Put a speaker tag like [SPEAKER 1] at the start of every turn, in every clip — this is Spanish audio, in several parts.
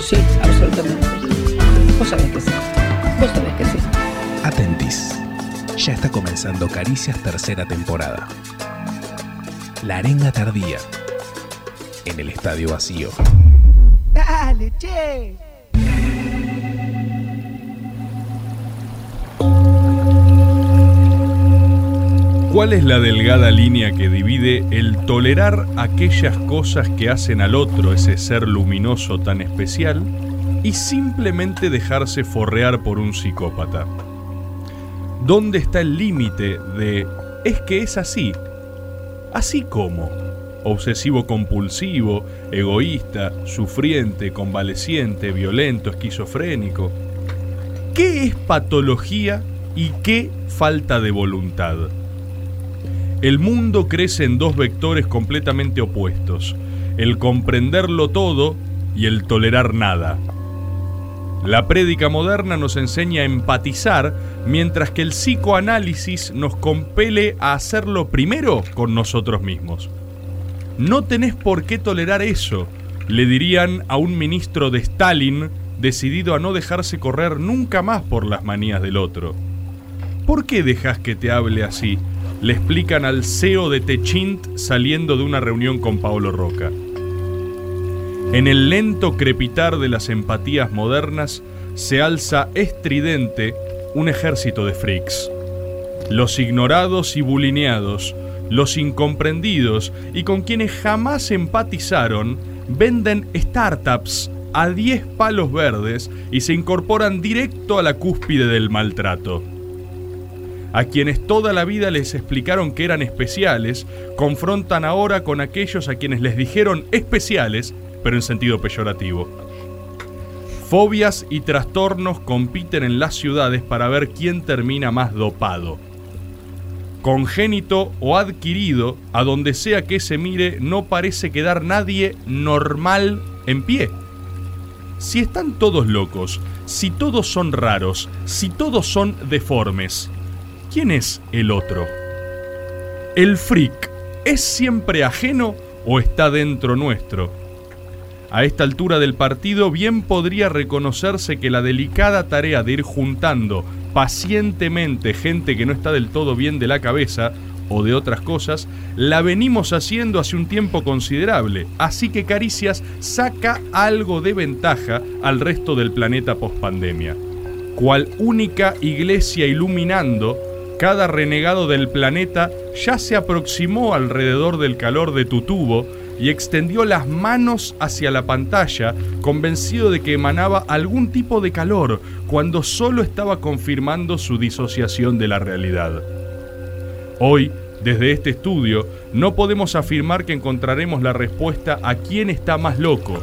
[SPEAKER 1] Sí, absolutamente. Vos sabés que sí. Vos sabés que sí.
[SPEAKER 2] Atentis. Ya está comenzando Caricias tercera temporada. La arenga tardía. En el estadio vacío.
[SPEAKER 3] Dale, che.
[SPEAKER 4] ¿Cuál es la delgada línea que divide el tolerar aquellas cosas que hacen al otro ese ser luminoso tan especial y simplemente dejarse forrear por un psicópata? ¿Dónde está el límite de es que es así? ¿Así como? Obsesivo compulsivo, egoísta, sufriente, convaleciente, violento, esquizofrénico. ¿Qué es patología y qué falta de voluntad? El mundo crece en dos vectores completamente opuestos, el comprenderlo todo y el tolerar nada. La prédica moderna nos enseña a empatizar, mientras que el psicoanálisis nos compele a hacerlo primero con nosotros mismos. No tenés por qué tolerar eso, le dirían a un ministro de Stalin decidido a no dejarse correr nunca más por las manías del otro. ¿Por qué dejas que te hable así? Le explican al CEO de Techint saliendo de una reunión con Paolo Roca. En el lento crepitar de las empatías modernas se alza estridente un ejército de freaks. Los ignorados y bulineados, los incomprendidos y con quienes jamás empatizaron, venden startups a 10 palos verdes y se incorporan directo a la cúspide del maltrato a quienes toda la vida les explicaron que eran especiales, confrontan ahora con aquellos a quienes les dijeron especiales, pero en sentido peyorativo. Fobias y trastornos compiten en las ciudades para ver quién termina más dopado. Congénito o adquirido, a donde sea que se mire, no parece quedar nadie normal en pie. Si están todos locos, si todos son raros, si todos son deformes, ¿quién es el otro? ¿El freak es siempre ajeno o está dentro nuestro? A esta altura del partido bien podría reconocerse que la delicada tarea de ir juntando pacientemente gente que no está del todo bien de la cabeza o de otras cosas, la venimos haciendo hace un tiempo considerable, así que Caricias saca algo de ventaja al resto del planeta pospandemia. Cual única iglesia iluminando, cada renegado del planeta ya se aproximó alrededor del calor de tu tubo y extendió las manos hacia la pantalla, convencido de que emanaba algún tipo de calor, cuando solo estaba confirmando su disociación de la realidad. Hoy, desde este estudio, no podemos afirmar que encontraremos la respuesta a quién está más loco,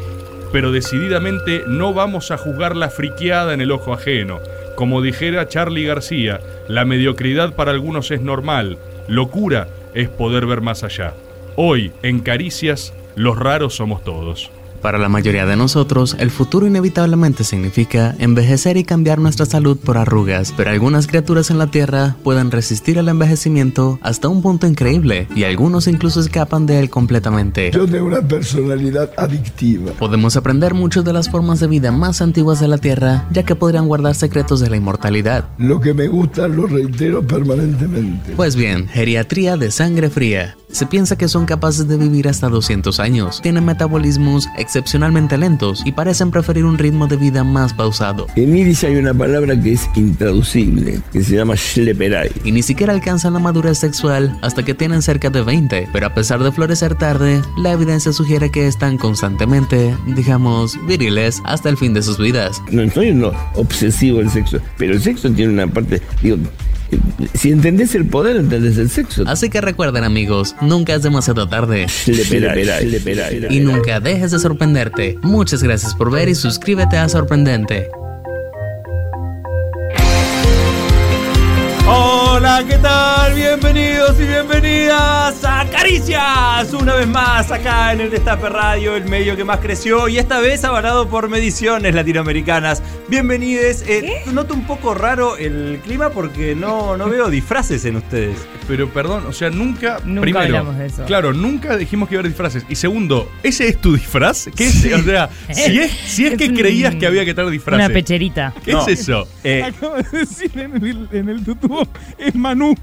[SPEAKER 4] pero decididamente no vamos a juzgar la friqueada en el ojo ajeno. Como dijera Charlie García, la mediocridad para algunos es normal, locura es poder ver más allá. Hoy, en Caricias, los raros somos todos.
[SPEAKER 5] Para la mayoría de nosotros, el futuro inevitablemente significa envejecer y cambiar nuestra salud por arrugas, pero algunas criaturas en la Tierra pueden resistir el envejecimiento hasta un punto increíble y algunos incluso escapan de él completamente.
[SPEAKER 6] Yo tengo una personalidad adictiva.
[SPEAKER 5] Podemos aprender mucho de las formas de vida más antiguas de la Tierra, ya que podrían guardar secretos de la inmortalidad.
[SPEAKER 6] Lo que me gusta lo reitero permanentemente.
[SPEAKER 5] Pues bien, geriatría de sangre fría. Se piensa que son capaces de vivir hasta 200 años, tienen metabolismos excepcionalmente lentos y parecen preferir un ritmo de vida más pausado.
[SPEAKER 7] En Iris hay una palabra que es intraducible, que se llama schlepperai.
[SPEAKER 5] Y ni siquiera alcanzan la madurez sexual hasta que tienen cerca de 20, pero a pesar de florecer tarde, la evidencia sugiere que están constantemente, digamos, viriles hasta el fin de sus vidas.
[SPEAKER 7] No soy uno obsesivo del sexo, pero el sexo tiene una parte, digo, si entendés el poder, entendés el sexo.
[SPEAKER 5] Así que recuerden amigos, nunca es demasiado tarde.
[SPEAKER 7] Schlepperai, schlepperai,
[SPEAKER 5] Y nunca dejes de sorprenderte. Muchas gracias por ver y suscríbete a Sorprendente.
[SPEAKER 4] Hola, ¿qué tal?
[SPEAKER 8] tal? Bienvenidos y bienvenidas a Caricias, una vez más acá en el Destape Radio, el medio que más creció y esta vez avalado por mediciones latinoamericanas. Bienvenides. Eh, noto un poco raro el clima porque no, no veo disfraces en ustedes.
[SPEAKER 4] Pero perdón, o sea, nunca.
[SPEAKER 1] Nunca
[SPEAKER 4] primero,
[SPEAKER 1] hablamos de eso.
[SPEAKER 4] Claro, nunca dijimos que iba a haber disfraces. Y segundo, ¿ese es tu disfraz? ¿Qué es? O sea, si es, si es,
[SPEAKER 1] Es
[SPEAKER 4] que
[SPEAKER 1] un-
[SPEAKER 4] creías que había que estar disfraces.
[SPEAKER 1] Una pecherita.
[SPEAKER 4] ¿Qué
[SPEAKER 8] No.
[SPEAKER 4] es eso?
[SPEAKER 8] Eh,
[SPEAKER 9] Acabo de decir en el, en el tutubo, es Manu.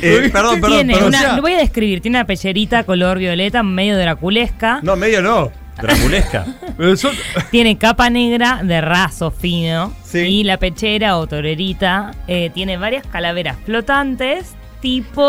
[SPEAKER 8] eh, perdón, perdón,
[SPEAKER 1] tiene
[SPEAKER 8] perdón.
[SPEAKER 1] una,
[SPEAKER 8] O sea,
[SPEAKER 1] lo voy a describir, tiene una pecherita color violeta, medio draculesca.
[SPEAKER 8] no, medio no. Draculesca.
[SPEAKER 4] Pero son-
[SPEAKER 1] Tiene capa negra de raso fino.
[SPEAKER 8] Sí.
[SPEAKER 1] Y la pechera o torerita eh, tiene varias calaveras flotantes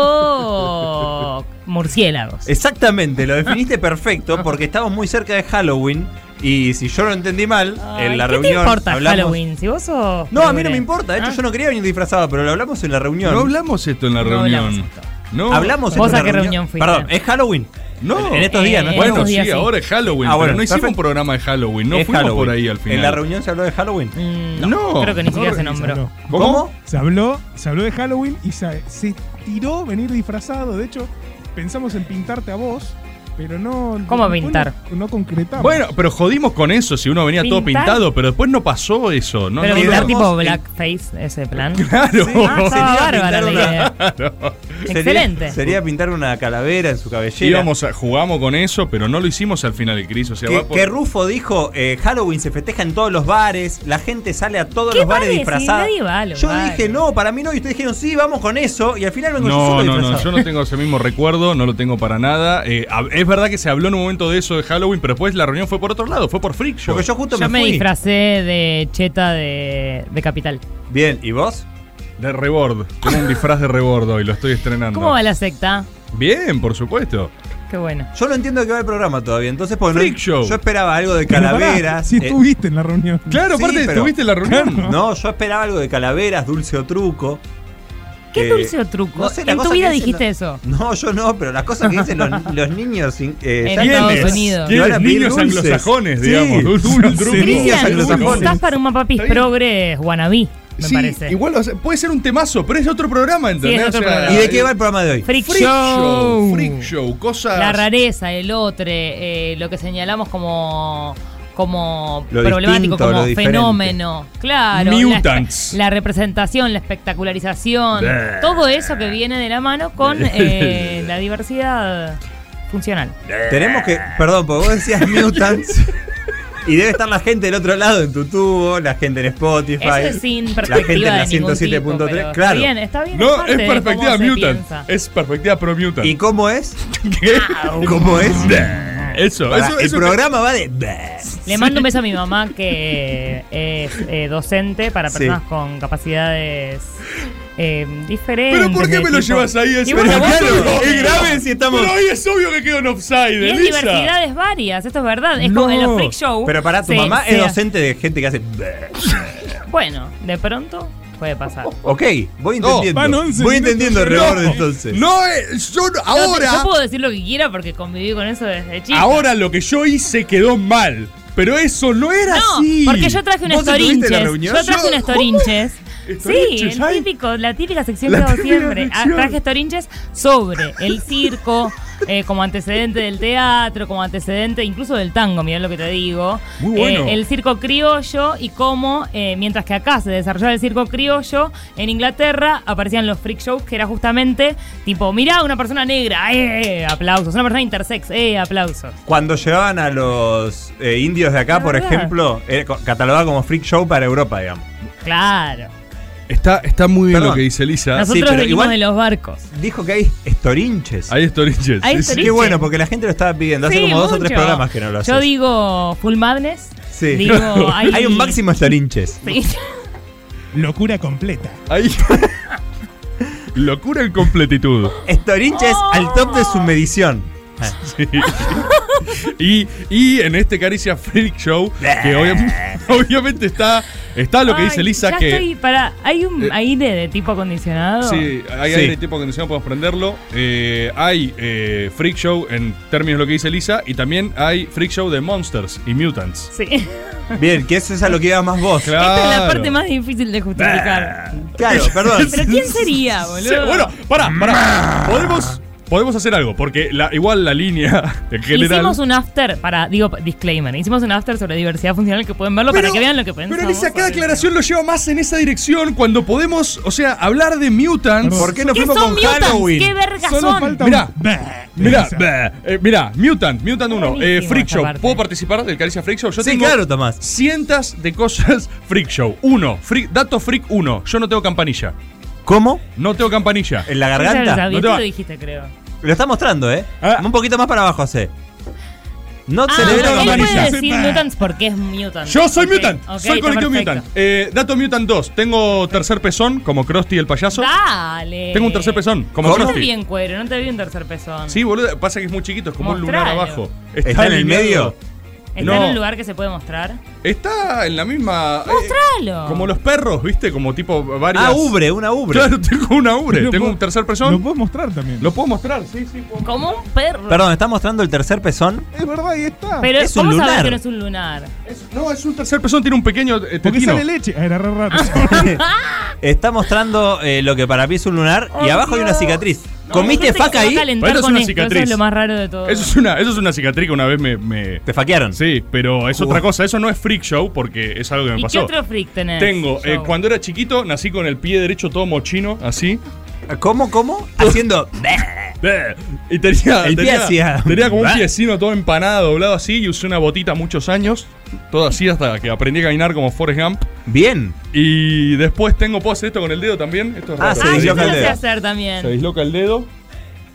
[SPEAKER 1] tipo murciélagos.
[SPEAKER 8] Exactamente, lo definiste perfecto porque estamos muy cerca de Halloween y si yo lo entendí mal, en la
[SPEAKER 1] Ay, ¿Qué
[SPEAKER 8] reunión
[SPEAKER 1] te importa
[SPEAKER 8] hablamos-
[SPEAKER 1] Halloween? Si vos sos
[SPEAKER 8] No, a mí no
[SPEAKER 1] progre.
[SPEAKER 8] me importa, de hecho
[SPEAKER 1] Ah.
[SPEAKER 8] yo no quería venir disfrazado, pero lo hablamos en la reunión.
[SPEAKER 4] no hablamos esto en la
[SPEAKER 1] No hablamos
[SPEAKER 4] reunión.
[SPEAKER 1] esto.
[SPEAKER 4] No.
[SPEAKER 8] Hablamos
[SPEAKER 1] ¿Vos
[SPEAKER 8] esto en
[SPEAKER 1] a
[SPEAKER 8] la
[SPEAKER 1] qué reunión fuiste?
[SPEAKER 8] Perdón, es Halloween.
[SPEAKER 4] No.
[SPEAKER 8] En estos días, ¿no?
[SPEAKER 1] Eh,
[SPEAKER 4] Bueno,
[SPEAKER 1] estos
[SPEAKER 4] sí,
[SPEAKER 1] días sí.
[SPEAKER 4] ahora es Halloween.
[SPEAKER 8] Ah,
[SPEAKER 4] pero
[SPEAKER 8] bueno,
[SPEAKER 4] no hicimos un
[SPEAKER 8] perfecto.
[SPEAKER 4] programa de Halloween. No
[SPEAKER 8] es
[SPEAKER 4] fuimos
[SPEAKER 8] Halloween.
[SPEAKER 4] por ahí al final.
[SPEAKER 8] En la reunión se habló de Halloween.
[SPEAKER 1] Mm,
[SPEAKER 4] No.
[SPEAKER 1] Creo que ni siquiera se nombró.
[SPEAKER 4] ¿Cómo?
[SPEAKER 9] Se habló, se habló de Halloween y se, se tiró venir disfrazado. De hecho, pensamos en pintarte a vos, pero no.
[SPEAKER 1] ¿Cómo
[SPEAKER 9] después
[SPEAKER 1] pintar?
[SPEAKER 9] No, no concretamos.
[SPEAKER 4] Bueno, pero jodimos con eso si uno venía todo
[SPEAKER 1] ¿Pintar?
[SPEAKER 4] pintado, pero después no pasó eso. No,
[SPEAKER 1] Pero
[SPEAKER 4] no,
[SPEAKER 1] pintar
[SPEAKER 4] no.
[SPEAKER 1] tipo blackface, ese plan.
[SPEAKER 4] Claro.
[SPEAKER 1] Ah, estaba
[SPEAKER 8] Sería
[SPEAKER 1] bárbara la
[SPEAKER 8] pintar una-
[SPEAKER 1] idea.
[SPEAKER 8] Sería-
[SPEAKER 1] Excelente.
[SPEAKER 8] Sería pintar una calavera en su cabellera.
[SPEAKER 4] Íbamos a, jugamos con eso, pero no lo hicimos al final de Cris. O sea,
[SPEAKER 8] que,
[SPEAKER 4] va por-
[SPEAKER 8] que Rufo dijo, eh, Halloween se festeja en todos los bares, la gente sale a todos
[SPEAKER 1] ¿Qué
[SPEAKER 8] los bares
[SPEAKER 1] bares? Si
[SPEAKER 8] disfrazada.
[SPEAKER 1] nadie va a los
[SPEAKER 8] yo
[SPEAKER 1] bares.
[SPEAKER 8] dije, no, para mí no, y ustedes dijeron, sí, vamos con eso, y al final vengo yo
[SPEAKER 4] No,
[SPEAKER 8] solo
[SPEAKER 4] no, no, yo
[SPEAKER 8] disfrazado.
[SPEAKER 4] no tengo ese mismo recuerdo, no lo tengo para nada. Eh, a- es verdad que se habló en un momento de eso de Halloween, pero después la reunión fue por otro lado, fue por Freak Show.
[SPEAKER 8] Porque yo justo
[SPEAKER 1] Yo
[SPEAKER 8] me,
[SPEAKER 1] me
[SPEAKER 8] fui.
[SPEAKER 1] disfracé de cheta de, de capital.
[SPEAKER 8] Bien, ¿y vos?
[SPEAKER 4] De Rebord, tengo un disfraz de Rebord y lo estoy estrenando.
[SPEAKER 1] ¿Cómo va la secta?
[SPEAKER 4] Bien, por supuesto.
[SPEAKER 1] Qué bueno.
[SPEAKER 8] Yo no entiendo que va el programa todavía, entonces porque no-
[SPEAKER 4] Freak Show.
[SPEAKER 8] yo esperaba algo de
[SPEAKER 9] Pero pará,
[SPEAKER 8] calaveras.
[SPEAKER 9] Si
[SPEAKER 8] eh,
[SPEAKER 9] estuviste en la reunión.
[SPEAKER 4] Claro,
[SPEAKER 8] Sí,
[SPEAKER 4] aparte,
[SPEAKER 8] pero-
[SPEAKER 4] ¿tuviste la reunión?
[SPEAKER 8] no, yo esperaba algo de calaveras, dulce o truco.
[SPEAKER 1] ¿Qué
[SPEAKER 8] Eh,
[SPEAKER 1] dulce o truco?
[SPEAKER 8] no sé, la
[SPEAKER 1] en tu
[SPEAKER 8] cosa que
[SPEAKER 1] vida
[SPEAKER 8] dicen
[SPEAKER 1] dijiste
[SPEAKER 8] los-
[SPEAKER 1] eso.
[SPEAKER 8] No, yo no, pero las cosas que dicen los, los niños eh, ya
[SPEAKER 1] Estados
[SPEAKER 8] grandes,
[SPEAKER 4] ¿Quiénes?
[SPEAKER 1] Unidos.
[SPEAKER 8] que van a
[SPEAKER 4] ¿Quiénes?
[SPEAKER 8] pedir
[SPEAKER 4] Niños
[SPEAKER 8] dulces.
[SPEAKER 4] anglosajones,
[SPEAKER 8] Sí.
[SPEAKER 4] digamos. Dulce,
[SPEAKER 9] Sí.
[SPEAKER 4] truco.
[SPEAKER 8] Niños
[SPEAKER 1] Cristian, vos
[SPEAKER 8] anglosajones.
[SPEAKER 1] estás para un mapa
[SPEAKER 4] Está bien.
[SPEAKER 1] progres wannabe, me
[SPEAKER 4] Sí,
[SPEAKER 1] parece.
[SPEAKER 4] Igual o sea, puede ser un temazo, pero es otro programa, ¿entendés?
[SPEAKER 1] es otro
[SPEAKER 4] O sea,
[SPEAKER 1] programa.
[SPEAKER 8] ¿Y de qué va el programa de hoy?
[SPEAKER 1] Freak,
[SPEAKER 4] Freak
[SPEAKER 1] show.
[SPEAKER 4] show, freak show, cosas.
[SPEAKER 1] La rareza, el otro, eh, lo que señalamos como como
[SPEAKER 8] Lo
[SPEAKER 1] problemático,
[SPEAKER 8] distinto,
[SPEAKER 1] como
[SPEAKER 8] lo diferente.
[SPEAKER 1] fenómeno. Claro. la
[SPEAKER 4] Mutants.
[SPEAKER 1] espe- La, representación, la espectacularización.
[SPEAKER 4] Bleh.
[SPEAKER 1] Todo eso que viene de la mano con eh, la diversidad funcional.
[SPEAKER 8] Tenemos que. Perdón, porque vos decías Mutants. y debe estar la gente del otro lado en tu tubo, la gente en Spotify.
[SPEAKER 1] Eso es sin
[SPEAKER 8] La gente en
[SPEAKER 1] perspectiva
[SPEAKER 8] la
[SPEAKER 1] de ningún tipo,
[SPEAKER 8] 107.3,
[SPEAKER 1] pero Está
[SPEAKER 8] claro.
[SPEAKER 1] bien, está bien.
[SPEAKER 4] No,
[SPEAKER 1] parte
[SPEAKER 4] es
[SPEAKER 1] de cómo
[SPEAKER 4] perspectiva
[SPEAKER 1] se
[SPEAKER 4] mutant.
[SPEAKER 1] piensa. Ah,
[SPEAKER 4] Es perspectiva pro mutant.
[SPEAKER 8] ¿Y cómo es?
[SPEAKER 4] ¿Qué?
[SPEAKER 8] ¿Cómo es?
[SPEAKER 4] Eso,
[SPEAKER 8] Pará,
[SPEAKER 4] eso,
[SPEAKER 8] el
[SPEAKER 4] eso-
[SPEAKER 8] programa va de.
[SPEAKER 1] Le mando un beso a mi mamá que es eh, docente para
[SPEAKER 8] Sí.
[SPEAKER 1] personas con capacidades eh, diferentes.
[SPEAKER 4] Pero ¿por qué
[SPEAKER 1] de
[SPEAKER 4] me lo
[SPEAKER 1] tipo-
[SPEAKER 4] llevas ahí? Es,
[SPEAKER 1] Y bueno, vos-
[SPEAKER 8] claro, es grave si estamos-
[SPEAKER 4] Pero ahí es obvio que quedó en offside,
[SPEAKER 1] y es
[SPEAKER 4] Elisa.
[SPEAKER 1] diversidades varias, esto es verdad. Es como en los freak show.
[SPEAKER 8] Pero para tu
[SPEAKER 1] se-
[SPEAKER 8] mamá
[SPEAKER 1] se-
[SPEAKER 8] es docente de gente que hace.
[SPEAKER 1] Bueno, de pronto puede pasar.
[SPEAKER 8] Ok, voy
[SPEAKER 4] No,
[SPEAKER 8] entendiendo.
[SPEAKER 9] van 11
[SPEAKER 8] voy
[SPEAKER 9] minutos
[SPEAKER 8] entendiendo
[SPEAKER 9] de
[SPEAKER 8] el reborde
[SPEAKER 4] no,
[SPEAKER 8] entonces.
[SPEAKER 4] No, es- yo no-
[SPEAKER 1] Yo-
[SPEAKER 4] ahora,
[SPEAKER 1] Yo, puedo decir lo que quiera porque conviví con eso desde chica.
[SPEAKER 4] ahora lo que yo hice quedó mal. Pero eso no era
[SPEAKER 1] No,
[SPEAKER 4] así.
[SPEAKER 1] porque yo traje un
[SPEAKER 8] ¿Vos estuviste en la
[SPEAKER 1] estorinches.
[SPEAKER 8] reunión?
[SPEAKER 1] Yo traje
[SPEAKER 4] Yo-
[SPEAKER 1] un estorinches. Sí,
[SPEAKER 4] ¿Estorinches
[SPEAKER 1] el
[SPEAKER 4] hay?
[SPEAKER 1] típico, la típica sección
[SPEAKER 4] La
[SPEAKER 1] que hago
[SPEAKER 4] típica
[SPEAKER 1] siempre. Ah,
[SPEAKER 4] sección.
[SPEAKER 1] Traje estorinches sobre el circo, eh, como antecedente del teatro, como antecedente incluso del tango, mirá lo que te digo.
[SPEAKER 4] Muy bueno.
[SPEAKER 1] Eh, el circo criollo y cómo, eh, mientras que acá se desarrollaba el circo criollo, en Inglaterra aparecían los freak shows que era justamente tipo, mirá, una persona negra, eh, aplausos, una persona intersex, eh, aplausos.
[SPEAKER 8] Cuando llevaban a los eh, indios de acá,
[SPEAKER 1] La
[SPEAKER 8] por
[SPEAKER 1] verdad.
[SPEAKER 8] ejemplo, era co- catalogada como freak show para Europa, digamos.
[SPEAKER 1] Claro.
[SPEAKER 4] Está, está muy bien
[SPEAKER 8] Perdón.
[SPEAKER 4] lo que dice Elisa.
[SPEAKER 1] Nosotros
[SPEAKER 8] pero
[SPEAKER 1] venimos
[SPEAKER 8] igual-
[SPEAKER 1] de los barcos.
[SPEAKER 8] Dijo que hay estorinches.
[SPEAKER 4] Ahí estorinches.
[SPEAKER 1] Ahí
[SPEAKER 4] Sí,
[SPEAKER 1] estorinches.
[SPEAKER 4] sí.
[SPEAKER 8] Qué bueno, porque la gente lo estaba pidiendo. Hace
[SPEAKER 1] Sí,
[SPEAKER 8] como dos o
[SPEAKER 1] mucho.
[SPEAKER 8] tres programas que no lo haces.
[SPEAKER 1] Yo digo Full Madness.
[SPEAKER 8] Sí.
[SPEAKER 1] Digo, hay,
[SPEAKER 8] Hay un máximo estorinches.
[SPEAKER 1] Sí.
[SPEAKER 9] Locura completa.
[SPEAKER 4] Ahí. Locura en completitud.
[SPEAKER 1] Oh.
[SPEAKER 8] Estorinches al top de su medición.
[SPEAKER 4] Sí. y, y en este Caricia Freak Show, que obvia- obviamente está,
[SPEAKER 8] Ah,
[SPEAKER 4] está lo que dice
[SPEAKER 1] Ay,
[SPEAKER 4] Lisa,
[SPEAKER 1] ya
[SPEAKER 4] que
[SPEAKER 1] estoy, pará, hay un aire de tipo acondicionado.
[SPEAKER 4] Sí, hay
[SPEAKER 8] Eh. Sí.
[SPEAKER 4] aire tipo acondicionado, podemos prenderlo. Eh, hay eh, Freak Show en términos de lo que dice Lisa y también hay Freak Show de Monsters y Mutants.
[SPEAKER 1] Sí.
[SPEAKER 8] Bien, que eso es a lo que ibas más vos.
[SPEAKER 1] Esta es la
[SPEAKER 4] Claro.
[SPEAKER 1] parte más difícil de justificar.
[SPEAKER 8] Claro, perdón.
[SPEAKER 1] Pero ¿quién sería,
[SPEAKER 4] Sí,
[SPEAKER 1] boludo?
[SPEAKER 4] bueno, pará, pará. Podemos, podemos hacer algo, porque la, igual la línea en general.
[SPEAKER 1] Hicimos un after, para, digo, disclaimer, hicimos un after sobre diversidad funcional que pueden verlo para que vean lo que pensamos.
[SPEAKER 4] Pero Lisa,
[SPEAKER 1] sobre-
[SPEAKER 4] cada aclaración lo lleva más en esa dirección cuando podemos, o sea, hablar de Mutants.
[SPEAKER 8] ¿Por qué nos
[SPEAKER 1] ¿Qué
[SPEAKER 8] fuimos
[SPEAKER 1] son
[SPEAKER 8] con
[SPEAKER 1] mutants?
[SPEAKER 8] Halloween?
[SPEAKER 1] ¿Qué verga
[SPEAKER 10] Solo
[SPEAKER 1] son?
[SPEAKER 10] falta
[SPEAKER 4] Mirá,
[SPEAKER 10] un... bah, de
[SPEAKER 4] Mirá,
[SPEAKER 10] esa.
[SPEAKER 4] eh, mirá, Mutant, Mutant 1, eh,
[SPEAKER 1] Buenísimo
[SPEAKER 4] Freak
[SPEAKER 1] esa
[SPEAKER 4] Show.
[SPEAKER 1] parte.
[SPEAKER 4] ¿Puedo participar del Caricia Freak Show? Yo
[SPEAKER 8] Sí,
[SPEAKER 4] tengo
[SPEAKER 8] claro, Tomás.
[SPEAKER 4] Cientos de cosas Freak Show. 1, dato Freak 1, yo no tengo campanilla.
[SPEAKER 8] ¿Cómo?
[SPEAKER 4] No tengo campanilla.
[SPEAKER 8] ¿En la
[SPEAKER 1] Ya lo
[SPEAKER 8] garganta?
[SPEAKER 1] sabía,
[SPEAKER 4] No te
[SPEAKER 1] tú
[SPEAKER 4] va-
[SPEAKER 1] lo dijiste, creo.
[SPEAKER 8] Lo está mostrando, ¿eh?
[SPEAKER 4] Ah.
[SPEAKER 8] Un poquito más para abajo hace. No
[SPEAKER 1] Ah,
[SPEAKER 8] se le ve la
[SPEAKER 1] él
[SPEAKER 8] campanilla.
[SPEAKER 1] puede decir mutants porque es mutant.
[SPEAKER 4] Yo soy
[SPEAKER 1] Ok,
[SPEAKER 4] Mutant,
[SPEAKER 1] ok,
[SPEAKER 4] soy
[SPEAKER 1] está
[SPEAKER 4] colectivo
[SPEAKER 1] perfecto.
[SPEAKER 4] Mutant. Eh, dato Mutant 2, tengo tercer pezón como Krusty el payaso.
[SPEAKER 1] Ah, Dale.
[SPEAKER 4] Tengo un tercer pezón como
[SPEAKER 8] ¿Cómo?
[SPEAKER 1] No te
[SPEAKER 4] Krusty.
[SPEAKER 1] vi en cuero, no te vi un tercer pezón.
[SPEAKER 4] Sí, boludo, pasa que es muy chiquito, es como un lunar
[SPEAKER 1] Mostralo.
[SPEAKER 4] abajo.
[SPEAKER 8] ¿Está en el medio?
[SPEAKER 1] ¿Está
[SPEAKER 4] no.
[SPEAKER 1] en un lugar que se puede mostrar?
[SPEAKER 4] Está en la misma. eh,
[SPEAKER 1] ¡Mostralo!
[SPEAKER 4] como los perros, ¿viste? Como tipo varias.
[SPEAKER 8] Ah, ubre, una ubre.
[SPEAKER 4] Claro, tengo una ubre.
[SPEAKER 10] Lo
[SPEAKER 4] tengo
[SPEAKER 10] puedo-
[SPEAKER 4] un tercer pezón.
[SPEAKER 10] Lo puedes mostrar también.
[SPEAKER 4] Lo puedo mostrar, sí, sí. puedo-
[SPEAKER 1] Como un perro.
[SPEAKER 8] Perdón, ¿está mostrando el tercer pezón?
[SPEAKER 10] Es verdad, ahí está.
[SPEAKER 1] Pero
[SPEAKER 8] Es un
[SPEAKER 1] ¿cómo sabes
[SPEAKER 8] lunar.
[SPEAKER 1] que no es un lunar?
[SPEAKER 4] Es- no, es un tercer pezón, tiene un pequeño eh,
[SPEAKER 10] Porque
[SPEAKER 4] tetino.
[SPEAKER 10] sale leche. Ah, Era re raro.
[SPEAKER 8] Está mostrando eh, lo que para mí es un lunar y
[SPEAKER 1] Oh,
[SPEAKER 8] abajo hay una
[SPEAKER 1] no.
[SPEAKER 8] cicatriz.
[SPEAKER 1] No,
[SPEAKER 8] ¿Comiste
[SPEAKER 1] gente que se
[SPEAKER 8] faca
[SPEAKER 1] va a
[SPEAKER 8] ahí?
[SPEAKER 1] calentar
[SPEAKER 4] Bueno, es
[SPEAKER 1] con
[SPEAKER 4] una
[SPEAKER 1] esto, Eso
[SPEAKER 4] cicatriz.
[SPEAKER 1] es lo más raro de todo.
[SPEAKER 4] Eso es una, eso es una cicatriz que una vez me, me-
[SPEAKER 8] Te faquearon.
[SPEAKER 4] Sí, pero es
[SPEAKER 8] Ujú.
[SPEAKER 4] otra cosa. Eso no es freak show porque es algo que me
[SPEAKER 1] ¿Y
[SPEAKER 4] pasó.
[SPEAKER 1] qué otro freak tenés?
[SPEAKER 4] Tengo, eh,
[SPEAKER 1] Show.
[SPEAKER 4] cuando era chiquito, nací con el pie derecho todo mochino, así.
[SPEAKER 8] ¿Cómo, cómo? Haciendo.
[SPEAKER 4] Eh, Y tenía,
[SPEAKER 8] El pie
[SPEAKER 4] tenía,
[SPEAKER 8] hacía-
[SPEAKER 4] tenía como un
[SPEAKER 8] ¿Ah?
[SPEAKER 4] piecino todo empanado, doblado así, y usé una botita muchos años, todo así hasta que aprendí a caminar como Forrest Gump.
[SPEAKER 8] Bien.
[SPEAKER 4] Y después tengo, puedo hacer esto con el dedo también. Esto es
[SPEAKER 8] Ah,
[SPEAKER 4] raro.
[SPEAKER 8] sí,
[SPEAKER 1] Ah,
[SPEAKER 8] Se
[SPEAKER 1] yo
[SPEAKER 8] disloca
[SPEAKER 1] lo
[SPEAKER 8] el
[SPEAKER 1] sé
[SPEAKER 8] dedo.
[SPEAKER 1] hacer
[SPEAKER 4] Se
[SPEAKER 1] también.
[SPEAKER 4] disloca el dedo.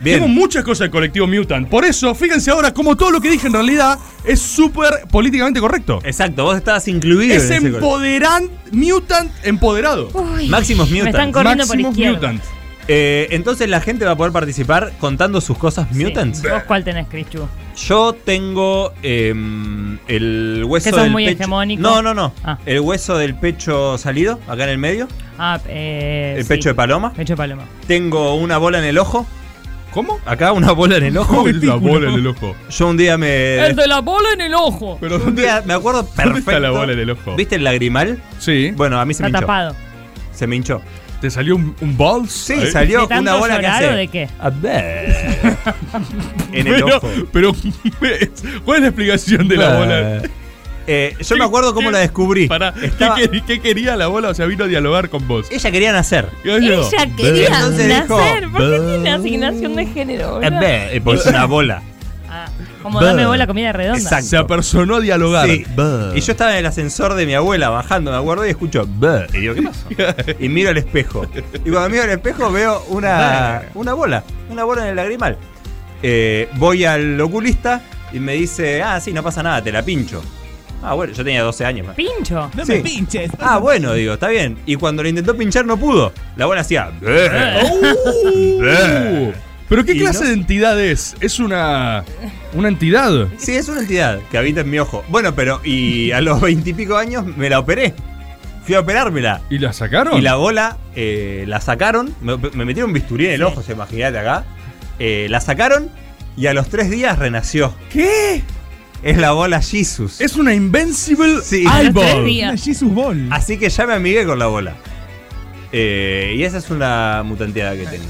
[SPEAKER 4] Tengo
[SPEAKER 8] Bien.
[SPEAKER 4] muchas cosas del colectivo Mutant. Por eso, fíjense ahora, como todo lo que dije en realidad es súper políticamente correcto.
[SPEAKER 8] Exacto, vos estabas incluido.
[SPEAKER 4] Es
[SPEAKER 8] en ese gol.
[SPEAKER 4] empoderant, Mutant empoderado.
[SPEAKER 1] Uy,
[SPEAKER 8] Maximus
[SPEAKER 1] Me están
[SPEAKER 8] Mutant.
[SPEAKER 1] corriendo por
[SPEAKER 4] Maximus
[SPEAKER 1] izquierda.
[SPEAKER 4] Mutant.
[SPEAKER 8] Eh, entonces la gente va a poder participar contando sus cosas
[SPEAKER 1] Sí.
[SPEAKER 8] mutants.
[SPEAKER 1] ¿Vos cuál tenés, Crichu?
[SPEAKER 8] Yo tengo em, el hueso
[SPEAKER 1] Que sos
[SPEAKER 8] del
[SPEAKER 1] muy
[SPEAKER 8] pecho.
[SPEAKER 1] hegemónico.
[SPEAKER 8] No, no, no.
[SPEAKER 1] Ah.
[SPEAKER 8] El hueso del pecho salido, acá en el medio.
[SPEAKER 1] Ah, eh,
[SPEAKER 8] El
[SPEAKER 1] sí.
[SPEAKER 8] pecho de paloma.
[SPEAKER 1] Pecho de paloma.
[SPEAKER 8] Tengo una bola en el ojo.
[SPEAKER 4] ¿Cómo?
[SPEAKER 8] Acá una bola en el ojo.
[SPEAKER 4] ¿Cómo es la bola en el ojo?
[SPEAKER 8] Yo un día me.
[SPEAKER 1] El de la bola en el ojo.
[SPEAKER 4] Pero
[SPEAKER 8] Un
[SPEAKER 4] ¿dónde,
[SPEAKER 8] día me acuerdo perfecto.
[SPEAKER 4] ¿dónde está la bola en el ojo?
[SPEAKER 8] ¿Viste el lagrimal?
[SPEAKER 4] Sí.
[SPEAKER 8] Bueno, a mí
[SPEAKER 1] Está
[SPEAKER 8] se me hinchó.
[SPEAKER 1] tapado.
[SPEAKER 8] Se me hinchó.
[SPEAKER 4] ¿Te salió un, un balls?
[SPEAKER 8] Sí,
[SPEAKER 4] Ahí.
[SPEAKER 8] salió
[SPEAKER 1] ¿De tanto
[SPEAKER 8] una bola que
[SPEAKER 1] llorar
[SPEAKER 8] hace.
[SPEAKER 1] o de qué?
[SPEAKER 8] A ver. en el
[SPEAKER 4] Pero,
[SPEAKER 8] ojo. Ah.
[SPEAKER 4] pero, ¿cuál es la explicación de la bola?
[SPEAKER 8] Eh, yo me acuerdo cómo
[SPEAKER 4] ¿Qué-
[SPEAKER 8] la descubrí.
[SPEAKER 4] Pará,
[SPEAKER 8] Estaba-
[SPEAKER 4] ¿qué, quer- qué quería la bola? O sea, vino a dialogar con vos.
[SPEAKER 8] Ella quería nacer.
[SPEAKER 4] ¿Qué hago?
[SPEAKER 1] Ella quería
[SPEAKER 8] Entonces dijo,
[SPEAKER 1] nacer. ¿Por qué tiene asignación de género?
[SPEAKER 8] A
[SPEAKER 1] boludo?
[SPEAKER 8] ver, eh, porque es una bola.
[SPEAKER 1] Ah, como dame
[SPEAKER 8] Bah.
[SPEAKER 1] bola comida redonda.
[SPEAKER 8] Exacto.
[SPEAKER 4] Se apersonó a dialogar.
[SPEAKER 8] Sí. Y yo estaba en el ascensor de mi abuela bajando, me acuerdo, y escucho. "Bah", Y digo, ¿qué pasó? Y miro al espejo. Y cuando miro al espejo veo una, una bola. Una bola en el lagrimal. Eh, voy al oculista y me dice, ah, sí, no pasa nada, te la pincho. Ah, bueno, yo tenía 12 años. más.
[SPEAKER 1] Pincho.
[SPEAKER 10] No
[SPEAKER 8] Sí.
[SPEAKER 10] me pinches.
[SPEAKER 8] Ah, bueno, digo, está bien. Y cuando lo intentó pinchar no pudo. La bola hacía. "Bah".
[SPEAKER 4] Uh, ¿Pero qué
[SPEAKER 8] Y
[SPEAKER 4] clase
[SPEAKER 8] no-
[SPEAKER 4] de entidad es? ¿Es una, una entidad?
[SPEAKER 8] Sí, es una entidad que habita en mi ojo. Bueno, pero y a los veintipico años me la operé. Fui a operármela.
[SPEAKER 4] ¿Y la sacaron?
[SPEAKER 8] Y la bola eh, la sacaron. Me, me metieron un bisturí en el ojo, se imaginate acá. Eh, la sacaron y a los tres días renació.
[SPEAKER 4] ¿Qué?
[SPEAKER 8] Es la bola Jesus.
[SPEAKER 4] Es una Invincible
[SPEAKER 8] Sí.
[SPEAKER 1] A los tres
[SPEAKER 4] Eyeball.
[SPEAKER 10] Una
[SPEAKER 1] días.
[SPEAKER 10] Jesus Ball.
[SPEAKER 8] Así que ya me amigué con la bola. Eh, y esa es una mutanteada que tengo.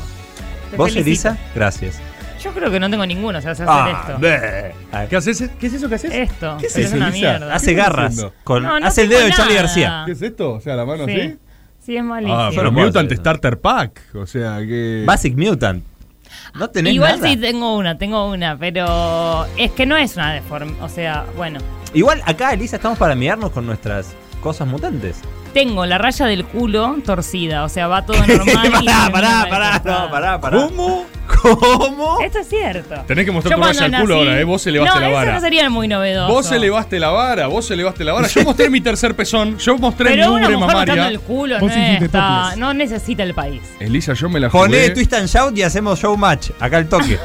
[SPEAKER 1] Te
[SPEAKER 8] ¿Vos,
[SPEAKER 1] felicito.
[SPEAKER 8] Elisa? Gracias.
[SPEAKER 1] Yo creo que no tengo ninguno, o sea, se hace
[SPEAKER 8] Ah,
[SPEAKER 1] esto.
[SPEAKER 8] bleh. Ah,
[SPEAKER 4] ¿Qué, haces? ¿Qué es eso que haces?
[SPEAKER 1] Esto.
[SPEAKER 4] ¿Qué es
[SPEAKER 1] pero
[SPEAKER 4] eso,
[SPEAKER 1] una
[SPEAKER 4] Elisa?
[SPEAKER 1] mierda.
[SPEAKER 8] Hace
[SPEAKER 4] estás
[SPEAKER 8] garras.
[SPEAKER 4] haciendo?
[SPEAKER 8] con-
[SPEAKER 1] No, no
[SPEAKER 8] hace el
[SPEAKER 1] tengo
[SPEAKER 8] dedo de Charlie
[SPEAKER 1] nada.
[SPEAKER 8] García.
[SPEAKER 4] ¿Qué es esto? O sea, la mano
[SPEAKER 1] Sí.
[SPEAKER 4] así.
[SPEAKER 1] Sí, es malísimo.
[SPEAKER 4] Ah, pero
[SPEAKER 8] No puedo
[SPEAKER 4] Mutant
[SPEAKER 8] hacer eso.
[SPEAKER 4] Starter Pack. O sea, que.
[SPEAKER 8] Basic Mutant. No tenés
[SPEAKER 1] Igual
[SPEAKER 8] nada.
[SPEAKER 1] sí tengo una, tengo una, pero es que no es una deforme. O sea, bueno,
[SPEAKER 8] Igual acá, Elisa, estamos para mirarnos con nuestras cosas mutantes.
[SPEAKER 1] tengo la raya del culo torcida, o sea, va todo normal. y
[SPEAKER 8] pará,
[SPEAKER 1] termina
[SPEAKER 8] pará,
[SPEAKER 1] mal
[SPEAKER 8] pará,
[SPEAKER 1] cortada.
[SPEAKER 8] no, pará, pará.
[SPEAKER 4] ¿Cómo?
[SPEAKER 8] ¿Cómo?
[SPEAKER 1] Esto es cierto.
[SPEAKER 4] Tenés que mostrar
[SPEAKER 1] Yo
[SPEAKER 4] tu raya
[SPEAKER 1] cuando
[SPEAKER 4] al culo
[SPEAKER 1] nací-
[SPEAKER 4] ahora, ¿eh? Vos elevaste
[SPEAKER 1] no,
[SPEAKER 4] la vara.
[SPEAKER 1] Eso no sería muy novedoso.
[SPEAKER 4] Vos elevaste la vara, vos elevaste la vara. Yo mostré mi tercer pezón, yo mostré
[SPEAKER 1] Pero
[SPEAKER 4] mi
[SPEAKER 1] una
[SPEAKER 4] ubre
[SPEAKER 1] mujer mostrando
[SPEAKER 4] mamaria.
[SPEAKER 1] el culo no,
[SPEAKER 10] Vos hiciste
[SPEAKER 1] está-
[SPEAKER 10] topless.
[SPEAKER 1] no necesita el país.
[SPEAKER 4] Elisa, yo me la
[SPEAKER 8] Poné
[SPEAKER 4] jugué.
[SPEAKER 8] Twist and Shout y hacemos showmatch. Acá el toque.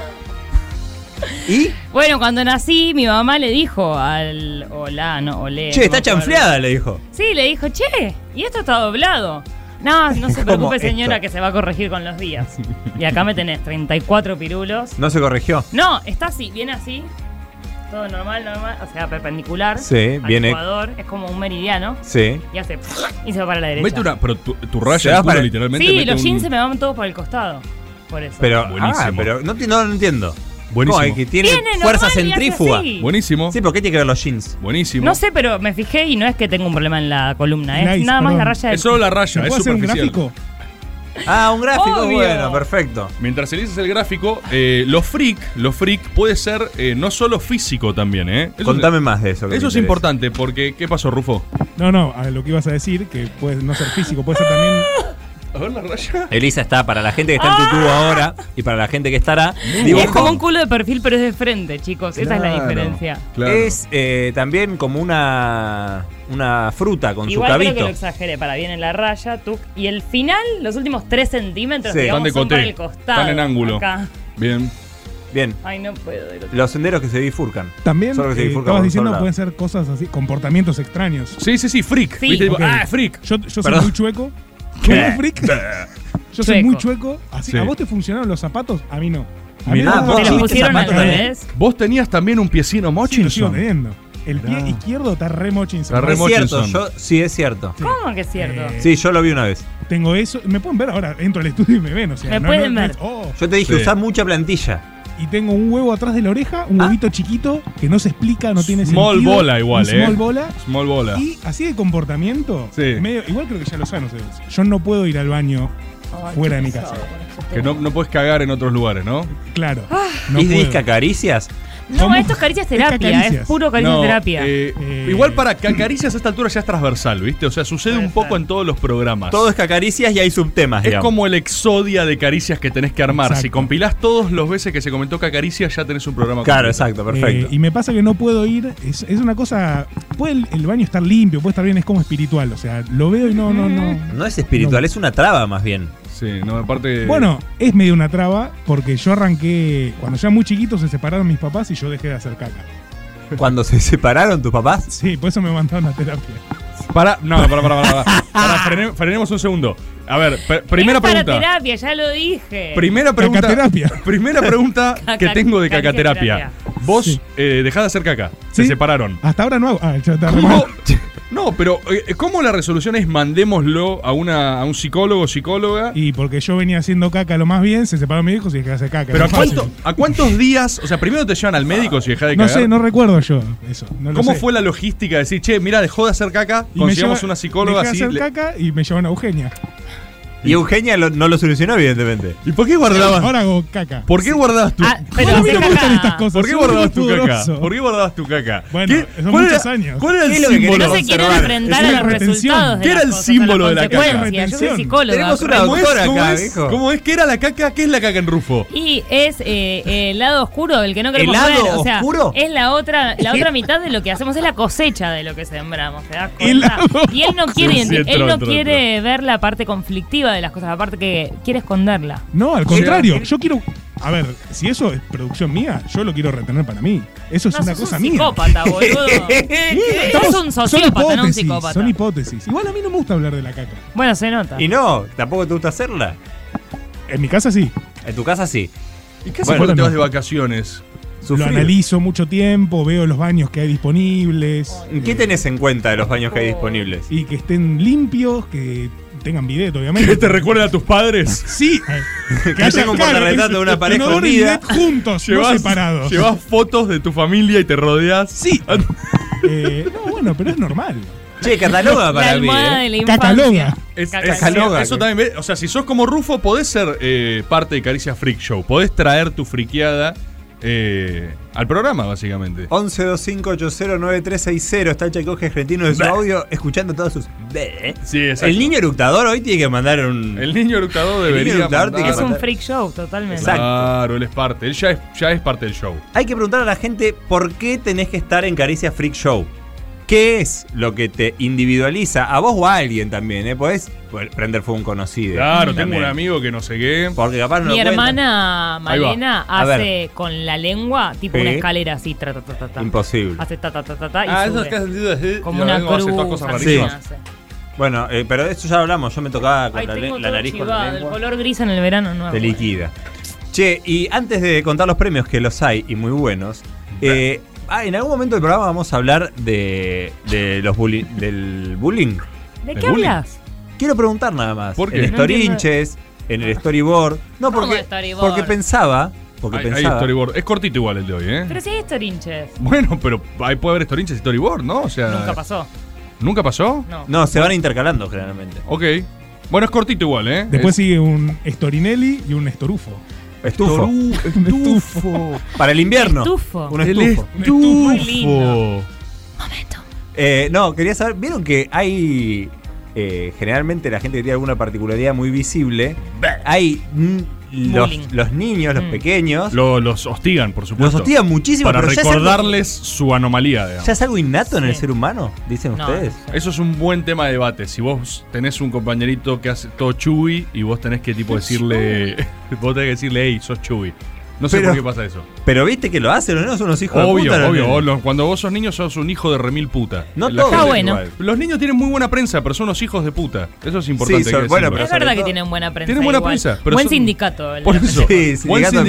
[SPEAKER 10] ¿Y?
[SPEAKER 1] Bueno, cuando nací, mi mamá le dijo al. Hola, no, olé.
[SPEAKER 10] Che,
[SPEAKER 1] Eh, no
[SPEAKER 10] está
[SPEAKER 1] me acuerdo.
[SPEAKER 10] chanfleada, le dijo.
[SPEAKER 1] Sí, le dijo, che, y esto está doblado. No, no se
[SPEAKER 10] ¿Cómo
[SPEAKER 1] preocupe,
[SPEAKER 10] esto?
[SPEAKER 1] señora, que se va a corregir con los días. Y acá me tenés 34 pirulos.
[SPEAKER 10] No se corrigió.
[SPEAKER 1] No, está así, viene así. Todo normal, normal. O sea, perpendicular.
[SPEAKER 8] Sí,
[SPEAKER 1] al
[SPEAKER 8] viene-
[SPEAKER 1] jugador, es como un meridiano.
[SPEAKER 8] Sí.
[SPEAKER 1] Y hace. Y se va para la derecha.
[SPEAKER 4] Mete una, pero tu, tu
[SPEAKER 8] Se
[SPEAKER 4] raya
[SPEAKER 8] va
[SPEAKER 4] al culo,
[SPEAKER 8] para-
[SPEAKER 4] literalmente.
[SPEAKER 1] Sí,
[SPEAKER 4] mete
[SPEAKER 1] los
[SPEAKER 4] un-
[SPEAKER 1] jeans se me van todos por el costado. Por eso.
[SPEAKER 8] Pero,
[SPEAKER 4] Buenísimo.
[SPEAKER 8] ah, pero
[SPEAKER 10] No, ti- no, no entiendo.
[SPEAKER 4] Buenísimo.
[SPEAKER 10] ¿Cómo? Es que tiene
[SPEAKER 1] Viene normal
[SPEAKER 10] fuerza
[SPEAKER 1] y hace
[SPEAKER 10] centrífuga.
[SPEAKER 1] así.
[SPEAKER 4] Buenísimo.
[SPEAKER 10] Sí, pero ¿qué tiene que ver los jeans?
[SPEAKER 4] Buenísimo.
[SPEAKER 1] No sé, pero me fijé y no es que tengo un problema en la columna. Es
[SPEAKER 9] Nice,
[SPEAKER 1] nada más
[SPEAKER 9] perdón.
[SPEAKER 1] la raya del.
[SPEAKER 4] Es solo la raya, ¿eh?
[SPEAKER 9] ¿Se
[SPEAKER 4] es
[SPEAKER 9] puede hacer un
[SPEAKER 4] superficial.
[SPEAKER 9] gráfico?
[SPEAKER 10] Ah, un gráfico.
[SPEAKER 1] Obvio.
[SPEAKER 10] Bueno, perfecto.
[SPEAKER 4] Mientras eliges el gráfico, eh, los freak, los freak puede ser eh, no solo físico también, ¿eh? Eso-
[SPEAKER 8] contame más de eso. que
[SPEAKER 4] Eso
[SPEAKER 8] me
[SPEAKER 4] es
[SPEAKER 8] interesa.
[SPEAKER 4] importante porque ¿qué pasó, Rufo?
[SPEAKER 9] No, no, a lo que ibas a decir, que puede no ser físico, puede ser también.
[SPEAKER 4] Ah. A ver la raya.
[SPEAKER 8] Elisa está para la gente que está en tu tubo ahora y para la gente que estará.
[SPEAKER 1] Y es
[SPEAKER 8] dibujo.
[SPEAKER 1] Ah. como un culo de perfil, pero es de frente, chicos. Esa es la
[SPEAKER 8] Claro.
[SPEAKER 1] diferencia.
[SPEAKER 4] Claro.
[SPEAKER 8] Es eh, también como una, una fruta con
[SPEAKER 1] Igual
[SPEAKER 8] su
[SPEAKER 1] creo que
[SPEAKER 8] cabito.
[SPEAKER 1] lo exageré. Para bien en la raya, tú. Y el final, los últimos 3 centímetros,
[SPEAKER 8] Sí.
[SPEAKER 1] digamos,
[SPEAKER 4] Están
[SPEAKER 1] son
[SPEAKER 4] de
[SPEAKER 1] para
[SPEAKER 4] coté.
[SPEAKER 1] el costado.
[SPEAKER 4] Están en ángulo.
[SPEAKER 1] acá.
[SPEAKER 4] Bien.
[SPEAKER 8] Bien,
[SPEAKER 1] Ay, no puedo. de lo-
[SPEAKER 8] los senderos que se bifurcan.
[SPEAKER 9] También,
[SPEAKER 8] Solo que se
[SPEAKER 9] eh,
[SPEAKER 8] bifurca por
[SPEAKER 9] estabas
[SPEAKER 8] un
[SPEAKER 9] diciendo,
[SPEAKER 8] solo lado.
[SPEAKER 9] pueden ser cosas así, comportamientos extraños.
[SPEAKER 4] Sí, sí, sí, freak.
[SPEAKER 1] Sí.
[SPEAKER 4] ¿Viste? Tipo,
[SPEAKER 9] Ok.
[SPEAKER 4] Ah, freak.
[SPEAKER 9] Yo, yo soy
[SPEAKER 8] Perdón.
[SPEAKER 9] muy chueco. ¿Cómo, freak? Yo soy
[SPEAKER 1] Chueco.
[SPEAKER 9] muy chueco. Así,
[SPEAKER 4] Sí.
[SPEAKER 9] ¿A vos te funcionaron los zapatos? A mí no. A mí
[SPEAKER 8] Mirá,
[SPEAKER 9] no.
[SPEAKER 8] vos
[SPEAKER 1] Te los
[SPEAKER 8] Chiste,
[SPEAKER 1] pusieron al
[SPEAKER 8] zapato de-
[SPEAKER 1] revés.
[SPEAKER 4] ¿eh? Vos tenías también un piecino
[SPEAKER 9] Sí, lo sigo
[SPEAKER 4] Mochinson.
[SPEAKER 9] teniendo. El pie
[SPEAKER 8] Mirá.
[SPEAKER 9] izquierdo está re mochinson.
[SPEAKER 4] Está re
[SPEAKER 8] Es
[SPEAKER 4] Remo
[SPEAKER 8] cierto, yo,
[SPEAKER 4] Hutchinson.
[SPEAKER 8] sí, es cierto.
[SPEAKER 1] ¿Cómo que es cierto?
[SPEAKER 9] Eh,
[SPEAKER 8] Sí, yo lo vi una vez.
[SPEAKER 9] Tengo eso. Me pueden ver ahora. Entro al estudio y me ven. O sea,
[SPEAKER 1] Me
[SPEAKER 9] no-
[SPEAKER 1] pueden
[SPEAKER 9] no- no-
[SPEAKER 1] ver.
[SPEAKER 9] oh.
[SPEAKER 8] Yo te dije,
[SPEAKER 4] Sí.
[SPEAKER 8] usá mucha plantilla.
[SPEAKER 9] Y tengo un huevo atrás de la oreja, un
[SPEAKER 8] Ah.
[SPEAKER 9] huevito chiquito que no se explica, no tiene
[SPEAKER 4] Small
[SPEAKER 9] sentido.
[SPEAKER 4] bola igual,
[SPEAKER 9] un Small
[SPEAKER 4] eh.
[SPEAKER 9] bola.
[SPEAKER 4] Small bola.
[SPEAKER 9] Y así de comportamiento,
[SPEAKER 4] Sí.
[SPEAKER 9] medio- igual creo que ya lo saben ustedes. Yo no puedo ir al baño
[SPEAKER 1] Ay,
[SPEAKER 9] fuera de
[SPEAKER 1] qué
[SPEAKER 9] mi
[SPEAKER 1] pesado,
[SPEAKER 9] casa.
[SPEAKER 4] Que no, no puedes cagar en otros lugares, ¿no?
[SPEAKER 9] Claro. No
[SPEAKER 8] ¿Y
[SPEAKER 9] puedo.
[SPEAKER 8] disca caricias?
[SPEAKER 1] No,
[SPEAKER 9] ¿Cómo?
[SPEAKER 1] esto es caricias
[SPEAKER 9] Estas
[SPEAKER 1] terapia.
[SPEAKER 9] caricias.
[SPEAKER 1] Es puro caricias
[SPEAKER 4] No,
[SPEAKER 1] terapia.
[SPEAKER 4] eh,
[SPEAKER 9] Eh.
[SPEAKER 4] Igual para que acaricias a esta altura ya es transversal, ¿viste? O sea, sucede
[SPEAKER 1] Puede
[SPEAKER 4] un poco
[SPEAKER 1] ser.
[SPEAKER 4] en todos los programas.
[SPEAKER 8] Todo es cacaricias y hay subtemas,
[SPEAKER 4] es
[SPEAKER 8] digamos.
[SPEAKER 4] como el exodia de caricias que tenés que armar. Si
[SPEAKER 9] Exacto.
[SPEAKER 4] compilás todos los veces que se comentó cacaricias, ya tenés un programa.
[SPEAKER 8] Claro,
[SPEAKER 4] completo.
[SPEAKER 8] exacto, perfecto.
[SPEAKER 9] Eh, y me pasa que no puedo ir, es, es una cosa, puede el, el baño estar limpio, puede estar bien, es como espiritual, o sea, lo veo y no, no, no.
[SPEAKER 8] No es espiritual, es una traba más bien.
[SPEAKER 4] Sí, no, aparte.
[SPEAKER 9] Bueno, es medio una traba porque yo arranqué, cuando ya muy chiquito se separaron mis papás y yo dejé de hacer caca.
[SPEAKER 8] Cuando se separaron tus papás,
[SPEAKER 9] Sí,
[SPEAKER 4] pues
[SPEAKER 9] por eso me mandaron a terapia.
[SPEAKER 4] Para. No, para, para, para. para. Para, frene- frenemos un segundo. A ver, pe- primera
[SPEAKER 1] es para
[SPEAKER 4] pregunta.
[SPEAKER 1] terapia, ya lo dije.
[SPEAKER 4] Primera pregunta.
[SPEAKER 9] Cacaterapia.
[SPEAKER 4] Primera pregunta que
[SPEAKER 1] Caca-
[SPEAKER 4] tengo de
[SPEAKER 1] cacaterapia.
[SPEAKER 4] cacaterapia. Vos
[SPEAKER 9] Sí.
[SPEAKER 4] eh, dejás de hacer caca. Se
[SPEAKER 9] Sí.
[SPEAKER 4] separaron.
[SPEAKER 9] Hasta ahora no hago. Ah, ya está re mal.
[SPEAKER 4] ¿Cómo? No, pero eh, ¿cómo la resolución es mandémoslo a, una, a un psicólogo psicóloga?
[SPEAKER 9] Y porque yo venía haciendo caca lo más bien, se separaron mis hijos y dejé de hacer caca.
[SPEAKER 4] ¿Pero a,
[SPEAKER 9] Era fácil.
[SPEAKER 4] cuánto- a cuántos días? O sea, primero te llevan al médico si dejás de
[SPEAKER 9] No
[SPEAKER 4] cagar.
[SPEAKER 9] sé, no recuerdo yo eso. no lo
[SPEAKER 4] ¿Cómo
[SPEAKER 9] sé.
[SPEAKER 4] fue la logística de decir, che, mira, dejó de hacer caca,
[SPEAKER 9] Y me
[SPEAKER 4] consigamos
[SPEAKER 9] lleva-
[SPEAKER 4] una
[SPEAKER 9] dejé
[SPEAKER 4] psicóloga
[SPEAKER 9] de
[SPEAKER 4] así?
[SPEAKER 9] hacer
[SPEAKER 4] le-
[SPEAKER 9] caca y me llevan a Eugenia.
[SPEAKER 8] y Eugenia lo- no lo solucionó, evidentemente.
[SPEAKER 4] ¿Y por qué guardabas?
[SPEAKER 9] Ahora hago caca.
[SPEAKER 4] ¿Por qué guardabas tu
[SPEAKER 1] Ah, pero
[SPEAKER 9] a mí
[SPEAKER 1] hace
[SPEAKER 9] no me gustan
[SPEAKER 1] caca.
[SPEAKER 9] estas cosas.
[SPEAKER 4] ¿Por qué
[SPEAKER 9] soy
[SPEAKER 4] guardabas
[SPEAKER 9] muy
[SPEAKER 4] tu caca?
[SPEAKER 9] pudoroso.
[SPEAKER 4] ¿Por qué guardabas tu caca?
[SPEAKER 9] Bueno, son
[SPEAKER 4] cuál
[SPEAKER 9] muchos
[SPEAKER 4] era-
[SPEAKER 9] años.
[SPEAKER 4] ¿Cuál era el
[SPEAKER 8] ¿Qué es lo que querés
[SPEAKER 4] símbolo?
[SPEAKER 1] No se quieren
[SPEAKER 8] Conservar.
[SPEAKER 1] enfrentar
[SPEAKER 9] Es
[SPEAKER 1] a
[SPEAKER 9] una
[SPEAKER 1] los
[SPEAKER 9] retención.
[SPEAKER 1] resultados. De
[SPEAKER 4] ¿Qué era
[SPEAKER 1] las
[SPEAKER 4] el
[SPEAKER 1] cosas,
[SPEAKER 4] símbolo
[SPEAKER 1] a
[SPEAKER 4] de
[SPEAKER 1] las
[SPEAKER 4] la caca?
[SPEAKER 1] consecuencias. Yo soy
[SPEAKER 9] Retención.
[SPEAKER 1] psicóloga.
[SPEAKER 8] Tenemos una
[SPEAKER 4] ¿Cómo es?
[SPEAKER 8] doctora
[SPEAKER 4] ¿Cómo
[SPEAKER 8] acá,
[SPEAKER 4] es?
[SPEAKER 8] viejo.
[SPEAKER 4] ¿Cómo es? ¿Qué era la caca? ¿Qué es la caca en Rufo?
[SPEAKER 1] Y es eh, el lado oscuro del que no queremos
[SPEAKER 8] ¿El lado
[SPEAKER 1] ver. O sea,
[SPEAKER 8] oscuro?
[SPEAKER 1] es la otra, la otra mitad de lo que hacemos, es la cosecha de lo que sembramos. ¿te das
[SPEAKER 9] El
[SPEAKER 1] cuenta?
[SPEAKER 9] lado
[SPEAKER 1] Y él no quiere,
[SPEAKER 4] Sí, sí, entró,
[SPEAKER 1] él no
[SPEAKER 4] entró,
[SPEAKER 1] quiere ver la parte conflictiva de las cosas, la parte que quiere esconderla.
[SPEAKER 9] No, al contrario. Yo quiero. A ver, si eso es producción mía, yo lo quiero retener para mí. Eso es
[SPEAKER 1] No,
[SPEAKER 9] una
[SPEAKER 1] sos
[SPEAKER 9] cosa
[SPEAKER 1] un
[SPEAKER 9] mía.
[SPEAKER 1] psicópata, boludo.
[SPEAKER 9] Estamos-
[SPEAKER 1] es un
[SPEAKER 9] son
[SPEAKER 1] sociópata, no un
[SPEAKER 9] hipótesis,
[SPEAKER 1] psicópata.
[SPEAKER 9] Son hipótesis. Igual a mí no me gusta hablar de la caca.
[SPEAKER 1] Bueno, se nota.
[SPEAKER 8] Y no, tampoco te gusta hacerla.
[SPEAKER 9] En mi casa sí.
[SPEAKER 8] En tu casa sí.
[SPEAKER 4] ¿Y qué haces
[SPEAKER 8] Bueno,
[SPEAKER 4] cuando te
[SPEAKER 9] no.
[SPEAKER 4] vas de vacaciones?
[SPEAKER 8] Sufrir.
[SPEAKER 9] Lo analizo mucho tiempo, veo los baños que hay disponibles.
[SPEAKER 8] ¿Qué tenés en cuenta de los baños que hay
[SPEAKER 1] Oh.
[SPEAKER 8] disponibles?
[SPEAKER 9] Y que estén limpios, que tengan bidet, obviamente.
[SPEAKER 4] ¿Qué te recuerda a tus padres?
[SPEAKER 9] Sí.
[SPEAKER 8] Que
[SPEAKER 9] haya
[SPEAKER 8] tenga un
[SPEAKER 9] cara,
[SPEAKER 8] portarretrato de una
[SPEAKER 9] que
[SPEAKER 8] pareja
[SPEAKER 9] no donen
[SPEAKER 8] unida.
[SPEAKER 9] bidet juntos, no separados.
[SPEAKER 4] llevas fotos de tu familia y te rodeas. Ah, Sí.
[SPEAKER 9] Eh, no, bueno, pero es normal.
[SPEAKER 8] Che, cataloga
[SPEAKER 1] la
[SPEAKER 8] para mí.
[SPEAKER 1] almohada
[SPEAKER 8] ¿eh?
[SPEAKER 1] de la
[SPEAKER 9] Cataloga.
[SPEAKER 1] infancia.
[SPEAKER 4] Es,
[SPEAKER 1] Caca.
[SPEAKER 4] es-
[SPEAKER 8] Caloga.
[SPEAKER 4] eso también, ve- o sea, si sos como Rufo, podés ser eh, parte de Caricias Freak Show. Podés traer tu friqueada eh, al programa, básicamente.
[SPEAKER 8] 1125809360 está el Chacoje argentino de su
[SPEAKER 4] Bah.
[SPEAKER 8] audio escuchando todos sus. Bleh.
[SPEAKER 4] Sí, exacto.
[SPEAKER 8] El niño eructador hoy tiene que mandar un.
[SPEAKER 4] El niño eructador debería.
[SPEAKER 8] eructador tiene que
[SPEAKER 1] Es
[SPEAKER 4] mandar-
[SPEAKER 1] un freak show, totalmente.
[SPEAKER 8] Exacto.
[SPEAKER 4] Claro, él es parte. Él ya es, ya es parte del show.
[SPEAKER 8] Hay que preguntar a la gente por qué tenés que estar en Caricia Freak Show. ¿Qué es lo que te individualiza a vos o a alguien también? ¿eh? Podés prender fuego a un conocido.
[SPEAKER 4] Claro, tengo
[SPEAKER 8] También.
[SPEAKER 4] un amigo que no sé qué.
[SPEAKER 8] Porque capaz no
[SPEAKER 1] Mi
[SPEAKER 8] lo cuenta.
[SPEAKER 1] hermana
[SPEAKER 8] Ahí va.
[SPEAKER 1] Malena
[SPEAKER 8] A
[SPEAKER 1] hace con la lengua tipo
[SPEAKER 8] Sí.
[SPEAKER 1] una escalera así, tra, ta, ta, ta, ta.
[SPEAKER 8] Imposible.
[SPEAKER 1] Hace ta ta ta ta, ta y
[SPEAKER 4] Ah,
[SPEAKER 1] sube.
[SPEAKER 4] eso que has sentido así.
[SPEAKER 1] Como
[SPEAKER 4] lo
[SPEAKER 1] una
[SPEAKER 4] vengo a hacer
[SPEAKER 1] cruz,
[SPEAKER 4] todas cosas
[SPEAKER 1] así, no
[SPEAKER 4] rarísimas.
[SPEAKER 1] sé.
[SPEAKER 8] Bueno, eh, pero de esto ya hablamos. Yo me tocaba con
[SPEAKER 1] Ay,
[SPEAKER 8] la,
[SPEAKER 1] tengo
[SPEAKER 8] le- la
[SPEAKER 1] todo
[SPEAKER 8] nariz con
[SPEAKER 1] chivado,
[SPEAKER 8] la lengua.
[SPEAKER 1] El color gris en el verano no.
[SPEAKER 8] Te liquida. Che, y antes de contar los premios, que los hay y muy buenos, eh, ah, en algún momento del programa vamos a hablar de, de los bulli- del bullying.
[SPEAKER 1] ¿De
[SPEAKER 8] ¿El
[SPEAKER 1] qué
[SPEAKER 8] bullying?
[SPEAKER 1] hablas?
[SPEAKER 8] Quiero preguntar nada más.
[SPEAKER 4] ¿Por qué?
[SPEAKER 8] En
[SPEAKER 4] No
[SPEAKER 8] Storinches, en el storyboard. No,
[SPEAKER 1] ¿Cómo
[SPEAKER 8] porque,
[SPEAKER 1] storyboard?
[SPEAKER 8] porque pensaba. Porque
[SPEAKER 4] Hay- hay
[SPEAKER 8] pensaba.
[SPEAKER 4] storyboard. Es cortito igual el de hoy, ¿eh?
[SPEAKER 1] Pero si hay storinches.
[SPEAKER 4] Bueno, pero ahí puede haber storinches y storyboard, ¿no? O sea,
[SPEAKER 1] Nunca pasó.
[SPEAKER 4] ¿nunca pasó?
[SPEAKER 1] No.
[SPEAKER 8] No, se van intercalando generalmente.
[SPEAKER 4] Ok. Bueno, es cortito igual, ¿eh?
[SPEAKER 9] Después
[SPEAKER 4] Es-
[SPEAKER 9] sigue un Storinelli y un Estorufo.
[SPEAKER 8] Estufo.
[SPEAKER 9] Estufo.
[SPEAKER 8] Para el invierno.
[SPEAKER 1] Estufo.
[SPEAKER 8] Un
[SPEAKER 4] El
[SPEAKER 8] estufo.
[SPEAKER 1] Muy lindo.
[SPEAKER 4] estufo.
[SPEAKER 8] Eh, no, quería saber, vieron que hay eh, generalmente la gente que tiene alguna particularidad muy visible, hay mm,
[SPEAKER 1] Bullying.
[SPEAKER 8] los, los niños, los
[SPEAKER 1] Mm.
[SPEAKER 8] pequeños,
[SPEAKER 4] Lo- los hostigan, por
[SPEAKER 8] los
[SPEAKER 4] supuesto.
[SPEAKER 8] hostigan muchísimo.
[SPEAKER 4] Para
[SPEAKER 8] pero ya es algo-
[SPEAKER 4] recordarles su anomalía,
[SPEAKER 8] ya es,
[SPEAKER 4] digamos.
[SPEAKER 8] algo innato en el
[SPEAKER 1] Sí.
[SPEAKER 8] ser humano, dicen
[SPEAKER 1] No,
[SPEAKER 8] ustedes.
[SPEAKER 1] no sé.
[SPEAKER 4] Eso es un buen tema de debate. Si vos tenés un compañerito que hace todo chubi y vos tenés que tipo decirle, vos tenés que decirle, hey, sos chubi. No sé
[SPEAKER 8] Pero-
[SPEAKER 4] por qué pasa eso.
[SPEAKER 8] Pero viste que lo hacen, los niños son unos hijos de
[SPEAKER 4] Obvio,
[SPEAKER 8] puta. los
[SPEAKER 4] obvio.
[SPEAKER 8] nenes.
[SPEAKER 4] Vos los- cuando vos sos niño sos un hijo de remil puta.
[SPEAKER 8] No
[SPEAKER 4] La
[SPEAKER 8] todos.
[SPEAKER 1] Está
[SPEAKER 4] gente-
[SPEAKER 1] bueno.
[SPEAKER 8] igual.
[SPEAKER 4] Los niños tienen muy buena prensa, pero son unos hijos de puta. Eso es importante.
[SPEAKER 8] Sí,
[SPEAKER 4] hay
[SPEAKER 8] son-
[SPEAKER 4] que
[SPEAKER 8] bueno,
[SPEAKER 4] decirlo.
[SPEAKER 8] pero
[SPEAKER 1] Es
[SPEAKER 8] sobre
[SPEAKER 1] verdad que
[SPEAKER 8] todo-
[SPEAKER 1] tienen buena prensa.
[SPEAKER 4] Tienen buena
[SPEAKER 1] igual.
[SPEAKER 4] prensa, pero
[SPEAKER 1] Buen
[SPEAKER 4] son-
[SPEAKER 1] sindicato. el
[SPEAKER 4] Por
[SPEAKER 1] de la
[SPEAKER 4] eso,
[SPEAKER 8] Sí,
[SPEAKER 4] buen
[SPEAKER 8] sindicato de
[SPEAKER 4] sindicato,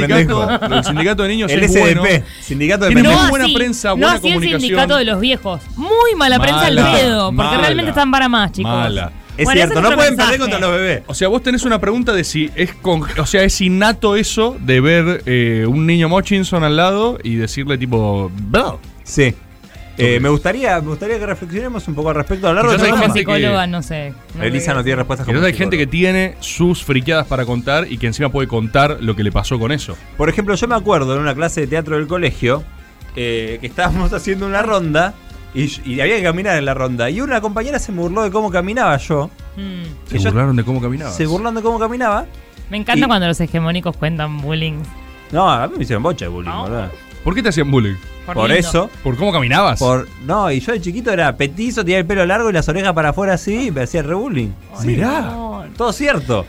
[SPEAKER 8] pendejos.
[SPEAKER 4] el sindicato de niños
[SPEAKER 8] El
[SPEAKER 4] es
[SPEAKER 8] SDP,
[SPEAKER 4] bueno.
[SPEAKER 8] Sindicato de
[SPEAKER 4] Tiene
[SPEAKER 8] Pendejos.
[SPEAKER 4] muy buena prensa,
[SPEAKER 1] no
[SPEAKER 4] buena
[SPEAKER 1] así el
[SPEAKER 4] comunicación.
[SPEAKER 1] sindicato de los viejos. Muy mala, prensa al
[SPEAKER 4] Mala,
[SPEAKER 1] pedo, porque
[SPEAKER 4] mala,
[SPEAKER 1] realmente están para más, chicos.
[SPEAKER 4] mala.
[SPEAKER 8] Es
[SPEAKER 1] Bueno, ese
[SPEAKER 8] cierto, no
[SPEAKER 1] otro
[SPEAKER 8] pueden
[SPEAKER 1] mensaje.
[SPEAKER 8] perder contra los bebés.
[SPEAKER 4] O sea, vos tenés una pregunta de si es con, o sea, es innato eso de ver eh, un niño Mochinson al lado y decirle tipo, bro.
[SPEAKER 8] Sí. Eh, me, gustaría, me gustaría que reflexionemos un poco al respecto a lo largo
[SPEAKER 4] Quizás
[SPEAKER 8] del
[SPEAKER 4] hay
[SPEAKER 1] Como
[SPEAKER 8] programa.
[SPEAKER 4] gente que-
[SPEAKER 1] psicóloga, no sé. No
[SPEAKER 8] Elisa
[SPEAKER 1] sé.
[SPEAKER 8] no tiene respuestas como
[SPEAKER 4] Entonces hay gente
[SPEAKER 8] psicóloga.
[SPEAKER 4] que tiene sus friqueadas para contar y que encima puede contar lo que le pasó con eso.
[SPEAKER 8] Por ejemplo, yo me acuerdo en una clase de teatro del colegio eh, que estábamos haciendo una ronda y, y había que caminar en la ronda. Y una compañera se burló de cómo caminaba yo.
[SPEAKER 1] Mm.
[SPEAKER 4] Se
[SPEAKER 8] Ellos-
[SPEAKER 4] burlaron de cómo caminaba.
[SPEAKER 8] Se burlando de cómo caminaba.
[SPEAKER 1] Me encanta
[SPEAKER 8] Y-
[SPEAKER 1] cuando los hegemónicos cuentan bullying.
[SPEAKER 8] No, a mí me hicieron bocha de bullying,
[SPEAKER 1] No.
[SPEAKER 8] ¿verdad?
[SPEAKER 4] ¿Por qué te hacían bullying?
[SPEAKER 8] Por,
[SPEAKER 1] lindo.
[SPEAKER 8] eso.
[SPEAKER 4] ¿Por cómo caminabas?
[SPEAKER 8] Por, no, y yo de chiquito era petizo, tenía el pelo largo y las orejas para afuera así, y me hacía re bullying.
[SPEAKER 1] Ay,
[SPEAKER 4] Mirá.
[SPEAKER 1] amor.
[SPEAKER 8] Todo cierto.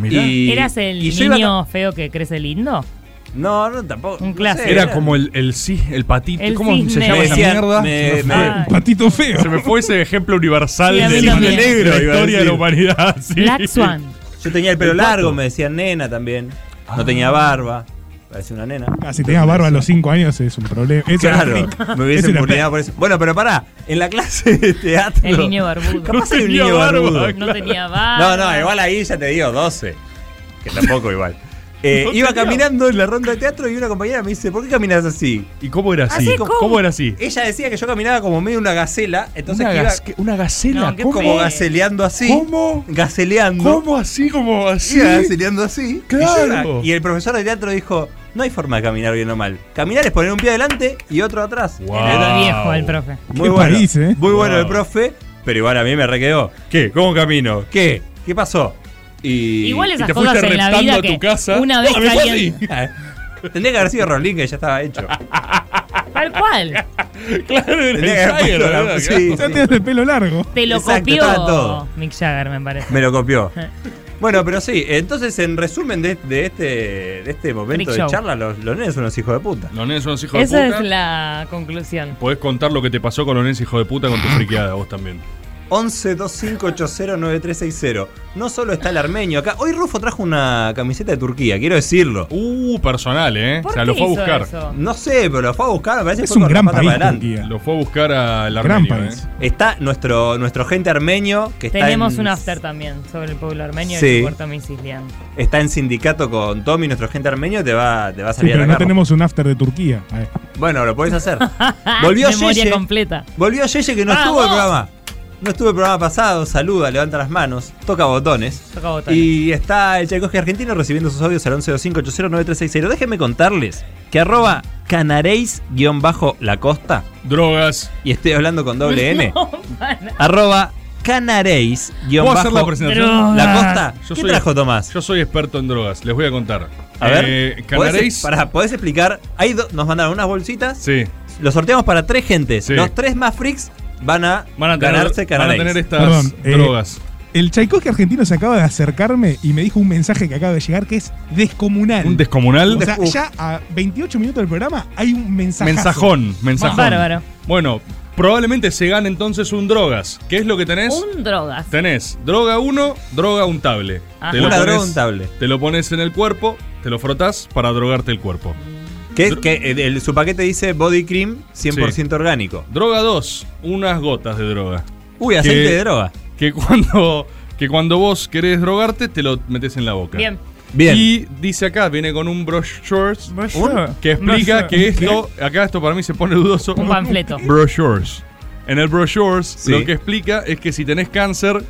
[SPEAKER 4] Mirá.
[SPEAKER 8] Y-
[SPEAKER 1] ¿Eras el
[SPEAKER 8] y yo iba
[SPEAKER 1] niño feo que crece lindo?
[SPEAKER 8] ca- No, no, tampoco.
[SPEAKER 1] Un
[SPEAKER 8] no
[SPEAKER 1] clásico.
[SPEAKER 8] sé,
[SPEAKER 4] Era como el, el, sí- el patito.
[SPEAKER 1] El
[SPEAKER 4] ¿Cómo se
[SPEAKER 1] cisne.
[SPEAKER 4] llama
[SPEAKER 8] Me
[SPEAKER 4] esa
[SPEAKER 8] decían-
[SPEAKER 4] mierda?
[SPEAKER 8] me-
[SPEAKER 4] se, me
[SPEAKER 8] me-
[SPEAKER 4] fue,
[SPEAKER 1] Ay.
[SPEAKER 9] Patito feo.
[SPEAKER 4] se me fue ese ejemplo universal
[SPEAKER 1] Sí, a mí
[SPEAKER 4] de
[SPEAKER 1] también.
[SPEAKER 8] Negro,
[SPEAKER 4] la
[SPEAKER 8] iba a
[SPEAKER 4] historia de la
[SPEAKER 8] decir.
[SPEAKER 4] humanidad. sí.
[SPEAKER 1] Black Swan.
[SPEAKER 8] Yo tenía el pelo largo, me decían nena también. No
[SPEAKER 4] Ah.
[SPEAKER 8] tenía barba. Parecía una nena.
[SPEAKER 9] Ah, si tenías barba a los 5 años es un problema. Es una
[SPEAKER 8] Claro,
[SPEAKER 9] freak.
[SPEAKER 8] me
[SPEAKER 9] Es
[SPEAKER 8] hubiesen
[SPEAKER 9] una freak.
[SPEAKER 8] burlado por eso. Bueno, pero pará, en la clase de teatro.
[SPEAKER 1] El niño barbudo.
[SPEAKER 8] Capaz hay un
[SPEAKER 4] tenía
[SPEAKER 8] niño
[SPEAKER 4] barba,
[SPEAKER 8] barbudo.
[SPEAKER 4] claro.
[SPEAKER 1] No tenía barba.
[SPEAKER 8] No, no, igual ahí ya te digo 12. Que tampoco igual. Eh,
[SPEAKER 4] No
[SPEAKER 8] iba
[SPEAKER 4] tenía.
[SPEAKER 8] caminando en la ronda de teatro y una compañera me dice, ¿por qué caminas así?
[SPEAKER 4] ¿Y cómo era así?
[SPEAKER 1] Así,
[SPEAKER 4] ¿Cómo,
[SPEAKER 1] ¿cómo?
[SPEAKER 4] era así?
[SPEAKER 8] Ella decía que yo caminaba como medio una gacela, entonces
[SPEAKER 4] una,
[SPEAKER 8] que iba
[SPEAKER 4] gas- que- una gacela.
[SPEAKER 1] No, qué
[SPEAKER 4] ¿Cómo?
[SPEAKER 8] como gaceleando así.
[SPEAKER 4] ¿Cómo?
[SPEAKER 8] Gaceleando.
[SPEAKER 4] ¿Cómo así? ¿Cómo así?
[SPEAKER 8] Iba gaceleando así. Y, yo
[SPEAKER 4] Claro.
[SPEAKER 8] la- y el profesor de teatro dijo, no hay forma de caminar bien o mal. Caminar es poner un pie adelante y otro atrás.
[SPEAKER 1] Era viejo el profe.
[SPEAKER 8] Muy
[SPEAKER 9] Qué
[SPEAKER 8] bueno.
[SPEAKER 9] país, ¿eh?
[SPEAKER 8] Muy bueno
[SPEAKER 4] Wow.
[SPEAKER 8] el profe, pero igual a mí me requedó. ¿Qué? ¿Cómo camino? ¿Qué? ¿Qué pasó? Y.
[SPEAKER 1] Igual esas
[SPEAKER 4] te fuiste
[SPEAKER 1] cosas en la
[SPEAKER 4] reptando
[SPEAKER 1] vida
[SPEAKER 4] a tu
[SPEAKER 1] que
[SPEAKER 4] casa.
[SPEAKER 1] una vez
[SPEAKER 4] No, me fue
[SPEAKER 1] alguien-
[SPEAKER 8] Tendría que haber sido Rolín que ya estaba hecho.
[SPEAKER 1] Tal cual.
[SPEAKER 4] claro, era
[SPEAKER 8] Tendría que haber
[SPEAKER 4] Jagger,
[SPEAKER 8] puesto la-
[SPEAKER 4] ¿verdad?
[SPEAKER 8] sí.
[SPEAKER 9] Ya tenías el pelo largo.
[SPEAKER 1] Te lo
[SPEAKER 8] Exacto, estaba todo.
[SPEAKER 1] copió Mick Jagger, me parece.
[SPEAKER 8] Me lo copió. Bueno, pero sí, entonces en resumen de, de este, de este momento
[SPEAKER 1] Freak
[SPEAKER 8] de
[SPEAKER 1] show.
[SPEAKER 8] charla, los, los nenes son unos hijos de puta.
[SPEAKER 4] Los nenes son unos hijos
[SPEAKER 1] Esa
[SPEAKER 4] de
[SPEAKER 1] es
[SPEAKER 4] puta.
[SPEAKER 1] la conclusión.
[SPEAKER 4] Podés contar lo que te pasó con los nenes hijos de puta con tu friqueada, vos también.
[SPEAKER 8] 1125809360. No solo está el armenio acá. Hoy Rufo trajo una camiseta de Turquía, quiero decirlo.
[SPEAKER 4] Uh, personal, ¿eh? O
[SPEAKER 1] ¿Por
[SPEAKER 4] sea,
[SPEAKER 1] qué
[SPEAKER 4] lo fue a
[SPEAKER 1] hizo
[SPEAKER 4] buscar.
[SPEAKER 1] eso?
[SPEAKER 8] No sé, pero lo fue a buscar, me parece que
[SPEAKER 9] Es
[SPEAKER 8] fue
[SPEAKER 9] un
[SPEAKER 8] con
[SPEAKER 9] gran
[SPEAKER 8] la pata
[SPEAKER 9] país,
[SPEAKER 8] para adelante.
[SPEAKER 9] Turquía.
[SPEAKER 4] Lo fue a buscar al
[SPEAKER 9] Gran
[SPEAKER 4] armenio.
[SPEAKER 9] país.
[SPEAKER 4] ¿eh?
[SPEAKER 8] Está nuestro, nuestro gente armenio que está
[SPEAKER 1] Tenemos
[SPEAKER 8] en,
[SPEAKER 1] un after también sobre el pueblo armenio
[SPEAKER 8] Sí.
[SPEAKER 1] y el puerto misiliano.
[SPEAKER 8] Está en sindicato con Tommy, nuestro gente armenio, te va, te va a
[SPEAKER 9] Sí,
[SPEAKER 8] salir
[SPEAKER 9] pero
[SPEAKER 8] a
[SPEAKER 9] no
[SPEAKER 8] la
[SPEAKER 9] tenemos un after de Turquía. A ver.
[SPEAKER 8] Bueno, lo podés hacer. Volvió
[SPEAKER 1] Memoria
[SPEAKER 8] Yeye.
[SPEAKER 1] completa.
[SPEAKER 8] Volvió Yeye que no
[SPEAKER 1] ¡Vamos!
[SPEAKER 8] estuvo el programa. No estuvo el programa pasado. Saluda, levanta las manos, toca botones.
[SPEAKER 1] Toca botones.
[SPEAKER 8] Y está el Tchaikovsky argentino recibiendo sus audios al 1125809360. Déjenme contarles que arroba canareis-lacosta.
[SPEAKER 4] Drogas.
[SPEAKER 8] Y estoy hablando con doble N.
[SPEAKER 1] No, para.
[SPEAKER 8] Arroba canareis
[SPEAKER 4] ¿Puedo hacer la presentación?
[SPEAKER 1] Drogas.
[SPEAKER 8] La costa.
[SPEAKER 4] Yo
[SPEAKER 8] ¿Qué
[SPEAKER 4] soy-
[SPEAKER 8] trajo Tomás?
[SPEAKER 4] Yo soy experto en drogas, les voy a contar.
[SPEAKER 8] A
[SPEAKER 4] Eh,
[SPEAKER 8] ver,
[SPEAKER 4] Canareis.
[SPEAKER 8] ¿podés, pará, ¿podés explicar? Ahí nos mandaron unas bolsitas,
[SPEAKER 4] Sí.
[SPEAKER 8] lo sorteamos para tres gentes.
[SPEAKER 4] Sí.
[SPEAKER 8] Los tres más freaks van a,
[SPEAKER 4] Van a tener-
[SPEAKER 8] ganarse
[SPEAKER 4] van a
[SPEAKER 8] Canadá.
[SPEAKER 4] tener estas
[SPEAKER 10] Perdón, eh,
[SPEAKER 4] drogas.
[SPEAKER 10] el Tchaikovsky argentino se acaba de acercarme y me dijo un mensaje que acaba de llegar que es descomunal.
[SPEAKER 4] Un descomunal.
[SPEAKER 10] O sea,
[SPEAKER 4] Uf.
[SPEAKER 10] ya a 28 minutos del programa hay un mensaje.
[SPEAKER 4] Mensajón, mensajón. Bueno, probablemente se gane entonces un drogas. ¿Qué es lo que tenés?
[SPEAKER 1] Un drogas.
[SPEAKER 4] Tenés droga 1, droga untable.
[SPEAKER 1] Ajá.
[SPEAKER 4] lo
[SPEAKER 1] Una droga
[SPEAKER 8] untable.
[SPEAKER 4] Te lo pones en el cuerpo, te lo frotás para drogarte el cuerpo.
[SPEAKER 8] Que, que el- el- su paquete dice body cream 100% orgánico.
[SPEAKER 4] Droga 2, unas gotas de droga.
[SPEAKER 8] Uy, aceite de droga.
[SPEAKER 4] Que cuando, que cuando vos querés drogarte, te lo metes en la boca.
[SPEAKER 1] Bien.
[SPEAKER 8] Bien.
[SPEAKER 4] Y dice acá, viene con un brochures
[SPEAKER 1] Brochure.
[SPEAKER 4] que explica
[SPEAKER 1] Brochure.
[SPEAKER 4] que esto, acá esto para mí se pone dudoso.
[SPEAKER 1] Un panfleto.
[SPEAKER 4] Brochures. En el brochures
[SPEAKER 8] Sí.
[SPEAKER 4] lo que explica es que si tenés cáncer,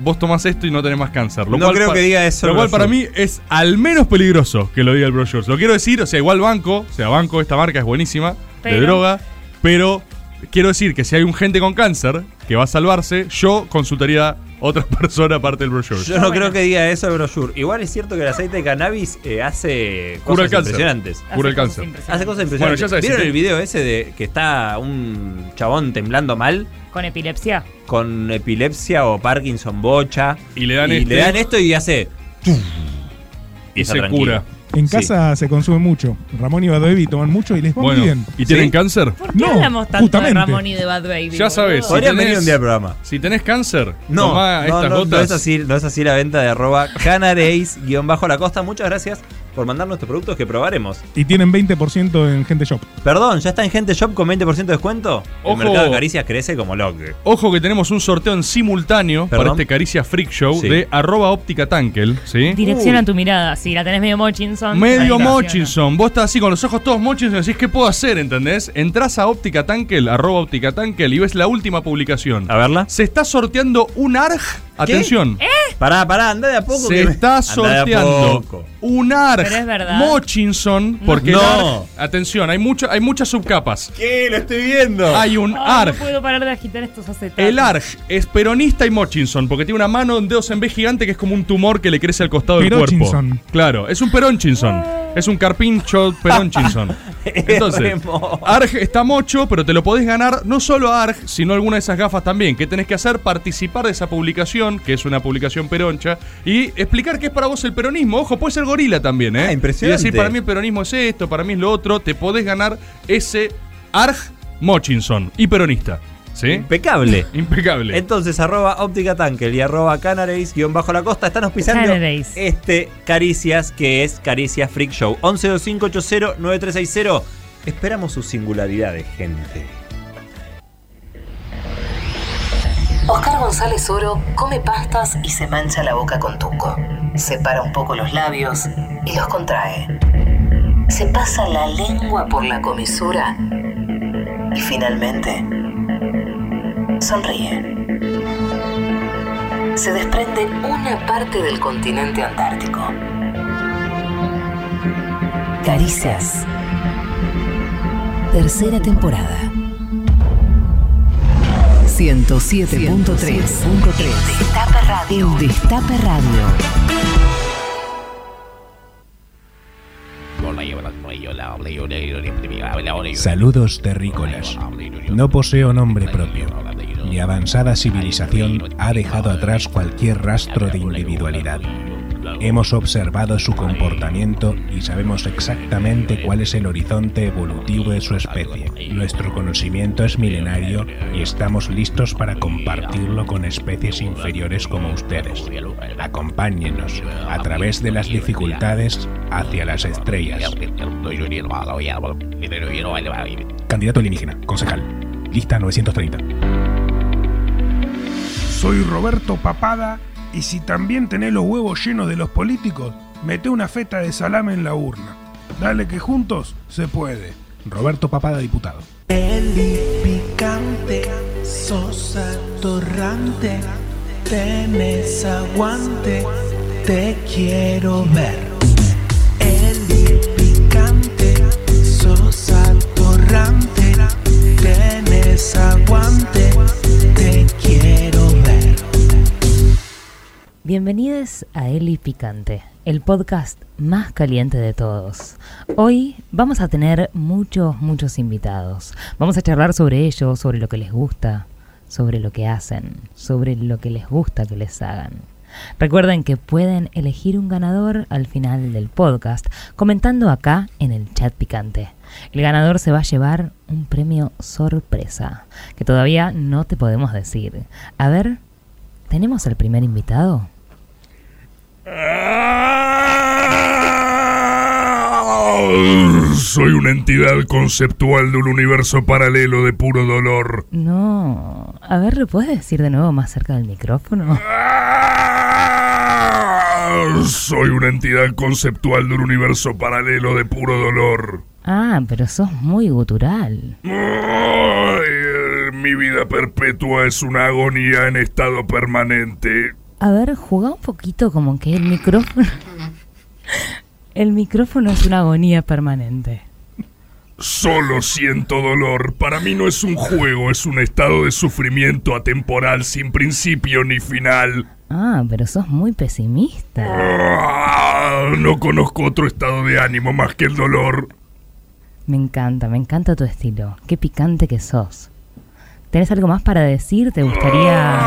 [SPEAKER 4] vos tomás esto y no tenés más cáncer. Lo
[SPEAKER 8] No
[SPEAKER 4] cual
[SPEAKER 8] creo
[SPEAKER 4] pa-
[SPEAKER 8] que diga eso
[SPEAKER 4] Lo
[SPEAKER 8] el
[SPEAKER 4] cual para mí
[SPEAKER 8] brochure.
[SPEAKER 4] es al menos peligroso que lo diga el brochures. Lo quiero decir, o sea, igual banco, o sea, banco, esta marca es buenísima
[SPEAKER 1] Pero-
[SPEAKER 4] de droga, pero quiero decir que si hay un gente con cáncer que va a salvarse, yo consultaría a otra persona aparte del brochure.
[SPEAKER 8] Yo no creo que diga eso el brochure. Igual es cierto que el aceite de cannabis eh, hace
[SPEAKER 4] Cura
[SPEAKER 8] cosas
[SPEAKER 4] el cáncer.
[SPEAKER 8] impresionantes.
[SPEAKER 4] Cura el cáncer.
[SPEAKER 8] Hace cosas
[SPEAKER 4] Bueno,
[SPEAKER 8] impresionantes.
[SPEAKER 4] ya sabes.
[SPEAKER 8] ¿Vieron
[SPEAKER 4] si
[SPEAKER 8] el
[SPEAKER 4] te-
[SPEAKER 8] video ese de que está un chabón temblando mal?
[SPEAKER 1] Con epilepsia.
[SPEAKER 8] Con epilepsia o Parkinson bocha.
[SPEAKER 4] Y le dan este.
[SPEAKER 8] le dan esto y hace.
[SPEAKER 4] Y
[SPEAKER 8] está
[SPEAKER 4] se
[SPEAKER 8] tranquilo.
[SPEAKER 4] cura.
[SPEAKER 10] En casa se consume mucho. Ramón y Badoevi toman mucho y les va muy
[SPEAKER 4] Bueno,
[SPEAKER 10] bien.
[SPEAKER 4] ¿y tienen cáncer?
[SPEAKER 1] ¿Por qué
[SPEAKER 10] No,
[SPEAKER 1] hablamos tanto
[SPEAKER 10] justamente.
[SPEAKER 1] de Ramón y de Bad Baby?
[SPEAKER 4] Ya sabes.
[SPEAKER 8] Podrían venir un día al programa.
[SPEAKER 4] Si tenés cáncer,
[SPEAKER 8] No,
[SPEAKER 4] tomá
[SPEAKER 8] no,
[SPEAKER 4] estas
[SPEAKER 8] no,
[SPEAKER 4] gotas.
[SPEAKER 8] no es así, no es así la venta de arroba canareis-la costa. Muchas gracias por mandar nuestros productos que probaremos.
[SPEAKER 10] Y tienen 20% en Gente Shop.
[SPEAKER 8] Perdón, ¿ya está en Gente Shop con 20% de descuento?
[SPEAKER 4] Ojo.
[SPEAKER 8] El mercado de caricias crece como loco.
[SPEAKER 4] Ojo que tenemos un sorteo en simultáneo para
[SPEAKER 8] Perdón.
[SPEAKER 4] este Caricia Freak Show
[SPEAKER 8] Sí.
[SPEAKER 4] de arroba óptica tankel, ¿sí?
[SPEAKER 1] Direcciona tu mirada. Si la tenés medio Mochinson.
[SPEAKER 4] Medio
[SPEAKER 1] ahí
[SPEAKER 4] Mochinson, vos estás así con los ojos todos Mochinson y decís, ¿qué puedo hacer? ¿Entendés? Entrás a Óptica Tankel, arroba Óptica Tankel y ves la última publicación.
[SPEAKER 8] A verla.
[SPEAKER 4] Se está sorteando un ARG. Atención.
[SPEAKER 1] ¿Eh?
[SPEAKER 8] Pará, pará, anda de a poco.
[SPEAKER 4] Se
[SPEAKER 8] que me-
[SPEAKER 4] está
[SPEAKER 8] Andá de a
[SPEAKER 4] sorteando
[SPEAKER 8] poco.
[SPEAKER 4] un ARG.
[SPEAKER 1] Pero es verdad.
[SPEAKER 4] Mochinson. Porque el ARG-
[SPEAKER 8] No.
[SPEAKER 4] atención, hay, mucho, hay muchas subcapas.
[SPEAKER 8] ¿Qué? Lo estoy viendo.
[SPEAKER 4] Hay un
[SPEAKER 1] Ay,
[SPEAKER 4] ARG.
[SPEAKER 1] No puedo parar de agitar estos acetatos.
[SPEAKER 4] El ARG es peronista y Mochinson, porque tiene una mano, un dedo en B gigante que es como un tumor que le crece al costado del cuerpo.
[SPEAKER 10] Peronchinson.
[SPEAKER 4] Claro, es un peronchinson. Es un carpincho peronchinson. Entonces,
[SPEAKER 8] Remo.
[SPEAKER 4] ARG está mocho, pero te lo podés ganar no solo a ARG, sino alguna de esas gafas también. ¿Qué tenés que hacer? Participar de esa publicación, que es una publicación peroncha, y explicar qué es para vos el peronismo. Ojo, puede ser gorila también, ¿eh?
[SPEAKER 8] Ah, impresionante.
[SPEAKER 4] Y decir, para mí el peronismo es esto, para mí es lo otro. Te podés ganar ese ARG Mochinson y peronista. ¿Sí?
[SPEAKER 8] Impecable.
[SPEAKER 4] Impecable.
[SPEAKER 8] Entonces, arroba óptica tankel y arroba canareis-la costa están auspiciando
[SPEAKER 1] Canareis.
[SPEAKER 8] este Caricias, que es Caricias Freak Show. 1125809360. Esperamos sus singularidades, gente.
[SPEAKER 11] Oscar González Oro come pastas y se mancha la boca con tuco. Separa un poco los labios y los contrae. Se pasa la lengua por la comisura y finalmente sonríe. Se desprende una parte del continente antártico. Caricias. Tercera temporada. 107.3 Destape Radio. Destape Radio.
[SPEAKER 9] Saludos terrícolas. No poseo nombre propio. Mi avanzada civilización ha dejado atrás cualquier rastro de individualidad. Hemos observado su comportamiento y sabemos exactamente cuál es el horizonte evolutivo de su especie. Nuestro conocimiento es milenario y estamos listos para compartirlo con especies inferiores como ustedes. Acompáñenos a través de las dificultades hacia las estrellas. Candidato alienígena, concejal. Lista 930.
[SPEAKER 12] Soy Roberto Papada y si también tenés los huevos llenos de los políticos, mete una feta de salame en la urna. Dale que juntos se puede.
[SPEAKER 9] Roberto Papada, diputado.
[SPEAKER 3] Peli picante, sosa torrante, tenés aguante, te quiero ver. Peli picante, sosa torrante, tenés aguante, te quiero ver.
[SPEAKER 1] Bienvenidos a Eli Picante, el podcast más caliente de todos. Hoy vamos a tener muchos, muchos invitados. Vamos a charlar sobre ellos, sobre lo que les gusta, sobre lo que hacen, sobre lo que les gusta que les hagan. Recuerden que pueden elegir un ganador al final del podcast comentando acá en el chat picante. El ganador se va a llevar un premio sorpresa que todavía no te podemos decir. A ver, ¿tenemos al primer invitado?
[SPEAKER 13] Soy una entidad conceptual de un universo paralelo de puro dolor.
[SPEAKER 1] No. A ver, ¿lo puedes decir de nuevo más cerca del micrófono?
[SPEAKER 13] Soy una entidad conceptual de un universo paralelo de puro dolor.
[SPEAKER 1] Ah, pero sos muy gutural.
[SPEAKER 13] Ay, eh, mi vida perpetua es una agonía en estado permanente.
[SPEAKER 1] A ver, juega un poquito como que el micrófono... El micrófono es una agonía permanente.
[SPEAKER 13] Solo siento dolor. Para mí no es un juego, es un estado de sufrimiento atemporal sin principio ni final.
[SPEAKER 1] Ah, pero sos muy pesimista.
[SPEAKER 13] Ah, No conozco otro estado de ánimo más que el dolor.
[SPEAKER 1] Me encanta, me encanta tu estilo. Qué picante que sos. ¿Tenés algo más para decir? ¿Te gustaría...?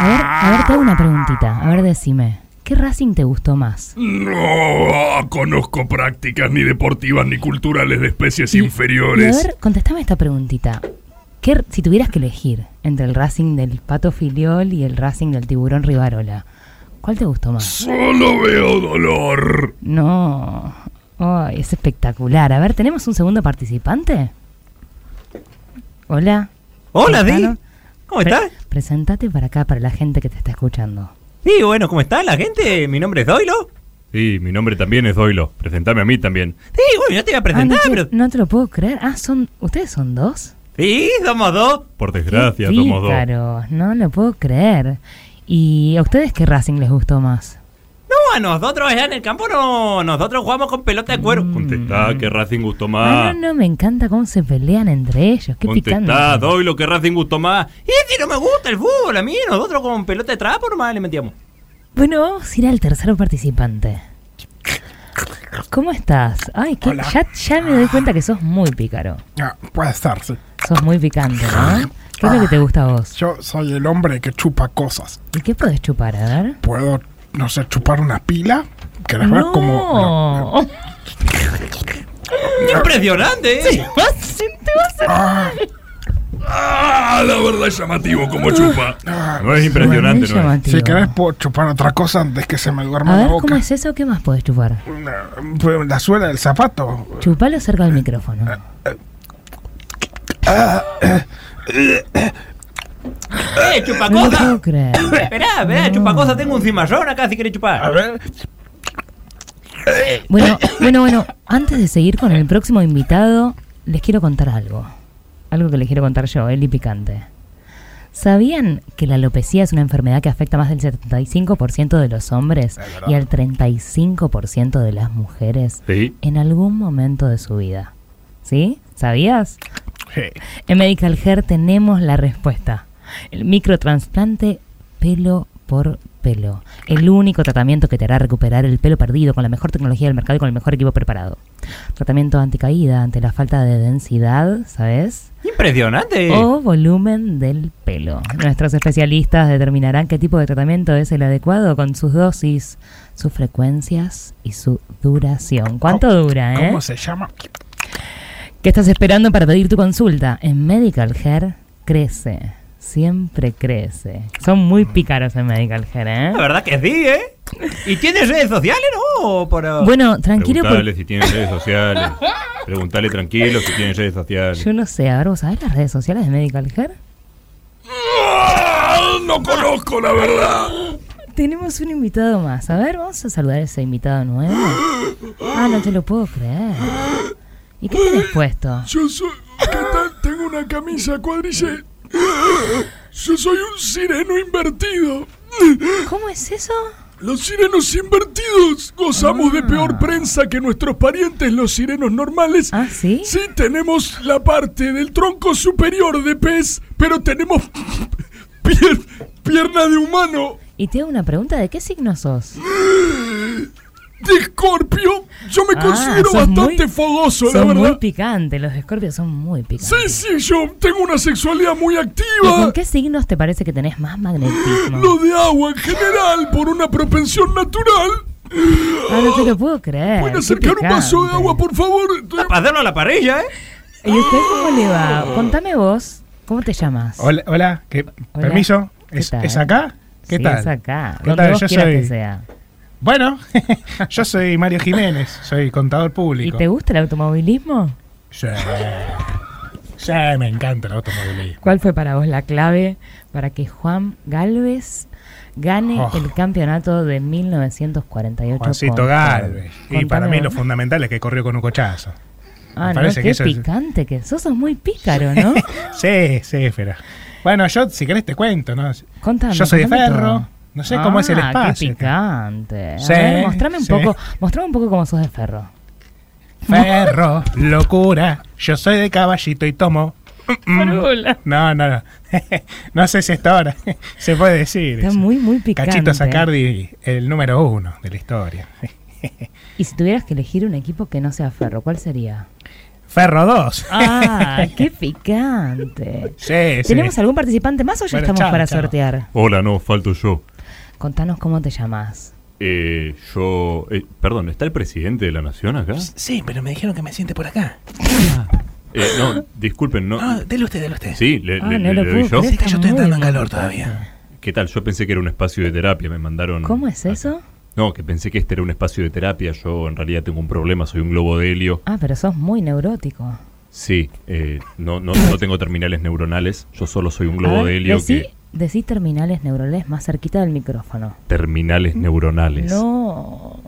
[SPEAKER 1] A ver, a ver, te hago una preguntita. A ver, decime. ¿Qué Racing te gustó más?
[SPEAKER 13] No ah, conozco prácticas ni deportivas ni culturales de especies
[SPEAKER 1] Y a
[SPEAKER 13] inferiores.
[SPEAKER 1] ver, contestame esta preguntita. ¿Qué, si tuvieras que elegir entre el Racing del Pato Filiol y el Racing del Tiburón Rivarola, ¿cuál te gustó más?
[SPEAKER 13] Solo veo dolor.
[SPEAKER 1] No. Ay, es espectacular. A ver, ¿tenemos un segundo participante? Hola.
[SPEAKER 10] Hola, Di.
[SPEAKER 1] Cayetano.
[SPEAKER 10] ¿Cómo
[SPEAKER 1] Pre-
[SPEAKER 10] estás?
[SPEAKER 1] Presentate para acá, para la gente que te está escuchando.
[SPEAKER 10] Y bueno, ¿cómo está la gente? Mi nombre es Doilo.
[SPEAKER 14] Sí, mi nombre también es Doilo. Presentame a mí también.
[SPEAKER 10] Sí, bueno, yo te iba a
[SPEAKER 1] Ah, no,
[SPEAKER 10] presentar,
[SPEAKER 1] te,
[SPEAKER 10] pero.
[SPEAKER 1] no te lo puedo creer. Ah, son. ¿Ustedes son dos?
[SPEAKER 10] Sí, somos dos.
[SPEAKER 14] Por desgracia, somos dos.
[SPEAKER 1] Pícaros, no lo puedo creer. ¿Y a ustedes qué Racing les gustó más?
[SPEAKER 10] No, a nosotros allá en el campo no. Nosotros jugamos con pelota de
[SPEAKER 8] Mm.
[SPEAKER 10] cuero.
[SPEAKER 14] Contestá que Racing gustó
[SPEAKER 1] Ah,
[SPEAKER 14] más.
[SPEAKER 1] no, no, me encanta cómo se pelean entre ellos. Qué picante.
[SPEAKER 14] Contestá, Doilo, que Racing gustó más.
[SPEAKER 10] Y es que no me gusta el fútbol a mí. Nosotros con pelota de trapo nomás le metíamos.
[SPEAKER 1] Bueno, vamos a ir al tercer participante. ¿Cómo estás? Ay, que
[SPEAKER 15] Hola.
[SPEAKER 1] ya, ya me doy cuenta que sos muy pícaro.
[SPEAKER 15] Ah, puede ser, sí.
[SPEAKER 1] Sos muy picante, ¿no? ¿Qué es lo que te gusta a vos?
[SPEAKER 15] Yo soy el hombre que chupa cosas.
[SPEAKER 1] ¿Y qué podés chupar? A ver.
[SPEAKER 15] Puedo, no sé, chupar una pila. ¿Querés ver
[SPEAKER 1] No.
[SPEAKER 15] cómo.?
[SPEAKER 10] Impresionante, ¿eh?
[SPEAKER 13] Ah, la verdad es llamativo como chupa.
[SPEAKER 14] No es
[SPEAKER 15] impresionante,
[SPEAKER 14] ¿no es? llamativo.
[SPEAKER 15] Si querés, puedo chupar otra cosa antes que se me duerma
[SPEAKER 1] A
[SPEAKER 15] la
[SPEAKER 1] ver,
[SPEAKER 15] boca.
[SPEAKER 1] ¿cómo es eso? ¿Qué más podés chupar?
[SPEAKER 15] Una- La suela del zapato.
[SPEAKER 1] Chupalo cerca del micrófono.
[SPEAKER 15] eh,
[SPEAKER 10] ¡Eh,
[SPEAKER 1] No lo
[SPEAKER 10] chupacosa!
[SPEAKER 1] puedo creer.
[SPEAKER 10] Esperá, esperá, chupacosa, tengo un cimarrón acá si querés chupar. A
[SPEAKER 15] ver.
[SPEAKER 1] Bueno, bueno, bueno, antes de seguir con el próximo invitado, les quiero contar algo. Algo que les quiero contar yo, Eli Picante. ¿Sabían que la alopecia es una enfermedad que afecta a más del 75% de los hombres y al 35% de las mujeres
[SPEAKER 14] Sí.
[SPEAKER 1] en algún momento de su vida? ¿Sí? ¿Sabías?
[SPEAKER 15] Sí.
[SPEAKER 1] En Medical Hair tenemos la respuesta. El microtransplante pelo por pelo. El único tratamiento que te hará recuperar el pelo perdido con la mejor tecnología del mercado y con el mejor equipo preparado. Tratamiento anticaída ante la falta de densidad, ¿sabes?
[SPEAKER 10] Impresionante.
[SPEAKER 1] O volumen del pelo. Nuestros especialistas determinarán qué tipo de tratamiento es el adecuado con sus dosis, sus frecuencias y su duración. ¿Cuánto dura, eh?
[SPEAKER 15] ¿Cómo se llama?
[SPEAKER 1] ¿Qué estás esperando para pedir tu consulta? En Medical Hair crece. Siempre crece. Son muy pícaros en Medical Hair, ¿eh?
[SPEAKER 10] La verdad que sí, ¿eh? ¿Y tienes redes sociales, no? Para...
[SPEAKER 1] Bueno, tranquilo,
[SPEAKER 14] Preguntale
[SPEAKER 16] pues-
[SPEAKER 1] por-
[SPEAKER 14] si tiene redes sociales. Preguntale tranquilo si tiene redes sociales.
[SPEAKER 1] Yo no sé, a ver, ¿vos sabés las redes sociales de Medical Hair?
[SPEAKER 13] Ah, no conozco la verdad.
[SPEAKER 1] Tenemos un invitado más. A ver, vamos a saludar a ese invitado nuevo. Ah, no te lo puedo creer. ¿Y qué tenés puesto?
[SPEAKER 13] Yo soy. ¿Qué tal? Tengo una camisa cuadrille. Yo soy un sireno invertido.
[SPEAKER 1] ¿Cómo es eso? Ah.
[SPEAKER 13] Los sirenos invertidos gozamos de peor prensa que nuestros parientes, los sirenos normales.
[SPEAKER 1] ¿Ah, sí?
[SPEAKER 13] Sí, tenemos la parte del tronco superior de pez, pero tenemos pier- pierna de humano.
[SPEAKER 1] Y te hago una pregunta, ¿de qué signo sos?
[SPEAKER 17] de Scorpio, yo me
[SPEAKER 1] Ah,
[SPEAKER 17] considero
[SPEAKER 1] sos
[SPEAKER 17] bastante
[SPEAKER 1] muy-
[SPEAKER 17] fogoso, la
[SPEAKER 1] son muy
[SPEAKER 17] verdad.
[SPEAKER 1] picantes, los escorpios son muy picantes.
[SPEAKER 17] Sí, sí, yo tengo una sexualidad muy
[SPEAKER 1] ¿Y con
[SPEAKER 17] activa.
[SPEAKER 1] qué signos te parece que tenés más magnetismo?
[SPEAKER 17] Lo de agua en general, por una propensión natural.
[SPEAKER 1] Ah, no te lo puedo creer.
[SPEAKER 17] ¿Pueden
[SPEAKER 1] qué
[SPEAKER 17] acercar un
[SPEAKER 1] picante.
[SPEAKER 17] vaso de agua, por favor?
[SPEAKER 8] Para darlo a la parrilla, ¿eh? Oh.
[SPEAKER 1] ¿Y usted cómo le va? Contame vos, ¿cómo te llamas?
[SPEAKER 9] Hola, hola, ¿qué-
[SPEAKER 1] Hola.
[SPEAKER 9] permiso,
[SPEAKER 1] ¿Qué
[SPEAKER 9] ¿Es,
[SPEAKER 1] tal?
[SPEAKER 9] es acá? ¿Qué
[SPEAKER 1] Sí,
[SPEAKER 9] tal?
[SPEAKER 1] es acá,
[SPEAKER 9] ¿Qué
[SPEAKER 1] donde
[SPEAKER 9] tal?
[SPEAKER 1] vos
[SPEAKER 9] Yo
[SPEAKER 1] quieras que
[SPEAKER 9] soy-
[SPEAKER 1] sea.
[SPEAKER 9] Bueno, yo soy Mario Jiménez, soy contador público.
[SPEAKER 1] ¿Y te gusta el automovilismo?
[SPEAKER 9] Sí. Sí, me encanta el automovilismo.
[SPEAKER 1] ¿Cuál fue para vos la clave para que Juan Galvez gane
[SPEAKER 9] Oh.
[SPEAKER 1] el campeonato de 1948?
[SPEAKER 9] Juancito
[SPEAKER 1] con-
[SPEAKER 9] Galvez. Y
[SPEAKER 1] Contame
[SPEAKER 9] para mí
[SPEAKER 1] vos.
[SPEAKER 9] lo fundamental es que corrió con un cochazo.
[SPEAKER 1] Ah,
[SPEAKER 9] me
[SPEAKER 1] no,
[SPEAKER 9] parece
[SPEAKER 1] qué
[SPEAKER 9] que eso es-
[SPEAKER 1] picante que sos, sos muy pícaro, ¿no?
[SPEAKER 9] sí, sí, pero. Bueno, yo si querés te cuento, ¿no?
[SPEAKER 1] Contame,
[SPEAKER 9] yo soy de
[SPEAKER 1] contame
[SPEAKER 9] ferro.
[SPEAKER 1] todo.
[SPEAKER 9] No sé cómo es el
[SPEAKER 1] Ah,
[SPEAKER 9] espacio.
[SPEAKER 1] Qué picante. A
[SPEAKER 9] Sí,
[SPEAKER 1] ver, mostrame un
[SPEAKER 9] sí.
[SPEAKER 1] poco, mostrame un poco cómo sos de ferro.
[SPEAKER 9] Ferro, locura. Yo soy de caballito y tomo. No, no, no. No sé si hasta ahora se puede decir.
[SPEAKER 1] Está
[SPEAKER 9] eso.
[SPEAKER 1] muy, muy picante.
[SPEAKER 9] Cachito Sacardi, el número uno de la historia.
[SPEAKER 1] Y si tuvieras que elegir un equipo que no sea ferro, ¿cuál sería?
[SPEAKER 9] Ferro 2.
[SPEAKER 1] Ah, qué picante.
[SPEAKER 9] Sí, sí.
[SPEAKER 1] ¿Tenemos algún participante más o ya
[SPEAKER 9] Bueno,
[SPEAKER 1] estamos
[SPEAKER 9] chao,
[SPEAKER 1] para
[SPEAKER 9] chao.
[SPEAKER 1] sortear?
[SPEAKER 14] Hola, no, falto yo.
[SPEAKER 1] Contanos cómo te llamas.
[SPEAKER 14] Eh, yo. eh, perdón, ¿está el presidente de la nación acá?
[SPEAKER 16] Sí, pero me dijeron que me siente por acá.
[SPEAKER 14] Eh, no, disculpen, no.
[SPEAKER 16] No, Ah, dele usted, dele usted.
[SPEAKER 14] Sí, le,
[SPEAKER 16] Ah,
[SPEAKER 14] le-
[SPEAKER 16] no
[SPEAKER 14] le-
[SPEAKER 16] lo
[SPEAKER 14] le doy
[SPEAKER 16] puedo
[SPEAKER 14] yo.
[SPEAKER 16] creer, Sí, está yo estoy muy entrando en bien. calor todavía.
[SPEAKER 14] ¿Qué tal? Yo pensé que era un espacio de terapia, me mandaron.
[SPEAKER 1] ¿Cómo es eso?
[SPEAKER 14] No, que pensé que este era un espacio de terapia. Yo en realidad tengo un problema, soy un globo de helio.
[SPEAKER 1] Ah, pero sos muy neurótico.
[SPEAKER 14] Sí, eh, no, no, no tengo terminales neuronales, yo solo soy un globo
[SPEAKER 1] A ver,
[SPEAKER 14] de helio
[SPEAKER 1] decí,
[SPEAKER 14] que.
[SPEAKER 1] decí terminales neuronales más cerquita del micrófono.
[SPEAKER 14] Terminales neuronales.
[SPEAKER 1] No.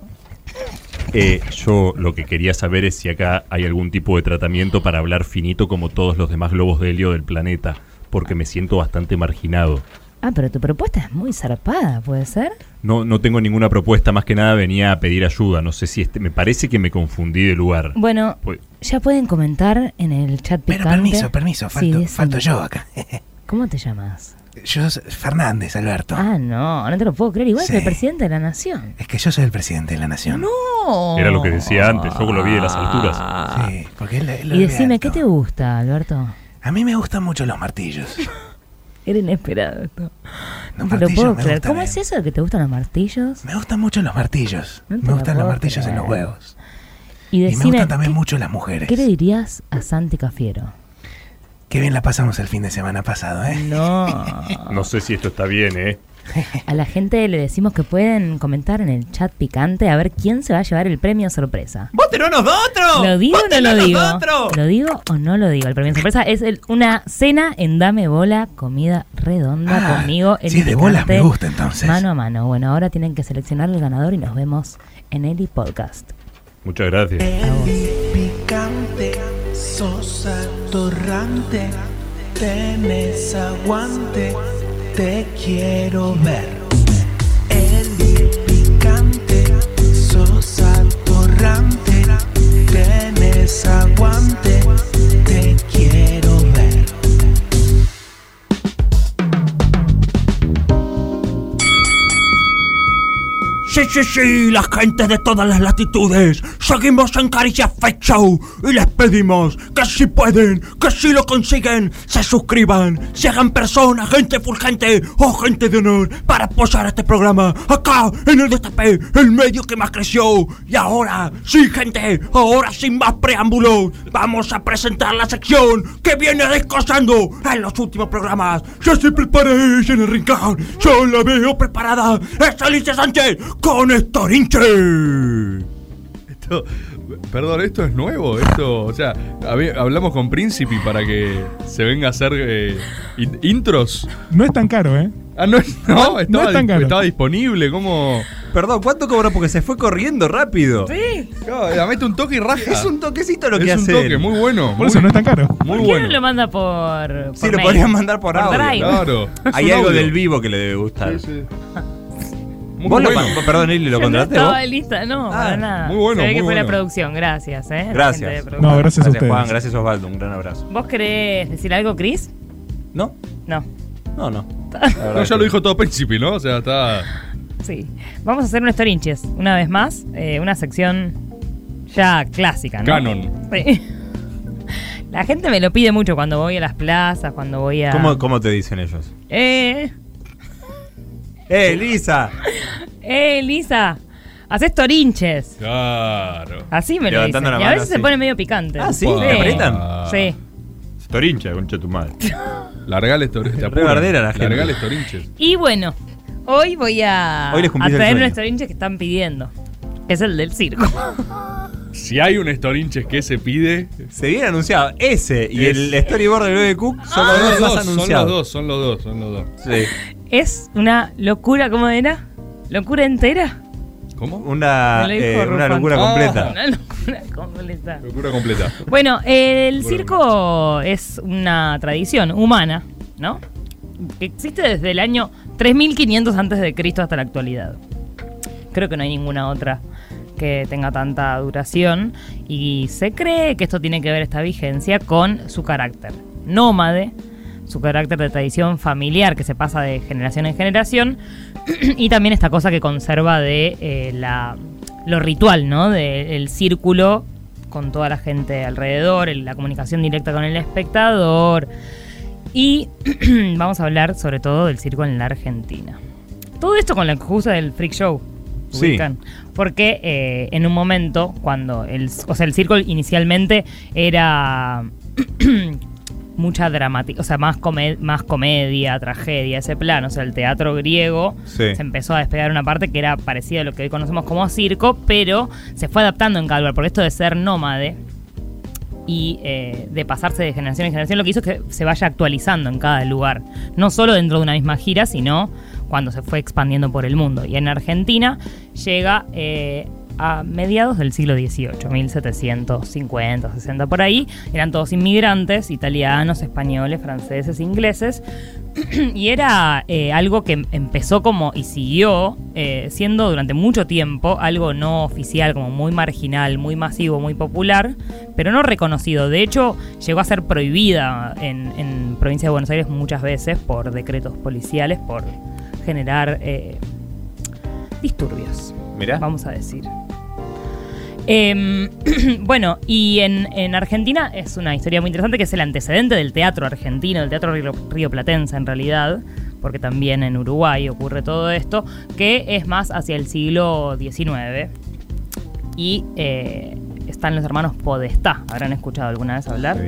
[SPEAKER 14] Eh, yo lo que quería saber es si acá hay algún tipo de tratamiento para hablar finito como todos los demás globos de helio del planeta, porque me siento bastante marginado.
[SPEAKER 1] Ah, pero tu propuesta es muy zarpada, ¿puede ser?
[SPEAKER 14] No, no tengo ninguna propuesta, más que nada venía a pedir ayuda. No sé si este, me parece que me confundí de lugar.
[SPEAKER 1] Bueno,
[SPEAKER 14] Pues-
[SPEAKER 1] ya pueden comentar en el chat picante.
[SPEAKER 16] Pero permiso, permiso,
[SPEAKER 1] Sí,
[SPEAKER 16] falto,
[SPEAKER 1] decime.
[SPEAKER 16] falto yo acá.
[SPEAKER 1] ¿Cómo te llamas?
[SPEAKER 16] Yo soy Fernández, Alberto.
[SPEAKER 1] Ah, no, no te lo puedo creer. Igual
[SPEAKER 16] Sí.
[SPEAKER 1] es el presidente de la nación.
[SPEAKER 16] Es que yo soy el presidente de la nación.
[SPEAKER 1] No.
[SPEAKER 14] Era lo que decía antes, yo lo vi de las alturas.
[SPEAKER 16] Sí, porque él, él lo
[SPEAKER 1] Y
[SPEAKER 16] ve
[SPEAKER 1] decime,
[SPEAKER 16] alto.
[SPEAKER 1] ¿qué te gusta, Alberto?
[SPEAKER 16] A mí me gustan mucho los martillos.
[SPEAKER 1] Era inesperado esto. No, te lo
[SPEAKER 16] martillo
[SPEAKER 1] puedo
[SPEAKER 16] me
[SPEAKER 1] creer.
[SPEAKER 16] gusta
[SPEAKER 1] ¿Cómo es eso de que te gustan los martillos?
[SPEAKER 16] Me gustan mucho los martillos.
[SPEAKER 1] No te
[SPEAKER 16] me
[SPEAKER 1] la
[SPEAKER 16] gustan los
[SPEAKER 1] puedo
[SPEAKER 16] martillos en los
[SPEAKER 1] creer.
[SPEAKER 16] huevos.
[SPEAKER 1] Y
[SPEAKER 16] Y, me
[SPEAKER 1] decime,
[SPEAKER 16] gustan también mucho las mujeres.
[SPEAKER 1] ¿qué le dirías a Santi Cafiero?
[SPEAKER 16] Qué bien la pasamos el fin de semana pasado, ¿eh?
[SPEAKER 1] No.
[SPEAKER 14] No sé si esto está bien, ¿eh?
[SPEAKER 1] A la gente le decimos que pueden comentar en el chat picante a ver quién se va a llevar el premio sorpresa.
[SPEAKER 8] ¡Pero nosotros!
[SPEAKER 1] ¿Lo digo o no lo digo?
[SPEAKER 8] nosotros!
[SPEAKER 1] ¿Lo digo o no lo digo? El premio sorpresa es el- una cena en Dame Bola, comida redonda
[SPEAKER 16] Ah,
[SPEAKER 1] conmigo. El
[SPEAKER 16] si es de bolas,
[SPEAKER 1] picante,
[SPEAKER 16] me gusta, entonces.
[SPEAKER 1] Mano a mano. Bueno, ahora tienen que seleccionar el ganador y nos vemos en Eli Podcast.
[SPEAKER 14] Muchas gracias.
[SPEAKER 3] picante, sosa, torrante, tenés aguante, te quiero ver. Eli picante, sosa, torrante, tenés aguante, te quiero ver.
[SPEAKER 18] Sí, sí, sí, las gentes de todas las latitudes. Seguimos en Caricia Fest Show y les pedimos que si pueden, que si lo consiguen, se suscriban, se hagan personas, gente fulgente o gente de honor para apoyar este programa acá en el DTP, el medio que más creció. Y ahora, sí, gente, ahora sin más preámbulos, vamos a presentar la sección que viene descosando en los últimos programas. Ya se preparéis en el rincón, yo la veo preparada. Es Alicia Sánchez con Estorinche.
[SPEAKER 4] Esto- perdón, esto es nuevo, esto, o sea, habi- hablamos con Príncipe para que se venga a hacer eh, in- intros.
[SPEAKER 10] No es tan caro, ¿eh?
[SPEAKER 4] Ah, no, es- no, estaba,
[SPEAKER 10] es tan
[SPEAKER 4] di-
[SPEAKER 10] caro.
[SPEAKER 4] estaba disponible, ¿cómo?
[SPEAKER 8] Perdón, ¿cuánto cobró? Porque se fue corriendo rápido.
[SPEAKER 1] Sí.
[SPEAKER 4] No, la mete un toque y raja.
[SPEAKER 8] Es un toquecito lo
[SPEAKER 4] Es
[SPEAKER 8] que
[SPEAKER 4] un
[SPEAKER 8] hace.
[SPEAKER 4] toque, muy bueno. muy-
[SPEAKER 10] tan caro.
[SPEAKER 4] Muy
[SPEAKER 1] ¿Por qué
[SPEAKER 4] bueno.
[SPEAKER 1] no lo manda por, por
[SPEAKER 8] Sí, lo
[SPEAKER 1] mail?
[SPEAKER 8] podrían mandar por, audio.
[SPEAKER 1] drive.
[SPEAKER 8] Hay algo del vivo que le debe gustar.
[SPEAKER 4] Muy
[SPEAKER 8] Vos lo
[SPEAKER 4] bueno.
[SPEAKER 8] pa- perdón, Eli, ¿lo
[SPEAKER 1] Yo no
[SPEAKER 8] contrataste vos?
[SPEAKER 1] estaba lista, no, para nada.
[SPEAKER 8] muy bueno,
[SPEAKER 1] Se ve
[SPEAKER 8] muy
[SPEAKER 1] que fue la
[SPEAKER 8] bueno.
[SPEAKER 1] producción, gracias, ¿eh? la
[SPEAKER 8] Gracias.
[SPEAKER 1] gente de producción.
[SPEAKER 10] gracias a ustedes.
[SPEAKER 8] Juan, gracias Osvaldo, un gran abrazo.
[SPEAKER 1] ¿Vos querés decir algo, Chris?
[SPEAKER 8] No.
[SPEAKER 1] No.
[SPEAKER 8] No, no.
[SPEAKER 4] No, ya lo dijo todo Príncipe, ¿no? O sea, está.
[SPEAKER 1] Sí. Vamos a hacer un story inches, una vez más. eh, una sección ya clásica, ¿no?
[SPEAKER 4] Canon.
[SPEAKER 1] Sí. La gente me lo pide mucho cuando voy a las plazas, cuando voy a.
[SPEAKER 8] ¿Cómo, cómo te dicen ellos?
[SPEAKER 1] Eh,
[SPEAKER 8] ¡Eh, Lisa!
[SPEAKER 1] eh, Lisa, haces torinches.
[SPEAKER 4] Claro.
[SPEAKER 1] Así me lo dicen.
[SPEAKER 8] Levantando la
[SPEAKER 1] y a
[SPEAKER 8] mano
[SPEAKER 1] veces se
[SPEAKER 8] así.
[SPEAKER 1] pone medio picante.
[SPEAKER 8] Ah, ¿sí? ¿Te aprietan?
[SPEAKER 1] Sí.
[SPEAKER 8] Torincha, concha tu madre.
[SPEAKER 4] Largale torinches.
[SPEAKER 8] Re bardera la gente.
[SPEAKER 4] Largales torinches.
[SPEAKER 1] Y bueno, hoy voy a,
[SPEAKER 4] Hoy les
[SPEAKER 1] a
[SPEAKER 4] cumplís el
[SPEAKER 1] traer
[SPEAKER 4] sueño.
[SPEAKER 1] unos torinches que están pidiendo. Es el del circo.
[SPEAKER 4] Si hay un Storinches que se pide.
[SPEAKER 8] Se viene anunciado ese y el storyboard del Bebe Cook son los dos más
[SPEAKER 4] Ah, Son los
[SPEAKER 8] anunciados.
[SPEAKER 4] dos, son los dos, son los dos.
[SPEAKER 1] Es una locura, ¿cómo era? ¿Locura entera?
[SPEAKER 4] ¿Cómo?
[SPEAKER 8] Una,
[SPEAKER 1] Me lo dijo
[SPEAKER 8] eh, una
[SPEAKER 1] Rufan.
[SPEAKER 4] Ah.
[SPEAKER 8] locura completa.
[SPEAKER 1] Una locura completa.
[SPEAKER 4] Locura completa.
[SPEAKER 1] Bueno, el
[SPEAKER 4] Bueno.
[SPEAKER 1] circo es una tradición humana, ¿no? Que existe desde el año 3500 antes de Cristo hasta la actualidad. Creo que no hay ninguna otra que tenga tanta duración y se cree que esto tiene que ver esta vigencia con su carácter nómade, su carácter de tradición familiar que se pasa de generación en generación y también esta cosa que conserva de eh, la, lo ritual, ¿no? Del círculo con toda la gente alrededor, el- la comunicación directa con el espectador. Y vamos a hablar sobre todo del circo en la Argentina. Todo esto con la excusa del freak show.
[SPEAKER 8] Sí.
[SPEAKER 1] ubican. Porque eh, en un momento, cuando el, o sea, el circo inicialmente era mucha dramática, o sea, más, come- más comedia, tragedia, ese plano. O sea, el teatro griego
[SPEAKER 8] Sí.
[SPEAKER 1] se empezó a despegar una parte que era parecida a lo que hoy conocemos como circo, pero se fue adaptando en cada lugar. Por esto de ser nómade y eh, de pasarse de generación en generación, lo que hizo es que se vaya actualizando en cada lugar. No solo dentro de una misma gira, sino cuando se fue expandiendo por el mundo. Y en Argentina llega eh, a mediados del siglo XVIII, 1750, 60 por ahí. Eran todos inmigrantes, italianos, españoles, franceses, ingleses. y era eh, algo que em- empezó como y siguió eh, siendo durante mucho tiempo algo no oficial, como muy marginal, muy masivo, muy popular, pero no reconocido. De hecho, llegó a ser prohibida en, en provincia de Buenos Aires muchas veces por decretos policiales, por generar eh, disturbios.
[SPEAKER 8] Mirá.
[SPEAKER 1] Vamos a decir. Em, bueno, y en, en Argentina es una historia muy interesante que es el antecedente del teatro argentino, del teatro rio- rioplatense en realidad, porque también en Uruguay ocurre todo esto, que es más hacia el siglo XIX. Y eh, están los hermanos Podestá, ¿habrán escuchado alguna vez hablar?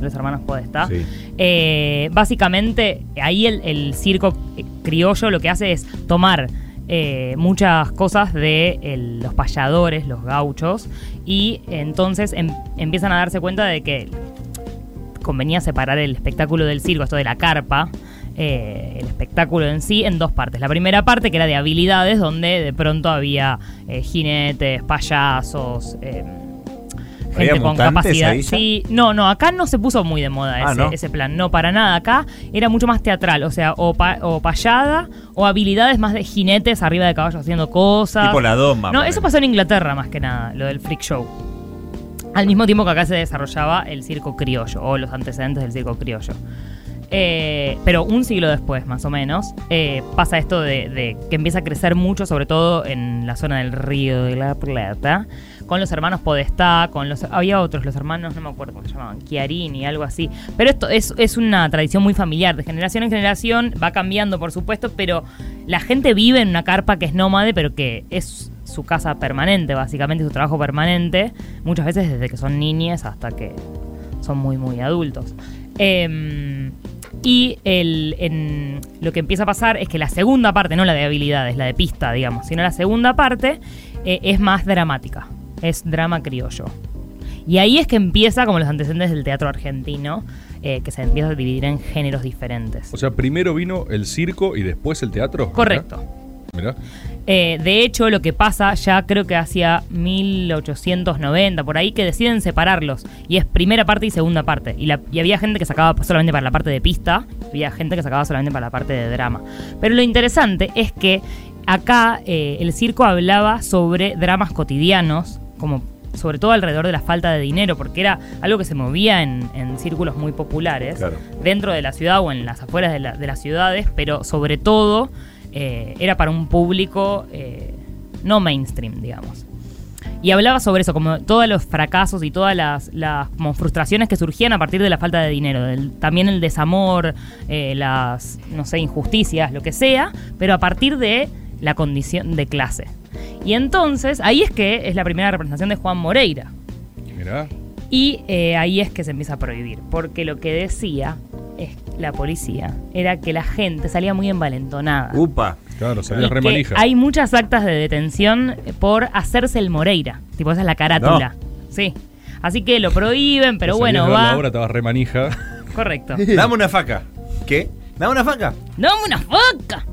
[SPEAKER 1] Los hermanos Podestá.
[SPEAKER 8] Sí.
[SPEAKER 1] Eh, básicamente, ahí el, el circo eh, criollo lo que hace es tomar eh, muchas cosas de el- los payadores, los gauchos, y entonces em- empiezan a darse cuenta de que convenía separar el espectáculo del circo, esto de la carpa, eh, el espectáculo en sí, en dos partes. La primera parte, que era de habilidades, donde de pronto había eh, jinetes, payasos, eh,
[SPEAKER 8] ¿Había
[SPEAKER 1] gente con
[SPEAKER 8] mutantes
[SPEAKER 1] capacidad.
[SPEAKER 8] ahí ya?
[SPEAKER 1] Sí, no, no, acá no se puso muy de moda
[SPEAKER 8] Ah,
[SPEAKER 1] ese,
[SPEAKER 8] ¿no?
[SPEAKER 1] ese plan, no, para nada. Acá era mucho más teatral, o sea, o, pa- o payada, o habilidades más de jinetes arriba de caballos haciendo cosas.
[SPEAKER 8] Tipo la doma,
[SPEAKER 1] No,
[SPEAKER 8] ponele.
[SPEAKER 1] eso pasó en Inglaterra más que nada, lo del freak show. Al mismo tiempo que acá se desarrollaba el circo criollo, o los antecedentes del circo criollo. Eh, pero un siglo después, más o menos, eh, pasa esto de, de que empieza a crecer mucho, sobre todo en la zona del Río de la Plata, con los hermanos Podestá, con los había otros, los hermanos, no me acuerdo cómo se llamaban, Chiarini, algo así. Pero esto es, es una tradición muy familiar, de generación en generación, va cambiando, por supuesto, pero la gente vive en una carpa que es nómade, pero que es su casa permanente, básicamente, su trabajo permanente, muchas veces desde que son niñas hasta que son muy, muy adultos. Em, y el, en- lo que empieza a pasar es que la segunda parte, no la de habilidades, la de pista, digamos, sino la segunda parte eh, es más dramática. Es drama criollo. Y ahí es que empieza como los antecedentes del teatro argentino, eh, que se empieza a dividir en géneros diferentes.
[SPEAKER 4] O sea, primero vino el circo y después el teatro.
[SPEAKER 1] Correcto.
[SPEAKER 4] Mirá.
[SPEAKER 1] Eh, de hecho, lo que pasa ya creo que hacia 1890, por ahí, que deciden separarlos. Y es primera parte y segunda parte. Y, la- y había gente que sacaba solamente para la parte de pista, había gente que sacaba solamente para la parte de drama. Pero lo interesante es que acá eh, el circo hablaba sobre dramas cotidianos, como sobre todo alrededor de la falta de dinero, porque era algo que se movía en, en círculos muy populares, dentro de la ciudad o en las afueras de, la- de las ciudades, pero sobre todo eh, eh, era para un público eh, no mainstream, digamos. Y hablaba sobre eso, como todos los fracasos y todas las, las como frustraciones que surgían a partir de la falta de dinero, del- también el desamor, eh, las, no sé, injusticias, lo que sea, pero a partir de la condición de clase. Y entonces, ahí es que es la primera representación de Juan Moreira.
[SPEAKER 4] Mirá.
[SPEAKER 1] Y eh, ahí es que se empieza a prohibir, porque lo que decía es la policía era que la gente salía muy envalentonada.
[SPEAKER 4] Upa. Claro, salía
[SPEAKER 1] Y
[SPEAKER 4] re
[SPEAKER 1] que
[SPEAKER 4] manija.
[SPEAKER 1] hay muchas actas de detención por hacerse el Moreira. Tipo, esa es la carátula. Sí. Así que lo prohíben, pero bueno,
[SPEAKER 4] Salías a ver La
[SPEAKER 1] va.
[SPEAKER 4] obra estaba re manija.
[SPEAKER 1] Correcto.
[SPEAKER 10] Dame una faca. ¿Qué? Dame una faca.
[SPEAKER 1] ¡Dame una faca!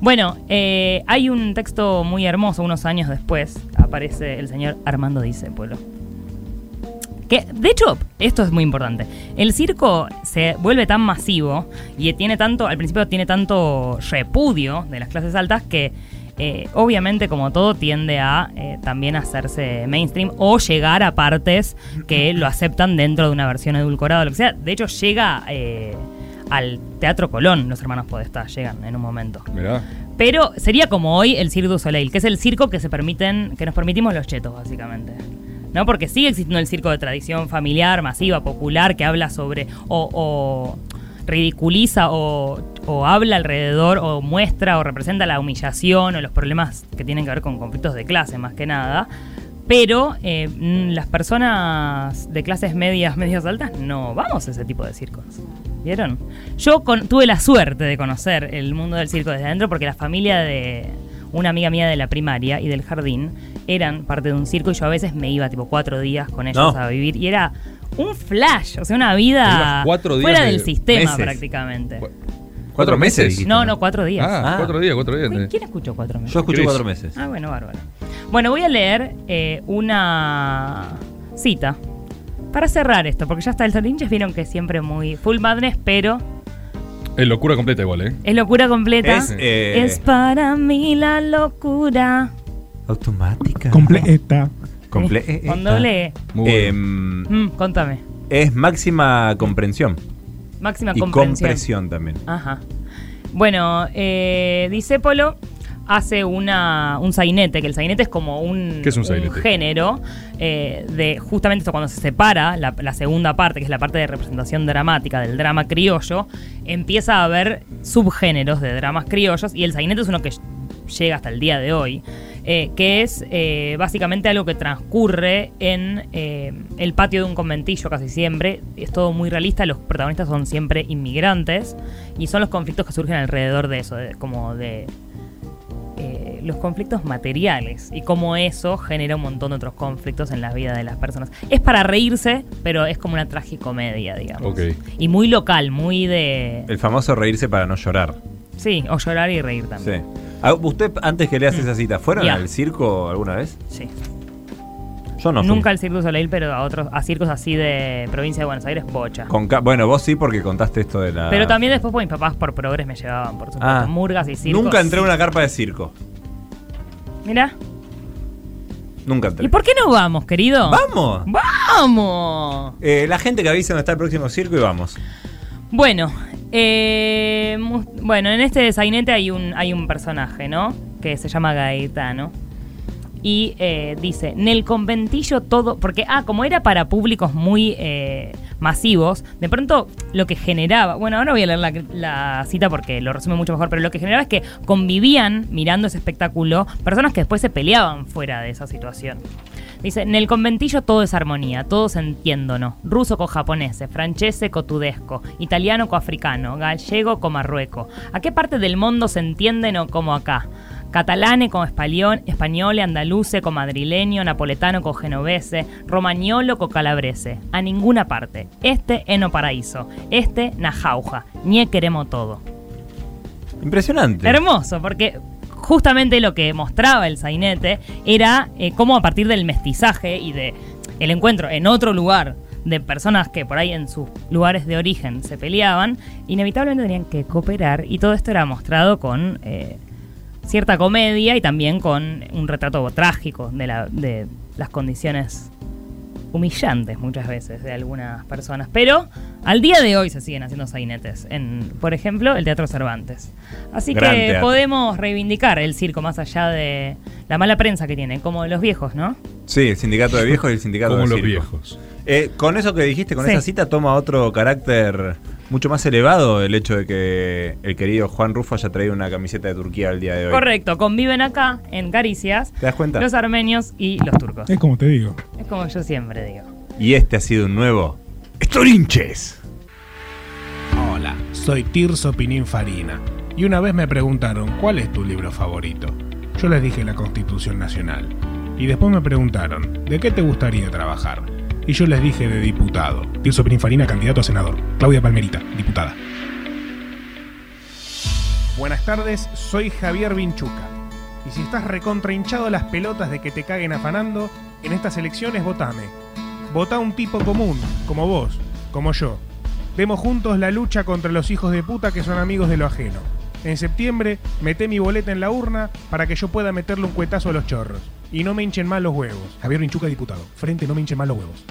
[SPEAKER 1] Bueno, eh, hay un texto muy hermoso, unos años después, aparece el señor Armando Dice Pueblo. Que, de hecho, esto es muy importante. El circo se vuelve tan masivo y tiene tanto, al principio tiene tanto repudio de las clases altas que eh, obviamente como todo tiende a eh, también hacerse mainstream o llegar a partes que lo aceptan dentro de una versión edulcorada o lo que sea. De hecho, llega eh, al Teatro Colón, los hermanos Podestá llegan en un momento.
[SPEAKER 4] Mirá.
[SPEAKER 1] Pero sería como hoy el Cirque du Soleil, que es el circo que se permiten, que nos permitimos los chetos, básicamente. ¿No? Porque sigue existiendo el circo de tradición familiar, masiva, popular, que habla sobre. o, o ridiculiza o, o habla alrededor, o muestra, o representa la humillación, o los problemas que tienen que ver con conflictos de clase, más que nada. Pero eh, mm, las personas de clases medias, medias altas, no vamos a ese tipo de circos. ¿Vieron? Yo con- tuve la suerte de conocer el mundo del circo desde adentro porque la familia de una amiga mía de la primaria y del jardín eran parte de un circo y yo a veces me iba tipo cuatro días con ellos
[SPEAKER 10] No.
[SPEAKER 1] a vivir y era un flash, o sea, una
[SPEAKER 10] Te
[SPEAKER 1] vida
[SPEAKER 10] ibas cuatro días
[SPEAKER 1] Ah, fuera
[SPEAKER 10] de-
[SPEAKER 1] del sistema
[SPEAKER 10] meses.
[SPEAKER 1] prácticamente.
[SPEAKER 10] ¿Cuatro meses?
[SPEAKER 1] No, no, cuatro días.
[SPEAKER 4] Ah, cuatro días, cuatro días.
[SPEAKER 1] ¿Quién escuchó cuatro meses?
[SPEAKER 10] Yo escuché cuatro meses.
[SPEAKER 1] Ah, bueno, bárbaro. Bueno, voy a leer eh, una cita para cerrar esto, porque ya hasta el Solinches vieron que es siempre muy full madness, pero
[SPEAKER 4] Es locura completa igual, ¿eh?
[SPEAKER 1] es locura completa.
[SPEAKER 4] Es, eh,
[SPEAKER 1] Es para mí la locura.
[SPEAKER 10] Automática.
[SPEAKER 9] Completa.
[SPEAKER 10] Comple-
[SPEAKER 1] Con doble E.
[SPEAKER 9] Muy
[SPEAKER 10] Em,
[SPEAKER 1] Mm, contame.
[SPEAKER 10] es máxima comprensión.
[SPEAKER 1] Máxima
[SPEAKER 10] y
[SPEAKER 1] comprensión. Ah.
[SPEAKER 10] compresión también.
[SPEAKER 1] Ajá. Bueno, eh, Disépolo hace una, un sainete, que el sainete es como un,
[SPEAKER 4] ¿Qué es un sainete?
[SPEAKER 1] género eh, de justamente esto, cuando se separa la, la segunda parte, que es la parte de representación dramática del drama criollo, empieza a haber subgéneros de dramas criollos y el sainete es uno que llega hasta el día de hoy, eh, que es eh, básicamente algo que transcurre en eh, el patio de un conventillo casi siempre. Es todo muy realista, los protagonistas son siempre inmigrantes y son los conflictos que surgen alrededor de eso, de- como de eh, los conflictos materiales y cómo eso genera un montón de otros conflictos en la vida de las personas. Es para reírse, pero es como una tragicomedia, digamos.
[SPEAKER 10] Ok.
[SPEAKER 1] Y muy local, muy de...
[SPEAKER 10] El famoso reírse para no llorar.
[SPEAKER 1] Sí, o llorar y reír también. Mm.
[SPEAKER 10] Sí. Ah, Usted, antes que leas esa cita, ¿fueron
[SPEAKER 1] Ya.
[SPEAKER 10] al circo alguna vez?
[SPEAKER 1] Sí.
[SPEAKER 10] Yo no. fui.
[SPEAKER 1] Nunca al Cirque du Soleil, pero a otros a circos así de provincia de Buenos Aires, bocha.
[SPEAKER 10] Con ca- bueno, vos sí porque contaste esto de la...
[SPEAKER 1] Pero también después pues, mis papás por progres me llevaban, por supuesto.
[SPEAKER 10] Ah.
[SPEAKER 1] Murgas y circos.
[SPEAKER 10] Nunca entré a una carpa de circo.
[SPEAKER 1] Mirá.
[SPEAKER 10] Nunca entré.
[SPEAKER 1] ¿Y por qué no vamos, querido?
[SPEAKER 10] ¡Vamos!
[SPEAKER 1] ¡Vamos!
[SPEAKER 10] Eh, la gente que avisa dónde está el próximo circo y vamos.
[SPEAKER 1] Bueno, eh, mu- bueno, en este sainete hay un, hay un personaje, ¿no? Que se llama Gaetano. Y eh, dice, en el conventillo todo, porque, ah, como era para públicos muy eh, masivos, de pronto lo que generaba, bueno, ahora voy a leer la, la cita porque lo resume mucho mejor, pero lo que generaba es que convivían mirando ese espectáculo personas que después se peleaban fuera de esa situación. Dice, en el conventillo todo es armonía, todos entiéndonos. Ruso con japonés, francese con tudesco, italiano con africano, gallego con marrueco. ¿A qué parte del mundo se entienden o como acá? Catalane con espalión, español, andaluce con madrileño, napoletano con genovese, romagnolo con calabrese. A ninguna parte. Este eno paraíso. Este najauja. Nie queremos todo.
[SPEAKER 10] Impresionante.
[SPEAKER 1] Hermoso, porque justamente lo que mostraba el sainete era eh, cómo a partir del mestizaje y de el encuentro en otro lugar de personas que por ahí en sus lugares de origen se peleaban, inevitablemente tenían que cooperar y todo esto era mostrado con eh, cierta comedia y también con un retrato trágico de, la- de las condiciones humillantes muchas veces de algunas personas. Pero al día de hoy se siguen haciendo sainetes en, por ejemplo, el Teatro Cervantes. Así
[SPEAKER 8] Gran
[SPEAKER 1] que
[SPEAKER 8] teatro.
[SPEAKER 1] podemos reivindicar el circo más allá de la mala prensa que tiene, como los viejos, ¿no?
[SPEAKER 8] Sí, el sindicato de viejos y el sindicato
[SPEAKER 4] Como
[SPEAKER 8] de
[SPEAKER 4] los
[SPEAKER 8] circo.
[SPEAKER 4] viejos.
[SPEAKER 8] Eh, con eso que dijiste, con
[SPEAKER 1] Sí.
[SPEAKER 8] esa cita, toma otro carácter mucho más elevado el hecho de que el querido Juan Rufo haya traído una camiseta de Turquía el día de hoy.
[SPEAKER 1] Correcto, conviven acá en Caricias
[SPEAKER 8] ¿Te das cuenta?
[SPEAKER 1] los armenios y los turcos.
[SPEAKER 9] Eh.
[SPEAKER 8] Es como te digo.
[SPEAKER 1] Es como yo siempre digo.
[SPEAKER 8] Y este ha sido un nuevo. ¡Estorinches!
[SPEAKER 2] Hola, soy Tirso Pinín Farina. Y una vez me preguntaron, ¿cuál es tu libro favorito? Yo les dije la Constitución Nacional. Y después me preguntaron, ¿de qué te gustaría trabajar? Y yo les dije de diputado. Tirso Pinín Farina, candidato a senador. Claudia Palmerita, diputada.
[SPEAKER 19] Buenas tardes, soy Javier Vinchuca. Y si estás recontrahinchado las pelotas de que te caguen afanando, en estas elecciones votame. Votá un tipo común, como vos, como yo. Demos juntos la lucha contra los hijos de puta que son amigos de lo ajeno. En septiembre, meté mi boleta en la urna para que yo pueda meterle un cuetazo a los chorros. Y no me hinchen mal los huevos. Javier Vinchuca, diputado. Frente, no me hinchen mal los huevos.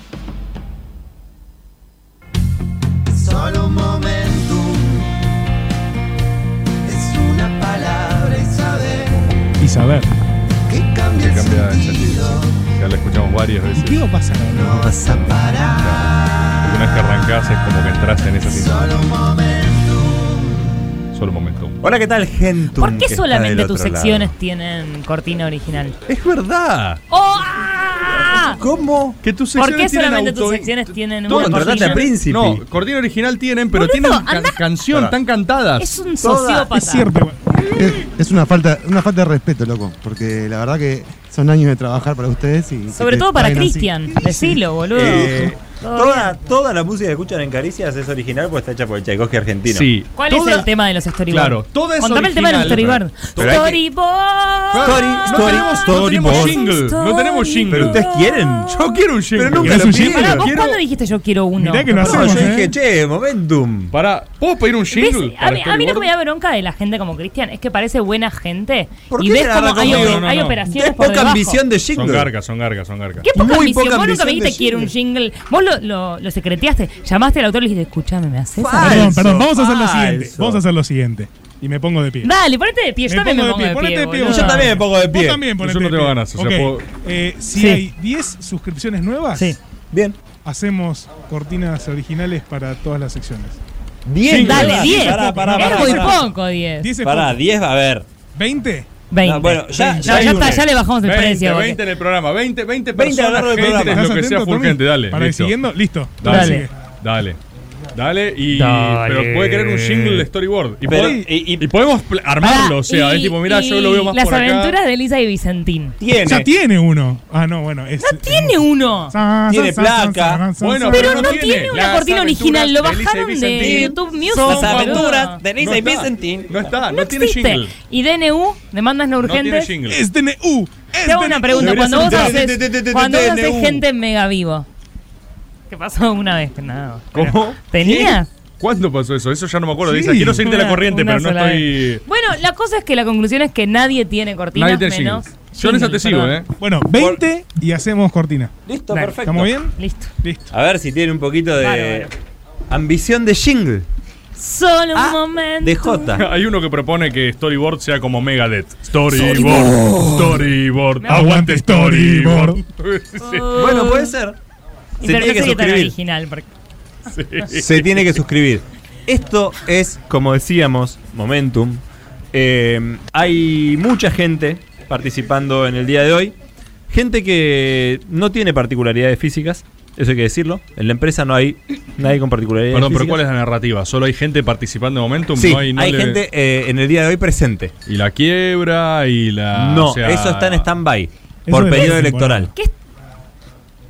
[SPEAKER 3] Solo un momento es una palabra y saber
[SPEAKER 9] Y saber.
[SPEAKER 3] que cambia
[SPEAKER 4] Se
[SPEAKER 3] el
[SPEAKER 4] cambia el
[SPEAKER 3] sentido.
[SPEAKER 4] sentido. sí. Ya la escuchamos varias veces.
[SPEAKER 9] ¿Qué va a pasar?
[SPEAKER 3] No vas a parar.
[SPEAKER 4] Porque una vez que arrancás es como que entras en esa
[SPEAKER 3] Solo un
[SPEAKER 4] situación.
[SPEAKER 3] momento.
[SPEAKER 4] Solo momento.
[SPEAKER 8] Hola, ¿qué tal, gente?
[SPEAKER 1] ¿Por qué solamente tus secciones tienen cortina original?
[SPEAKER 8] Es verdad.
[SPEAKER 1] ¡Oh! ah!
[SPEAKER 8] ¿Cómo?
[SPEAKER 4] Que tus
[SPEAKER 1] ¿Por
[SPEAKER 4] secciones
[SPEAKER 1] qué
[SPEAKER 4] tienen
[SPEAKER 1] solamente tus
[SPEAKER 4] auto-
[SPEAKER 1] secciones tienen
[SPEAKER 4] Todo
[SPEAKER 1] una
[SPEAKER 4] contratate
[SPEAKER 1] cortina?
[SPEAKER 4] a Príncipe. No, cortina original tienen, pero
[SPEAKER 1] Boludo,
[SPEAKER 4] tienen ca-
[SPEAKER 1] andá-
[SPEAKER 4] canción,
[SPEAKER 1] Pará.
[SPEAKER 4] están cantadas.
[SPEAKER 1] Es un sociópata.
[SPEAKER 20] Es, es una falta, una falta de respeto, loco, porque la verdad que son años de trabajar para ustedes y que
[SPEAKER 1] Sobre
[SPEAKER 20] te
[SPEAKER 1] todo para
[SPEAKER 20] traigan así.
[SPEAKER 1] Cristian. Decilo, boludo.
[SPEAKER 8] Eh,
[SPEAKER 1] Todo
[SPEAKER 8] toda, toda la música que escuchan en Caricias es original porque está hecha por el Tchaikovsky argentino.
[SPEAKER 4] Sí.
[SPEAKER 1] ¿Cuál es el tema de los storyboards?
[SPEAKER 8] Claro, todo es
[SPEAKER 1] Contame el tema de los
[SPEAKER 8] original.
[SPEAKER 1] storyboards.
[SPEAKER 8] Pero hay que-
[SPEAKER 1] Storyboard.
[SPEAKER 8] No tenemos- no tenemos jingle. No tenemos jingle. Pero ustedes quieren. Yo quiero un jingle. Pero nunca
[SPEAKER 1] Pará,
[SPEAKER 8] lo pidieron.
[SPEAKER 1] ¿Vos cuándo dijiste yo quiero uno?
[SPEAKER 8] yo
[SPEAKER 10] eh.
[SPEAKER 8] dije, che, momentum.
[SPEAKER 4] Pará, ¿puedo pedir un
[SPEAKER 1] ¿Ves?
[SPEAKER 4] jingle?
[SPEAKER 1] A mí, a mí lo que me da bronca de la gente como Cristian es que parece buena gente.
[SPEAKER 8] ¿Por
[SPEAKER 1] y
[SPEAKER 8] qué
[SPEAKER 1] ves
[SPEAKER 8] le
[SPEAKER 1] como
[SPEAKER 8] agarra
[SPEAKER 1] hay,
[SPEAKER 8] conmigo?
[SPEAKER 1] hay
[SPEAKER 8] No, no, no.
[SPEAKER 1] operaciones
[SPEAKER 8] Es
[SPEAKER 1] por
[SPEAKER 8] poca
[SPEAKER 1] debajo.
[SPEAKER 8] ambición de jingle.
[SPEAKER 4] Son gargas, son gargas, son gargas.
[SPEAKER 1] ¿Qué poca
[SPEAKER 8] Muy
[SPEAKER 1] ambición?
[SPEAKER 8] poca
[SPEAKER 1] Vos nunca me
[SPEAKER 8] ambición
[SPEAKER 1] dijiste
[SPEAKER 8] de
[SPEAKER 1] quiero un jingle. Vos lo, lo, lo secreteaste. Llamaste al autor y le dijiste, escúchame, ¿me haces?
[SPEAKER 9] Perdón, perdón, vamos a hacer lo
[SPEAKER 1] falso.
[SPEAKER 9] siguiente. Vamos a hacer lo siguiente. Y me pongo de pie.
[SPEAKER 1] Dale, ponete de pie. Yo también me pongo de pie.
[SPEAKER 9] ponete de pie,
[SPEAKER 1] boludo.
[SPEAKER 9] vos Vos también
[SPEAKER 4] Yo
[SPEAKER 9] ponete
[SPEAKER 4] no
[SPEAKER 9] de
[SPEAKER 4] tengo
[SPEAKER 9] pie.
[SPEAKER 4] ganas, o sea,
[SPEAKER 9] Ok,
[SPEAKER 4] puedo-
[SPEAKER 9] eh, si
[SPEAKER 4] Sí.
[SPEAKER 9] hay 10 suscripciones nuevas,
[SPEAKER 8] bien.
[SPEAKER 9] Hacemos cortinas originales para todas las secciones.
[SPEAKER 8] 10
[SPEAKER 9] Sí,
[SPEAKER 8] Dale,
[SPEAKER 9] pará,
[SPEAKER 8] 10.
[SPEAKER 9] pará, pará,
[SPEAKER 8] Es
[SPEAKER 9] pará,
[SPEAKER 8] muy
[SPEAKER 9] pará.
[SPEAKER 1] poco 10.
[SPEAKER 9] 10 es
[SPEAKER 8] Pará,
[SPEAKER 9] poco.
[SPEAKER 8] 10 va a haber.
[SPEAKER 9] ¿20?
[SPEAKER 1] 20.
[SPEAKER 8] No, bueno, ya-
[SPEAKER 1] ya ya está, ya le bajamos el
[SPEAKER 4] 20,
[SPEAKER 1] precio, porque-
[SPEAKER 4] 20 en el programa, 20, 20
[SPEAKER 9] 20 a lo
[SPEAKER 4] personas,
[SPEAKER 9] largo del
[SPEAKER 4] gente,
[SPEAKER 9] programa.
[SPEAKER 4] es lo que
[SPEAKER 9] ¿Estás
[SPEAKER 4] sea
[SPEAKER 9] atento,
[SPEAKER 4] fulgente,
[SPEAKER 9] Tommy?
[SPEAKER 4] dale.
[SPEAKER 9] Para ir siguiendo, listo.
[SPEAKER 4] Dale.
[SPEAKER 9] Dale.
[SPEAKER 4] Dale. Dale. y.
[SPEAKER 9] Dale.
[SPEAKER 4] Pero puede querer un jingle de storyboard. Y,
[SPEAKER 9] Pero-
[SPEAKER 4] pod- y podemos pl- armarlo, o sea, es tipo, mirá, yo lo veo más
[SPEAKER 1] Las
[SPEAKER 4] por acá.
[SPEAKER 1] aventuras de Elisa y Vicentín.
[SPEAKER 9] Ya tiene uno. Ah, no, bueno. Es,
[SPEAKER 1] Tiene uno.
[SPEAKER 9] Tiene placa.
[SPEAKER 1] Bueno, pero, no tiene, una cortina original. Lo bajaron de YouTube Music. boludo.
[SPEAKER 4] No está, No está, no, tiene
[SPEAKER 1] existe.
[SPEAKER 4] jingle.
[SPEAKER 1] Y DNU, demandas no
[SPEAKER 4] tiene
[SPEAKER 1] urgentes.
[SPEAKER 4] jingle. Es
[SPEAKER 9] DNU.
[SPEAKER 1] Te hago una pregunta.
[SPEAKER 4] Debería
[SPEAKER 1] Cuando vos
[SPEAKER 4] ser un
[SPEAKER 1] haces
[SPEAKER 4] DNU.
[SPEAKER 1] cuando vos haces
[SPEAKER 4] DNU.
[SPEAKER 1] gente en mega vivo. ¿Qué pasó una vez? Que nada.
[SPEAKER 4] ¿Cómo?
[SPEAKER 1] ¿Tenías?
[SPEAKER 4] ¿Cuándo pasó eso? Eso ya no me acuerdo.
[SPEAKER 9] Sí.
[SPEAKER 4] Dice, quiero seguirte la
[SPEAKER 9] Una-
[SPEAKER 4] corriente,
[SPEAKER 9] una
[SPEAKER 4] pero no
[SPEAKER 9] sola
[SPEAKER 4] estoy.
[SPEAKER 1] Bueno, la cosa es que la conclusión es que nadie tiene cortinas
[SPEAKER 4] Nadie tiene
[SPEAKER 1] menos.
[SPEAKER 4] jingles. Yo en esa te sigo, ¿eh?
[SPEAKER 9] Bueno, 20 y hacemos cortina.
[SPEAKER 8] Listo,
[SPEAKER 9] Dale,
[SPEAKER 8] perfecto.
[SPEAKER 9] ¿Estamos bien?
[SPEAKER 1] Listo.
[SPEAKER 4] eh.
[SPEAKER 9] Listo.
[SPEAKER 8] A ver si tiene un poquito de.
[SPEAKER 9] Bárbaro.
[SPEAKER 8] Ambición de jingle.
[SPEAKER 1] Solo
[SPEAKER 8] Ah,
[SPEAKER 1] un momento.
[SPEAKER 4] Hay uno que propone que Storyboard sea como Megadeth. Storyboard.
[SPEAKER 8] Storyboard.
[SPEAKER 4] Storyboard.
[SPEAKER 8] Me
[SPEAKER 4] Aguante Storyboard.
[SPEAKER 8] Bueno, puede ser.
[SPEAKER 1] Y
[SPEAKER 8] Se
[SPEAKER 1] pero
[SPEAKER 8] tiene
[SPEAKER 1] no soy
[SPEAKER 8] que
[SPEAKER 1] tan
[SPEAKER 8] suscribir.
[SPEAKER 1] original. porque-
[SPEAKER 8] Se tiene que suscribir. Esto es, como decíamos, Momentum. Eh, hay mucha gente participando en el día de hoy. Gente que no tiene particularidades físicas, eso hay que decirlo. En la empresa no hay nadie con particularidades
[SPEAKER 4] Perdón, pero
[SPEAKER 8] físicas.
[SPEAKER 4] ¿cuál es la narrativa? ¿Solo hay gente participando de Momentum?
[SPEAKER 8] Sí,
[SPEAKER 4] no hay, no
[SPEAKER 8] hay
[SPEAKER 4] le-
[SPEAKER 8] gente eh, en el día de hoy presente.
[SPEAKER 4] Y la quiebra y la.
[SPEAKER 8] No,
[SPEAKER 4] o sea-
[SPEAKER 8] eso está en stand-by. Por
[SPEAKER 4] es
[SPEAKER 8] periodo
[SPEAKER 4] la
[SPEAKER 8] electoral.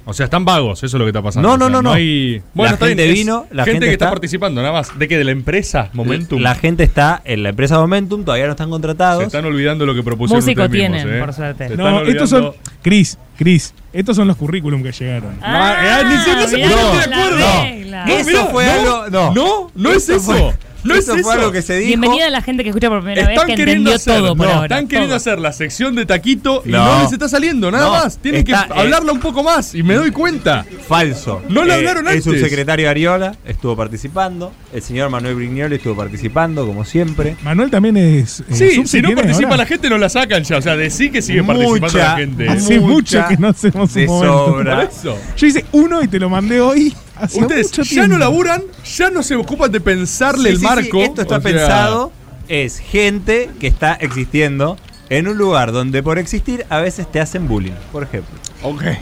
[SPEAKER 4] O sea, están vagos, eso es lo que está pasando.
[SPEAKER 8] No,
[SPEAKER 4] O sea,
[SPEAKER 8] no, no, no.
[SPEAKER 4] hay- Bueno,
[SPEAKER 8] La
[SPEAKER 4] está
[SPEAKER 8] gente
[SPEAKER 4] bien, es
[SPEAKER 8] vino, la gente
[SPEAKER 4] que está...
[SPEAKER 8] está-
[SPEAKER 4] participando, nada más. ¿De qué? ¿De la empresa Momentum?
[SPEAKER 8] La gente está en la empresa Momentum, todavía no están contratados.
[SPEAKER 4] Se están olvidando lo que propusieron
[SPEAKER 1] Músico
[SPEAKER 4] ustedes mismos,
[SPEAKER 1] tienen,
[SPEAKER 4] ¿eh?
[SPEAKER 1] por suerte.
[SPEAKER 4] Se están
[SPEAKER 9] No, estos
[SPEAKER 4] olvidando-
[SPEAKER 9] son. Cris, Cris, estos son los currículum que llegaron.
[SPEAKER 1] Ah,
[SPEAKER 4] eh, ni siquiera se
[SPEAKER 1] mirá
[SPEAKER 4] pusieron
[SPEAKER 1] la
[SPEAKER 4] de acuerdo.
[SPEAKER 1] regla.
[SPEAKER 4] No,
[SPEAKER 8] Eso
[SPEAKER 4] mirá,
[SPEAKER 8] fue
[SPEAKER 4] no,
[SPEAKER 8] algo- no.
[SPEAKER 4] No, no es
[SPEAKER 8] Eso
[SPEAKER 4] eso.
[SPEAKER 8] fue-
[SPEAKER 4] No
[SPEAKER 10] Eso
[SPEAKER 4] es
[SPEAKER 10] fue
[SPEAKER 4] eso.
[SPEAKER 10] algo que se dijo.
[SPEAKER 1] Bienvenida a la gente que escucha por primera vez,
[SPEAKER 4] Están
[SPEAKER 1] que
[SPEAKER 4] queriendo
[SPEAKER 1] entendió
[SPEAKER 4] hacer,
[SPEAKER 1] todo por
[SPEAKER 4] no,
[SPEAKER 1] ahora.
[SPEAKER 4] están queriendo hacer la sección de taquito y
[SPEAKER 8] No.
[SPEAKER 4] no les está saliendo nada
[SPEAKER 8] No,
[SPEAKER 4] más. Tienen
[SPEAKER 8] está,
[SPEAKER 4] que
[SPEAKER 8] eh,
[SPEAKER 4] hablarla un poco más y me doy cuenta.
[SPEAKER 8] Falso. Eh,
[SPEAKER 4] No lo hablaron
[SPEAKER 8] El
[SPEAKER 4] antes.
[SPEAKER 8] subsecretario Ariola estuvo participando. El señor Manuel Brignoli estuvo participando, como siempre.
[SPEAKER 9] Manuel también es. eh,
[SPEAKER 4] Sí,
[SPEAKER 9] subte
[SPEAKER 4] si no
[SPEAKER 9] tiene
[SPEAKER 4] participa
[SPEAKER 9] ahora.
[SPEAKER 4] la gente no la sacan ya. O sea, decí que sigue participando
[SPEAKER 9] Mucha,
[SPEAKER 4] la gente.
[SPEAKER 9] Hace mucho que no hacemos un
[SPEAKER 4] de
[SPEAKER 9] momento.
[SPEAKER 4] sobra. Por eso.
[SPEAKER 9] Yo hice uno y te lo mandé hoy. hace
[SPEAKER 4] Ustedes
[SPEAKER 9] mucho
[SPEAKER 4] ya no
[SPEAKER 9] tiempo.
[SPEAKER 4] laburan, ya no se ocupan de pensarle
[SPEAKER 8] Sí,
[SPEAKER 4] el
[SPEAKER 8] sí, sí,
[SPEAKER 4] marco.
[SPEAKER 8] esto está
[SPEAKER 4] O sea,
[SPEAKER 8] pensado. Es gente que está existiendo en un lugar donde por existir a veces te hacen bullying, por ejemplo.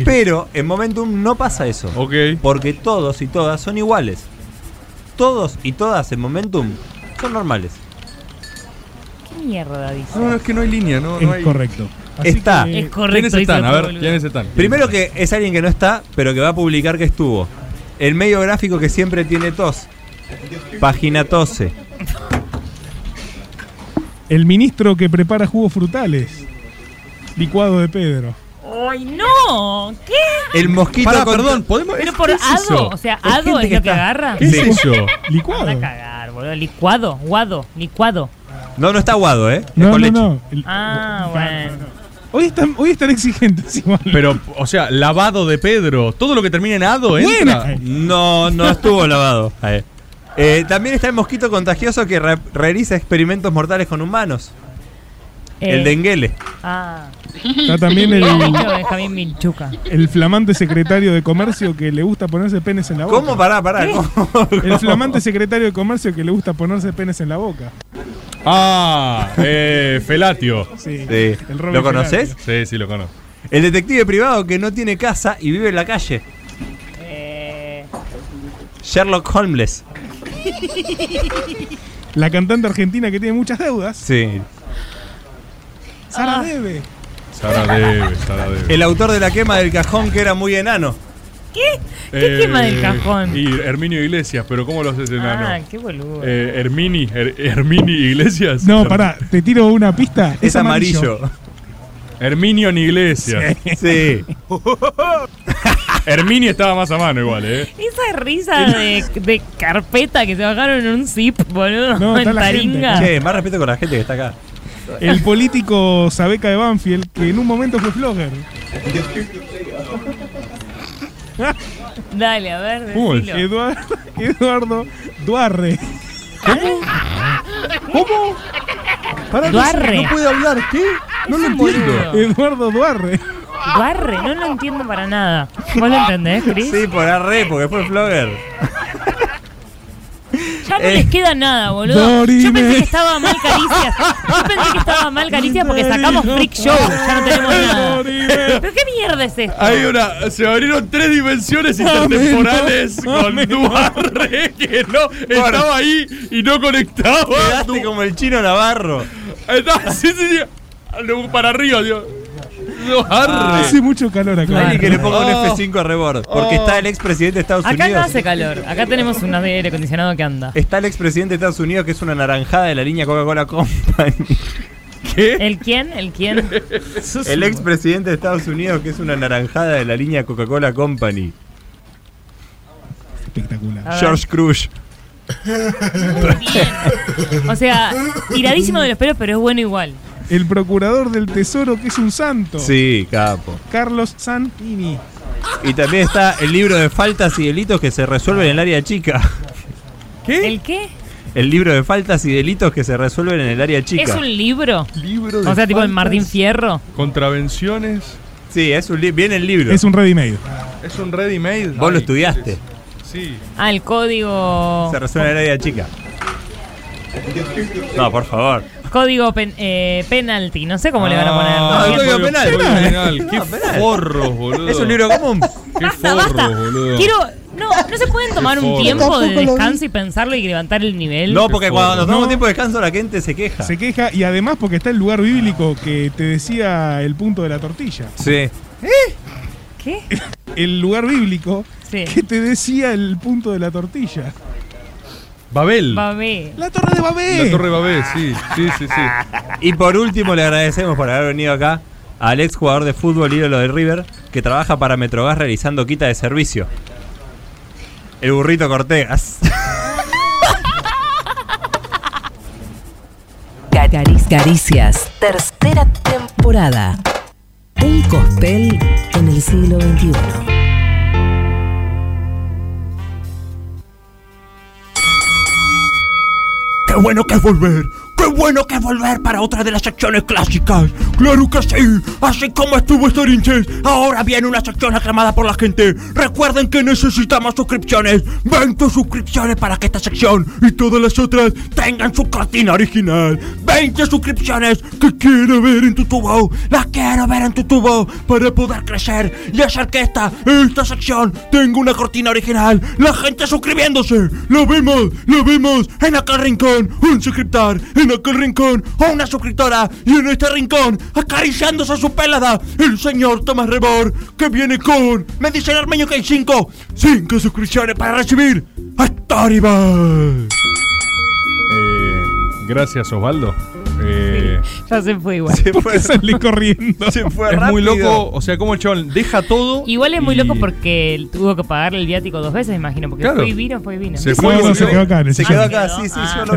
[SPEAKER 8] Pero en Momentum no pasa eso. Porque todos y todas son iguales. Todos y todas en Momentum son normales.
[SPEAKER 1] ¿Qué mierda dice?
[SPEAKER 4] No, es que no hay línea, no, no hay.
[SPEAKER 1] Así
[SPEAKER 8] está.
[SPEAKER 1] que- Es correcto, ¿Quiénes dice están? A todo ver, boludo. ¿quiénes están?
[SPEAKER 8] Primero que es alguien que no está, pero que va a publicar que estuvo. El medio gráfico que siempre tiene tos. Página 12.
[SPEAKER 9] El ministro que prepara jugos frutales. Licuado de Pedro.
[SPEAKER 1] ¡Ay, no! ¿Qué?
[SPEAKER 8] El mosquito.
[SPEAKER 4] Pará, perdón, ¿podemos
[SPEAKER 1] Pero por
[SPEAKER 4] ¿qué es
[SPEAKER 1] ado,
[SPEAKER 4] eso?
[SPEAKER 1] o sea,
[SPEAKER 4] Hay
[SPEAKER 1] ado es
[SPEAKER 4] gente que
[SPEAKER 1] lo que
[SPEAKER 4] está-
[SPEAKER 1] agarra.
[SPEAKER 4] ¿Qué es eso?
[SPEAKER 9] Licuado.
[SPEAKER 1] Anda a cagar, boludo. Licuado, guado, licuado.
[SPEAKER 8] No, no está aguado, ¿eh?
[SPEAKER 9] No, no, no.
[SPEAKER 1] Ah, bueno.
[SPEAKER 9] Hoy están, hoy están exigentes igual.
[SPEAKER 4] Pero, o sea, lavado de Pedro. Todo lo que termina en ado entra.
[SPEAKER 8] No, no estuvo lavado. Ahí. Eh, también está el mosquito contagioso que re- realiza experimentos mortales con humanos.
[SPEAKER 1] Eh.
[SPEAKER 8] El denguele.
[SPEAKER 1] Ah.
[SPEAKER 9] Está también el-
[SPEAKER 1] ministro Benjamín Minchuca.
[SPEAKER 9] El flamante secretario de comercio que le gusta ponerse penes en la boca.
[SPEAKER 8] ¿Cómo? Pará, pará.
[SPEAKER 9] El flamante secretario de comercio que le gusta ponerse penes en la boca.
[SPEAKER 4] Ah, eh, Felatio.
[SPEAKER 9] Sí.
[SPEAKER 8] Sí.
[SPEAKER 9] El
[SPEAKER 8] ¿Lo conoces?
[SPEAKER 4] Sí, sí, lo conozco.
[SPEAKER 8] El detective privado que no tiene casa y vive en la calle.
[SPEAKER 1] Eh.
[SPEAKER 8] Sherlock Holmes.
[SPEAKER 9] La cantante argentina que tiene muchas deudas.
[SPEAKER 8] Sí.
[SPEAKER 9] Sara debe.
[SPEAKER 4] Sara debe, Sara debe.
[SPEAKER 8] El autor de la quema del cajón que era muy enano.
[SPEAKER 1] ¿Qué?
[SPEAKER 4] Eh,
[SPEAKER 1] quema del cajón?
[SPEAKER 4] Y Herminio Iglesias, pero ¿cómo lo haces enano?
[SPEAKER 1] Ah, qué boludo.
[SPEAKER 4] Eh, Hermini, Her- Hermini Iglesias.
[SPEAKER 9] No, pará, te tiro una pista. Es,
[SPEAKER 4] Herminio en Iglesias.
[SPEAKER 8] Sí.
[SPEAKER 4] Hermini estaba más a mano igual, eh.
[SPEAKER 1] Esa risa de, de carpeta que se bajaron en un zip, boludo.
[SPEAKER 9] No, está
[SPEAKER 1] en
[SPEAKER 9] la gente
[SPEAKER 1] taringa.
[SPEAKER 9] acá.
[SPEAKER 8] Che, más respeto con la gente que está acá.
[SPEAKER 9] El político Sabeca de Banfield, que en un momento fue flogger.
[SPEAKER 1] Dale, a ver. decilo.
[SPEAKER 9] Eduardo, Eduardo Duarre. ¿Cómo? ¿Cómo? Pará, no sé,
[SPEAKER 1] Duarre.
[SPEAKER 9] No puede hablar, ¿qué? No lo
[SPEAKER 1] un
[SPEAKER 9] entiendo.
[SPEAKER 1] boludo.
[SPEAKER 9] Eduardo Duarre.
[SPEAKER 1] Barre, no lo entiendo para nada. ¿Vos lo entendés, Chris?
[SPEAKER 8] Sí, por arre, porque fue flogger.
[SPEAKER 1] Ya no
[SPEAKER 8] Eh.
[SPEAKER 1] les queda nada, boludo. Yo
[SPEAKER 8] Dorime.
[SPEAKER 1] pensé que estaba mal Caricias. Yo pensé que estaba mal Caricias porque sacamos Freak Show. Ya no tenemos nada. ¿Pero qué mierda es esto?
[SPEAKER 4] Hay una. Se abrieron tres dimensiones intertemporales con Duarre que no estaba ahí y no conectaba.
[SPEAKER 8] Quedaste como el chino Navarro.
[SPEAKER 4] Estaba, sí, sí, sí. Lo- Para arriba, Dios. ah. Duarre.
[SPEAKER 9] Hace mucho calor acá.
[SPEAKER 8] Alguien que le ponga un
[SPEAKER 4] Oh.
[SPEAKER 8] F5 a rebord. Porque
[SPEAKER 1] Oh.
[SPEAKER 8] está el expresidente de Estados
[SPEAKER 1] Acá no
[SPEAKER 8] Unidos.
[SPEAKER 1] hace calor. Acá tenemos un aire acondicionado que anda.
[SPEAKER 8] Está el expresidente de Estados Unidos que es una naranjada de la línea Coca-Cola Company.
[SPEAKER 1] ¿El quién? ¿El quién?
[SPEAKER 8] El expresidente de Estados Unidos que es una naranjada de la línea Coca-Cola Company.
[SPEAKER 9] Espectacular.
[SPEAKER 8] George Cruz.
[SPEAKER 1] O sea, tiradísimo de los pelos, pero es bueno igual.
[SPEAKER 9] El procurador del tesoro, que es un santo.
[SPEAKER 8] Sí, capo.
[SPEAKER 9] Carlos Santini.
[SPEAKER 8] Y también está el libro de faltas y delitos que se resuelven en el área chica.
[SPEAKER 1] ¿Qué? ¿El qué?
[SPEAKER 8] El libro de faltas y delitos que se resuelven en el área chica.
[SPEAKER 1] ¿Es un libro?
[SPEAKER 4] ¿Libro
[SPEAKER 1] O sea, tipo el Martín Fierro.
[SPEAKER 4] Contravenciones.
[SPEAKER 8] Sí, es un li- viene el libro.
[SPEAKER 9] Es un ready made.
[SPEAKER 4] Es un ready made.
[SPEAKER 8] Vos lo estudiaste.
[SPEAKER 4] Sí.
[SPEAKER 1] Ah, el código.
[SPEAKER 8] Se resuelve en el área chica. No, por favor.
[SPEAKER 1] Código pen- eh, penalti. No sé cómo le van a poner.
[SPEAKER 4] Ah, el código
[SPEAKER 1] Bien.
[SPEAKER 4] penal. El código penal. Qué forros, boludo.
[SPEAKER 8] Es un libro común.
[SPEAKER 4] Qué forros, boludo.
[SPEAKER 1] Quiero. No, no se pueden tomar un
[SPEAKER 8] forro.
[SPEAKER 1] tiempo de
[SPEAKER 8] Tampoco lo vi.
[SPEAKER 1] descanso y pensarlo y levantar el nivel.
[SPEAKER 8] No, porque cuando nos
[SPEAKER 9] No.
[SPEAKER 8] damos tiempo de descanso la gente se queja.
[SPEAKER 9] Se queja y además porque está el lugar bíblico que te decía el punto de la tortilla.
[SPEAKER 8] Sí.
[SPEAKER 1] ¿Qué?
[SPEAKER 9] El lugar bíblico
[SPEAKER 1] Sí.
[SPEAKER 9] que te decía el punto de la tortilla.
[SPEAKER 4] Babel.
[SPEAKER 1] Babé.
[SPEAKER 9] La torre de Babé.
[SPEAKER 4] La Torre Babé, sí, sí, sí, sí.
[SPEAKER 8] Y por último le agradecemos por haber venido acá al ex jugador de fútbol ídolo de River que trabaja para Metrogas realizando quita de servicio. El burrito Cortegas.
[SPEAKER 21] Caricias, tercera temporada. Un cospel en el siglo XXI.
[SPEAKER 18] ¡Qué bueno que es volver! ¡Qué bueno que es volver para otra de las secciones clásicas! ¡Claro que sí! Así como estuvo Storinches, ahora viene una sección aclamada por la gente. Recuerden que necesitamos suscripciones. 20 suscripciones para que esta sección y todas las otras tengan su cortina original. 20 suscripciones que quiero ver en tu tubo. Las quiero ver en tu tubo para poder crecer y hacer que esta, esta sección tenga una cortina original. La gente suscribiéndose. Lo vemos, lo vemos en aquel rincón. Un suscriptor en aquel rincón. O una suscriptora. Y en este rincón, acariciándose a su pelada, el señor Tomás Rebor, que viene con. Me dice el armeño que hay cinco. Cinco suscripciones para recibir a Storyball.
[SPEAKER 4] Eh, gracias, Osvaldo. Eh,
[SPEAKER 1] Ya se fue igual.
[SPEAKER 4] ¿Por qué salí corriendo. es muy
[SPEAKER 1] rápido.
[SPEAKER 4] loco. O sea, como el chabón deja todo.
[SPEAKER 1] Igual es muy
[SPEAKER 4] y-
[SPEAKER 1] loco porque él tuvo que pagarle el viático dos veces, imagino. Porque
[SPEAKER 4] Claro.
[SPEAKER 1] fue y vino, fue y vino.
[SPEAKER 4] Se fue y volvió.
[SPEAKER 1] Ah,
[SPEAKER 4] Ah,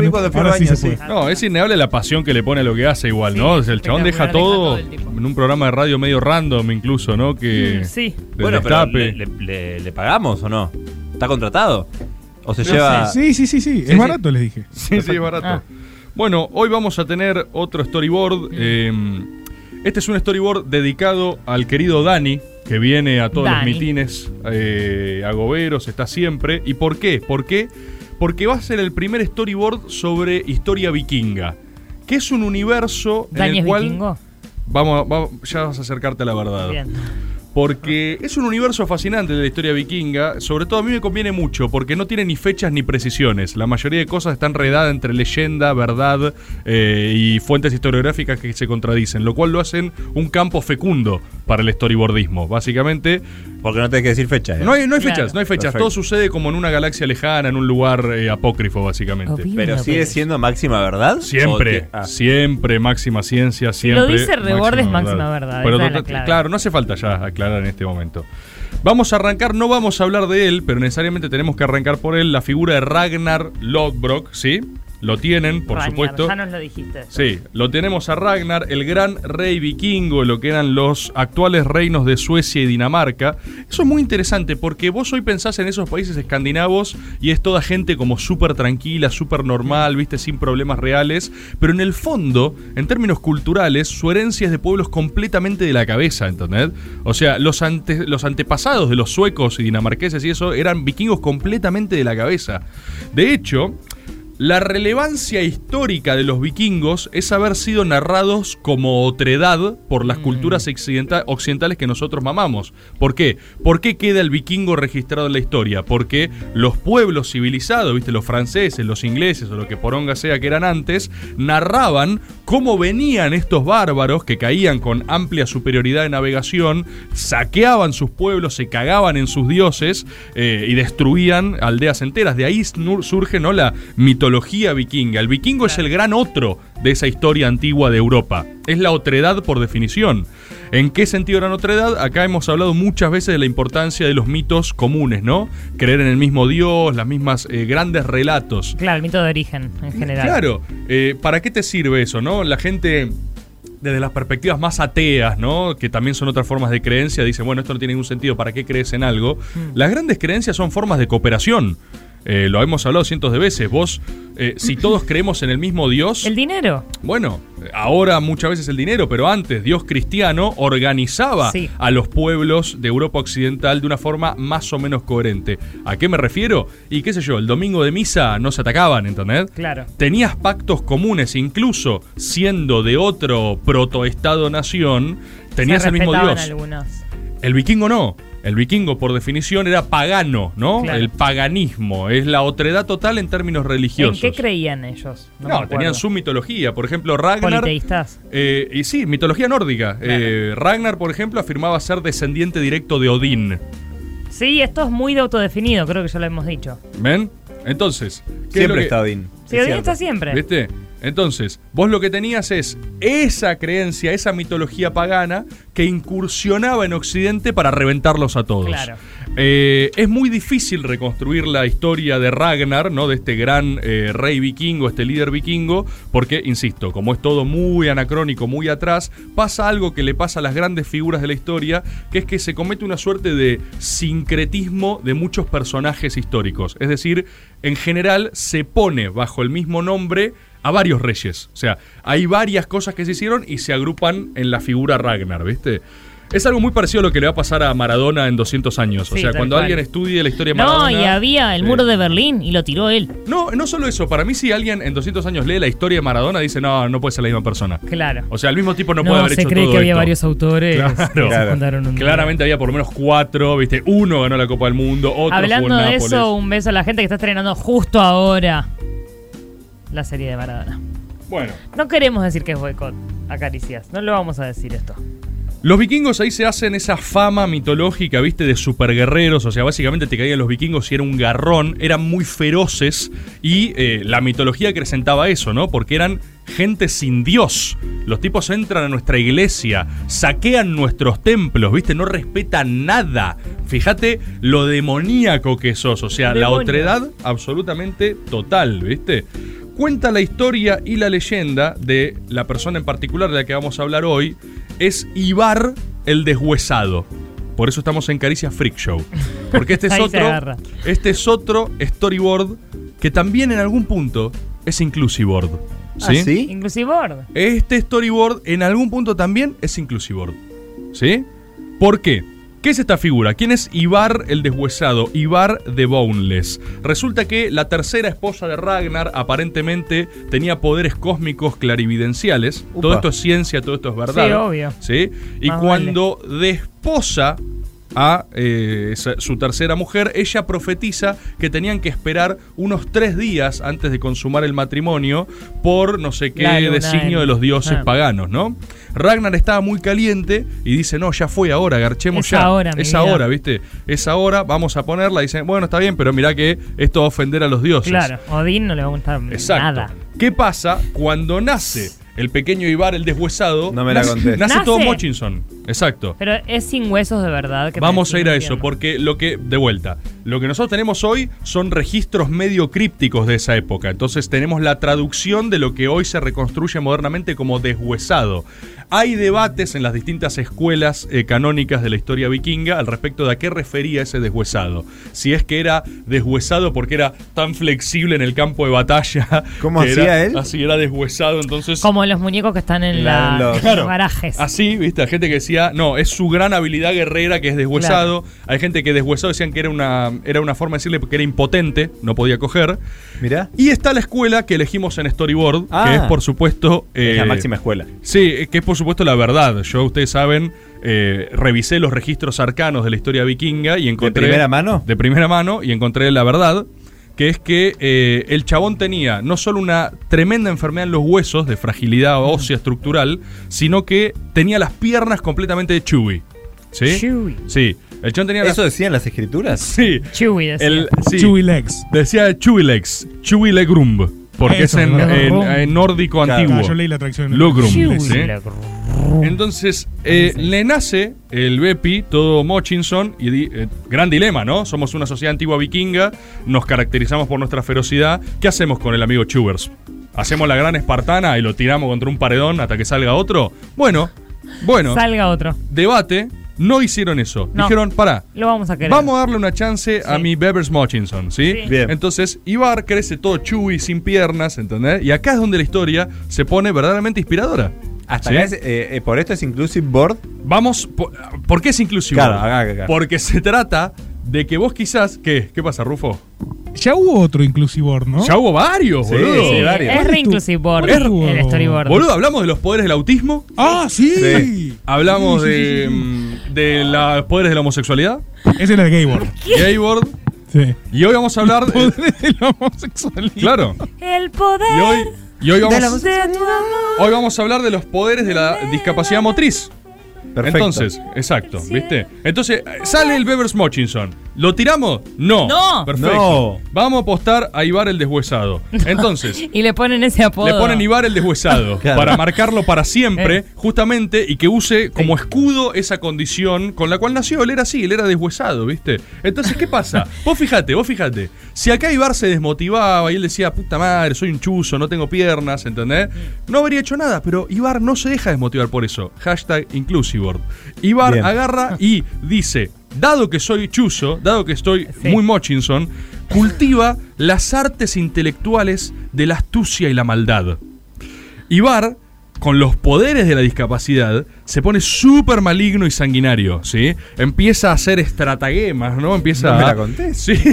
[SPEAKER 4] No, es innegable la pasión que le pone a lo que hace igual, ¿no? O sea, el chabón deja
[SPEAKER 1] espectacular,
[SPEAKER 4] todo en un programa de radio medio random incluso, ¿no? Que
[SPEAKER 8] Bueno,
[SPEAKER 4] bueno,
[SPEAKER 8] pero ¿le, le, le- le pagamos o no? ¿Está contratado? ¿O se lleva.?
[SPEAKER 9] Sí, sí, sí, sí.
[SPEAKER 4] Sí,
[SPEAKER 9] Es barato, les dije.
[SPEAKER 4] Sí, sí, es barato.
[SPEAKER 9] Ah.
[SPEAKER 4] Bueno, hoy vamos a tener otro storyboard. eh, este es un storyboard dedicado al querido Dani, que viene a todos
[SPEAKER 13] Dani.
[SPEAKER 4] los mitines, eh, a Goberos, está siempre. ¿Y por qué? ¿Por qué? Porque va a ser el primer storyboard sobre historia vikinga, que es un universo en
[SPEAKER 1] Dani
[SPEAKER 4] el
[SPEAKER 1] es
[SPEAKER 4] cual...
[SPEAKER 1] vikingo.
[SPEAKER 4] Vamos, a- va- ya vas a acercarte a la verdad.
[SPEAKER 1] Bien.
[SPEAKER 4] Porque es un universo fascinante de la historia vikinga. Sobre todo a mí me conviene mucho porque no tiene ni fechas ni precisiones. La mayoría de cosas está enredada entre leyenda, verdad eh, y fuentes historiográficas que se contradicen. Lo cual lo hacen un campo fecundo para el storyboardismo, básicamente.
[SPEAKER 8] Porque no tenés que decir fechas.
[SPEAKER 4] No hay, no hay
[SPEAKER 8] Claro.
[SPEAKER 4] fechas, no hay fechas.
[SPEAKER 8] Perfecto.
[SPEAKER 4] Todo sucede como en una galaxia lejana, en un lugar eh, apócrifo, básicamente.
[SPEAKER 8] Pero sigue siendo máxima verdad. ah.
[SPEAKER 4] Siempre, siempre máxima ciencia, siempre.
[SPEAKER 1] dice Rebord, es máxima verdad,
[SPEAKER 4] Pero
[SPEAKER 1] esa es la
[SPEAKER 4] total-
[SPEAKER 1] clave.
[SPEAKER 4] claro, no hace falta ya aclarar en este momento. Vamos a arrancar, no vamos a hablar de él, pero necesariamente tenemos que arrancar por él la figura de Ragnar Lodbrok, ¿sí? Lo tienen, por
[SPEAKER 1] Ragnar,
[SPEAKER 4] supuesto.
[SPEAKER 1] Ya nos lo dijiste.
[SPEAKER 4] Sí, lo tenemos a Ragnar, el gran rey vikingo, lo que eran los actuales reinos de Suecia y Dinamarca. Eso es muy interesante porque vos hoy pensás en esos países escandinavos y es toda gente como súper tranquila, súper normal, viste, sin problemas reales. Pero en el fondo, en términos culturales, su herencia es de pueblos completamente de la cabeza, ¿entendés? O sea, los, ante- los antepasados de los suecos y dinamarqueses y eso eran vikingos completamente de la cabeza. De hecho, la relevancia histórica de los vikingos es haber sido narrados como otredad por las culturas occidenta- occidentales que nosotros mamamos. ¿Por qué? ¿Por qué queda el vikingo registrado en la historia? Porque los pueblos civilizados, viste, los franceses, los ingleses o lo que poronga sea que eran antes, narraban cómo venían estos bárbaros que caían con amplia superioridad de navegación, saqueaban sus pueblos, se cagaban en sus dioses eh, y destruían aldeas enteras. De ahí snur- surge ¿no? la mitología vikinga. El vikingo es el gran otro de esa historia antigua de Europa. Es la otredad por definición. ¿En qué sentido era otredad? Acá hemos hablado muchas veces de la importancia de los mitos comunes, ¿no? Creer en el mismo Dios, las mismas eh, grandes relatos.
[SPEAKER 1] Claro, el mito de origen en general.
[SPEAKER 4] Mm, Claro, eh, ¿para qué te sirve eso, no? La gente desde las perspectivas más ateas, ¿no? Que también son otras formas de creencia, dice, bueno, esto no tiene ningún sentido, ¿para qué crees en algo?
[SPEAKER 1] Mm.
[SPEAKER 4] Las grandes creencias son formas de cooperación. Eh, lo hemos hablado cientos de veces. Vos, eh, si todos creemos en el mismo Dios.
[SPEAKER 1] El dinero.
[SPEAKER 4] Bueno, ahora muchas veces el dinero, pero antes Dios cristiano organizaba
[SPEAKER 1] Sí.
[SPEAKER 4] a los pueblos de Europa Occidental de una forma más o menos coherente. ¿A qué me refiero? Y qué sé yo, el domingo de misa no se atacaban, ¿entendés?
[SPEAKER 1] Claro.
[SPEAKER 4] Tenías pactos comunes, incluso siendo de otro protoestado-nación, tenías
[SPEAKER 1] Se
[SPEAKER 4] el mismo
[SPEAKER 1] respetaban
[SPEAKER 4] Dios.
[SPEAKER 1] algunos.
[SPEAKER 4] El vikingo no. El vikingo, por definición, era pagano, ¿no?
[SPEAKER 1] Claro.
[SPEAKER 4] El paganismo. Es la otredad total en términos
[SPEAKER 1] ¿En
[SPEAKER 4] religiosos.
[SPEAKER 1] qué creían ellos?
[SPEAKER 4] No,
[SPEAKER 1] me acuerdo.
[SPEAKER 4] tenían su mitología. Por ejemplo, Ragnar.
[SPEAKER 1] Politeístas.
[SPEAKER 4] Eh, y sí, mitología nórdica. Eh, Ragnar, por ejemplo, afirmaba ser descendiente directo de Odín.
[SPEAKER 1] Sí, esto es muy de autodefinido, creo que ya lo hemos dicho.
[SPEAKER 4] ¿Ven? Entonces.
[SPEAKER 8] Siempre está Odín.
[SPEAKER 1] Sí, Odín está siempre.
[SPEAKER 4] ¿Viste? Entonces, vos lo que tenías es esa creencia, esa mitología pagana que incursionaba en Occidente para reventarlos a todos.
[SPEAKER 1] Claro.
[SPEAKER 4] Eh, es muy difícil reconstruir la historia de Ragnar, ¿no? De este gran eh, rey vikingo, este líder vikingo, porque, insisto, como es todo muy anacrónico, muy atrás, pasa algo que le pasa a las grandes figuras de la historia, que es que se comete una suerte de sincretismo de muchos personajes históricos. Es decir, en general se pone bajo el mismo nombre a varios reyes. O sea, hay varias cosas que se hicieron y se agrupan en la figura Ragnar, ¿viste? Es algo muy parecido a lo que le va a pasar a Maradona en 200 años. O
[SPEAKER 1] Sí,
[SPEAKER 4] sea,
[SPEAKER 1] tal
[SPEAKER 4] cuando
[SPEAKER 1] cual.
[SPEAKER 4] alguien estudie la historia de
[SPEAKER 1] No,
[SPEAKER 4] Maradona.
[SPEAKER 1] y había el
[SPEAKER 4] Sí.
[SPEAKER 1] muro de Berlín y lo tiró él.
[SPEAKER 4] No, no solo eso. Para mí, si alguien en 200 años lee la historia de Maradona, dice, no, no puede ser la misma persona.
[SPEAKER 1] Claro.
[SPEAKER 4] O sea, el mismo tipo no, puede haber
[SPEAKER 1] se
[SPEAKER 4] hecho
[SPEAKER 1] cree
[SPEAKER 4] todo
[SPEAKER 1] que había
[SPEAKER 4] esto.
[SPEAKER 1] varios autores que se
[SPEAKER 4] Claro.
[SPEAKER 1] juntaron un día.
[SPEAKER 4] Claramente había por lo menos cuatro, ¿viste? Uno ganó la Copa del Mundo, otro
[SPEAKER 1] Hablando
[SPEAKER 4] jugó en
[SPEAKER 1] de
[SPEAKER 4] Nápoles.
[SPEAKER 1] eso, un beso a la gente que está estrenando justo ahora la serie de Maradona.
[SPEAKER 4] Bueno.
[SPEAKER 1] No queremos decir que es boicot, acaricias. No lo vamos a decir esto.
[SPEAKER 4] Los vikingos ahí se hacen esa fama mitológica, viste, de superguerreros. O sea, básicamente te caían los vikingos y era un garrón, eran muy feroces y eh, la mitología acrecentaba eso, ¿no? Porque eran gente sin Dios. Los tipos entran a nuestra iglesia, saquean nuestros templos, viste, no respetan nada. Fíjate lo demoníaco que sos, o sea, la
[SPEAKER 14] Demonios.
[SPEAKER 4] otredad absolutamente total, ¿viste? Cuenta la historia y la leyenda de la persona en particular de la que vamos a hablar hoy, es Ibar el deshuesado. Por eso estamos en Caricia Freak Show. Porque este es
[SPEAKER 1] Ahí se
[SPEAKER 4] otro,
[SPEAKER 1] agarra.
[SPEAKER 4] este es otro storyboard que también en algún punto es inclusive ¿Sí?
[SPEAKER 1] Inclusiveboard.
[SPEAKER 4] Este storyboard en algún punto también es inclusive ¿Sí? ¿Por qué? ¿Qué es esta figura? ¿Quién es Ibar el deshuesado? Ibar de Boneless. Resulta que la tercera esposa de Ragnar aparentemente tenía poderes cósmicos clarividenciales. Todo esto es ciencia, todo esto es verdad.
[SPEAKER 1] Sí, obvio.
[SPEAKER 4] ¿sí? Y
[SPEAKER 1] Más
[SPEAKER 4] cuando desposa a eh, esa- su tercera mujer, ella profetiza que tenían que esperar unos tres días antes de consumar el matrimonio por no sé qué
[SPEAKER 14] La luna
[SPEAKER 4] designio
[SPEAKER 14] en-
[SPEAKER 4] de los dioses
[SPEAKER 14] Ah.
[SPEAKER 4] paganos, ¿no? Ragnar estaba muy caliente y dice, no, ya fue ahora, garchemos
[SPEAKER 14] Es
[SPEAKER 4] ya.
[SPEAKER 14] ahora, mi
[SPEAKER 4] es
[SPEAKER 14] vida.
[SPEAKER 4] ahora, ¿viste? Es ahora, vamos a ponerla. Dicen, bueno, está bien, pero mirá que esto va a ofender a los dioses.
[SPEAKER 1] Claro, Odín no le va a gustar
[SPEAKER 4] Exacto.
[SPEAKER 1] nada.
[SPEAKER 4] ¿Qué pasa cuando nace el pequeño Ibar, el deshuesado? No
[SPEAKER 14] me la
[SPEAKER 4] nace,
[SPEAKER 14] contés.
[SPEAKER 4] Nace,
[SPEAKER 1] Nace.
[SPEAKER 4] todo Mochinson. Exacto.
[SPEAKER 1] Pero es sin huesos de verdad. que
[SPEAKER 4] Vamos
[SPEAKER 1] me-
[SPEAKER 4] a ir a eso, porque lo que, de vuelta, lo que nosotros tenemos hoy son registros medio crípticos de esa época. Entonces tenemos la traducción de lo que hoy se reconstruye modernamente como deshuesado. Hay debates en las distintas escuelas eh, canónicas de la historia vikinga al respecto de a qué refería ese deshuesado. Si es que era deshuesado porque era tan flexible en el campo de batalla.
[SPEAKER 1] ¿Cómo
[SPEAKER 4] que era-
[SPEAKER 1] hacía él?
[SPEAKER 4] Así era deshuesado, entonces...
[SPEAKER 1] Como los muñecos que están en, la, en
[SPEAKER 4] Claro. Ah,
[SPEAKER 1] los garajes.
[SPEAKER 4] Así, viste, hay gente que decía, no, es su gran habilidad guerrera que es deshuesado. Hay gente que deshuesado decían que era una, era una forma de decirle que era impotente, no podía coger.
[SPEAKER 8] Mirá.
[SPEAKER 4] Y está la escuela que elegimos en Storyboard,
[SPEAKER 8] Ah.
[SPEAKER 4] que es por supuesto. eh,
[SPEAKER 8] Es la máxima
[SPEAKER 4] escuela. Sí, eh, que es por supuesto la verdad. Yo, ustedes saben, eh, revisé los registros arcanos de la historia vikinga y encontré.
[SPEAKER 8] primera
[SPEAKER 4] mano? De primera mano y encontré la verdad. Que es que eh, el chabón tenía no solo una tremenda enfermedad en los huesos, de fragilidad ósea estructural, sino que tenía las piernas completamente de Chewy. ¿Sí?
[SPEAKER 1] Chewy.
[SPEAKER 4] Sí. El chabón tenía
[SPEAKER 14] ¿Eso
[SPEAKER 4] decían las escrituras? Sí.
[SPEAKER 1] Chewy decía.
[SPEAKER 4] El, sí.
[SPEAKER 1] Chewy
[SPEAKER 4] Legs. Decía Chewy Legs. Chewy Legrum. Porque
[SPEAKER 9] Eso,
[SPEAKER 4] es en,
[SPEAKER 9] ¿verdad?
[SPEAKER 4] en- en nórdico
[SPEAKER 9] Claro, Ah,
[SPEAKER 4] antiguo.
[SPEAKER 9] yo leí la traducción en-
[SPEAKER 4] Logrum.
[SPEAKER 9] Chewy
[SPEAKER 4] ¿sí? Entonces, eh, le nace el Bepi, todo Mochinson, y di- eh, gran dilema, ¿no? Somos una sociedad antigua vikinga, nos caracterizamos por nuestra ferocidad. ¿Qué hacemos con el amigo Chubers? ¿Hacemos la gran espartana y lo tiramos contra un paredón hasta que salga otro? Bueno, bueno.
[SPEAKER 1] Salga otro.
[SPEAKER 4] Debate, no hicieron eso.
[SPEAKER 1] No.
[SPEAKER 4] Dijeron, pará,
[SPEAKER 1] Lo vamos a querer.
[SPEAKER 4] Vamos a darle una chance a mi Bevers Mochinson, ¿sí?
[SPEAKER 1] Sí. Bien.
[SPEAKER 4] Entonces, Ibar crece todo chuy, sin piernas, ¿entendés? Y acá es donde la historia se pone verdaderamente inspiradora.
[SPEAKER 14] Hasta acá es, eh,
[SPEAKER 4] por esto es Inclusive Board. Vamos, por, ¿por qué es Inclusive
[SPEAKER 14] Claro,
[SPEAKER 4] Board?
[SPEAKER 14] acá, acá, acá.
[SPEAKER 4] Porque se trata de que vos quizás. ¿Qué? ¿Qué pasa, Rufo?
[SPEAKER 9] Ya hubo otro Inclusivor, ¿no?
[SPEAKER 4] Ya hubo varios,
[SPEAKER 9] Sí,
[SPEAKER 4] boludo.
[SPEAKER 9] sí, varios.
[SPEAKER 1] Es re inclusive board.
[SPEAKER 4] Es-
[SPEAKER 1] el storyboard.
[SPEAKER 4] Boludo, hablamos de los poderes del autismo.
[SPEAKER 9] Ah, sí.
[SPEAKER 4] Hablamos
[SPEAKER 9] Sí, sí,
[SPEAKER 4] de, mm, de los poderes de la homosexualidad.
[SPEAKER 9] Ese era el Gayboard.
[SPEAKER 4] Gayboard.
[SPEAKER 9] Sí.
[SPEAKER 4] Y hoy vamos a hablar de.
[SPEAKER 9] de la homosexualidad.
[SPEAKER 4] Claro.
[SPEAKER 1] El poder.
[SPEAKER 4] Y hoy, y hoy
[SPEAKER 1] de
[SPEAKER 4] vamos,
[SPEAKER 1] la- de tu amor.
[SPEAKER 4] hoy vamos a hablar de los poderes de la discapacidad motriz.
[SPEAKER 8] Perfecto.
[SPEAKER 4] Entonces, exacto, ¿viste? Entonces, eh, sale el Bevers Mochinson. ¿Lo tiramos? No.
[SPEAKER 1] No.
[SPEAKER 4] Perfecto. Vamos a apostar a Ibar el deshuesado. Entonces,
[SPEAKER 1] y le ponen ese apodo.
[SPEAKER 4] le ponen Ibar el deshuesado
[SPEAKER 1] Claro.
[SPEAKER 4] para marcarlo para siempre,
[SPEAKER 1] Eh.
[SPEAKER 4] justamente, y que use como escudo esa condición con la cual nació. Él era así, él era deshuesado, ¿viste? Entonces, ¿qué pasa? vos fijate, vos fijate. Si acá Ibar se desmotivaba y él decía, puta madre, soy un chuzo, no tengo piernas, ¿entendés? No habría hecho nada, pero Ibar no se deja desmotivar por eso. Hashtag Inclusiveboard. Ibar
[SPEAKER 8] Bien.
[SPEAKER 4] agarra y dice, dado que soy chuzo, dado que estoy muy Mochinson, cultiva las artes intelectuales de la astucia y la maldad. Ibar, con los poderes de la discapacidad, se pone súper maligno y sanguinario, ¿sí? Empieza a hacer estratagemas, ¿no? Empieza
[SPEAKER 8] No me
[SPEAKER 4] a...
[SPEAKER 8] la contés.
[SPEAKER 4] Sí.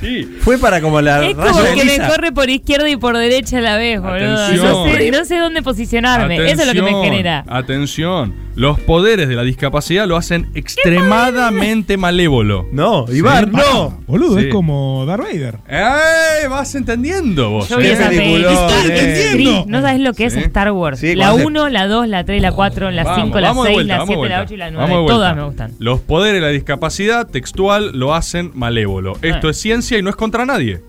[SPEAKER 4] sí.
[SPEAKER 8] Fue para como la
[SPEAKER 1] Es como que me corre por izquierda y por derecha a la vez, boludo. No
[SPEAKER 4] Atención.
[SPEAKER 1] sé, no sé dónde posicionarme. Eso es lo que me
[SPEAKER 4] Atención,
[SPEAKER 1] genera.
[SPEAKER 4] Atención, los poderes de la discapacidad lo hacen extremadamente malévolo. No,
[SPEAKER 9] Ibar, no. Ah, Boludo,
[SPEAKER 4] Sí.
[SPEAKER 9] es como Darth Vader.
[SPEAKER 4] ¡Ey! Vas entendiendo vos.
[SPEAKER 1] Yo vi
[SPEAKER 4] ¿eh?
[SPEAKER 1] esa película.
[SPEAKER 4] Estás
[SPEAKER 1] eh,
[SPEAKER 4] entendiendo.
[SPEAKER 1] Chris, No sabes lo que es Star Wars.
[SPEAKER 4] Sí,
[SPEAKER 1] la
[SPEAKER 4] cuando se-
[SPEAKER 1] 1, la 2, la 3, la 4, la 5, la
[SPEAKER 4] vamos de
[SPEAKER 1] 6,
[SPEAKER 4] vuelta,
[SPEAKER 1] la
[SPEAKER 4] vamos de
[SPEAKER 1] 7, la
[SPEAKER 4] vuelta.
[SPEAKER 1] 8 y la
[SPEAKER 4] Vamos de
[SPEAKER 1] 9.
[SPEAKER 4] vuelta.
[SPEAKER 1] Todas me gustan.
[SPEAKER 4] Los poderes de la discapacidad textual lo hacen malévolo. Esto
[SPEAKER 1] Ah.
[SPEAKER 4] es ciencia y no es contra nadie.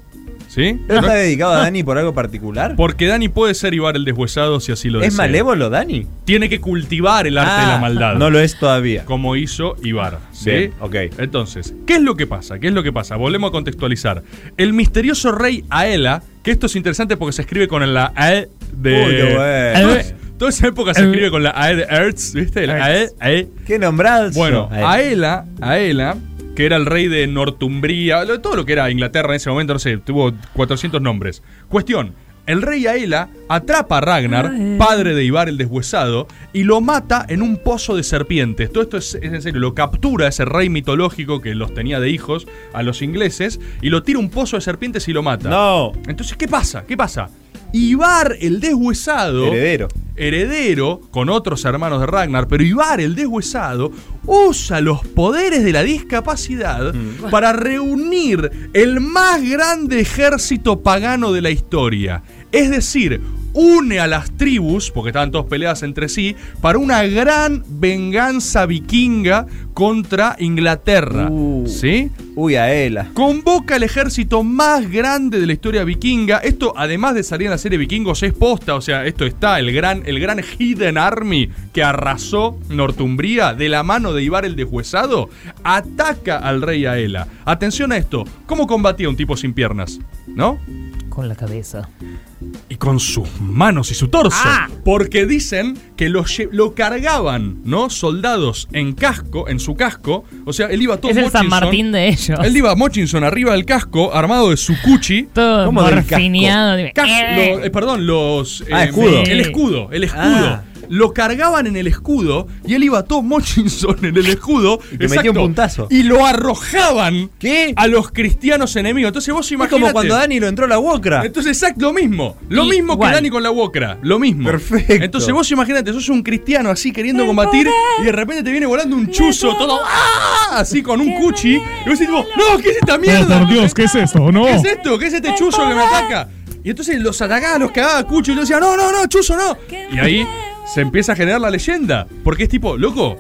[SPEAKER 4] ¿Sí?
[SPEAKER 10] ¿Pero está dedicado a Dani
[SPEAKER 4] por algo particular? Porque Dani puede ser Ibar el deshuesado si así lo
[SPEAKER 10] ¿Es
[SPEAKER 4] desea.
[SPEAKER 10] malévolo, Dani?
[SPEAKER 4] Tiene que cultivar el arte
[SPEAKER 10] Ah,
[SPEAKER 4] de la maldad.
[SPEAKER 10] no
[SPEAKER 4] lo es todavía. Como hizo Ibar. ¿sí?
[SPEAKER 10] Bien,
[SPEAKER 4] ok. Entonces, ¿qué es lo que pasa? ¿Qué es lo que pasa? Volvemos a contextualizar. El misterioso rey Aela, que esto es interesante porque se escribe con la AE de.
[SPEAKER 10] Uy, qué bueno.
[SPEAKER 4] Toda esa- Toda esa época se
[SPEAKER 10] Eh.
[SPEAKER 4] escribe con la AE de Ertz, ¿viste? La AE, AE.
[SPEAKER 10] ¿Qué nombrado?
[SPEAKER 4] Bueno, Aela, Aela, que era el rey de Northumbria, lo- todo lo que era Inglaterra en ese momento, no sé, tuvo 400 nombres. Cuestión, el rey Aela atrapa a Ragnar,
[SPEAKER 8] Ay.
[SPEAKER 4] padre de Ibar el deshuesado, y lo mata en un pozo de serpientes. Todo esto es, es en serio, lo captura ese rey mitológico que los tenía de hijos a los ingleses y lo tira a un pozo de serpientes y lo mata. No. Entonces, ¿qué pasa? ¿Qué pasa? Ibar el deshuesado
[SPEAKER 10] Heredero.
[SPEAKER 4] heredero con otros hermanos de Ragnar, pero Ibar el deshuesado usa los poderes de la discapacidad
[SPEAKER 8] Mm.
[SPEAKER 4] para reunir el más grande ejército pagano de la historia. Es decir, une a las tribus, porque estaban todos peleadas entre sí, para una gran venganza vikinga contra Inglaterra. ¿Sí?
[SPEAKER 10] Uh. Uy, a Ela.
[SPEAKER 4] Convoca el ejército más grande de la historia vikinga. Esto, además de salir en la serie Vikingos, es posta. O sea, esto está, el gran, el gran Hidden Army que arrasó Northumbria de la mano de Ibar el deshuesado, ataca al rey Aela. Atención a esto. ¿Cómo combatía un tipo sin piernas? ¿No?
[SPEAKER 1] Con la cabeza. Ah.
[SPEAKER 4] Y con sus manos y su torso. Porque dicen que lo, lle- lo cargaban, ¿no? Soldados en casco, en su casco. O sea, él iba todo
[SPEAKER 1] Es el San
[SPEAKER 4] Murchison.
[SPEAKER 1] Martín de ellos.
[SPEAKER 4] Él iba Mochinson arriba del casco, armado de su cuchi.
[SPEAKER 1] Todo
[SPEAKER 4] ¿Cómo del casco?
[SPEAKER 1] morfineado. Dime,
[SPEAKER 4] Cas-
[SPEAKER 1] eh.
[SPEAKER 4] lo- eh, perdón, los.
[SPEAKER 1] Ah,
[SPEAKER 4] eh,
[SPEAKER 1] escudo.
[SPEAKER 4] El escudo, el escudo.
[SPEAKER 1] Ah.
[SPEAKER 4] Lo cargaban en el escudo y él iba todo Mochinson en el escudo.
[SPEAKER 10] te metía un puntazo.
[SPEAKER 4] Y lo arrojaban a los cristianos enemigos. Entonces vos
[SPEAKER 10] Es
[SPEAKER 4] imagínate.
[SPEAKER 10] como cuando Dani lo entró a la Wokra.
[SPEAKER 4] Entonces, exacto, lo mismo. Lo mismo
[SPEAKER 10] Igual.
[SPEAKER 4] que Dani con la Wokra. Lo mismo. Perfecto. Entonces, vos imagínate, sos un cristiano así queriendo combatir y de repente te viene volando un chuzo todo ¡ah! así con un cuchi. Y vos decís, tipo, no, ¿qué es esta
[SPEAKER 9] Oh,
[SPEAKER 4] mierda?
[SPEAKER 9] por Dios, ¿qué es esto? No.
[SPEAKER 4] ¿Qué es esto? ¿Qué es este chuzo que me ataca? Y entonces los atacaba, los cagaba a Cucho y yo decía, no, no, no, chuzo, no. Y ahí se empieza a generar la leyenda. Porque es tipo, loco,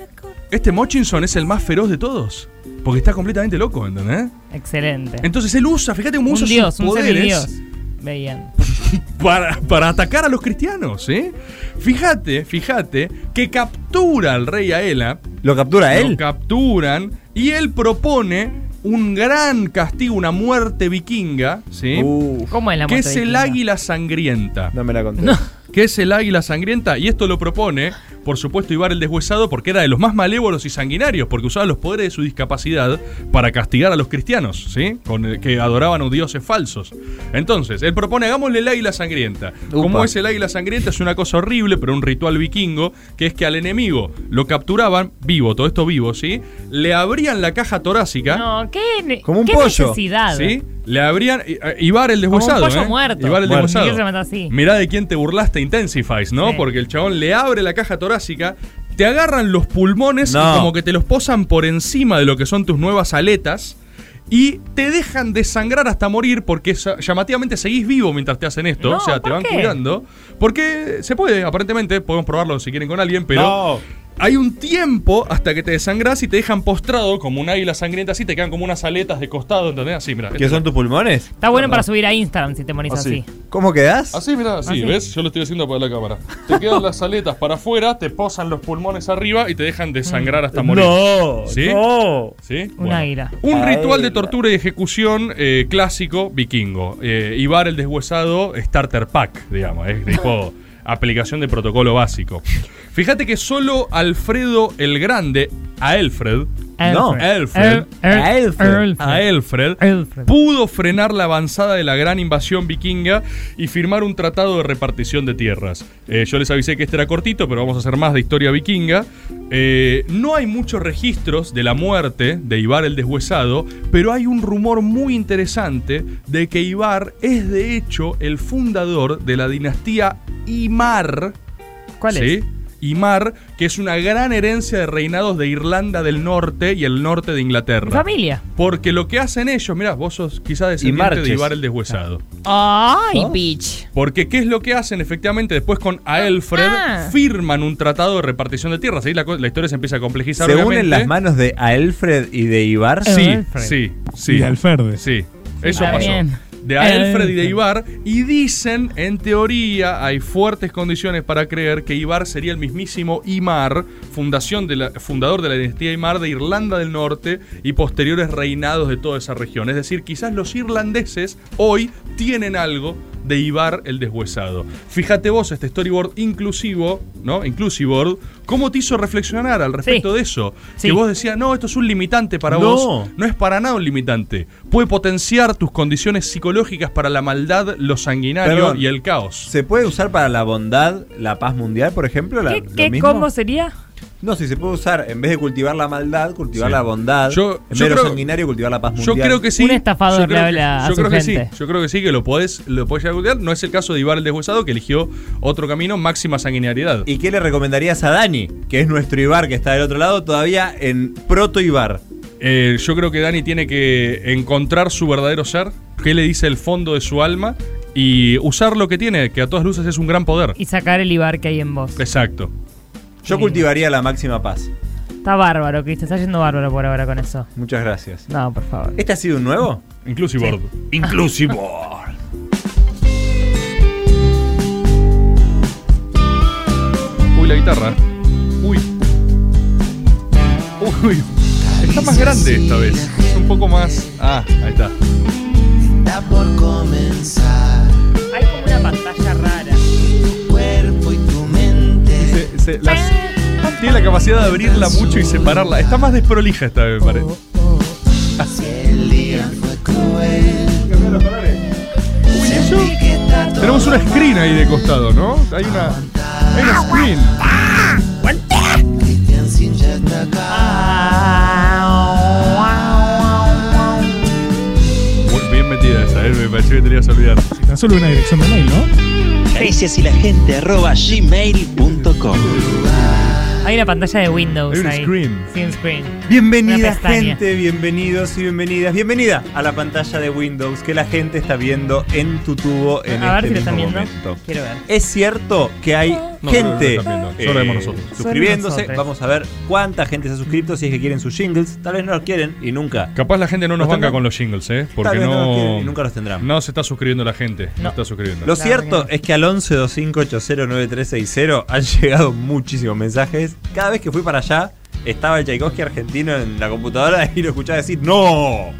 [SPEAKER 4] este Mochinson es el más feroz de todos. Porque está completamente loco, ¿entendés?
[SPEAKER 1] Excelente.
[SPEAKER 4] Entonces él usa, fíjate cómo
[SPEAKER 1] Un
[SPEAKER 4] usa
[SPEAKER 1] dios,
[SPEAKER 4] sus
[SPEAKER 1] un
[SPEAKER 4] poderes
[SPEAKER 1] semidios. Veían.
[SPEAKER 4] para, para atacar a los cristianos, ¿eh? Fíjate, fíjate que captura al rey Aela.
[SPEAKER 10] ¿Lo captura
[SPEAKER 4] Lo
[SPEAKER 10] él?
[SPEAKER 4] capturan y él propone un gran castigo, una muerte vikinga, ¿sí?
[SPEAKER 1] ¿Cómo es la
[SPEAKER 4] que
[SPEAKER 1] muerte
[SPEAKER 4] es el
[SPEAKER 1] vikinga?
[SPEAKER 4] águila sangrienta.
[SPEAKER 10] No me la conté.
[SPEAKER 4] Que es el águila sangrienta y esto lo propone, por supuesto, Ibar el deshuesado porque era de los más malévolos y sanguinarios, porque usaba los poderes de su discapacidad para castigar a los cristianos, ¿sí? Con el que adoraban a dioses falsos. Entonces, él propone, hagámosle el águila sangrienta. ¿Cómo es el águila sangrienta? Es una cosa horrible, pero un ritual vikingo, que es que al enemigo lo capturaban vivo, todo esto vivo, ¿sí? Le abrían la caja torácica.
[SPEAKER 1] No, qué, ne-
[SPEAKER 4] ¿Ah? Como un
[SPEAKER 1] qué
[SPEAKER 4] pollo.
[SPEAKER 1] necesidad.
[SPEAKER 4] ¿Sí? Le abrían. I- I- Ibar el
[SPEAKER 1] Como un
[SPEAKER 4] deshuesado.
[SPEAKER 1] pollo
[SPEAKER 4] ¿eh?
[SPEAKER 1] muerto.
[SPEAKER 4] Ibar el
[SPEAKER 1] Muerto.
[SPEAKER 4] deshuesado.
[SPEAKER 1] Ni que se mató así.
[SPEAKER 4] Mirá de quién te burlaste, Intensifies, ¿no?
[SPEAKER 1] Sí.
[SPEAKER 4] Porque el chabón le abre la caja torácica, te agarran los pulmones
[SPEAKER 10] No.
[SPEAKER 4] y como que te los posan por encima de lo que son tus nuevas aletas. Y te dejan desangrar hasta morir porque sa- llamativamente seguís vivo mientras te hacen esto.
[SPEAKER 22] No,
[SPEAKER 4] o sea, te
[SPEAKER 22] ¿por
[SPEAKER 4] van
[SPEAKER 22] qué?
[SPEAKER 4] curando. Porque se puede, aparentemente. Podemos probarlo si quieren con alguien, pero.
[SPEAKER 22] No.
[SPEAKER 4] Hay un tiempo hasta que te desangrás y te dejan postrado como un águila sangrienta, así te quedan como unas aletas de costado, ¿entendés? Así, este mira.
[SPEAKER 8] ¿Qué son tus pulmones? Ah,
[SPEAKER 1] Está bueno
[SPEAKER 4] Ah.
[SPEAKER 1] para subir a Instagram si te morís así.
[SPEAKER 8] ¿Cómo quedás?
[SPEAKER 4] Así, mirá, así,
[SPEAKER 1] Así.
[SPEAKER 4] ¿ves? Yo lo estoy haciendo para la cámara. Te quedan las aletas para afuera, te posan los pulmones arriba y te dejan desangrar hasta morir.
[SPEAKER 22] No,
[SPEAKER 4] ¿Sí?
[SPEAKER 22] no.
[SPEAKER 4] ¿Sí?
[SPEAKER 1] Un
[SPEAKER 4] Bueno.
[SPEAKER 1] águila.
[SPEAKER 4] Un ritual de
[SPEAKER 22] Águila.
[SPEAKER 4] tortura y ejecución eh, clásico vikingo. Eh, Ibar el deshuesado, starter pack, digamos. Es tipo aplicación de protocolo básico. Fíjate que solo Alfredo el Grande, a Alfred,
[SPEAKER 22] Alfred.
[SPEAKER 4] no, Alfred,
[SPEAKER 22] El- el-
[SPEAKER 4] a Alfred, a
[SPEAKER 22] Alfred.
[SPEAKER 4] Alfred, pudo frenar la avanzada de la gran invasión vikinga y firmar un tratado de repartición de tierras. Eh, yo les avisé que este era cortito, pero vamos a hacer más de historia vikinga. Eh, no hay muchos registros de la muerte de Ibar el Deshuesado, pero hay un rumor muy interesante de que Ibar es de hecho el fundador de la dinastía Imar.
[SPEAKER 1] ¿Cuál
[SPEAKER 4] ¿sí? Imar, que es una gran herencia de reinados de Irlanda del Norte y el norte de Inglaterra.
[SPEAKER 1] Familia.
[SPEAKER 4] Porque lo que hacen ellos, mirá, vos sos quizás descendiente
[SPEAKER 22] Marches.
[SPEAKER 4] de Ibar el Deshuesado.
[SPEAKER 1] Ay,
[SPEAKER 4] ¿No?
[SPEAKER 1] bitch.
[SPEAKER 4] Porque ¿qué es lo que hacen? Efectivamente, después con Aelfred
[SPEAKER 1] Ah.
[SPEAKER 4] firman un tratado de repartición de tierras. Ahí la, co- la historia se empieza a complejizar.
[SPEAKER 8] ¿Se
[SPEAKER 4] obviamente.
[SPEAKER 8] unen las manos de Alfred y de Ibar?
[SPEAKER 4] Sí, sí, sí.
[SPEAKER 8] Y
[SPEAKER 4] Alferde. Sí, eso
[SPEAKER 8] Está
[SPEAKER 4] pasó.
[SPEAKER 8] bien.
[SPEAKER 4] De Alfred y de
[SPEAKER 8] Alfred.
[SPEAKER 4] Ibar. Y dicen, en teoría, hay fuertes condiciones para creer que Ibar sería el mismísimo Imar, fundación de la- fundador de la dinastía Imar de Irlanda del Norte y posteriores reinados de toda esa región. Es decir, quizás los irlandeses hoy tienen algo de Ibar el deshuesado. Fíjate vos, este storyboard inclusivo, ¿no? Inclusive, ¿cómo te hizo reflexionar al respecto de eso?
[SPEAKER 22] Sí.
[SPEAKER 4] Que vos decías, no, esto es un limitante para
[SPEAKER 22] No.
[SPEAKER 4] vos. No es para nada un limitante. Puede potenciar tus condiciones psicológicas para la maldad, lo sanguinario
[SPEAKER 8] Perdón.
[SPEAKER 4] y el caos.
[SPEAKER 8] ¿Se puede usar para la bondad, la paz mundial, por ejemplo? La-
[SPEAKER 1] ¿Qué,
[SPEAKER 8] lo
[SPEAKER 1] qué
[SPEAKER 8] mismo?
[SPEAKER 1] combo sería?
[SPEAKER 8] No, si se puede usar, en vez de cultivar la maldad, cultivar
[SPEAKER 4] Sí.
[SPEAKER 8] la bondad.
[SPEAKER 4] Yo-
[SPEAKER 8] en vez
[SPEAKER 4] yo
[SPEAKER 8] de lo
[SPEAKER 4] creo-
[SPEAKER 8] sanguinario, cultivar la paz
[SPEAKER 4] Yo
[SPEAKER 8] mundial.
[SPEAKER 4] creo que sí. Yo creo que- yo creo que sí.
[SPEAKER 1] gente.
[SPEAKER 4] Yo creo que sí, que lo podés, lo podés llegar a cultivar. No es el caso de Ibar el deshuesado, que eligió otro camino, máxima sanguinariedad.
[SPEAKER 8] ¿Y qué le recomendarías a Dani, que es nuestro Ibar, que está del otro lado, todavía en proto Ibar?
[SPEAKER 4] Eh, yo creo que Dani tiene que encontrar su verdadero ser, qué le dice el fondo de su alma y usar lo que tiene, que a todas luces es un gran poder.
[SPEAKER 1] Y sacar el Ibar que hay en vos.
[SPEAKER 4] Exacto.
[SPEAKER 8] Yo cultivaría la máxima paz.
[SPEAKER 1] Está bárbaro, Cristo. Está yendo bárbaro por ahora con eso.
[SPEAKER 8] Muchas gracias.
[SPEAKER 1] No, por favor.
[SPEAKER 8] ¿Este ha sido un nuevo?
[SPEAKER 4] Inclusive.
[SPEAKER 8] Inclusive.
[SPEAKER 4] Uy, la guitarra. Uy. Uy. Está más grande esta vez. Es un poco más. Ah, ahí está.
[SPEAKER 3] Está por comenzar.
[SPEAKER 1] Hay como una pantalla rara.
[SPEAKER 3] Cuerpo y tu mente.
[SPEAKER 4] Se- se- las- tiene la capacidad de abrirla mucho y separarla. Está más desprolija esta vez, me parece.
[SPEAKER 3] El día fue cruel. Sentí que está todo
[SPEAKER 4] Tenemos una screen ahí de costado, ¿no? Hay una. Hay una screen.
[SPEAKER 3] Cristian Sin ya está acá.
[SPEAKER 4] Muy bien metida esa, ¿eh? me pareció que te la ibas a olvidar.
[SPEAKER 9] Tan solo una dirección de mail, ¿no?
[SPEAKER 3] Caricias y la gente arroba gmail.com.
[SPEAKER 1] Hay una pantalla de Windows
[SPEAKER 8] Hay un
[SPEAKER 1] ahí.
[SPEAKER 8] screen.
[SPEAKER 1] Sí, un screen. Una
[SPEAKER 8] Bienvenida
[SPEAKER 1] pestaña.
[SPEAKER 8] gente, bienvenidos y bienvenidas, bienvenida a la pantalla de Windows que la gente está viendo en tu tubo en
[SPEAKER 1] A ver
[SPEAKER 8] este
[SPEAKER 1] si lo están
[SPEAKER 8] mismo
[SPEAKER 1] viendo.
[SPEAKER 8] momento.
[SPEAKER 1] Quiero ver.
[SPEAKER 8] Es cierto que hay
[SPEAKER 4] no
[SPEAKER 8] gente
[SPEAKER 4] lo están viendo, solo vemos nosotros.
[SPEAKER 8] suscribiéndose.
[SPEAKER 4] Solo nosotros.
[SPEAKER 8] Vamos a ver cuánta gente se ha suscrito, si es que quieren sus jingles. Tal vez no los quieren y nunca.
[SPEAKER 4] Capaz la gente no nos banca con los jingles, ¿eh? Porque
[SPEAKER 8] vez no los quieren
[SPEAKER 4] no.
[SPEAKER 8] y nunca los tendrán.
[SPEAKER 4] No se está suscribiendo la gente. No,
[SPEAKER 8] No.
[SPEAKER 4] está suscribiendo.
[SPEAKER 8] Lo cierto es que al 1125809360 han llegado muchísimos mensajes. Cada vez que fui para allá, estaba el Tchaikovsky argentino en la computadora y lo escuchaba decir ¡No!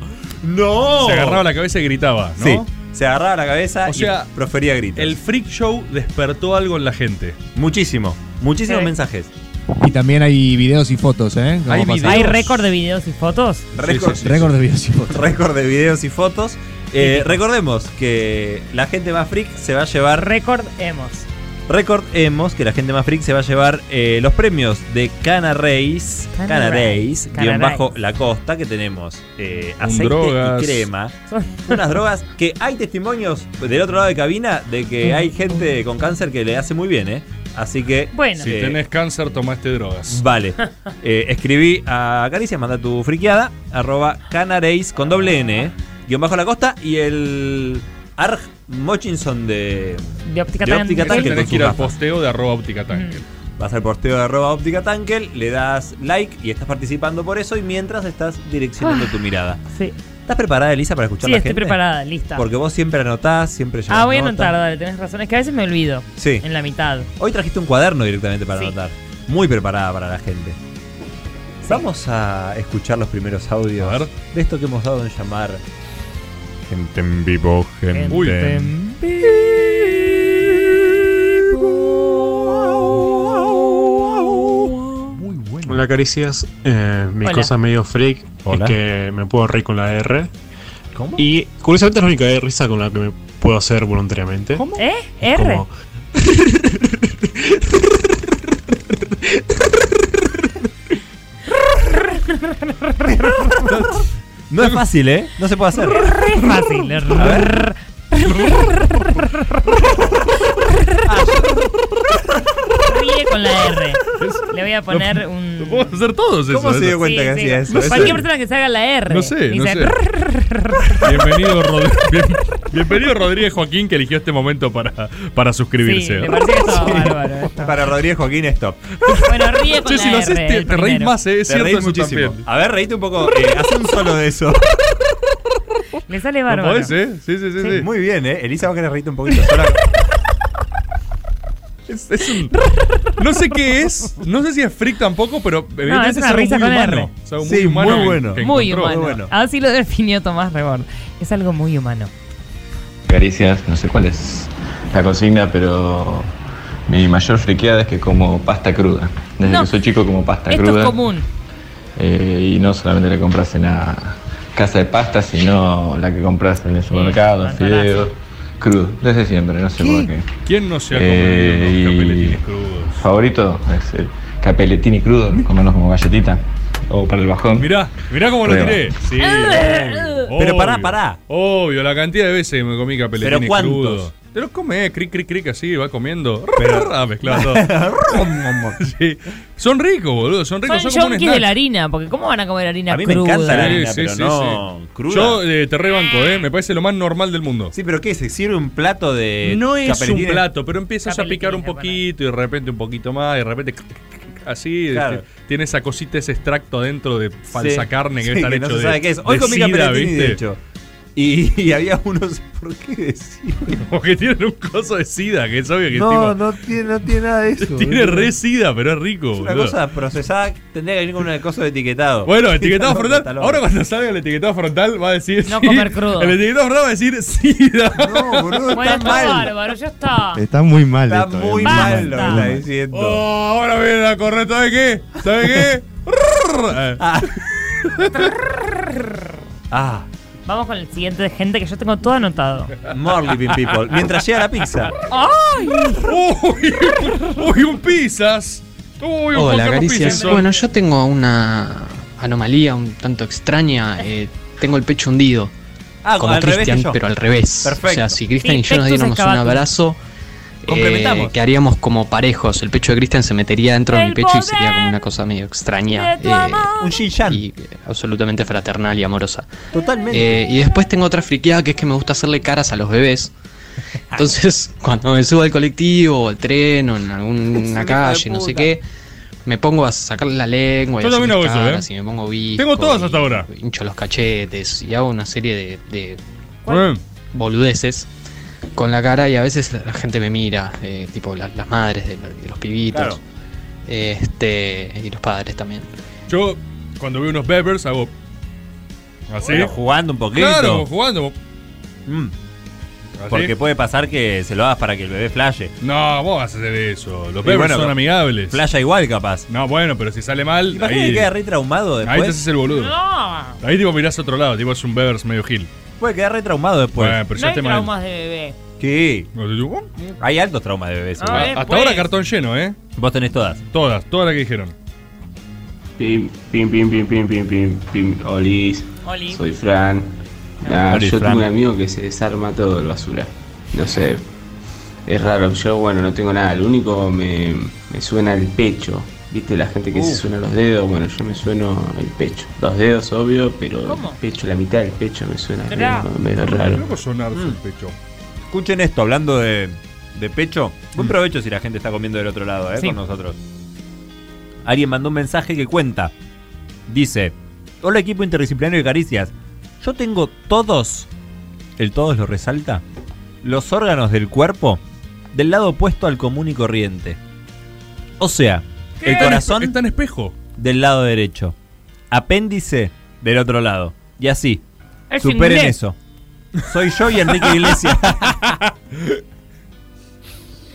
[SPEAKER 8] ¡No!
[SPEAKER 4] Se agarraba la cabeza y gritaba, ¿no?
[SPEAKER 8] Sí, se agarraba la cabeza
[SPEAKER 4] O sea,
[SPEAKER 8] y profería gritos.
[SPEAKER 4] El freak show despertó algo en la gente.
[SPEAKER 8] Muchísimo, muchísimos
[SPEAKER 1] Sí.
[SPEAKER 8] mensajes.
[SPEAKER 23] Y también hay videos y fotos, ¿eh? Como
[SPEAKER 8] Hay
[SPEAKER 23] pasa.
[SPEAKER 8] videos.
[SPEAKER 1] ¿Hay récord de videos y fotos?
[SPEAKER 8] Récord,
[SPEAKER 23] Récord de videos y fotos.
[SPEAKER 8] récord de videos y fotos. Eh, recordemos que la gente más freak se va a llevar
[SPEAKER 1] Récord hemos.
[SPEAKER 8] Recordemos que la gente más freak se va a llevar eh, los premios de Cana Reis,
[SPEAKER 1] Cana
[SPEAKER 8] Cana
[SPEAKER 1] Reis,
[SPEAKER 8] Reis,
[SPEAKER 1] Cana
[SPEAKER 8] guión
[SPEAKER 1] Reis.
[SPEAKER 8] bajo la costa, que tenemos eh,
[SPEAKER 1] Un
[SPEAKER 8] aceite
[SPEAKER 1] drogas.
[SPEAKER 8] y crema. Unas drogas que hay testimonios del otro lado de cabina de que hay gente con cáncer que le hace muy bien, ¿eh? Así que.
[SPEAKER 1] Bueno.
[SPEAKER 4] Si
[SPEAKER 8] eh,
[SPEAKER 4] tenés cáncer, tomaste drogas.
[SPEAKER 8] Vale. Eh, escribí a Caricia, manda tu friqueada, arroba canareis con doble N, eh, guión bajo la costa y el Arg Mochinson de,
[SPEAKER 1] De óptica
[SPEAKER 8] de
[SPEAKER 1] tan.
[SPEAKER 8] óptica
[SPEAKER 4] Eso
[SPEAKER 8] Tankel.
[SPEAKER 4] tenés
[SPEAKER 8] con
[SPEAKER 4] que ir
[SPEAKER 8] sus
[SPEAKER 4] al
[SPEAKER 8] gafas.
[SPEAKER 4] posteo de arroba óptica tanque.
[SPEAKER 8] Vas al posteo de arroba óptica tankel, le das like y estás participando por eso y mientras estás direccionando
[SPEAKER 1] Ah,
[SPEAKER 8] tu mirada.
[SPEAKER 1] Sí,
[SPEAKER 8] ¿Estás preparada, Elisa, para escuchar
[SPEAKER 1] sí
[SPEAKER 8] la
[SPEAKER 1] estoy
[SPEAKER 8] gente?
[SPEAKER 1] preparada, lista.
[SPEAKER 8] Porque vos siempre anotás, siempre llevas
[SPEAKER 1] ah, voy a
[SPEAKER 8] nota.
[SPEAKER 1] anotar, dale, tenés razón. Es que a veces me olvido.
[SPEAKER 8] Sí.
[SPEAKER 1] En la mitad.
[SPEAKER 8] Hoy trajiste un cuaderno directamente para
[SPEAKER 1] Sí.
[SPEAKER 8] anotar. Muy preparada para la gente. Vamos a escuchar los primeros audios de esto que hemos dado en llamar.
[SPEAKER 14] Gente en vivo, gente.
[SPEAKER 8] Uy.
[SPEAKER 22] Hola Caricias, Eh, mi
[SPEAKER 14] Hola.
[SPEAKER 22] cosa medio freak
[SPEAKER 14] Hola.
[SPEAKER 22] es que me puedo reír con la R.
[SPEAKER 8] ¿Cómo?
[SPEAKER 22] Y curiosamente es la única de risa con la que me puedo hacer voluntariamente.
[SPEAKER 1] ¿Eh? ¿R?
[SPEAKER 22] Como-
[SPEAKER 8] No es fácil, ¿eh? No se puede hacer.
[SPEAKER 1] Es fácil. es
[SPEAKER 8] A ver.
[SPEAKER 1] Ríe con la R. Le voy a poner un.
[SPEAKER 4] Lo podemos hacer todos eso.
[SPEAKER 8] ¿Cómo se dio
[SPEAKER 4] eso.
[SPEAKER 8] cuenta que hacía eso?
[SPEAKER 4] No sé.
[SPEAKER 1] Cualquier persona que se haga la R.
[SPEAKER 4] No sé, no
[SPEAKER 1] dice,
[SPEAKER 4] sé. Bienvenido, Rod- bien- bienvenido Rodríguez Joaquín que eligió este momento para, para suscribirse.
[SPEAKER 1] Sí, me pareció que estaba bárbaro esto.
[SPEAKER 8] Para Rodríguez Joaquín, stop.
[SPEAKER 1] Bueno, ríe con
[SPEAKER 4] Che,
[SPEAKER 1] la
[SPEAKER 4] si lo
[SPEAKER 1] R.
[SPEAKER 4] haces, te-
[SPEAKER 1] el
[SPEAKER 4] te reís
[SPEAKER 1] primero.
[SPEAKER 4] más, eh, es
[SPEAKER 8] Te
[SPEAKER 4] cierto
[SPEAKER 8] reís
[SPEAKER 4] eso
[SPEAKER 8] muchísimo.
[SPEAKER 4] también.
[SPEAKER 8] A ver, reíte un poco. eh, haz un solo de eso.
[SPEAKER 1] Le sale
[SPEAKER 8] ¿No
[SPEAKER 1] bárbaro.
[SPEAKER 8] podés, eh? Sí, sí, sí,
[SPEAKER 1] Sí.
[SPEAKER 8] sí. Muy bien, ¿eh? Elisa, vos querés reírte un poquito sola.
[SPEAKER 4] Es- es un- no sé qué es, no sé si es freak tampoco, pero eh, evidentemente
[SPEAKER 1] es una
[SPEAKER 4] algo
[SPEAKER 1] risa
[SPEAKER 4] muy
[SPEAKER 1] con
[SPEAKER 4] humano.
[SPEAKER 1] R.
[SPEAKER 4] Es algo
[SPEAKER 8] Sí,
[SPEAKER 4] humano
[SPEAKER 8] muy
[SPEAKER 4] que-
[SPEAKER 8] bueno.
[SPEAKER 4] que
[SPEAKER 1] Muy
[SPEAKER 4] encontró.
[SPEAKER 1] humano. Así lo definió Tomás Rebord. Es algo muy humano.
[SPEAKER 24] Caricias, no sé cuál es la consigna, pero mi mayor friqueada es que como pasta cruda. Desde
[SPEAKER 1] No.
[SPEAKER 24] que soy chico como pasta
[SPEAKER 1] Esto
[SPEAKER 24] cruda.
[SPEAKER 1] es común.
[SPEAKER 24] Eh, y no solamente la compras en la casa de pasta, sino la que compras en el supermercado, en
[SPEAKER 4] pantalazo.
[SPEAKER 24] fideos, crudo, desde siempre, no sé por qué.
[SPEAKER 4] ¿Quién no se ha
[SPEAKER 24] Eh,
[SPEAKER 4] comido unos
[SPEAKER 24] y
[SPEAKER 4] capeletines crudos?
[SPEAKER 24] Favorito es el capelletini crudo, comerlos como galletita o para el bajón.
[SPEAKER 4] Mirá, mirá cómo lo
[SPEAKER 24] Prueba.
[SPEAKER 4] tiré. Sí,
[SPEAKER 24] Pero pará,
[SPEAKER 8] pará.
[SPEAKER 4] Obvio, la cantidad de veces que me comí capeletines
[SPEAKER 8] ¿Pero cuántos?
[SPEAKER 4] crudos. Te los comés, cric, cric, cric, así, va comiendo. ah, mezclado todo. Sí. Son ricos, boludo, son ricos.
[SPEAKER 1] Son
[SPEAKER 4] como un
[SPEAKER 1] yonkis
[SPEAKER 4] snack.
[SPEAKER 1] de la harina, porque ¿cómo van a comer harina cruda?
[SPEAKER 4] Sí, sí, sí. Yo eh, te rebanco, ¿eh? Me parece lo más normal del mundo.
[SPEAKER 8] Sí, pero ¿qué es? ¿Sirve un plato de.?
[SPEAKER 4] No es un
[SPEAKER 8] capeletines?
[SPEAKER 4] plato, pero empiezas a picar un poquito y de repente un poquito más y de repente. Así,
[SPEAKER 8] Claro.
[SPEAKER 4] este, tiene esa cosita, ese extracto dentro de falsa
[SPEAKER 8] Sí.
[SPEAKER 4] carne que
[SPEAKER 8] Sí,
[SPEAKER 4] está
[SPEAKER 8] que
[SPEAKER 4] hecho
[SPEAKER 8] no se
[SPEAKER 4] de.
[SPEAKER 8] sabe qué es. Hoy
[SPEAKER 4] de
[SPEAKER 8] comí
[SPEAKER 4] sida,
[SPEAKER 8] capelletini, de
[SPEAKER 4] ¿viste?
[SPEAKER 8] hecho. Y, y había unos. ¿Por qué decir?
[SPEAKER 4] Porque tienen un coso de sida, que es obvio que es tipo-
[SPEAKER 8] Ah, no tiene, no tiene nada de eso.
[SPEAKER 4] Tiene
[SPEAKER 8] boludo.
[SPEAKER 4] re sida, pero es rico,
[SPEAKER 8] Es una
[SPEAKER 4] boludo.
[SPEAKER 8] cosa procesada, tendría que venir con un coso de etiquetado.
[SPEAKER 4] Bueno, etiquetado
[SPEAKER 8] Pantalón,
[SPEAKER 4] frontal.
[SPEAKER 8] pantalón.
[SPEAKER 4] Ahora cuando salga el etiquetado frontal va a decir.
[SPEAKER 1] No
[SPEAKER 4] sí.
[SPEAKER 1] comer crudo.
[SPEAKER 4] El etiquetado frontal va a decir sida.
[SPEAKER 8] No, boludo,
[SPEAKER 1] Bueno, está bárbaro, ya está.
[SPEAKER 20] Está muy mal
[SPEAKER 1] Está
[SPEAKER 20] esto.
[SPEAKER 1] muy mal lo que está
[SPEAKER 8] diciendo.
[SPEAKER 4] Oh, ahora viene la correcta. ¿Sabe qué? ¿Sabe qué?
[SPEAKER 8] Ah,
[SPEAKER 1] Vamos con el siguiente de gente que yo tengo todo anotado.
[SPEAKER 8] more living people. Mientras llega la pizza.
[SPEAKER 1] ¡Ay!
[SPEAKER 4] ¡Uy! ¡Uy, un pizzas! ¡Uy, un
[SPEAKER 25] Hola,
[SPEAKER 4] Juan Carlos
[SPEAKER 25] caricias.
[SPEAKER 4] Pizzas.
[SPEAKER 25] Bueno, yo tengo una anomalía un tanto extraña. eh, tengo el pecho hundido.
[SPEAKER 8] Ah,
[SPEAKER 25] como
[SPEAKER 8] al revés que
[SPEAKER 25] Cristian,
[SPEAKER 8] yo.
[SPEAKER 25] pero al revés.
[SPEAKER 8] Perfecto.
[SPEAKER 25] O sea, si Cristian y
[SPEAKER 8] Sí,
[SPEAKER 25] yo nos
[SPEAKER 8] pectus
[SPEAKER 25] diéramos un
[SPEAKER 8] excavatus.
[SPEAKER 25] abrazo, eh,
[SPEAKER 8] Complementamos.
[SPEAKER 25] que haríamos como parejos. El pecho de Cristian se metería dentro de
[SPEAKER 8] El
[SPEAKER 25] mi pecho y sería
[SPEAKER 8] poder
[SPEAKER 25] como una cosa medio extraña.
[SPEAKER 8] de tu
[SPEAKER 25] eh,
[SPEAKER 8] amor.
[SPEAKER 25] y eh, absolutamente fraternal y amorosa.
[SPEAKER 8] Totalmente.
[SPEAKER 25] Eh, y después tengo otra friqueada que es que me gusta hacerle caras a los bebés. Entonces, cuando me subo al colectivo o al tren o en alguna calle, no sé qué, me pongo a sacarle la lengua y,
[SPEAKER 4] Yo también
[SPEAKER 25] hacerle
[SPEAKER 4] hago eso,
[SPEAKER 25] caras
[SPEAKER 4] ¿eh?
[SPEAKER 25] y me pongo visco
[SPEAKER 4] Tengo todas
[SPEAKER 25] y
[SPEAKER 4] hasta ahora.
[SPEAKER 25] hincho los cachetes y hago una serie de, de
[SPEAKER 4] ¿Cuál?
[SPEAKER 25] boludeces con la cara y a veces la gente me mira, eh, tipo la- las madres de, los- de los pibitos
[SPEAKER 4] Claro.
[SPEAKER 25] este y los padres también.
[SPEAKER 4] Yo, cuando veo unos Beppers, hago. Así.
[SPEAKER 25] Pero
[SPEAKER 8] jugando un poquito. Mm.
[SPEAKER 4] Claro, jugando. Así.
[SPEAKER 8] Porque puede pasar que se lo hagas para que el bebé flashe.
[SPEAKER 4] No, vos vas a hacer eso. Los
[SPEAKER 8] Y
[SPEAKER 4] Beppers
[SPEAKER 8] bueno,
[SPEAKER 4] son amigables.
[SPEAKER 8] Flasha igual, capaz.
[SPEAKER 4] No, bueno, pero si sale mal.
[SPEAKER 8] Imagínate que queda re traumado
[SPEAKER 4] Ahí
[SPEAKER 8] después.
[SPEAKER 4] te haces el boludo.
[SPEAKER 1] No.
[SPEAKER 4] Ahí tipo mirás a otro lado, tipo es un Bevers medio gil.
[SPEAKER 8] Puede quedar re traumado después.
[SPEAKER 4] Bueno, pero
[SPEAKER 1] no
[SPEAKER 4] ya
[SPEAKER 1] hay
[SPEAKER 4] te mal.
[SPEAKER 1] traumas de bebé.
[SPEAKER 8] Sí. Hay altos traumas de bebés.
[SPEAKER 4] Ah,
[SPEAKER 8] seguro.
[SPEAKER 4] eh, Hasta pues. ahora cartón lleno, ¿eh?
[SPEAKER 8] Vos tenés todas.
[SPEAKER 4] Todas, todas las que dijeron.
[SPEAKER 19] Pim, pim, pim, pim, pim, pim, pim, pim, olis.
[SPEAKER 1] Oli.
[SPEAKER 19] Soy Fran. Nah,
[SPEAKER 8] Oli,
[SPEAKER 19] yo
[SPEAKER 8] Fran.
[SPEAKER 19] tengo un amigo que se desarma todo el basura. No sé. Es raro. Yo, bueno, no tengo nada. Lo único me, me suena el pecho. ¿Viste la gente que
[SPEAKER 26] Uh.
[SPEAKER 19] se suena los dedos? Bueno, yo me sueno el pecho. Los dedos, obvio, pero
[SPEAKER 4] ¿Cómo?
[SPEAKER 19] el pecho, la mitad del pecho me suena
[SPEAKER 4] Mirá.
[SPEAKER 19] medio- medio raro.
[SPEAKER 4] Loco sonarse
[SPEAKER 8] Mm.
[SPEAKER 4] el pecho.
[SPEAKER 8] Escuchen esto, hablando de, de pecho. Buen provecho si la gente está comiendo del otro lado, ¿eh?
[SPEAKER 4] Mm. Sí.
[SPEAKER 8] Con nosotros. Alguien mandó un mensaje que cuenta. Dice: Hola, equipo interdisciplinario de Caricias. Yo tengo todos, el todos lo resalta, los órganos del cuerpo del lado opuesto al común y corriente. O sea,
[SPEAKER 4] ¿Qué?
[SPEAKER 8] el corazón.
[SPEAKER 4] Está en espejo.
[SPEAKER 8] Del lado derecho. Apéndice del otro lado. Y así.
[SPEAKER 4] Es
[SPEAKER 8] superen
[SPEAKER 4] inglés.
[SPEAKER 8] eso. Soy yo y Enrique Iglesias.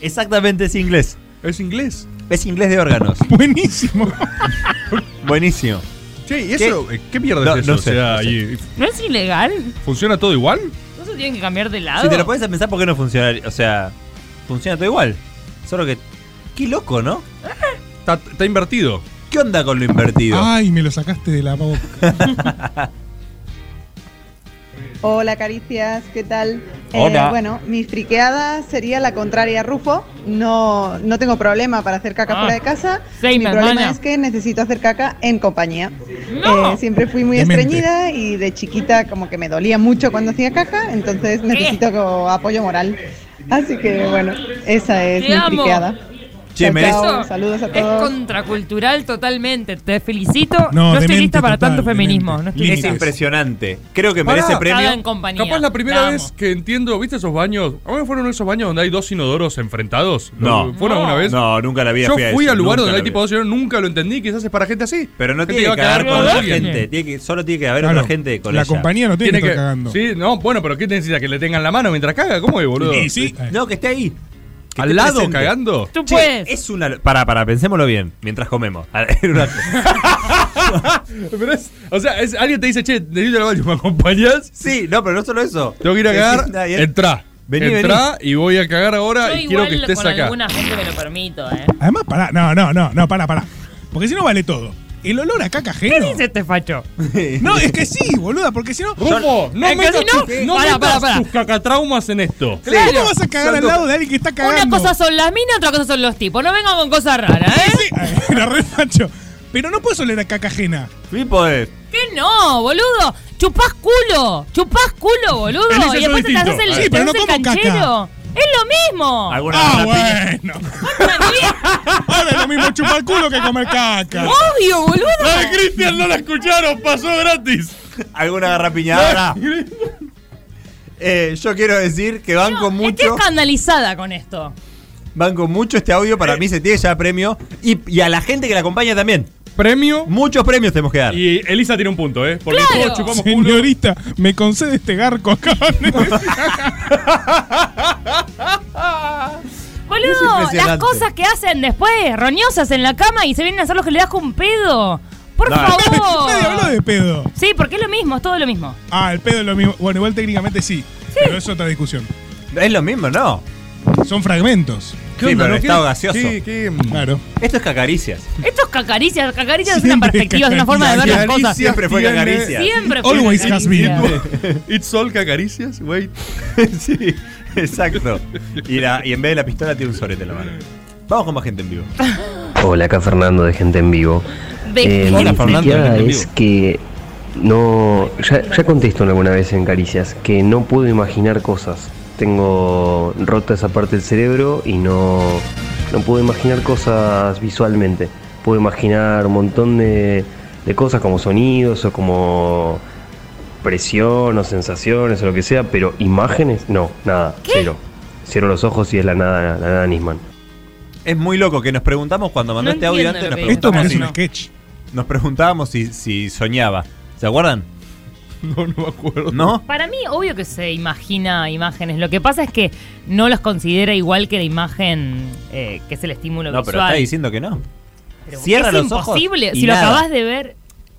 [SPEAKER 8] Exactamente, es inglés.
[SPEAKER 4] ¿Es inglés?
[SPEAKER 8] Es inglés de órganos.
[SPEAKER 9] Buenísimo.
[SPEAKER 8] Buenísimo.
[SPEAKER 4] Che, ¿y eso? eh, ¿Qué, mierda
[SPEAKER 8] No-
[SPEAKER 4] es eso?
[SPEAKER 8] no
[SPEAKER 4] O
[SPEAKER 8] sé,
[SPEAKER 4] sea,
[SPEAKER 8] no sé.
[SPEAKER 4] y-
[SPEAKER 1] ¿No es ilegal?
[SPEAKER 4] ¿Funciona todo igual?
[SPEAKER 1] ¿No se tienen que cambiar de lado?
[SPEAKER 8] Si te lo puedes pensar, ¿por qué no funciona? O sea, funciona todo igual. Solo que. Qué loco, ¿no?
[SPEAKER 4] Está, está invertido.
[SPEAKER 8] ¿Qué onda con lo invertido?
[SPEAKER 9] Ay, me lo sacaste de la boca.
[SPEAKER 27] Hola Caricias, ¿qué tal? Eh,
[SPEAKER 8] Hola.
[SPEAKER 27] bueno, mi friqueada sería la contraria a Rufo. No, no tengo problema para hacer caca
[SPEAKER 1] Ah,
[SPEAKER 27] fuera de casa.
[SPEAKER 1] sí,
[SPEAKER 27] mi
[SPEAKER 1] me
[SPEAKER 27] problema
[SPEAKER 1] hermana.
[SPEAKER 27] es que necesito hacer caca en compañía.
[SPEAKER 1] No.
[SPEAKER 27] Eh, siempre fui muy
[SPEAKER 1] Demente.
[SPEAKER 27] estreñida y de chiquita como que me dolía mucho cuando hacía caca, entonces
[SPEAKER 1] Eh.
[SPEAKER 27] necesito co- apoyo moral. Así que bueno, esa es
[SPEAKER 1] Te
[SPEAKER 27] mi
[SPEAKER 1] amo.
[SPEAKER 27] friqueada.
[SPEAKER 8] Che,
[SPEAKER 27] Chao,
[SPEAKER 8] me-
[SPEAKER 27] chao,
[SPEAKER 8] Eso
[SPEAKER 27] saludos a
[SPEAKER 1] Es
[SPEAKER 27] todos.
[SPEAKER 1] contracultural totalmente. Te felicito.
[SPEAKER 8] No,
[SPEAKER 1] No, estoy
[SPEAKER 8] demente
[SPEAKER 1] lista para
[SPEAKER 8] total,
[SPEAKER 1] tanto feminismo. No estoy
[SPEAKER 8] Es
[SPEAKER 1] lista.
[SPEAKER 8] impresionante. Creo que
[SPEAKER 4] Pará.
[SPEAKER 8] merece premio.
[SPEAKER 1] Cada en compañía.
[SPEAKER 4] Capaz la primera
[SPEAKER 1] Te
[SPEAKER 4] vez
[SPEAKER 1] amo.
[SPEAKER 4] que entiendo, ¿viste esos baños? ¿Alguna fueron esos baños donde hay dos inodoros enfrentados?
[SPEAKER 8] No.
[SPEAKER 4] ¿Lo- ¿Fueron
[SPEAKER 8] No.
[SPEAKER 4] alguna vez?
[SPEAKER 8] No, nunca en la vida
[SPEAKER 4] Yo
[SPEAKER 8] fui a
[SPEAKER 4] fui
[SPEAKER 8] eso,
[SPEAKER 4] al lugar
[SPEAKER 8] nunca
[SPEAKER 4] donde
[SPEAKER 8] en
[SPEAKER 4] hay
[SPEAKER 8] la
[SPEAKER 4] tipo dos inodoros, nunca lo entendí, quizás es para gente así.
[SPEAKER 8] Pero no
[SPEAKER 4] Gente
[SPEAKER 8] tiene
[SPEAKER 4] va
[SPEAKER 8] que cagar con
[SPEAKER 4] con
[SPEAKER 8] la
[SPEAKER 4] alguien.
[SPEAKER 8] gente. Tiene que- solo tiene que haber otra gente con ella.
[SPEAKER 4] que- Sí, no, bueno, pero ¿qué necesita? ¿Que le tengan la mano mientras caga? ¿Cómo es, boludo?
[SPEAKER 8] Y sí, no, que esté ahí. Que
[SPEAKER 4] ¿Al
[SPEAKER 8] esté
[SPEAKER 4] lado
[SPEAKER 8] presente.
[SPEAKER 4] cagando? Tú
[SPEAKER 8] Che,
[SPEAKER 4] puedes.
[SPEAKER 8] Es una. Para, para, pensémoslo bien. Mientras comemos. Era una-
[SPEAKER 4] Pero es- o sea, es- alguien te dice, che, necesito ir al baño, ¿me acompañás?
[SPEAKER 8] Sí, no, pero no solo eso.
[SPEAKER 4] Tengo que ir a
[SPEAKER 8] Te
[SPEAKER 4] cagar,
[SPEAKER 8] sienta y-
[SPEAKER 4] entrá.
[SPEAKER 8] Vení,
[SPEAKER 4] entrá
[SPEAKER 8] vení.
[SPEAKER 4] y voy a cagar ahora
[SPEAKER 1] Yo
[SPEAKER 4] y quiero
[SPEAKER 1] igual
[SPEAKER 4] que estés
[SPEAKER 1] con
[SPEAKER 4] acá.
[SPEAKER 1] alguna gente me lo permito, ¿eh?
[SPEAKER 9] Además, pará. No, no, no, no, pará, pará. Porque si no vale todo. El olor a caca ajeno. ¿Qué dice
[SPEAKER 1] este facho?
[SPEAKER 9] No, es que sí, boluda, porque si no.
[SPEAKER 4] Rufo, no
[SPEAKER 9] Es que
[SPEAKER 4] metas,
[SPEAKER 9] si no-
[SPEAKER 4] tus- no
[SPEAKER 9] Pará,
[SPEAKER 4] metas
[SPEAKER 9] pará, pará.
[SPEAKER 4] tus cacatraumas en esto.
[SPEAKER 9] Claro. ¿Cómo vas a cagar al lado de alguien que está
[SPEAKER 1] Una
[SPEAKER 9] cagando?
[SPEAKER 1] cosa son las minas, otra cosa son los tipos. No vengan con cosas raras, ¿eh?
[SPEAKER 9] Era re macho. Pero no puedes oler a caca ajena.
[SPEAKER 8] Sí, podés.
[SPEAKER 1] ¿Qué no, boludo? Chupás culo. Chupás culo,
[SPEAKER 9] Él hizo
[SPEAKER 1] boludo. Y
[SPEAKER 9] eso
[SPEAKER 1] después te
[SPEAKER 9] distinto.
[SPEAKER 1] haces el,
[SPEAKER 9] Sí,
[SPEAKER 1] te
[SPEAKER 9] pero no
[SPEAKER 1] haces el
[SPEAKER 9] como caca.
[SPEAKER 1] canchero. Es lo mismo.
[SPEAKER 9] ah, bueno. Ahora es lo mismo chupar culo que comer caca.
[SPEAKER 1] Obvio, boludo.
[SPEAKER 4] La de Cristian no la escucharon, pasó gratis.
[SPEAKER 8] ¿Alguna garrapiñada? Eh, yo quiero decir que banco
[SPEAKER 1] Estoy
[SPEAKER 8] mucho.
[SPEAKER 1] escandalizada con esto.
[SPEAKER 8] Banco mucho este audio.
[SPEAKER 4] Eh.
[SPEAKER 8] Para mí se tiene ya premio. Y, y a la gente que la acompaña también.
[SPEAKER 4] ¿Premio?
[SPEAKER 8] Muchos premios tenemos que dar.
[SPEAKER 4] Y Elisa tiene un punto, ¿eh? Porque
[SPEAKER 9] Claro.
[SPEAKER 4] todos chupamos culo.
[SPEAKER 9] Señorita, me concede este garco acá. Es
[SPEAKER 1] Boludo, las
[SPEAKER 9] impresionante.
[SPEAKER 1] cosas que hacen después, roñosas en la cama y se vienen a hacer los que le das con un pedo. Por
[SPEAKER 9] No.
[SPEAKER 1] favor.
[SPEAKER 9] Nadie habló de pedo.
[SPEAKER 1] Sí, porque es lo mismo, es todo lo mismo.
[SPEAKER 9] Ah, el pedo es lo mismo. Bueno, igual técnicamente sí. Pero es otra discusión.
[SPEAKER 8] Es lo mismo, ¿no?
[SPEAKER 9] Son fragmentos. Mm.
[SPEAKER 8] ¿Qué Sí, onda, pero no? el estado ¿Qué- gaseoso. qué-
[SPEAKER 9] Claro.
[SPEAKER 8] Esto es cacaricias.
[SPEAKER 1] Esto es cacaricias. Cacaricias es una
[SPEAKER 9] Siempre
[SPEAKER 1] perspectiva, es una forma de ver las cosas.
[SPEAKER 8] Siempre fue
[SPEAKER 4] tiene-
[SPEAKER 8] cacaricias.
[SPEAKER 1] Siempre fue Always has been.
[SPEAKER 4] It's all cacaricias, wait.
[SPEAKER 8] sí, exacto. Y, la- y en vez de la pistola tiene un sorete en la mano. Vamos con más gente en vivo.
[SPEAKER 28] Hola, acá Fernando de Gente en Vivo. Eh,
[SPEAKER 8] De-
[SPEAKER 28] mi
[SPEAKER 8] Hola, Fernando de
[SPEAKER 28] friqueada
[SPEAKER 8] Gente en
[SPEAKER 28] es que no. Ya, ya contesto en alguna vez en Caricias, que no puedo imaginar cosas. Tengo rota esa parte del cerebro y no, no puedo imaginar cosas visualmente. Puedo imaginar un montón de, de cosas como sonidos o como presión o sensaciones o lo que sea, pero imágenes, no, nada, cero. Cierro los ojos y es la nada, la nada Nisman.
[SPEAKER 8] Es muy loco que nos preguntamos cuando mandó
[SPEAKER 28] No
[SPEAKER 8] este audio
[SPEAKER 28] entiendo
[SPEAKER 8] antes,
[SPEAKER 28] lo que
[SPEAKER 8] nos
[SPEAKER 28] dice. Esto
[SPEAKER 8] preguntamos,
[SPEAKER 28] parece
[SPEAKER 8] si,
[SPEAKER 28] un
[SPEAKER 8] nos preguntábamos si, si soñaba. ¿Se acuerdan?
[SPEAKER 4] No, no me acuerdo.
[SPEAKER 8] ¿No?
[SPEAKER 1] Para mí, obvio que se imagina imágenes. Lo que pasa es que no las considera igual que la imagen eh, que es el estímulo
[SPEAKER 8] No, pero
[SPEAKER 1] visual.
[SPEAKER 8] está diciendo que no.
[SPEAKER 1] Pero
[SPEAKER 8] Cierra
[SPEAKER 1] es
[SPEAKER 8] los ojos
[SPEAKER 1] imposible.
[SPEAKER 8] y
[SPEAKER 1] si
[SPEAKER 8] nada.
[SPEAKER 1] lo acabas de ver.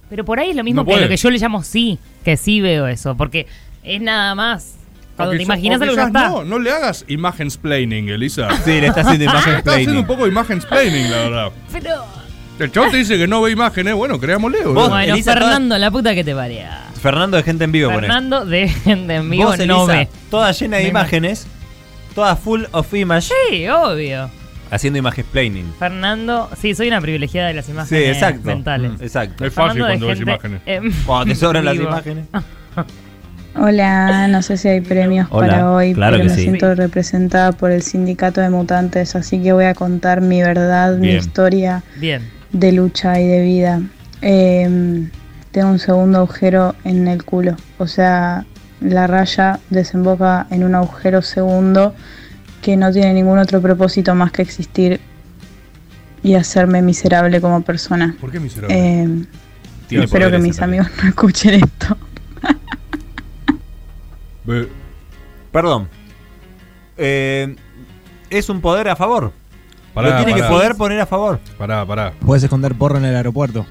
[SPEAKER 1] Pero por ahí es lo mismo
[SPEAKER 8] No
[SPEAKER 1] que
[SPEAKER 8] puede.
[SPEAKER 1] lo que yo le llamo sí, que sí veo eso. Porque es nada más. Cuando
[SPEAKER 4] O
[SPEAKER 1] te
[SPEAKER 4] Ah, quizá-
[SPEAKER 1] imaginas
[SPEAKER 4] o
[SPEAKER 1] algo, ya
[SPEAKER 4] quizás
[SPEAKER 1] está.
[SPEAKER 4] No, no le hagas imagen splaining, Elisa. Ah,
[SPEAKER 8] Sí, le está haciendo imagen
[SPEAKER 4] Está haciendo
[SPEAKER 8] splaining.
[SPEAKER 4] un poco de imagen splaining, la verdad.
[SPEAKER 1] Pero-
[SPEAKER 4] El chavo te dice que no ve imágenes, bueno, creámosle. boludo.
[SPEAKER 1] bueno, Fernando, la puta que te parea.
[SPEAKER 8] Fernando de gente en vivo, ponés.
[SPEAKER 1] Fernando de gente en vivo
[SPEAKER 8] Vos,
[SPEAKER 1] no
[SPEAKER 8] Elisa,
[SPEAKER 1] ve.
[SPEAKER 8] toda llena de
[SPEAKER 1] Me
[SPEAKER 8] imágenes, toda full of image,
[SPEAKER 1] Sí, obvio.
[SPEAKER 8] haciendo imagen planning.
[SPEAKER 1] Fernando, sí, soy una privilegiada de las
[SPEAKER 8] Sí,
[SPEAKER 1] imágenes
[SPEAKER 8] exacto.
[SPEAKER 1] mentales.
[SPEAKER 8] Mm, Exacto.
[SPEAKER 1] Es fácil Hablando de cuando ves gente imágenes. en
[SPEAKER 8] Cuando te sobran las
[SPEAKER 1] vivo. Ah,
[SPEAKER 8] imágenes.
[SPEAKER 29] Hola, no sé si hay premios
[SPEAKER 8] Hola,
[SPEAKER 29] para hoy,
[SPEAKER 8] claro
[SPEAKER 29] pero
[SPEAKER 8] que
[SPEAKER 29] me
[SPEAKER 8] sí.
[SPEAKER 29] siento representada por el sindicato de mutantes, así que voy a contar mi verdad, mi
[SPEAKER 30] Bien.
[SPEAKER 29] historia
[SPEAKER 1] Bien.
[SPEAKER 29] de lucha y de vida. Eh, tengo un segundo agujero en el culo, o sea, la raya desemboca en un agujero segundo que no tiene ningún otro propósito más que existir y hacerme miserable como persona.
[SPEAKER 4] ¿Por qué miserable?
[SPEAKER 29] Eh,
[SPEAKER 4] Tiene
[SPEAKER 29] espero que
[SPEAKER 4] poderes
[SPEAKER 29] mis
[SPEAKER 4] esa
[SPEAKER 29] amigos no escuchen esto.
[SPEAKER 4] Ve-
[SPEAKER 8] Perdón. Eh, es un poder a favor.
[SPEAKER 4] Pará,
[SPEAKER 8] Lo tiene
[SPEAKER 4] pará.
[SPEAKER 8] que poder poner a favor.
[SPEAKER 4] Pará, pará.
[SPEAKER 9] Puedes esconder porro en el aeropuerto.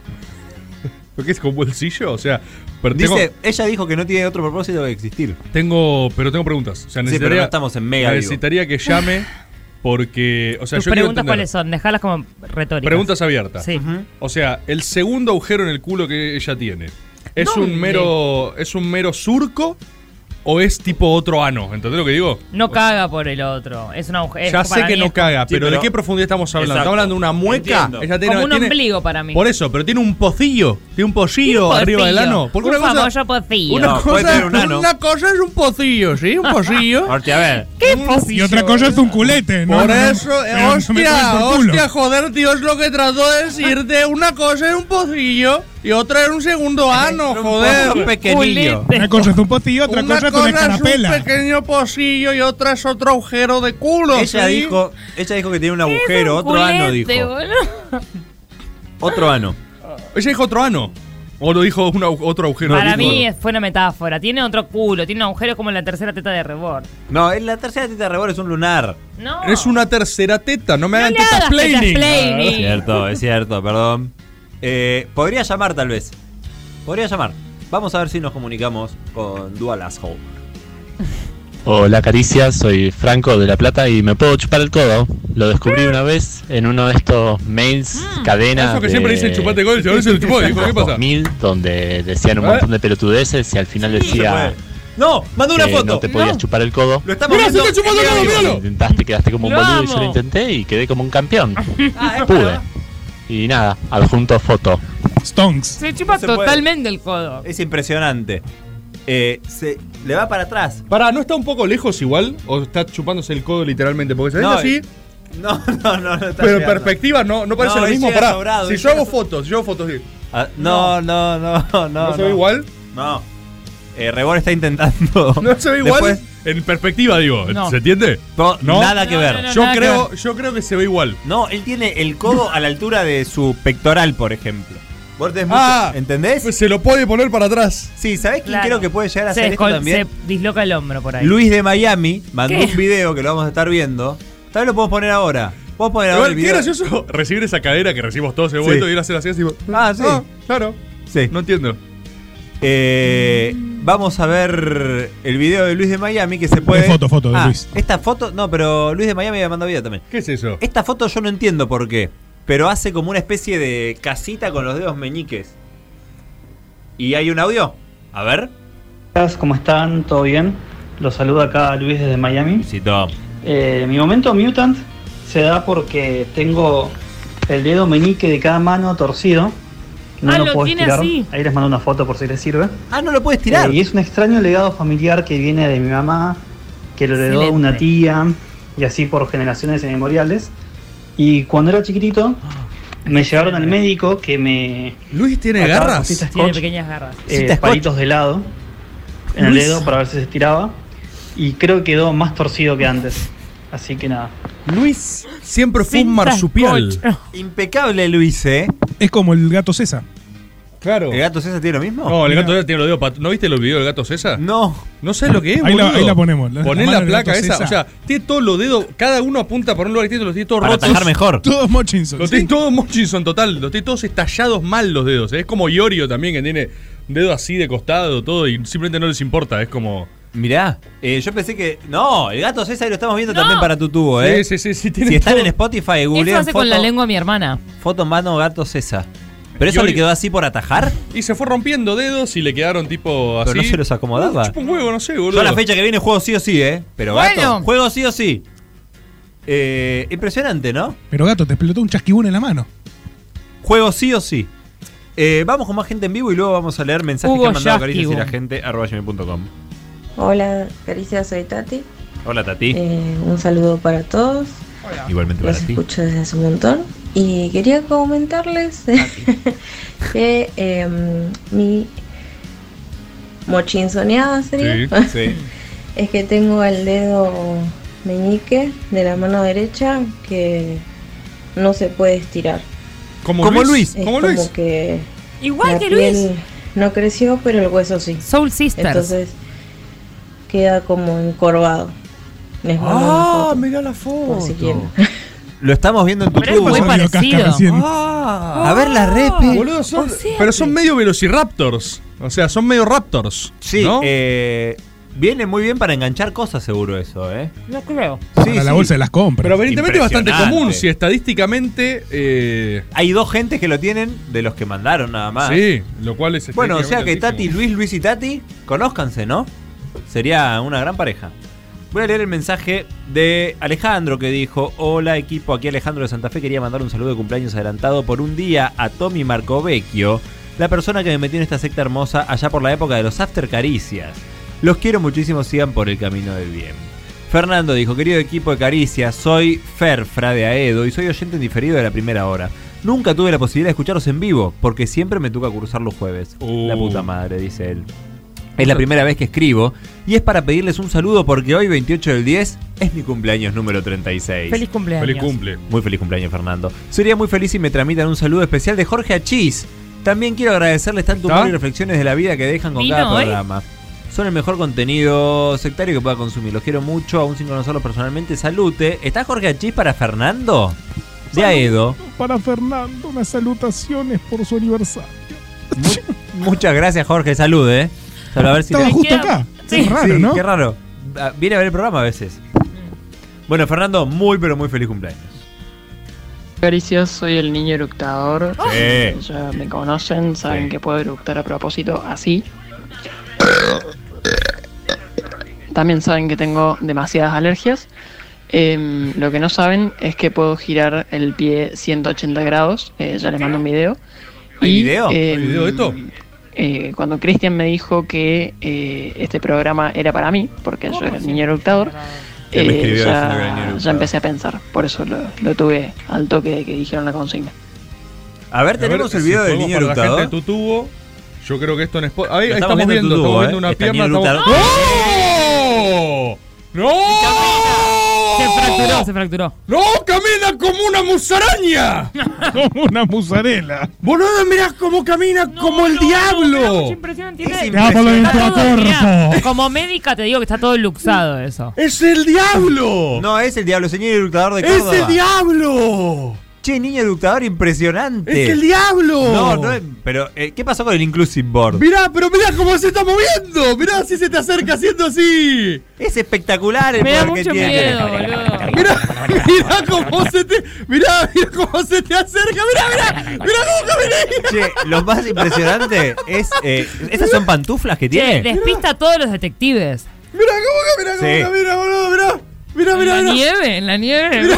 [SPEAKER 4] ¿Pero qué es con bolsillo? O sea, pero tengo,
[SPEAKER 8] Dice, ella dijo que no tiene otro propósito que existir.
[SPEAKER 4] tengo- pero tengo preguntas. O sea,
[SPEAKER 8] Sí, pero
[SPEAKER 4] necesitaría,
[SPEAKER 8] no estamos en Mega Vivo.
[SPEAKER 4] Necesitaría que llame porque, o sea,
[SPEAKER 1] ¿Tus
[SPEAKER 4] yo quiero
[SPEAKER 1] preguntas
[SPEAKER 4] entender.
[SPEAKER 1] cuáles son? Dejalas como retóricas.
[SPEAKER 4] Preguntas abiertas.
[SPEAKER 1] Sí.
[SPEAKER 4] O sea, el segundo agujero en el culo que ella tiene. ¿Es
[SPEAKER 1] ¿Dónde?
[SPEAKER 4] un mero. ¿Es un mero surco? ¿O es tipo otro ano? ¿Entendés lo que digo?
[SPEAKER 1] No caga por el otro. Es una aguja- es
[SPEAKER 4] ya
[SPEAKER 1] para
[SPEAKER 4] sé que
[SPEAKER 1] mí
[SPEAKER 4] no
[SPEAKER 1] es-
[SPEAKER 4] caga, pero, ¿de qué profundidad estamos hablando? ¿Estamos hablando de una mueca?
[SPEAKER 1] Entiendo.
[SPEAKER 4] Ella
[SPEAKER 1] Como un ombligo para mí.
[SPEAKER 4] Por eso, pero tiene un pocillo. Tiene un pocillo
[SPEAKER 1] Un
[SPEAKER 4] arriba del
[SPEAKER 1] pocillo.
[SPEAKER 4] ano. Porque
[SPEAKER 1] un
[SPEAKER 4] una cosa.
[SPEAKER 1] famoso pocillo.
[SPEAKER 4] Una, cosa, una cosa es un pocillo, ¿sí? Un pocillo.
[SPEAKER 8] Hostia, a ver.
[SPEAKER 1] ¿Qué pocillo?
[SPEAKER 10] Y otra cosa es un culete, ¿no?
[SPEAKER 4] Por
[SPEAKER 10] No, no,
[SPEAKER 4] eso, eh,
[SPEAKER 10] no, no me
[SPEAKER 4] hostia,
[SPEAKER 10] tomes por culo.
[SPEAKER 4] hostia, joder, tío, es lo que trató de decirte. Una cosa es un pocillo y otra es un segundo ano, joder.
[SPEAKER 10] Una cosa es un potillo, otra cosa es una escarapela.
[SPEAKER 4] pequeño pocillo y otra es otro agujero de culo.
[SPEAKER 8] Ella dijo, ella dijo que tiene un agujero, otro ano dijo. Otro ano.
[SPEAKER 4] ¿Ella dijo otro ano? ¿O lo dijo un au- otro agujero?
[SPEAKER 1] para
[SPEAKER 4] de culo?
[SPEAKER 1] mí es- fue una metáfora. Tiene otro culo, tiene un agujero como en la tercera teta de rebord.
[SPEAKER 8] No, en la tercera teta de rebord es un lunar.
[SPEAKER 1] No.
[SPEAKER 4] Es una tercera teta, no me hagan
[SPEAKER 1] le
[SPEAKER 4] tetas
[SPEAKER 1] hagas tetas
[SPEAKER 4] planning.
[SPEAKER 1] planning.
[SPEAKER 8] Es cierto, es cierto, perdón. Eh, podría llamar tal vez. Podría llamar. Vamos a ver si nos comunicamos con Dual Asshole.
[SPEAKER 19] Hola Caricia, soy Franco de La Plata y me puedo chupar el codo. Lo descubrí una vez en uno de estos mails, cadenas.
[SPEAKER 4] Eso que siempre
[SPEAKER 19] de-
[SPEAKER 4] dicen chupate gol, ahora se lo chupó, dijo, ¿qué pasa?
[SPEAKER 19] 2000, Eh, donde decían un
[SPEAKER 4] ¿Eh?
[SPEAKER 19] montón de pelotudeces y al final decía.
[SPEAKER 8] No, mandó una
[SPEAKER 19] que
[SPEAKER 8] foto.
[SPEAKER 19] No te podías
[SPEAKER 8] No.
[SPEAKER 19] chupar el codo.
[SPEAKER 8] Lo estamos Mirá, se viendo. está chupando el codo,
[SPEAKER 19] Y vos
[SPEAKER 8] míralo.
[SPEAKER 19] Intentaste, quedaste como un
[SPEAKER 8] Lo
[SPEAKER 19] boludo y
[SPEAKER 8] amo.
[SPEAKER 19] yo
[SPEAKER 8] Ah,
[SPEAKER 19] lo intenté y quedé como un campeón.
[SPEAKER 1] Ah,
[SPEAKER 19] Pude. Y nada, adjunto foto.
[SPEAKER 10] Stonks.
[SPEAKER 1] Se chupa
[SPEAKER 8] No se puede.
[SPEAKER 1] totalmente el codo.
[SPEAKER 8] Es impresionante. Eh, se, le va para atrás.
[SPEAKER 4] Pará, ¿no está un poco lejos igual? ¿O está chupándose el codo literalmente? Porque se ve
[SPEAKER 8] No,
[SPEAKER 4] así,
[SPEAKER 8] No, no, no, no está
[SPEAKER 4] pero en
[SPEAKER 8] llegando.
[SPEAKER 4] perspectiva no, no parece
[SPEAKER 8] No,
[SPEAKER 4] lo
[SPEAKER 8] él
[SPEAKER 4] mismo.
[SPEAKER 8] llega
[SPEAKER 4] Pará,
[SPEAKER 8] sobrado,
[SPEAKER 4] si
[SPEAKER 8] él
[SPEAKER 4] yo hago
[SPEAKER 8] llega-
[SPEAKER 4] fotos, si yo hago fotos, sí.
[SPEAKER 8] Ah, no, no, no, no, no.
[SPEAKER 4] ¿No se ve igual?
[SPEAKER 8] No. Eh, Rebor está intentando.
[SPEAKER 4] No se ve igual.
[SPEAKER 8] Después-
[SPEAKER 4] En perspectiva, digo.
[SPEAKER 8] No.
[SPEAKER 4] ¿Se entiende?
[SPEAKER 8] No, nada que ver.
[SPEAKER 4] yo, creo, yo creo que se ve igual.
[SPEAKER 8] No, él tiene el codo a la altura de su pectoral, por ejemplo. Vos tenés mucho-
[SPEAKER 4] Ah,
[SPEAKER 8] ¿entendés?
[SPEAKER 4] Pues se lo puede poner para atrás.
[SPEAKER 8] Sí, ¿sabés quién
[SPEAKER 1] Claro.
[SPEAKER 8] creo que puede llegar a
[SPEAKER 1] se
[SPEAKER 8] hacer esto
[SPEAKER 1] descol-
[SPEAKER 8] también?
[SPEAKER 1] Se disloca el hombro por ahí.
[SPEAKER 8] Luis de Miami mandó
[SPEAKER 1] ¿Qué?
[SPEAKER 8] un video que lo vamos a estar viendo. Tal vez lo podemos poner ahora. Podemos poner ahora el
[SPEAKER 4] Igual, qué
[SPEAKER 8] video.
[SPEAKER 4] gracioso recibir esa cadera que recibimos todos en el
[SPEAKER 8] Sí.
[SPEAKER 4] momento y ir a hacer así, así. tipo,
[SPEAKER 8] Ah, sí.
[SPEAKER 4] claro.
[SPEAKER 8] Sí.
[SPEAKER 4] No entiendo.
[SPEAKER 8] Eh, vamos a ver el video de Luis de Miami que se puede.
[SPEAKER 10] foto, foto de
[SPEAKER 8] Ah,
[SPEAKER 10] Luis.
[SPEAKER 8] Esta foto, no, pero Luis de Miami había mandado video también.
[SPEAKER 4] ¿Qué es eso?
[SPEAKER 8] Esta foto yo no entiendo por qué, pero hace como una especie de casita con los dedos meñiques. Y hay un audio. A ver.
[SPEAKER 31] Chicas, ¿Cómo están? ¿Todo bien? Los saluda acá Luis desde Miami. Eh, mi momento mutant se da porque tengo el dedo meñique de cada mano torcido. No
[SPEAKER 1] Ah,
[SPEAKER 31] lo,
[SPEAKER 1] lo
[SPEAKER 31] puedo
[SPEAKER 1] tiene
[SPEAKER 31] estirar.
[SPEAKER 1] así.
[SPEAKER 31] Ahí les mando una foto por si les sirve.
[SPEAKER 8] Ah, no lo puedes
[SPEAKER 31] tirar. Eh, y es un extraño legado familiar que viene de mi mamá, que lo heredó
[SPEAKER 1] Excelente.
[SPEAKER 31] una tía y así por generaciones inmemoriales. Y cuando era chiquitito, me llevaron al médico que me.
[SPEAKER 4] Luis tiene garras.
[SPEAKER 1] Tiene pequeñas garras.
[SPEAKER 31] eh, palitos de helado en el
[SPEAKER 1] Luis.
[SPEAKER 31] dedo para ver si se estiraba. Y creo que quedó más torcido que antes. Así que nada.
[SPEAKER 4] Luis siempre
[SPEAKER 31] fue un Cinta marsupial. scotch.
[SPEAKER 8] Impecable Luis, ¿eh?
[SPEAKER 10] Es como el gato César.
[SPEAKER 4] Claro.
[SPEAKER 8] ¿El gato César tiene lo mismo?
[SPEAKER 4] No, el gato César tiene los dedos pat- ¿No viste los videos del gato César?
[SPEAKER 8] No.
[SPEAKER 4] No sé lo que es,
[SPEAKER 10] Ahí la-
[SPEAKER 4] boludo.
[SPEAKER 10] ahí la ponemos, la-
[SPEAKER 4] Poné
[SPEAKER 10] la
[SPEAKER 4] la,
[SPEAKER 10] mano del
[SPEAKER 4] placa
[SPEAKER 10] gato
[SPEAKER 4] esa.
[SPEAKER 10] César.
[SPEAKER 4] O sea, tiene todos los dedos. Cada uno apunta para un lugar distinto, los tiene todos
[SPEAKER 10] Para
[SPEAKER 4] rotos.
[SPEAKER 10] atajar mejor. Todos Mochinson.
[SPEAKER 4] Los tiene todos Mochinson total. Los tiene todos estallados mal los dedos. ¿eh? Es como Iorio también, que tiene un dedo así de costado, todo, y simplemente no les importa. Es como.
[SPEAKER 8] Mirá, eh, yo pensé que. No, el gato César lo estamos viendo
[SPEAKER 1] No.
[SPEAKER 8] también para tu tubo, ¿eh?
[SPEAKER 1] Sí,
[SPEAKER 4] sí, sí.
[SPEAKER 8] si están en Spotify,
[SPEAKER 1] Eso
[SPEAKER 8] googlean
[SPEAKER 1] hace
[SPEAKER 8] foto,
[SPEAKER 1] con la lengua mi hermana.
[SPEAKER 8] foto en mano gato César. ¿Pero eso
[SPEAKER 4] Y hoy-
[SPEAKER 8] le quedó así por atajar?
[SPEAKER 4] Y se fue rompiendo dedos y le quedaron tipo así. Uh,
[SPEAKER 8] Pero no se los acomodaba.
[SPEAKER 4] Chupa un huevo, no sé,
[SPEAKER 8] Yo
[SPEAKER 4] boludo.
[SPEAKER 8] a la fecha que viene juego sí o sí, ¿eh? Pero
[SPEAKER 4] Bueno.
[SPEAKER 8] gato, juego sí o sí. Eh, impresionante, ¿no?
[SPEAKER 9] Pero gato, te explotó un chasquibún en la mano.
[SPEAKER 8] Juego sí o sí. Eh, vamos con más gente en vivo y luego vamos a leer mensajes
[SPEAKER 9] Hugo
[SPEAKER 8] que han mandado
[SPEAKER 9] Yasky,
[SPEAKER 8] caricias y la
[SPEAKER 9] Hugo.
[SPEAKER 8] gente arroba gmail.com.
[SPEAKER 2] Hola, Caricia, soy Tati.
[SPEAKER 8] Hola Tati.
[SPEAKER 2] Eh, un saludo para todos.
[SPEAKER 8] Igualmente
[SPEAKER 2] Los
[SPEAKER 8] para ti.
[SPEAKER 2] escucho desde hace un montón. Y quería comentarles que em, mi mochín soñada sería.
[SPEAKER 8] sí.
[SPEAKER 2] es que tengo el dedo meñique de la mano derecha que no se puede estirar.
[SPEAKER 4] Como Como Luis. Luis,
[SPEAKER 2] Es
[SPEAKER 4] como Luis.
[SPEAKER 2] que
[SPEAKER 1] Igual
[SPEAKER 2] la
[SPEAKER 1] que Luis.
[SPEAKER 2] piel No creció, pero el hueso sí.
[SPEAKER 1] Soul Sisters.
[SPEAKER 2] Entonces queda como encorvado. Les mando una
[SPEAKER 8] Ah,
[SPEAKER 2] foto,
[SPEAKER 8] mirá la
[SPEAKER 2] por si quieren.
[SPEAKER 8] Lo estamos viendo en tu
[SPEAKER 2] Pero es
[SPEAKER 8] tubo.
[SPEAKER 2] muy Pasó Biocasca parecido. recién.
[SPEAKER 8] Ah, a ver la repe.
[SPEAKER 4] Boludo, son- pero son medio velociraptors. O sea, son medio raptors.
[SPEAKER 8] Sí,
[SPEAKER 4] ¿no?
[SPEAKER 8] eh, viene muy bien para enganchar cosas seguro eso, ¿eh?
[SPEAKER 1] No creo.
[SPEAKER 9] Para la bolsa de las compras.
[SPEAKER 4] Pero aparentemente es bastante
[SPEAKER 8] Impresionante.
[SPEAKER 4] común si estadísticamente. eh,
[SPEAKER 8] Hay dos gentes que lo tienen de los que mandaron nada más.
[SPEAKER 4] Sí, lo cual es.
[SPEAKER 8] Bueno, o sea que
[SPEAKER 4] estadísticamente
[SPEAKER 8] Tati, Luis, Luis y Tati, conózcanse, ¿no? Sería una gran pareja. Voy a leer el mensaje de Alejandro que dijo, hola equipo, aquí Alejandro de Santa Fe quería mandar un saludo de cumpleaños adelantado por un día a Tommy Marcovecchio, la persona que me metió en esta secta hermosa allá por la época de los After Caricias. Los quiero muchísimo, sigan por el camino del bien. Fernando dijo, querido equipo de Caricia, soy Ferfra de Aedo y soy oyente en diferido de la primera hora. Nunca tuve la posibilidad de escucharos en vivo, porque siempre me toca cursar los jueves.
[SPEAKER 1] Uh.
[SPEAKER 8] La puta madre, dice él. Es la primera vez que escribo y es para pedirles un saludo porque hoy 28 del 10 es mi cumpleaños número 36.
[SPEAKER 1] Feliz cumpleaños. Feliz cumple.
[SPEAKER 8] Muy feliz cumpleaños Fernando. Sería muy feliz si me tramitan un saludo especial de Jorge Achís. También quiero agradecerles tanto humor y reflexiones de la vida que dejan con
[SPEAKER 1] Vino
[SPEAKER 8] cada
[SPEAKER 1] hoy.
[SPEAKER 8] programa. Son el mejor contenido sectario que pueda consumir. Los quiero mucho, aún sin conocerlos personalmente. Salute. ¿Está Jorge Achís para Fernando? De Aedo.
[SPEAKER 9] Para Fernando, unas salutaciones por su aniversario.
[SPEAKER 8] Muchas gracias, Jorge. Salude. eh. Salud, a ver si
[SPEAKER 9] Estaba
[SPEAKER 8] le-
[SPEAKER 9] justo acá.
[SPEAKER 8] Sí,
[SPEAKER 9] Es raro,
[SPEAKER 8] sí,
[SPEAKER 9] ¿no?
[SPEAKER 8] Qué raro. Ah, Viene a ver el programa a veces.
[SPEAKER 4] Mm.
[SPEAKER 8] Bueno, Fernando, muy pero muy feliz cumpleaños.
[SPEAKER 6] Caricias, soy el niño eructador.
[SPEAKER 8] Sí.
[SPEAKER 6] Ya me conocen, saben que puedo eructar a propósito así. También saben que tengo demasiadas alergias. Em, lo que no saben es que puedo girar el pie 180 grados. Eh, ya les mando un video.
[SPEAKER 8] ¿Hay
[SPEAKER 6] Y,
[SPEAKER 8] video? ¿Hay
[SPEAKER 6] em,
[SPEAKER 8] video de esto?
[SPEAKER 6] eh, cuando Cristian me dijo que eh, este programa era para mí, porque yo era el niño eructador,
[SPEAKER 8] Él me
[SPEAKER 6] eh,
[SPEAKER 8] escribió diciendo que era el niño
[SPEAKER 6] ya,
[SPEAKER 8] eructador.
[SPEAKER 6] ya empecé a pensar. Por eso lo, lo tuve al toque de que dijeron la consigna.
[SPEAKER 8] A ver,
[SPEAKER 4] A
[SPEAKER 8] tenemos
[SPEAKER 4] ver
[SPEAKER 8] el
[SPEAKER 4] si
[SPEAKER 8] video del
[SPEAKER 4] podemos
[SPEAKER 8] niño
[SPEAKER 4] para la
[SPEAKER 8] eructador.
[SPEAKER 4] gente de tu tubo. Yo creo que esto en Spotify. Ahí,
[SPEAKER 8] Lo
[SPEAKER 4] ahí
[SPEAKER 8] estamos
[SPEAKER 4] estamos,
[SPEAKER 8] viendo en
[SPEAKER 4] viendo,
[SPEAKER 8] tu tubo,
[SPEAKER 4] estamos
[SPEAKER 8] ¿eh?
[SPEAKER 4] viendo una
[SPEAKER 8] Está el
[SPEAKER 4] pierna.
[SPEAKER 8] niño
[SPEAKER 4] estamos- ¡No! ¡No!
[SPEAKER 1] Se fracturó, se fracturó.
[SPEAKER 4] ¡No! ¡Camina como una musaraña!
[SPEAKER 9] como una musarela.
[SPEAKER 4] ¡Boludo, mirá cómo camina como el diablo!
[SPEAKER 1] Como médica te digo que está todo luxado eso.
[SPEAKER 4] ¡Es el diablo!
[SPEAKER 8] No, es el diablo, señor eructador de
[SPEAKER 1] ¡Es
[SPEAKER 8] Córdoba.
[SPEAKER 1] el
[SPEAKER 4] diablo!
[SPEAKER 8] Che, niño eructador impresionante.
[SPEAKER 4] ¡Es el diablo!
[SPEAKER 8] No, no, pero eh, ¿qué pasó con el Inclusive Board?
[SPEAKER 4] Mirá, pero mirá cómo se está moviendo. Mirá si se te acerca haciendo así.
[SPEAKER 8] Es espectacular el
[SPEAKER 4] Me da
[SPEAKER 8] poder que
[SPEAKER 4] mucho
[SPEAKER 8] tiene.
[SPEAKER 4] miedo, Mirá cómo se te. Mirá, mirá cómo se te acerca. Mirá, mirá. Mirá cómo camina.
[SPEAKER 8] Che, lo más impresionante es. eh, ¿Esas son pantuflas que
[SPEAKER 1] Che,
[SPEAKER 8] tiene?
[SPEAKER 1] despista a todos los detectives.
[SPEAKER 4] Mirá cómo camina,
[SPEAKER 8] Sí.
[SPEAKER 4] cómo camina, boludo. Mirá. Mirá,
[SPEAKER 1] En
[SPEAKER 4] mirá,
[SPEAKER 1] la
[SPEAKER 4] mirá.
[SPEAKER 1] nieve, en la nieve.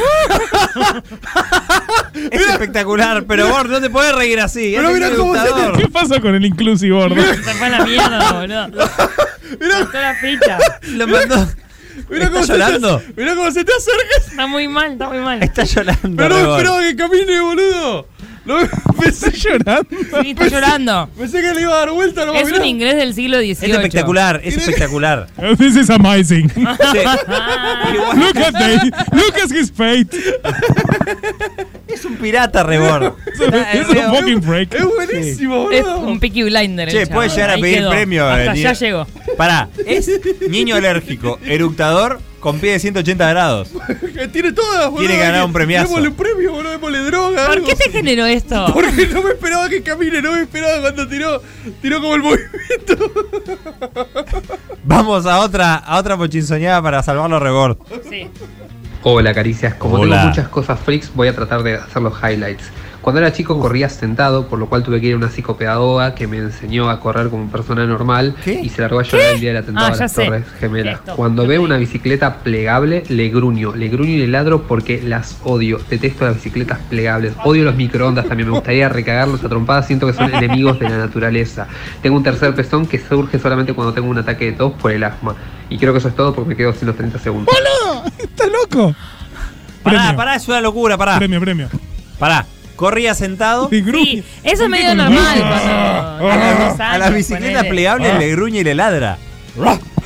[SPEAKER 8] Es espectacular, pero Bord, no te puedes reír así.
[SPEAKER 9] Pero
[SPEAKER 8] es
[SPEAKER 9] mira
[SPEAKER 8] el
[SPEAKER 9] cómo se
[SPEAKER 8] eructador.
[SPEAKER 9] te- ¿Qué pasa con el inclusive, gordo?
[SPEAKER 1] Se fue a la mierda, boludo. Cortó la ficha.
[SPEAKER 8] Lo mandó.
[SPEAKER 4] Mirá cómo se te-
[SPEAKER 8] llorando?
[SPEAKER 4] Mirá cómo se te acerca.
[SPEAKER 1] Está muy mal, está muy mal.
[SPEAKER 8] Está llorando.
[SPEAKER 4] Pero no
[SPEAKER 8] Rebord.
[SPEAKER 4] esperaba que camine, boludo. No, pensé llorando.
[SPEAKER 1] Sí, está llorando.
[SPEAKER 4] Pensé que le iba a dar vuelta. nomás,
[SPEAKER 1] Es
[SPEAKER 4] mirá.
[SPEAKER 1] un inglés del siglo XVIII. Es
[SPEAKER 8] espectacular, es espectacular.
[SPEAKER 9] This is amazing. Look at they, Look at his fate.
[SPEAKER 8] Es un pirata, Rebord.
[SPEAKER 9] Ah, Es un fucking break.
[SPEAKER 4] Es buenísimo,
[SPEAKER 1] Es un Peaky Blinder. el
[SPEAKER 8] Che, puede
[SPEAKER 1] chabón.
[SPEAKER 8] llegar a
[SPEAKER 1] Ahí
[SPEAKER 8] pedir
[SPEAKER 1] quedó.
[SPEAKER 8] premio,
[SPEAKER 1] Hasta
[SPEAKER 8] eh,
[SPEAKER 1] ya
[SPEAKER 8] ni-
[SPEAKER 1] llegó.
[SPEAKER 8] Pará, es niño alérgico, eructador, con pie de 180 grados.
[SPEAKER 4] Que tiene todas, boludo.
[SPEAKER 8] Tiene que ganar un premiazo.
[SPEAKER 4] Démosle un premio, boludo. démosle droga.
[SPEAKER 1] ¿Por
[SPEAKER 4] algo.
[SPEAKER 1] qué te generó esto?
[SPEAKER 4] Porque no me esperaba que camine, no me esperaba cuando tiró, tiró como el movimiento.
[SPEAKER 8] Vamos a otra, a otra pochinsoñada para salvarlo a Rebord.
[SPEAKER 1] Sí.
[SPEAKER 21] Hola, caricias. Como
[SPEAKER 8] Hola.
[SPEAKER 21] tengo muchas cosas freaks, voy a tratar de hacer los highlights. Cuando era chico corría sentado, por lo cual tuve que ir a una psicopedagoga que me enseñó a correr como persona normal y se largó a llorar el día del atentado
[SPEAKER 31] Ah,
[SPEAKER 21] a
[SPEAKER 31] ya
[SPEAKER 21] las
[SPEAKER 31] sé.
[SPEAKER 21] Torres Gemelas. Cuando veo una bicicleta plegable, le gruño. Le gruño y le ladro porque las odio. Detesto las bicicletas plegables. Odio los microondas también. Me gustaría recagarlos a trompadas. Siento que son enemigos de la naturaleza. Tengo un tercer pezón que surge solamente cuando tengo un ataque de tos por el asma. Y creo que eso es todo porque me quedo sin los 30 segundos.
[SPEAKER 9] ¡Estás loco!
[SPEAKER 10] Pará, pará, es una locura, pará.
[SPEAKER 9] Premio, premio.
[SPEAKER 8] Pará. Corría sentado.
[SPEAKER 1] Sí, eso es medio normal cuando. a los dos
[SPEAKER 8] A
[SPEAKER 1] años,
[SPEAKER 8] las bicicletas
[SPEAKER 1] ponele.
[SPEAKER 8] plegables
[SPEAKER 9] Ah.
[SPEAKER 8] le gruñe y le ladra.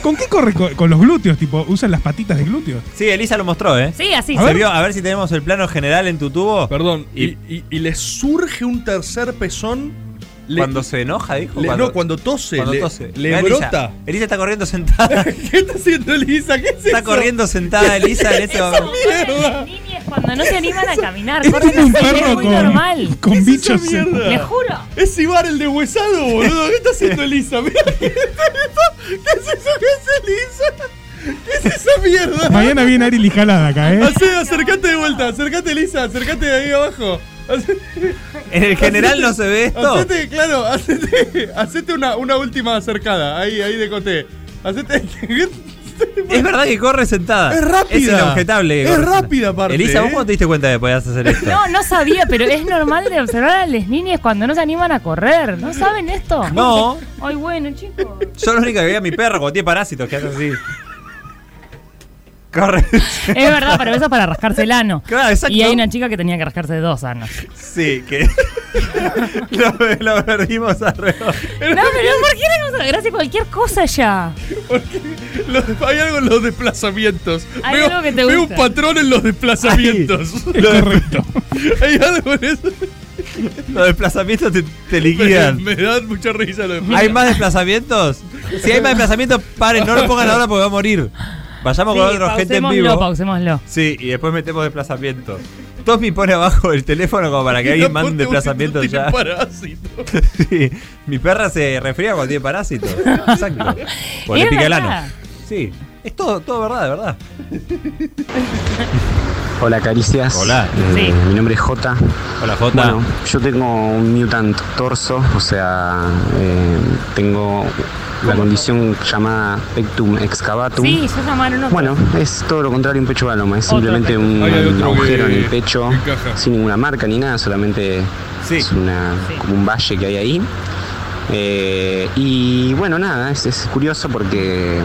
[SPEAKER 9] ¿Con qué corre? Con, con los glúteos, tipo, usan las patitas de glúteos.
[SPEAKER 8] Sí, Elisa lo mostró, ¿eh?
[SPEAKER 1] Sí, así.
[SPEAKER 8] Se vio, a ver si tenemos el plano general en tu tubo.
[SPEAKER 4] Perdón. Y, y- y le surge un tercer pezón.
[SPEAKER 8] Cuando se enoja, dijo.
[SPEAKER 4] le-
[SPEAKER 8] cuando-
[SPEAKER 4] no, cuando tose.
[SPEAKER 8] cuando
[SPEAKER 4] le,
[SPEAKER 8] tose.
[SPEAKER 4] le
[SPEAKER 8] Mirá, Elisa.
[SPEAKER 4] brota.
[SPEAKER 8] Elisa está corriendo sentada.
[SPEAKER 4] ¿Qué está haciendo Elisa? ¿Qué es
[SPEAKER 8] Está corriendo sentada Elisa en este momento.
[SPEAKER 1] Mierda. Niñas cuando no se animan a caminar,
[SPEAKER 4] Es
[SPEAKER 1] corren
[SPEAKER 4] como un
[SPEAKER 1] así, es
[SPEAKER 4] perro
[SPEAKER 1] muy
[SPEAKER 4] con-
[SPEAKER 1] normal.
[SPEAKER 9] Con bichos. eh.
[SPEAKER 4] mierda?
[SPEAKER 1] Le juro.
[SPEAKER 4] Es Ibar el de huesado, boludo. ¿Qué está haciendo Elisa? Mirá, ¿qué es eso? ¿Qué es eso? ¿Qué es Elisa? ¿Qué es esa mierda?
[SPEAKER 9] Mañana viene Ariel y jalada acá, ¿eh?
[SPEAKER 4] Hacé, acercate de vuelta, acercate Elisa, acercate de ahí abajo.
[SPEAKER 8] En el general no se ve esto.
[SPEAKER 4] Hacete, claro, hacete, hacete una, una última acercada, ahí, ahí de coté. Hacete.
[SPEAKER 8] Es verdad que corre sentada.
[SPEAKER 4] Es rápida.
[SPEAKER 8] Es inobjetable. que
[SPEAKER 4] Es
[SPEAKER 8] corre sentada.
[SPEAKER 4] rápida, aparte,
[SPEAKER 8] Elisa, ¿vos
[SPEAKER 4] ¿eh?
[SPEAKER 8] cómo te diste cuenta de que podías hacer esto?
[SPEAKER 1] No, no sabía, pero es normal de observar a las niñas cuando no se animan a correr. ¿No saben esto?
[SPEAKER 8] No.
[SPEAKER 1] Ay, bueno, chicos.
[SPEAKER 8] Yo lo único que veía a mi perro cuando tiene parásitos que hace así. Corre.
[SPEAKER 1] Es verdad, pero eso es para rascarse el ano.
[SPEAKER 8] Claro, exacto.
[SPEAKER 1] Y hay una chica que tenía que rascarse dos anos.
[SPEAKER 8] Sí, que. lo, lo perdimos alrededor.
[SPEAKER 1] No, pero ¿por qué le vamos a gracia cualquier cosa ya?
[SPEAKER 4] Los- hay algo en los desplazamientos.
[SPEAKER 1] Hay
[SPEAKER 4] veo,
[SPEAKER 1] algo que te
[SPEAKER 4] veo
[SPEAKER 1] gusta.
[SPEAKER 4] un patrón en los desplazamientos.
[SPEAKER 8] Lo de-
[SPEAKER 4] hay algo en eso.
[SPEAKER 8] Los desplazamientos te, te liquidan.
[SPEAKER 4] Me, me dan mucha risa lo de
[SPEAKER 8] ¿Hay más desplazamientos? Si hay más desplazamientos, paren, no lo pongan ahora porque va a morir. Vayamos con
[SPEAKER 1] Sí,
[SPEAKER 8] otra gente en
[SPEAKER 1] pausémoslo,
[SPEAKER 8] vivo.
[SPEAKER 1] pausémoslo.
[SPEAKER 8] Sí, y después metemos desplazamiento. Tommy pone abajo el teléfono como para que alguien mande un desplazamiento
[SPEAKER 4] Tiene
[SPEAKER 8] ya.
[SPEAKER 4] parásito.
[SPEAKER 8] Sí, mi perra se resfría cuando tiene parásitos. Exacto. O le
[SPEAKER 1] Era
[SPEAKER 8] pica el ano.
[SPEAKER 1] verdad.
[SPEAKER 8] Sí, es todo, todo verdad, de verdad.
[SPEAKER 19] Hola, caricias. Hola.
[SPEAKER 8] Sí.
[SPEAKER 19] Mi nombre es Jota.
[SPEAKER 8] Hola, Jota.
[SPEAKER 19] Bueno, yo tengo un mutant torso, o sea, eh, tengo la condición llamada pectum excavatum.
[SPEAKER 1] Sí, ya llamaron otro.
[SPEAKER 19] Bueno, es todo lo contrario a un pecho de paloma, es
[SPEAKER 1] Otro.
[SPEAKER 19] simplemente un,
[SPEAKER 1] Ahí hay otro
[SPEAKER 19] agujero
[SPEAKER 1] que
[SPEAKER 19] en el pecho, sin ninguna marca ni nada, solamente es una, como un valle que hay ahí. Eh, y bueno, nada, es, es curioso porque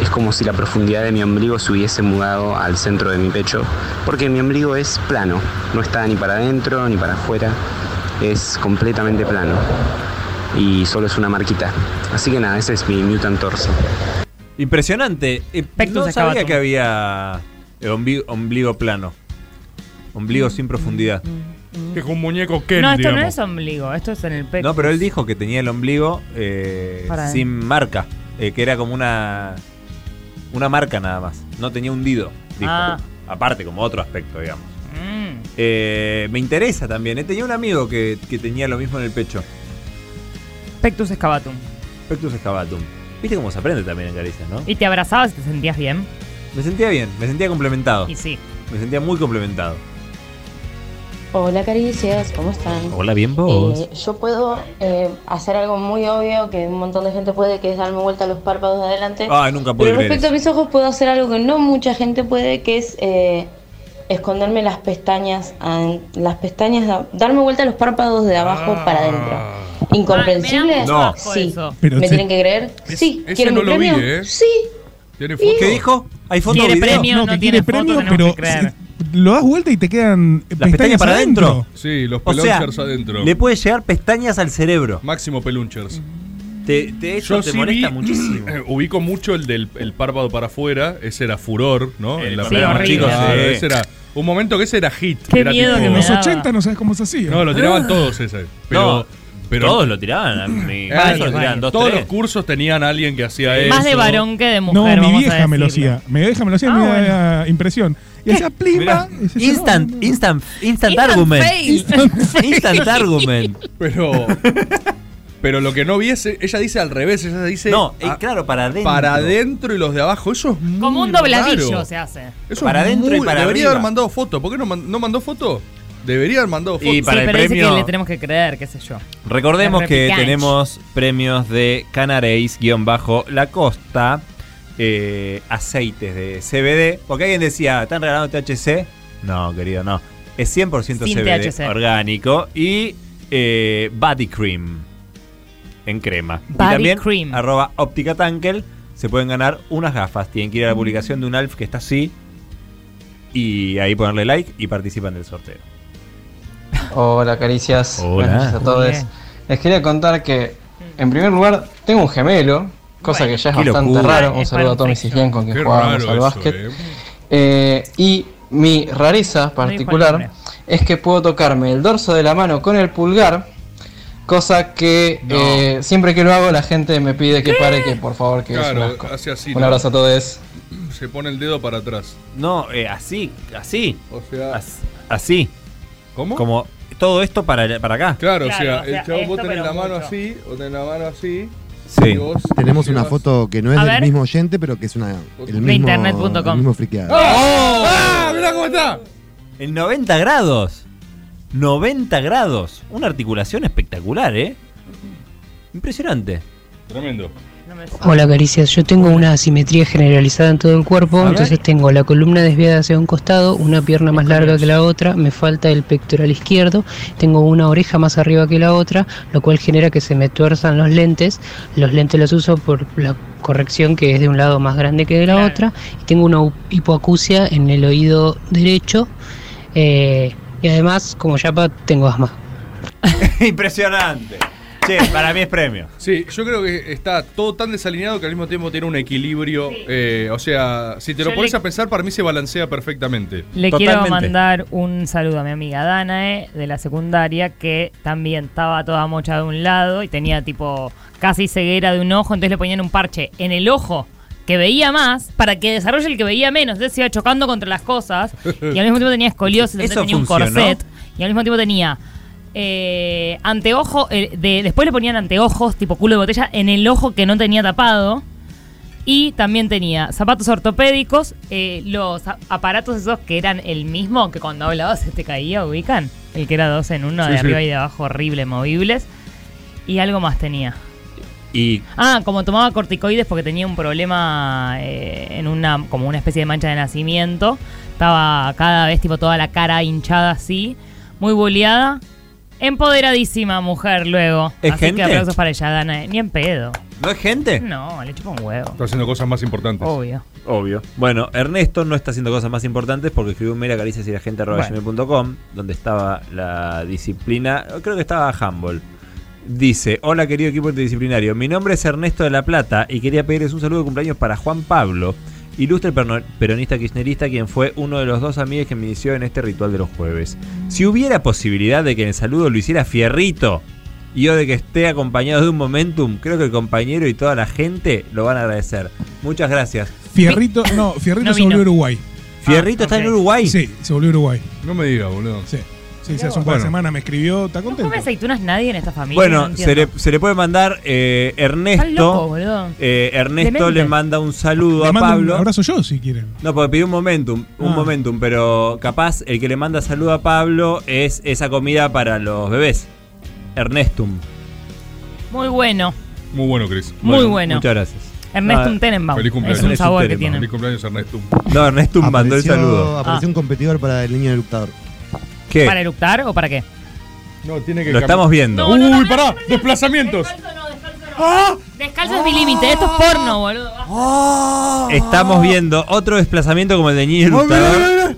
[SPEAKER 19] es como si la profundidad de mi ombligo se hubiese mudado al centro de mi pecho, porque mi ombligo es plano, no está ni para adentro ni para afuera, es completamente plano y solo es una marquita. Así que nada, ese es mi mutant torso.
[SPEAKER 8] Impresionante. Eh,
[SPEAKER 19] Pectus
[SPEAKER 8] no sabía
[SPEAKER 19] excavatum.
[SPEAKER 8] que había eh, ombligo, ombligo plano. Ombligo sin profundidad.
[SPEAKER 4] ¡Oh! Que es un muñeco Ken,
[SPEAKER 1] no, esto no
[SPEAKER 4] digamos.
[SPEAKER 1] es ombligo, esto es en el pecho.
[SPEAKER 8] No, pero él dijo que tenía el ombligo eh,
[SPEAKER 1] Para-
[SPEAKER 8] sin marca. eh, que era como una. Una marca nada más. No tenía hundido. Dijo.
[SPEAKER 1] Ah.
[SPEAKER 8] Aparte, como otro aspecto, digamos.
[SPEAKER 1] Mm.
[SPEAKER 8] Eh, me interesa también. eh, Tenía un amigo que, que tenía lo mismo en el pecho.
[SPEAKER 1] Pectus excavatum.
[SPEAKER 8] Pectus excavatum. Viste cómo se aprende también en Caricias, ¿no?
[SPEAKER 1] ¿Y te abrazabas y te sentías bien?
[SPEAKER 8] Me sentía bien, me sentía complementado.
[SPEAKER 1] Y sí.
[SPEAKER 8] Me sentía muy complementado.
[SPEAKER 32] Hola caricias, ¿cómo están?
[SPEAKER 8] Hola, bien vos.
[SPEAKER 32] Eh, yo puedo eh, hacer algo muy obvio que un montón de gente puede, que es darme vuelta los párpados de adelante.
[SPEAKER 8] Ay, nunca pude
[SPEAKER 32] Pero
[SPEAKER 8] creer
[SPEAKER 32] respecto
[SPEAKER 8] eso.
[SPEAKER 32] a mis ojos puedo hacer algo que no mucha gente puede, que es eh, esconderme las pestañas, ah, las pestañas, darme vuelta los párpados de abajo para adentro. ¿Incomprensible? Ay, me da mucho asco sí. eso. ¿Me Pero sí. tienen que creer? Es- sí. ese ¿Quieren no mi lo vi, premio? ¿eh? Sí.
[SPEAKER 8] ¿Qué dijo? ¿Hay foto o
[SPEAKER 32] Quiere
[SPEAKER 8] video?
[SPEAKER 32] premio,
[SPEAKER 8] no,
[SPEAKER 32] no
[SPEAKER 8] que
[SPEAKER 32] tiene
[SPEAKER 8] quiere premio,
[SPEAKER 32] foto,
[SPEAKER 8] pero
[SPEAKER 9] Pero eh, lo das vuelta y te quedan eh,
[SPEAKER 8] Las pestañas para adentro.
[SPEAKER 4] Sí, los
[SPEAKER 8] O sea,
[SPEAKER 4] pelunchers adentro.
[SPEAKER 8] Le puede llegar pestañas al cerebro.
[SPEAKER 4] Máximo pelunchers.
[SPEAKER 8] Te, te, eso te
[SPEAKER 4] sí
[SPEAKER 8] molesta
[SPEAKER 4] vi-
[SPEAKER 8] muchísimo.
[SPEAKER 4] eh, ubico mucho el del el párpado para afuera. Ese era furor, ¿no? en
[SPEAKER 8] sí, horrible.
[SPEAKER 4] Claro,
[SPEAKER 8] Sí.
[SPEAKER 4] eh, ese era. Un momento que ese era hit. era
[SPEAKER 9] En
[SPEAKER 4] tipo-
[SPEAKER 9] los 80 no sabes cómo se hacía.
[SPEAKER 4] No, lo tiraban
[SPEAKER 1] Ah.
[SPEAKER 4] todos ese. Pero.
[SPEAKER 8] No,
[SPEAKER 4] pero-
[SPEAKER 8] todos lo tiraban. a
[SPEAKER 4] Eh,
[SPEAKER 8] mi- eso lo tiraban, dos,
[SPEAKER 4] todos
[SPEAKER 8] tres.
[SPEAKER 4] los cursos tenían a alguien que hacía eso.
[SPEAKER 1] Más de varón que de
[SPEAKER 9] No,
[SPEAKER 1] mujer,
[SPEAKER 9] mi
[SPEAKER 1] vamos a
[SPEAKER 9] vieja me lo
[SPEAKER 1] decirlo.
[SPEAKER 9] hacía. Mi vieja me lo hacía, me da impresión. Y hacía plimba.
[SPEAKER 10] Mirá, instant, instant, instant,
[SPEAKER 9] Instant
[SPEAKER 10] argument.
[SPEAKER 9] fail.
[SPEAKER 10] Instant, instant argument.
[SPEAKER 4] Pero. Pero lo que no viese, ella dice al revés, ella dice.
[SPEAKER 10] No, eh,
[SPEAKER 4] a-
[SPEAKER 10] claro, para adentro.
[SPEAKER 4] Para adentro y los de abajo. Eso es muy.
[SPEAKER 1] Como un dobladillo
[SPEAKER 4] raro.
[SPEAKER 1] se hace.
[SPEAKER 4] Eso
[SPEAKER 10] Para
[SPEAKER 4] es
[SPEAKER 10] adentro y
[SPEAKER 4] muy-
[SPEAKER 10] para
[SPEAKER 4] Debería
[SPEAKER 10] arriba.
[SPEAKER 4] haber mandado foto. ¿Por qué no, man- no mandó foto? Debería haber mandado foto.
[SPEAKER 8] Y para
[SPEAKER 1] sí,
[SPEAKER 8] el
[SPEAKER 1] pero dice
[SPEAKER 8] premio-
[SPEAKER 1] que le tenemos que creer, qué sé yo.
[SPEAKER 8] Recordemos
[SPEAKER 1] La
[SPEAKER 8] que
[SPEAKER 1] replicante.
[SPEAKER 8] tenemos premios de Canareis-La Costa, eh, aceites de CBD, porque alguien decía, ¿están regalando THC? No, querido, no. Es 100%
[SPEAKER 1] Sin
[SPEAKER 8] CBD
[SPEAKER 1] THC.
[SPEAKER 8] orgánico y eh, body cream en crema.
[SPEAKER 1] Body
[SPEAKER 8] y también
[SPEAKER 1] cream.
[SPEAKER 8] arroba óptica tankel se pueden ganar unas gafas. Tienen que ir a la
[SPEAKER 1] Mm.
[SPEAKER 8] publicación de un ALF que está así y ahí ponerle like y participan del sorteo.
[SPEAKER 33] Hola, caricias.
[SPEAKER 8] Hola.
[SPEAKER 33] Buenas noches a todos.
[SPEAKER 8] Bien.
[SPEAKER 33] Les quería contar que, en primer lugar, tengo un gemelo, cosa que ya es
[SPEAKER 8] qué
[SPEAKER 33] bastante
[SPEAKER 8] locura.
[SPEAKER 33] raro. Un
[SPEAKER 8] Es
[SPEAKER 33] saludo a Tommy
[SPEAKER 8] perfecto.
[SPEAKER 33] Sigian con
[SPEAKER 8] Qué
[SPEAKER 33] quien jugábamos
[SPEAKER 8] raro
[SPEAKER 33] al
[SPEAKER 8] eso,
[SPEAKER 33] básquet. Eh, y mi rareza particular es que puedo tocarme el dorso de la mano con el pulgar, cosa que eh, siempre que lo hago la gente me pide que pare, que por favor, que es un
[SPEAKER 4] Claro,
[SPEAKER 33] asco.
[SPEAKER 4] hace así.
[SPEAKER 33] Un
[SPEAKER 4] ¿no?
[SPEAKER 33] abrazo a todos.
[SPEAKER 4] Se pone el dedo para atrás.
[SPEAKER 8] No, eh, así, así.
[SPEAKER 4] O sea,
[SPEAKER 8] Así.
[SPEAKER 4] ¿Cómo?
[SPEAKER 8] Como todo esto para, para acá.
[SPEAKER 4] Claro, o sea,
[SPEAKER 20] o
[SPEAKER 4] el
[SPEAKER 20] sea,
[SPEAKER 4] chavo
[SPEAKER 20] esto,
[SPEAKER 4] vos tenés
[SPEAKER 20] pero
[SPEAKER 4] la mano
[SPEAKER 20] mucho.
[SPEAKER 4] así, o tenés la mano así.
[SPEAKER 8] Sí.
[SPEAKER 4] y vos
[SPEAKER 20] Tenemos
[SPEAKER 4] llevas-
[SPEAKER 20] una foto que no es
[SPEAKER 4] A
[SPEAKER 20] del
[SPEAKER 4] ver.
[SPEAKER 20] mismo oyente, pero que es una. El mismo,
[SPEAKER 1] internet.com.
[SPEAKER 20] el mismo friqueado.
[SPEAKER 4] ¡Oh! ¡Ah! ¡Mirá cómo está!
[SPEAKER 8] En 90 grados. 90 grados. Una articulación espectacular, ¿eh? Impresionante.
[SPEAKER 4] Tremendo.
[SPEAKER 34] Hola Caricias, yo tengo una asimetría generalizada en todo el cuerpo,
[SPEAKER 8] ver.
[SPEAKER 34] entonces tengo la columna desviada hacia un costado, una pierna más larga que la otra, me falta el pectoral izquierdo, tengo una oreja más arriba que la otra, lo cual genera que se me tuerzan los lentes, los lentes los uso por la corrección que es de un lado más grande que de la otra, y tengo una hipoacusia en el oído derecho, eh, y además como yapa tengo asma.
[SPEAKER 8] Impresionante. Che, para mí es premio.
[SPEAKER 4] Sí, yo creo que está todo tan desalineado que al mismo tiempo tiene un equilibrio. eh, o sea, si te lo
[SPEAKER 1] Yo
[SPEAKER 4] pones
[SPEAKER 1] le-
[SPEAKER 4] a pensar, para mí se balancea perfectamente.
[SPEAKER 1] Le quiero mandar un saludo a mi amiga Danae de la secundaria que también estaba toda mocha de un lado y tenía tipo casi ceguera de un ojo, entonces le ponían un parche en el ojo que veía más para que desarrolle el que veía menos, entonces se iba chocando contra las cosas y al mismo tiempo tenía escoliosis, entonces
[SPEAKER 8] Eso
[SPEAKER 1] tenía un
[SPEAKER 8] funcionó.
[SPEAKER 1] corset y al mismo tiempo tenía eh, anteojo, eh, de- después le ponían anteojos tipo culo de botella en el ojo que no tenía tapado. Y también tenía zapatos ortopédicos, eh, los a- aparatos esos que eran el mismo que cuando hablabas se te caía, ubican. El que era dos en uno,
[SPEAKER 8] Sí,
[SPEAKER 1] de
[SPEAKER 8] sí.
[SPEAKER 1] arriba y de abajo, horrible, movibles. Y algo más tenía.
[SPEAKER 8] Y
[SPEAKER 1] Ah, como tomaba corticoides porque tenía un problema eh, en una, como una especie de mancha de nacimiento. Estaba cada vez tipo toda la cara hinchada así, muy boleada. Empoderadísima mujer luego.
[SPEAKER 4] ¿Es
[SPEAKER 1] así
[SPEAKER 4] gente?
[SPEAKER 1] que aplausos para ella, Dana. Ni en pedo.
[SPEAKER 8] ¿No es gente?
[SPEAKER 1] No, le chupa un huevo.
[SPEAKER 4] Está haciendo cosas más importantes.
[SPEAKER 1] Obvio.
[SPEAKER 8] Obvio. Bueno, Ernesto no está haciendo cosas más importantes porque escribió un mail a caricias y la gente
[SPEAKER 1] Bueno.
[SPEAKER 8] donde estaba la disciplina, creo que estaba Humble. Dice, hola querido equipo interdisciplinario, mi nombre es Ernesto de la Plata y quería pedirles un saludo de cumpleaños para Juan Pablo, ilustre perno- peronista kirchnerista quien fue uno de los dos amigos que me inició en este ritual de los jueves. Si hubiera posibilidad de que el saludo lo hiciera Fierrito y o de que esté acompañado de un momentum, creo que el compañero y toda la gente lo van a agradecer. Muchas gracias.
[SPEAKER 9] Ah, Fierrito, no, Fierrito
[SPEAKER 8] No
[SPEAKER 9] se volvió
[SPEAKER 8] vino. Ah,
[SPEAKER 9] Uruguay.
[SPEAKER 8] Fierrito está en Uruguay.
[SPEAKER 9] Sí, se volvió Uruguay.
[SPEAKER 4] No me diga, boludo.
[SPEAKER 9] Sí, sí, sí, hace un par
[SPEAKER 8] Bueno.
[SPEAKER 9] de semanas me escribió, está contento.
[SPEAKER 1] ¿Come aceitunas nadie en esta familia?
[SPEAKER 8] Bueno,
[SPEAKER 1] No
[SPEAKER 8] se le,
[SPEAKER 1] entiendo.
[SPEAKER 8] se le puede mandar eh,
[SPEAKER 1] Están locos,
[SPEAKER 8] Ernesto.
[SPEAKER 1] boludo.
[SPEAKER 8] eh, Ernesto
[SPEAKER 1] Demente.
[SPEAKER 8] le manda un saludo
[SPEAKER 9] Le
[SPEAKER 8] a
[SPEAKER 9] mando
[SPEAKER 8] Pablo.
[SPEAKER 9] un abrazo yo si quieren.
[SPEAKER 8] No, porque pidió un momentum, un
[SPEAKER 9] Ah.
[SPEAKER 8] momentum, pero capaz el que le manda saludo a Pablo es esa comida para los bebés. Ernestum.
[SPEAKER 1] Muy bueno.
[SPEAKER 4] Muy bueno, Chris.
[SPEAKER 1] Muy bueno.
[SPEAKER 8] Muchas gracias.
[SPEAKER 1] Ernestum
[SPEAKER 8] Ah,
[SPEAKER 1] Tenenbaum.
[SPEAKER 4] Feliz cumpleaños.
[SPEAKER 1] Es un sabor que
[SPEAKER 4] Tenenbaum.
[SPEAKER 1] tienen.
[SPEAKER 4] Feliz cumpleaños, Ernesto.
[SPEAKER 8] No, Ernestum mandó el
[SPEAKER 20] Apareció-
[SPEAKER 8] saludo.
[SPEAKER 1] Ah.
[SPEAKER 20] Apareció un competidor para el niño eructador.
[SPEAKER 8] ¿Qué?
[SPEAKER 1] ¿Para eructar o para qué?
[SPEAKER 4] No, tiene
[SPEAKER 8] Lo estamos viendo.
[SPEAKER 4] Uy, pará, desplazamientos.
[SPEAKER 8] ¡Ah!
[SPEAKER 1] Descalzo es mi límite. Esto es porno, boludo.
[SPEAKER 8] ¡Ah! Estamos viendo otro desplazamiento como el de Niño Eructador,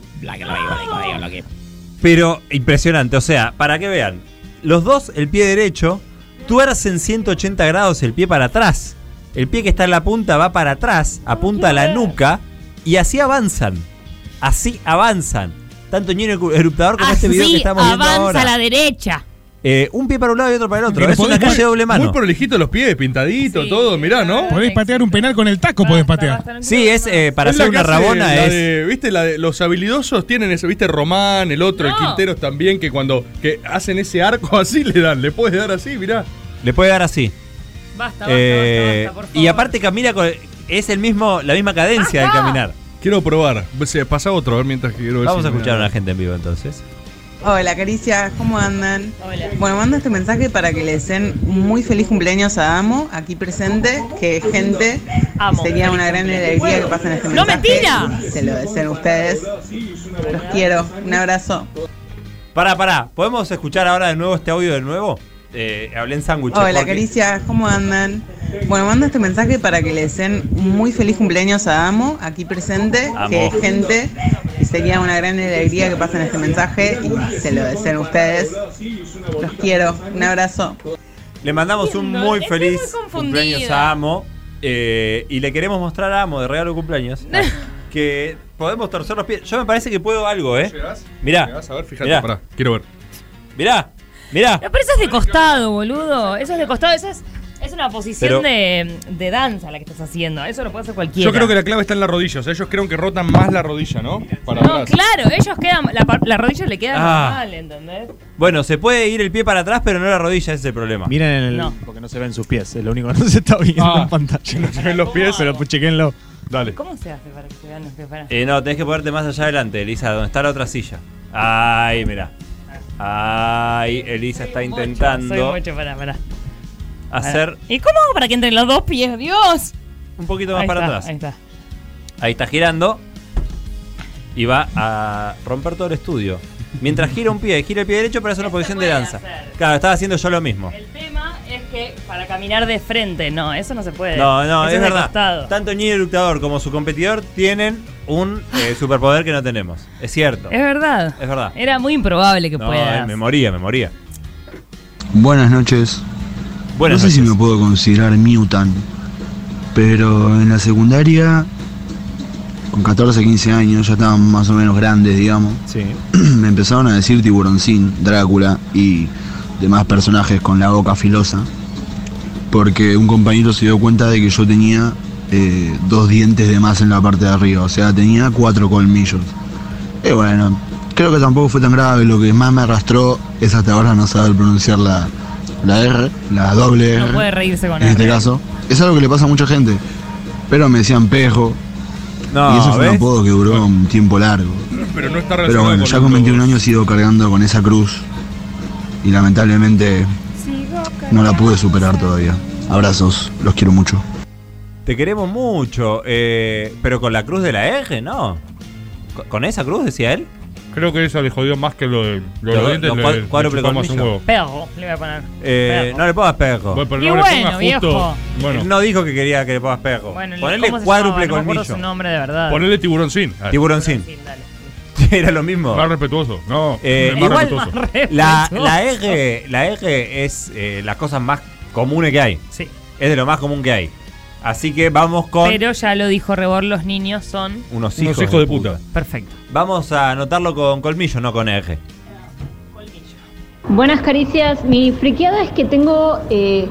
[SPEAKER 8] Pero impresionante, o sea, para que vean, los dos, el pie derecho, tuercen 180 grados el pie para atrás. El pie que está en la punta va para atrás, apunta a la nuca y así avanzan. Así avanzan. Tanto Niño Eruptador como este video que
[SPEAKER 1] Así
[SPEAKER 8] estamos viendo
[SPEAKER 1] avanza
[SPEAKER 8] ahora.
[SPEAKER 1] a la derecha.
[SPEAKER 8] Eh, un pie para un lado y otro para el otro. Es una calle de doble mano.
[SPEAKER 4] Muy prolijito los pies, pintadito, todo, mirá, ¿no?
[SPEAKER 9] Podés patear un penal con el taco, podés patear.
[SPEAKER 8] Sí, es eh, para
[SPEAKER 4] Es la
[SPEAKER 8] hacer una
[SPEAKER 4] que hace
[SPEAKER 8] rabona
[SPEAKER 4] la
[SPEAKER 8] es.
[SPEAKER 4] de- ¿Viste? La de- los habilidosos tienen eso, ¿viste? Román, el otro, el Quinteros también, que cuando que hacen ese arco así le dan, le puedes dar así, mirá.
[SPEAKER 8] Le puede dar así.
[SPEAKER 1] Basta,
[SPEAKER 8] Eh, Y aparte camina con. Es el mismo, la misma cadencia de caminar.
[SPEAKER 4] Quiero probar. Pasa otro, a ver mientras quiero ver
[SPEAKER 8] Vamos
[SPEAKER 4] si
[SPEAKER 8] a escuchar
[SPEAKER 4] me-
[SPEAKER 8] a la gente en vivo entonces.
[SPEAKER 35] Hola, caricias, ¿cómo andan? Bueno, mando este mensaje para que le den un muy feliz cumpleaños a Amo, aquí presente, que es gente. Sería una gran alegría que pasen este
[SPEAKER 1] ¡No,
[SPEAKER 35] mensaje.
[SPEAKER 1] mentira!
[SPEAKER 35] Se lo deseen ustedes. Los quiero. Un abrazo.
[SPEAKER 8] Pará, pará. ¿Podemos escuchar ahora de nuevo este audio de nuevo? Eh, hablé en sándwiches.
[SPEAKER 35] Hola,
[SPEAKER 8] porque-
[SPEAKER 35] caricias, ¿cómo andan? Bueno, mando este mensaje para que le den un muy feliz cumpleaños a Amo, aquí presente, que
[SPEAKER 8] Amo.
[SPEAKER 35] es gente. Sería una gran alegría que pasen este mensaje y se lo deseen ustedes. Los quiero. Un abrazo.
[SPEAKER 8] Le mandamos un muy
[SPEAKER 35] Estoy
[SPEAKER 8] feliz
[SPEAKER 35] muy confundida.
[SPEAKER 8] cumpleaños a Amo. eh, y le queremos mostrar a Amo de regalo de cumpleaños que podemos torcer los pies. Yo me parece que puedo algo, ¿eh? Mirá.
[SPEAKER 4] Llegás, a ver, fíjate,
[SPEAKER 8] mirá.
[SPEAKER 4] pará, quiero ver.
[SPEAKER 8] Mirá, mirá.
[SPEAKER 1] No, pero eso es de costado, boludo. Eso es de costado. Eso es, es una posición
[SPEAKER 4] Pero-
[SPEAKER 1] de, de danza la que estás haciendo. Eso lo puede hacer cualquiera.
[SPEAKER 4] Yo creo que la clave está en las rodillas. Ellos creo que rotan más la rodilla, ¿no? Para
[SPEAKER 1] No,
[SPEAKER 4] atrás.
[SPEAKER 1] claro, ellos quedan. La, par- la rodilla le queda
[SPEAKER 8] Ah.
[SPEAKER 1] normal, ¿entendés?
[SPEAKER 8] Bueno, se puede ir el pie para atrás, pero no la rodilla, ese es el problema.
[SPEAKER 10] Miren el.
[SPEAKER 1] No. Ah.
[SPEAKER 10] Porque no se ven sus pies, es lo único que no se está viendo en pantalla. No se ven los pies, pero pues, chequenlo. Dale.
[SPEAKER 1] ¿Cómo se hace para que se vean los pies para-
[SPEAKER 8] Eh, no, tenés que ponerte más allá adelante, Elisa, donde está la otra silla. Ay, mirá. Ay, Elisa está intentando
[SPEAKER 1] Soy mucho para, para.
[SPEAKER 8] hacer
[SPEAKER 1] ¿Y cómo hago para que entren los dos pies? ¡Dios!
[SPEAKER 8] Un poquito más
[SPEAKER 1] ahí
[SPEAKER 8] para
[SPEAKER 1] está,
[SPEAKER 8] atrás.
[SPEAKER 1] Ahí está.
[SPEAKER 8] Ahí está girando. Y va a romper todo el estudio. Mientras gira un pie, gira el pie derecho para hacer una posición de danza. Claro, estaba haciendo yo lo mismo.
[SPEAKER 1] El tema es que para caminar de frente, no, eso no se puede.
[SPEAKER 8] No, no,
[SPEAKER 1] Eh, Eso
[SPEAKER 8] es
[SPEAKER 1] de
[SPEAKER 8] verdad.
[SPEAKER 1] costado.
[SPEAKER 8] Tanto Niño Eructador como su competidor tienen un eh, superpoder que no tenemos. Es cierto.
[SPEAKER 1] Es verdad.
[SPEAKER 8] Es verdad.
[SPEAKER 1] Era muy improbable que
[SPEAKER 8] No, eh,
[SPEAKER 1] puedas.
[SPEAKER 8] me moría, me moría.
[SPEAKER 36] Buenas noches.
[SPEAKER 8] Buenas
[SPEAKER 36] no sé si me puedo considerar mutant, pero en la secundaria, con 14, 15 años, ya estaban más o menos grandes, digamos. Me empezaron a decir tiburoncín, Drácula y demás personajes con la boca filosa, porque un compañero se dio cuenta de que yo tenía eh, dos dientes de más en la parte de arriba, o sea, tenía cuatro colmillos. Y bueno, creo que tampoco fue tan grave. Lo que más me arrastró es hasta ahora no saber pronunciar la, la R, la doble R.
[SPEAKER 1] No puede reírse con
[SPEAKER 36] en
[SPEAKER 1] él.
[SPEAKER 36] este caso. Es algo que le pasa a mucha gente. Pero me decían pejo.
[SPEAKER 8] No,
[SPEAKER 36] y eso fue un
[SPEAKER 8] ¿ves?
[SPEAKER 36] apodo que duró un tiempo largo.
[SPEAKER 4] Pero no está
[SPEAKER 36] Pero
[SPEAKER 4] relacionado
[SPEAKER 36] bueno, ya con 21 años sigo cargando con esa cruz. Y lamentablemente no la pude superar todavía. Abrazos, los quiero mucho.
[SPEAKER 8] Te queremos mucho, eh, pero con la cruz de la R, ¿no? ¿Con- ¿Con esa cruz, decía él?
[SPEAKER 4] Creo que eso le jodió más que lo de
[SPEAKER 8] Lo- los cua- cuádruple colmillo.
[SPEAKER 1] Perro, le voy a poner.
[SPEAKER 8] Eh,
[SPEAKER 1] Perro.
[SPEAKER 8] no le pongas perro.
[SPEAKER 1] Bueno, pero Y no le pongas bueno, justo- viejo.
[SPEAKER 4] bueno.
[SPEAKER 8] No dijo que quería que le pongas perro.
[SPEAKER 1] Bueno, ¿cómo
[SPEAKER 8] Ponele
[SPEAKER 1] se llamaba?
[SPEAKER 8] cuádruple
[SPEAKER 1] No me acuerdo
[SPEAKER 8] colmillo.
[SPEAKER 1] su nombre de verdad.
[SPEAKER 4] Ponele tiburoncín.
[SPEAKER 14] Ah.
[SPEAKER 8] Tiburoncín. Era lo mismo.
[SPEAKER 4] Más respetuoso. No,
[SPEAKER 8] Eh,
[SPEAKER 4] más
[SPEAKER 8] igual,
[SPEAKER 4] respetuoso.
[SPEAKER 8] la, la R, la R es eh, las cosas más comunes que hay.
[SPEAKER 1] Sí.
[SPEAKER 8] Es de lo más común que hay. Así que vamos con
[SPEAKER 1] Pero ya lo dijo Rebor, los niños son.
[SPEAKER 8] unos hijos, de puta.
[SPEAKER 1] Perfecto.
[SPEAKER 8] Vamos a anotarlo con colmillo, no con R.
[SPEAKER 16] Buenas caricias. Mi friqueada es que tengo eh,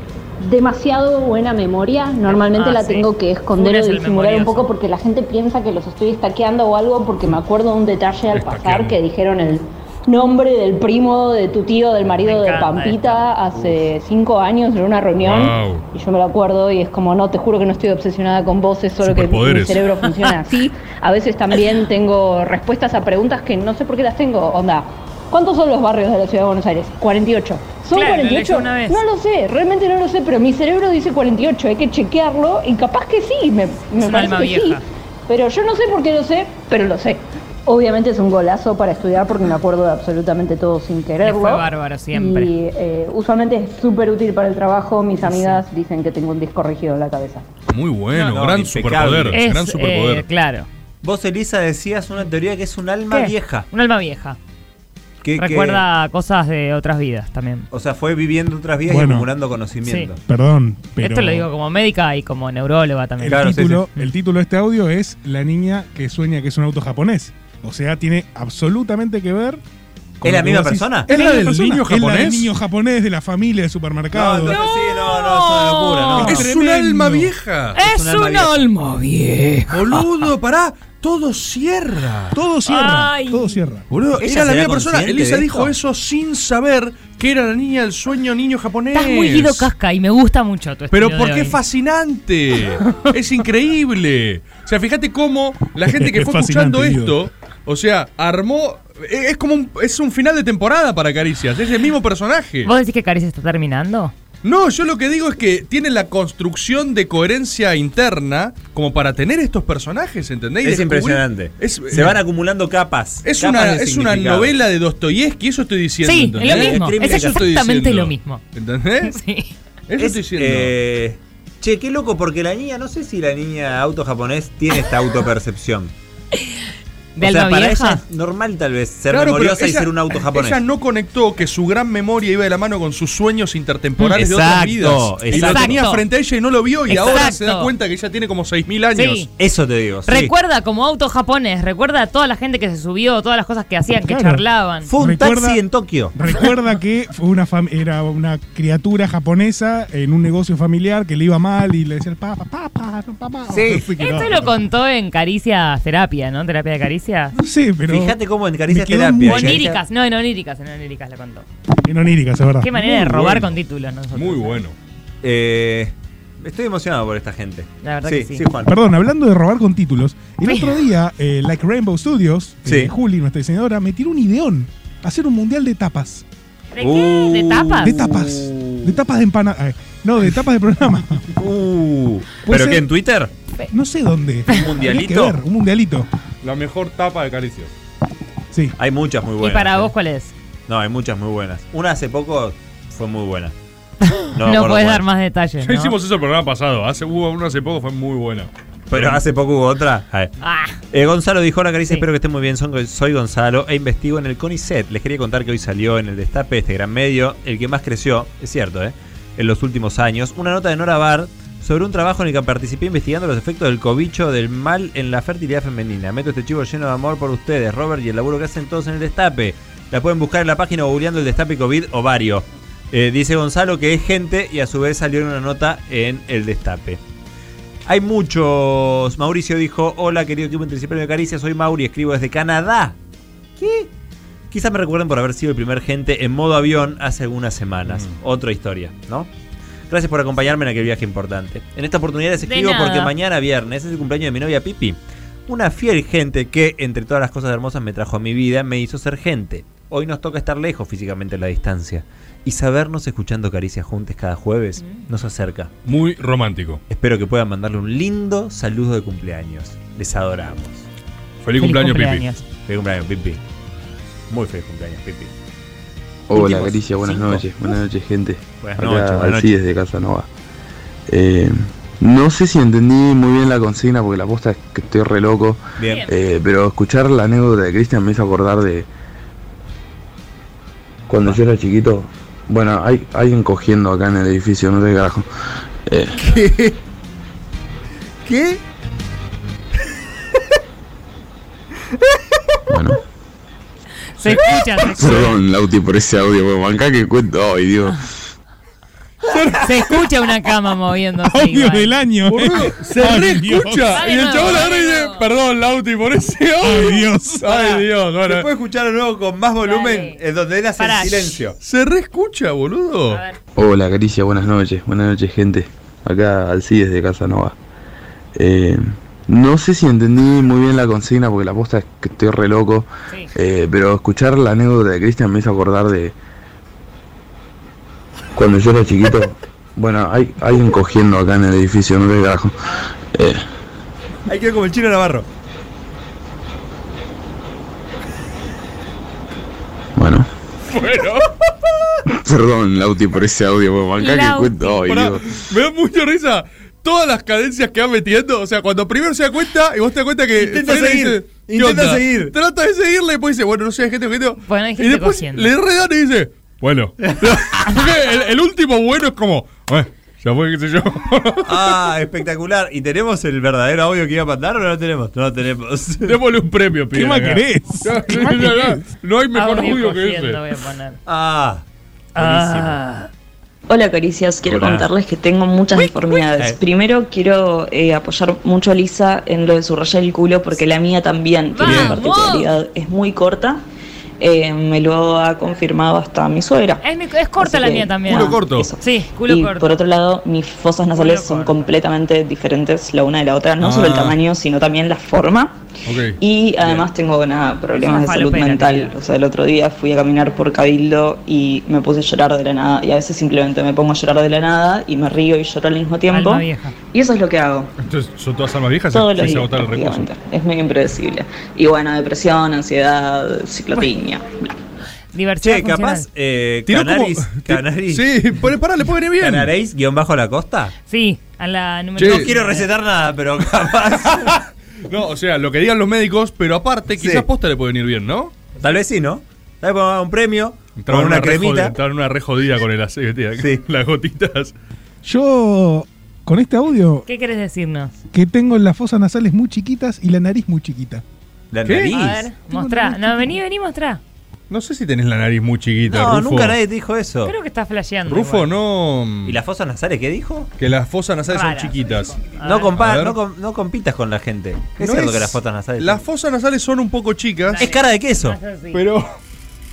[SPEAKER 16] demasiado buena memoria. Normalmente
[SPEAKER 37] Ah,
[SPEAKER 16] la
[SPEAKER 37] sí.
[SPEAKER 16] tengo que esconder
[SPEAKER 37] Uno es
[SPEAKER 16] o
[SPEAKER 37] el
[SPEAKER 16] disimular un
[SPEAKER 37] memorioso.
[SPEAKER 16] poco porque la gente piensa que los estoy estaqueando o algo porque me acuerdo de un detalle al pasar que dijeron el nombre del primo, de tu tío, del marido de Pampita hace cinco años en una reunión.
[SPEAKER 2] Wow.
[SPEAKER 16] Y yo me lo acuerdo y es como, no, te juro que no estoy obsesionada con vos, es solo que mi
[SPEAKER 2] Superpoderes.
[SPEAKER 16] cerebro funciona así. A veces también tengo respuestas a preguntas que no sé por qué las tengo. Onda, ¿cuántos son los barrios de la ciudad de Buenos Aires? 48. ¿Son
[SPEAKER 37] Claro, lo leí
[SPEAKER 16] 48?
[SPEAKER 37] una vez.
[SPEAKER 16] No lo sé, realmente no lo sé, pero mi cerebro dice 48, hay que chequearlo y capaz que sí, me, me
[SPEAKER 37] Es un
[SPEAKER 16] parece
[SPEAKER 37] alma
[SPEAKER 16] que sí.
[SPEAKER 37] vieja.
[SPEAKER 16] Pero yo no sé por qué lo sé, pero lo sé. Obviamente es un golazo para estudiar porque me acuerdo de absolutamente todo sin quererlo.
[SPEAKER 1] fue bárbaro siempre.
[SPEAKER 16] Y eh, usualmente es súper útil para el trabajo. Mis amigas dicen que tengo un disco rígido en la cabeza.
[SPEAKER 4] Muy bueno,
[SPEAKER 8] No, no,
[SPEAKER 4] gran
[SPEAKER 8] impecable.
[SPEAKER 4] superpoder.
[SPEAKER 8] Es,
[SPEAKER 4] gran superpoder.
[SPEAKER 8] eh,
[SPEAKER 1] claro.
[SPEAKER 8] Vos, Elisa, decías una teoría que es un alma
[SPEAKER 1] ¿Qué?
[SPEAKER 8] vieja.
[SPEAKER 1] Un alma vieja.
[SPEAKER 8] Que, que-
[SPEAKER 1] Recuerda cosas de otras vidas también.
[SPEAKER 8] o sea, fue viviendo otras vidas y
[SPEAKER 9] Bueno.
[SPEAKER 8] acumulando conocimiento.
[SPEAKER 1] Sí.
[SPEAKER 9] Perdón, pero.
[SPEAKER 1] Esto lo digo como médica y como neuróloga
[SPEAKER 9] El,
[SPEAKER 1] también.
[SPEAKER 9] título, el título de este audio es La niña que sueña que es un auto japonés. O sea, tiene absolutamente que ver
[SPEAKER 8] ¿Es la
[SPEAKER 9] lo que
[SPEAKER 8] misma
[SPEAKER 9] vos decís.
[SPEAKER 8] persona?
[SPEAKER 9] ¿Es la,
[SPEAKER 8] ¿Es la
[SPEAKER 9] del
[SPEAKER 8] persona?
[SPEAKER 9] niño
[SPEAKER 8] ¿Es la del
[SPEAKER 9] japonés?
[SPEAKER 8] niño
[SPEAKER 9] japonés de la familia del supermercado.
[SPEAKER 8] No, entonces sí, no, no, es una locura, no.
[SPEAKER 4] Es un alma vieja.
[SPEAKER 9] Es un alma
[SPEAKER 4] vieja. Boludo, pará. Todo cierra.
[SPEAKER 9] Todo cierra. Todo cierra.
[SPEAKER 4] Boludo,
[SPEAKER 9] Ella
[SPEAKER 4] era la
[SPEAKER 9] será
[SPEAKER 4] misma persona.
[SPEAKER 9] consciente
[SPEAKER 4] Elisa
[SPEAKER 9] de
[SPEAKER 4] dijo eso sin saber que era la niña del sueño niño japonés.
[SPEAKER 1] Estás muy Guido Casca y me gusta mucho tu
[SPEAKER 4] Pero
[SPEAKER 1] estilo de
[SPEAKER 4] porque
[SPEAKER 1] hoy.
[SPEAKER 4] es fascinante. es increíble. O sea, fíjate cómo la gente que
[SPEAKER 9] Es
[SPEAKER 4] fue escuchando
[SPEAKER 9] fascinante,
[SPEAKER 4] esto, o sea, armó. e-, Es como un, es un final de temporada para Caricias. Es el mismo personaje.
[SPEAKER 1] ¿Vos decís que Caricia está terminando?
[SPEAKER 4] No, yo lo que digo es que tiene la construcción de coherencia interna como para tener estos personajes, ¿entendéis?
[SPEAKER 8] Es
[SPEAKER 4] Descubrí-
[SPEAKER 8] impresionante.
[SPEAKER 4] es-
[SPEAKER 8] Se van acumulando capas.
[SPEAKER 4] Es
[SPEAKER 8] capas
[SPEAKER 4] una,
[SPEAKER 8] de
[SPEAKER 4] es una
[SPEAKER 8] significado.
[SPEAKER 4] novela de Dostoyevsky, eso estoy diciendo.
[SPEAKER 1] Sí, es lo
[SPEAKER 8] Eh,
[SPEAKER 4] ¿entendés?
[SPEAKER 1] mismo,
[SPEAKER 4] Crimen
[SPEAKER 1] es
[SPEAKER 4] de casa.
[SPEAKER 1] exactamente lo mismo.
[SPEAKER 4] ¿Entendés?
[SPEAKER 1] Sí.
[SPEAKER 4] Eso estoy diciendo.
[SPEAKER 8] eh, che, qué loco, porque la niña, no sé si la niña auto japonés tiene esta autopercepción.
[SPEAKER 1] ¿De
[SPEAKER 8] o sea,
[SPEAKER 1] alma
[SPEAKER 8] para
[SPEAKER 1] vieja?
[SPEAKER 8] ella es normal tal vez ser
[SPEAKER 4] Claro, pero
[SPEAKER 8] memoriosa y
[SPEAKER 4] ella-
[SPEAKER 8] ser un auto japonés.
[SPEAKER 4] Ella no conectó que su gran memoria iba de la mano con sus sueños intertemporales de
[SPEAKER 8] Exacto,
[SPEAKER 4] otras vidas. Y lo
[SPEAKER 8] exacto.
[SPEAKER 4] tenía frente a ella y no lo vio y ahora se da
[SPEAKER 1] Exacto.
[SPEAKER 4] cuenta que ella tiene como 6.000 años.
[SPEAKER 1] Sí.
[SPEAKER 8] Eso te digo.
[SPEAKER 1] Recuerda como auto japonés, recuerda a toda la gente que se subió, todas las cosas que hacían, que
[SPEAKER 9] Claro.
[SPEAKER 1] charlaban.
[SPEAKER 9] Fue un Recuerda- taxi en
[SPEAKER 8] Tokio.
[SPEAKER 9] Recuerda que fue una fam- era una criatura japonesa en un negocio familiar que le iba mal y le decía el papá, papá, papá. Así que no.
[SPEAKER 1] Esto lo contó en Caricia Terapia, ¿no? Terapia de Caricia.
[SPEAKER 9] Sí, pero.
[SPEAKER 8] Fíjate cómo en Caricias
[SPEAKER 9] me quedó
[SPEAKER 8] Terapia. ¿eh?
[SPEAKER 9] muy-
[SPEAKER 1] Oníricas, no, en Oníricas, en Oníricas la contó.
[SPEAKER 9] En oníricas, es verdad.
[SPEAKER 1] Qué manera de robar con títulos nosotros.
[SPEAKER 4] Muy bueno.
[SPEAKER 8] Eh, estoy emocionado por esta gente.
[SPEAKER 1] La verdad
[SPEAKER 8] sí,
[SPEAKER 1] que sí.
[SPEAKER 8] Juan.
[SPEAKER 9] Perdón, hablando de robar con títulos, el otro día, eh, Like Rainbow Studios, eh, Juli, nuestra diseñadora, me tiró un ideón. Hacer un mundial de tapas.
[SPEAKER 1] ¿De qué? ¿De tapas?
[SPEAKER 9] De tapas. De tapas de empanada. No, de tapas de programa. Puede
[SPEAKER 24] ¿Pero
[SPEAKER 9] ser-
[SPEAKER 24] qué en Twitter?
[SPEAKER 9] No sé dónde.
[SPEAKER 24] ¿Un
[SPEAKER 9] Habría que
[SPEAKER 24] mundialito?
[SPEAKER 9] ver, Un mundialito.
[SPEAKER 4] La mejor tapa de Caricias.
[SPEAKER 9] Sí.
[SPEAKER 8] Hay muchas muy buenas.
[SPEAKER 1] ¿Y para vos cuál es?
[SPEAKER 8] No, hay muchas muy buenas. Una hace poco fue muy buena.
[SPEAKER 1] No,
[SPEAKER 8] me acuerdo
[SPEAKER 1] podés
[SPEAKER 8] cuál.
[SPEAKER 1] dar más detalles.
[SPEAKER 4] Ya
[SPEAKER 1] ¿no?
[SPEAKER 4] hicimos eso el programa pasado. Hace, hubo uno hace poco, fue muy buena.
[SPEAKER 8] Pero hace poco hubo otra. A ver.
[SPEAKER 1] Ah.
[SPEAKER 8] Eh, Gonzalo dijo, hola Caricia, espero que estén muy bien, Son- soy Gonzalo e investigo en el CONICET. Les quería contar que hoy salió en el Destape, este gran medio, el que más creció, es cierto, ¿eh? en los últimos años, una nota de Nora Bar sobre un trabajo en el que participé investigando los efectos del cobicho del mal en la fertilidad femenina. Meto este chivo lleno de amor por ustedes, Robert, y el laburo que hacen todos en el Destape. La pueden buscar en la página o googleando el Destape COVID ovario. Eh, dice Gonzalo que es gente y a su vez salió en una nota en el Destape. Hay muchos. Mauricio dijo: Hola, querido equipo interdisciplinario de Caricia, soy Mauri, escribo desde Canadá. ¿Qué? Quizás me recuerden por haber sido el primer gente en modo avión hace algunas semanas. Otra historia, ¿no? Gracias por acompañarme en aquel viaje importante. En esta oportunidad les
[SPEAKER 24] De
[SPEAKER 8] escribo
[SPEAKER 24] nada.
[SPEAKER 8] porque mañana viernes es el cumpleaños de mi novia Pipi. Una fiel gente que, entre todas las cosas hermosas me trajo a mi vida, me hizo ser gente. Hoy nos toca estar lejos físicamente en la distancia. Y sabernos escuchando caricias juntos cada jueves
[SPEAKER 4] Mm.
[SPEAKER 8] nos acerca.
[SPEAKER 4] Muy romántico.
[SPEAKER 8] Espero que puedan mandarle un lindo saludo de cumpleaños. Les adoramos.
[SPEAKER 4] Feliz cumpleaños, cumpleaños.
[SPEAKER 8] Pipi. Feliz cumpleaños, Pipi. Muy feliz cumpleaños, Pipi.
[SPEAKER 7] Hola,
[SPEAKER 8] Últimos
[SPEAKER 7] Galicia, buenas
[SPEAKER 8] cinco.
[SPEAKER 7] noches. Buenas noches, gente.
[SPEAKER 8] Buenas
[SPEAKER 7] Acá
[SPEAKER 8] noches, buenas
[SPEAKER 7] Alcides
[SPEAKER 8] noches.
[SPEAKER 7] de Casanova. Eh, no sé si entendí muy bien la consigna porque la posta es que estoy re loco.
[SPEAKER 8] Bien.
[SPEAKER 7] Eh, pero escuchar la anécdota de Cristian me hizo acordar de. Cuando yo era chiquito. Bueno, hay alguien cogiendo acá en el edificio, no sé qué carajo. Eh,
[SPEAKER 8] ¿Qué? ¿Qué?
[SPEAKER 7] bueno.
[SPEAKER 1] Se escucha, se escucha.
[SPEAKER 7] Perdón, Lauti, por ese audio, porque bancá que cuento. Ay, Dios.
[SPEAKER 1] Se escucha una cama moviéndose.
[SPEAKER 7] Audio
[SPEAKER 1] igual.
[SPEAKER 7] del año,
[SPEAKER 10] eh.
[SPEAKER 4] Boludo, se
[SPEAKER 1] Ay,
[SPEAKER 4] reescucha.
[SPEAKER 1] Dios.
[SPEAKER 4] Y el chabón agarra y dice, perdón, Lauti, por ese audio.
[SPEAKER 9] Dios.
[SPEAKER 4] Ay, Dios. Bueno.
[SPEAKER 8] Se puede escuchar de nuevo con más volumen, es donde él hace
[SPEAKER 4] Pará.
[SPEAKER 8] el silencio.
[SPEAKER 4] Se reescucha, boludo.
[SPEAKER 7] Hola Caricia, buenas noches, buenas noches gente. Acá Alcides de Casanova. Eh, no sé si entendí muy bien la consigna porque la posta es que estoy re loco. Eh, pero escuchar la anécdota de Cristian me hizo acordar de cuando yo era chiquito. bueno, hay alguien cogiendo acá en el edificio, no sé qué carajo. Eh,
[SPEAKER 8] Ahí quedó como el chino Navarro.
[SPEAKER 7] bueno,
[SPEAKER 4] Bueno.
[SPEAKER 7] perdón Lauti por ese audio, porque bancá que
[SPEAKER 4] Lauti.
[SPEAKER 7] cuento. Ay,
[SPEAKER 4] Pará,
[SPEAKER 7] Dios.
[SPEAKER 4] me da mucha risa todas las cadencias que van metiendo. O sea, cuando primero se da cuenta y vos te das cuenta que.
[SPEAKER 8] Intenta
[SPEAKER 4] Frena
[SPEAKER 8] seguir,
[SPEAKER 4] ¿qué
[SPEAKER 8] intenta
[SPEAKER 4] onda?
[SPEAKER 8] seguir.
[SPEAKER 4] Trata de seguirle y después dice, bueno, no sé, hay gente cogiendo.
[SPEAKER 1] Bueno, hay
[SPEAKER 4] y
[SPEAKER 1] gente
[SPEAKER 4] después
[SPEAKER 1] cogiendo.
[SPEAKER 4] le redan y dice, bueno. Porque el, el último bueno es como. "Eh, Ya fue, qué sé yo.
[SPEAKER 8] Ah, espectacular. ¿Y tenemos el verdadero audio que iba a mandar o no lo tenemos? No lo tenemos.
[SPEAKER 4] Démosle un premio, pibe.
[SPEAKER 8] más
[SPEAKER 4] acá.
[SPEAKER 8] querés?
[SPEAKER 4] Ya,
[SPEAKER 8] ¿Qué
[SPEAKER 4] ya,
[SPEAKER 8] más
[SPEAKER 4] ya, ya.
[SPEAKER 8] querés?
[SPEAKER 4] "Ah, No hay mejor
[SPEAKER 8] Audio
[SPEAKER 4] audio que ese.
[SPEAKER 8] cogiendo, voy a
[SPEAKER 1] poner.
[SPEAKER 8] Ah.
[SPEAKER 32] Ah. Hola Caricias, quiero
[SPEAKER 8] Hola.
[SPEAKER 32] contarles que tengo muchas deformidades.
[SPEAKER 8] Eh.
[SPEAKER 32] Primero quiero eh, apoyar mucho a Lisa en lo de su raya del culo porque la mía también tiene una particularidad, es muy corta. Eh, me lo ha confirmado hasta mi suegra.
[SPEAKER 1] Es, mi- es corta
[SPEAKER 32] Así
[SPEAKER 1] la
[SPEAKER 32] que,
[SPEAKER 1] mía también.
[SPEAKER 32] nada,
[SPEAKER 4] corto.
[SPEAKER 1] Sí, culo
[SPEAKER 32] y
[SPEAKER 1] corto.
[SPEAKER 32] por otro lado, mis fosas nasales son completamente diferentes la una de la otra, no solo el
[SPEAKER 1] Ah.
[SPEAKER 32] tamaño, sino también la forma.
[SPEAKER 4] Ok.
[SPEAKER 32] Y además tengo nada, problemas de
[SPEAKER 1] Son
[SPEAKER 32] salud
[SPEAKER 1] faloperas,
[SPEAKER 32] mental. O sea, el otro día fui a caminar por Cabildo y me puse a llorar de la nada. Y a veces simplemente me pongo a llorar de la nada y me río y lloro al mismo tiempo.
[SPEAKER 1] Alma vieja.
[SPEAKER 32] Y eso es lo que hago.
[SPEAKER 4] Entonces, son todas almas viejas.
[SPEAKER 32] Todos
[SPEAKER 4] se
[SPEAKER 32] los días,
[SPEAKER 4] agotar el recurso.
[SPEAKER 32] prácticamente. Es medio impredecible. Y bueno, depresión, ansiedad, ciclotimia. bla.
[SPEAKER 1] Diversión
[SPEAKER 8] Che, capaz.
[SPEAKER 1] funcional.
[SPEAKER 8] Eh,
[SPEAKER 1] Tiró
[SPEAKER 8] Canaris.
[SPEAKER 1] como-
[SPEAKER 8] Canaris.
[SPEAKER 4] Sí, pará, le puede venir bien.
[SPEAKER 8] Canaréis guión bajo la costa.
[SPEAKER 1] Sí, a la número
[SPEAKER 8] No quiero recetar nada, Ah, pero capaz.
[SPEAKER 4] no, o sea, lo que digan los médicos, pero aparte, quizás posta le puede venir bien, ¿no?
[SPEAKER 8] Tal vez sí, ¿no? Tal vez podemos dar pues, un premio.
[SPEAKER 4] Entraron
[SPEAKER 8] con una
[SPEAKER 4] re
[SPEAKER 8] cremita.
[SPEAKER 4] jodida- entraron una re jodida con el aceite, las gotitas.
[SPEAKER 9] Yo, con este audio,
[SPEAKER 1] ¿Qué querés decirnos?
[SPEAKER 9] que tengo las fosas nasales muy chiquitas y la nariz muy chiquita.
[SPEAKER 8] La
[SPEAKER 1] A ver, mostrá. No, vení, vení, mostrá.
[SPEAKER 4] No sé si tenés la nariz muy chiquita,
[SPEAKER 8] No,
[SPEAKER 4] Rufo.
[SPEAKER 8] nunca nadie te dijo eso.
[SPEAKER 1] Creo que estás flasheando.
[SPEAKER 4] Rufo,
[SPEAKER 1] igual.
[SPEAKER 4] no.
[SPEAKER 8] ¿Y las fosas nasales qué dijo?
[SPEAKER 4] Que las fosas nasales
[SPEAKER 1] Raras.
[SPEAKER 4] son chiquitas.
[SPEAKER 8] No, compa-
[SPEAKER 4] A ver.
[SPEAKER 8] no, com- no compitas con la gente. Es
[SPEAKER 4] No
[SPEAKER 8] cierto
[SPEAKER 4] es-
[SPEAKER 8] que las fosas nasales.
[SPEAKER 4] Las fosas nasales son un poco chicas.
[SPEAKER 8] Es cara de queso.
[SPEAKER 4] Pero.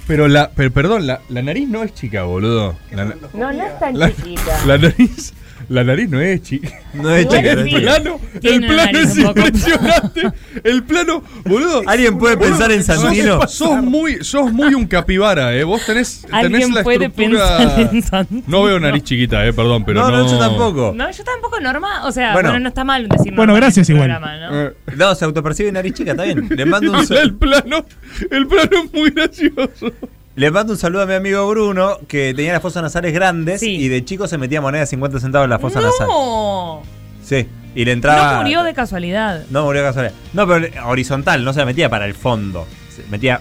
[SPEAKER 4] Pero la. per- perdón, la, la nariz no es chica, boludo. La, na-
[SPEAKER 1] No, no es tan
[SPEAKER 4] la-
[SPEAKER 1] chiquita.
[SPEAKER 4] la nariz. La nariz no es chica.
[SPEAKER 8] No es
[SPEAKER 1] chica, no
[SPEAKER 4] El
[SPEAKER 1] es chica.
[SPEAKER 4] plano,
[SPEAKER 1] Tiene
[SPEAKER 4] el
[SPEAKER 1] una
[SPEAKER 4] plano
[SPEAKER 1] nariz
[SPEAKER 4] es
[SPEAKER 1] un poco-
[SPEAKER 4] impresionante. El plano, boludo.
[SPEAKER 8] ¿Alguien puede
[SPEAKER 4] Boludo,
[SPEAKER 8] pensar en
[SPEAKER 4] sos-
[SPEAKER 8] Santino?
[SPEAKER 4] Sos, muy, sos muy un capibara, eh. Vos tenés, tenés
[SPEAKER 1] Alguien
[SPEAKER 4] la
[SPEAKER 1] puede
[SPEAKER 4] estructura.
[SPEAKER 1] pensar en Santino.
[SPEAKER 4] no veo nariz chiquita, eh, perdón, pero
[SPEAKER 8] No,
[SPEAKER 4] no.
[SPEAKER 8] no, yo tampoco.
[SPEAKER 1] No, yo tampoco normal. O sea,
[SPEAKER 4] Bueno.
[SPEAKER 1] bueno, no está mal decir
[SPEAKER 4] Bueno,
[SPEAKER 1] normal en
[SPEAKER 4] gracias
[SPEAKER 1] el
[SPEAKER 4] igual.
[SPEAKER 1] programa, ¿no?
[SPEAKER 8] Eh. No, se autopercibe nariz chica, está bien. Le mando un
[SPEAKER 4] El
[SPEAKER 8] saludo.
[SPEAKER 4] plano, el plano es muy gracioso.
[SPEAKER 8] Le mando un saludo a mi amigo Bruno, que tenía las fosas nasales grandes y de chico se metía moneda de 50 centavos en la fosa nasal.
[SPEAKER 1] No.
[SPEAKER 8] Sí. Y le entraba.
[SPEAKER 1] No murió de casualidad.
[SPEAKER 8] No murió de casualidad. No, pero horizontal, no se la metía para el fondo. Se metía.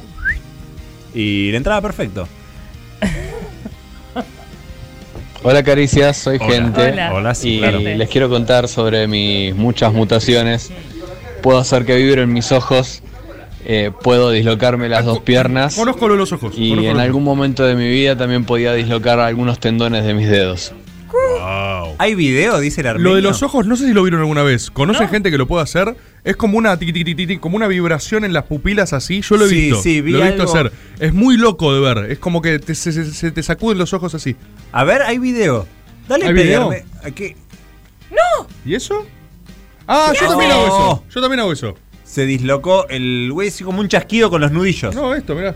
[SPEAKER 8] Y le entraba perfecto.
[SPEAKER 25] Hola Caricias, soy
[SPEAKER 8] Hola.
[SPEAKER 25] gente
[SPEAKER 8] Hola. Hola, sí,
[SPEAKER 25] y
[SPEAKER 8] claro.
[SPEAKER 25] les quiero contar sobre mis muchas mutaciones. Puedo hacer que vibren mis ojos, eh, puedo dislocarme las dos piernas
[SPEAKER 4] Ah, Conozco lo de los ojos. conozco
[SPEAKER 25] y
[SPEAKER 4] lo de
[SPEAKER 25] en
[SPEAKER 4] los
[SPEAKER 25] algún momento de mi vida también podía dislocar algunos tendones de mis dedos.
[SPEAKER 8] ¿Hay video? Dice el
[SPEAKER 4] Lo de los ojos, no sé si lo vieron alguna vez. ¿Conocen gente que lo puede hacer? Es como una tiqui, tiqui, tiqui, como una vibración en las pupilas así. Yo lo he
[SPEAKER 8] Sí,
[SPEAKER 4] visto.
[SPEAKER 8] sí, vi
[SPEAKER 4] lo he visto
[SPEAKER 8] algo.
[SPEAKER 4] hacer. Es muy loco de ver. Es como que te- se, se- se te sacuden los ojos así.
[SPEAKER 8] A ver, hay video. Dale
[SPEAKER 4] ¿Hay video?
[SPEAKER 8] pegarme. ¿A qué?
[SPEAKER 4] ¿Y eso? Ah, yo
[SPEAKER 8] No.
[SPEAKER 4] también hago eso. Yo también hago eso.
[SPEAKER 8] Se dislocó el güey, así como un chasquido con los nudillos.
[SPEAKER 4] No, esto, mirá.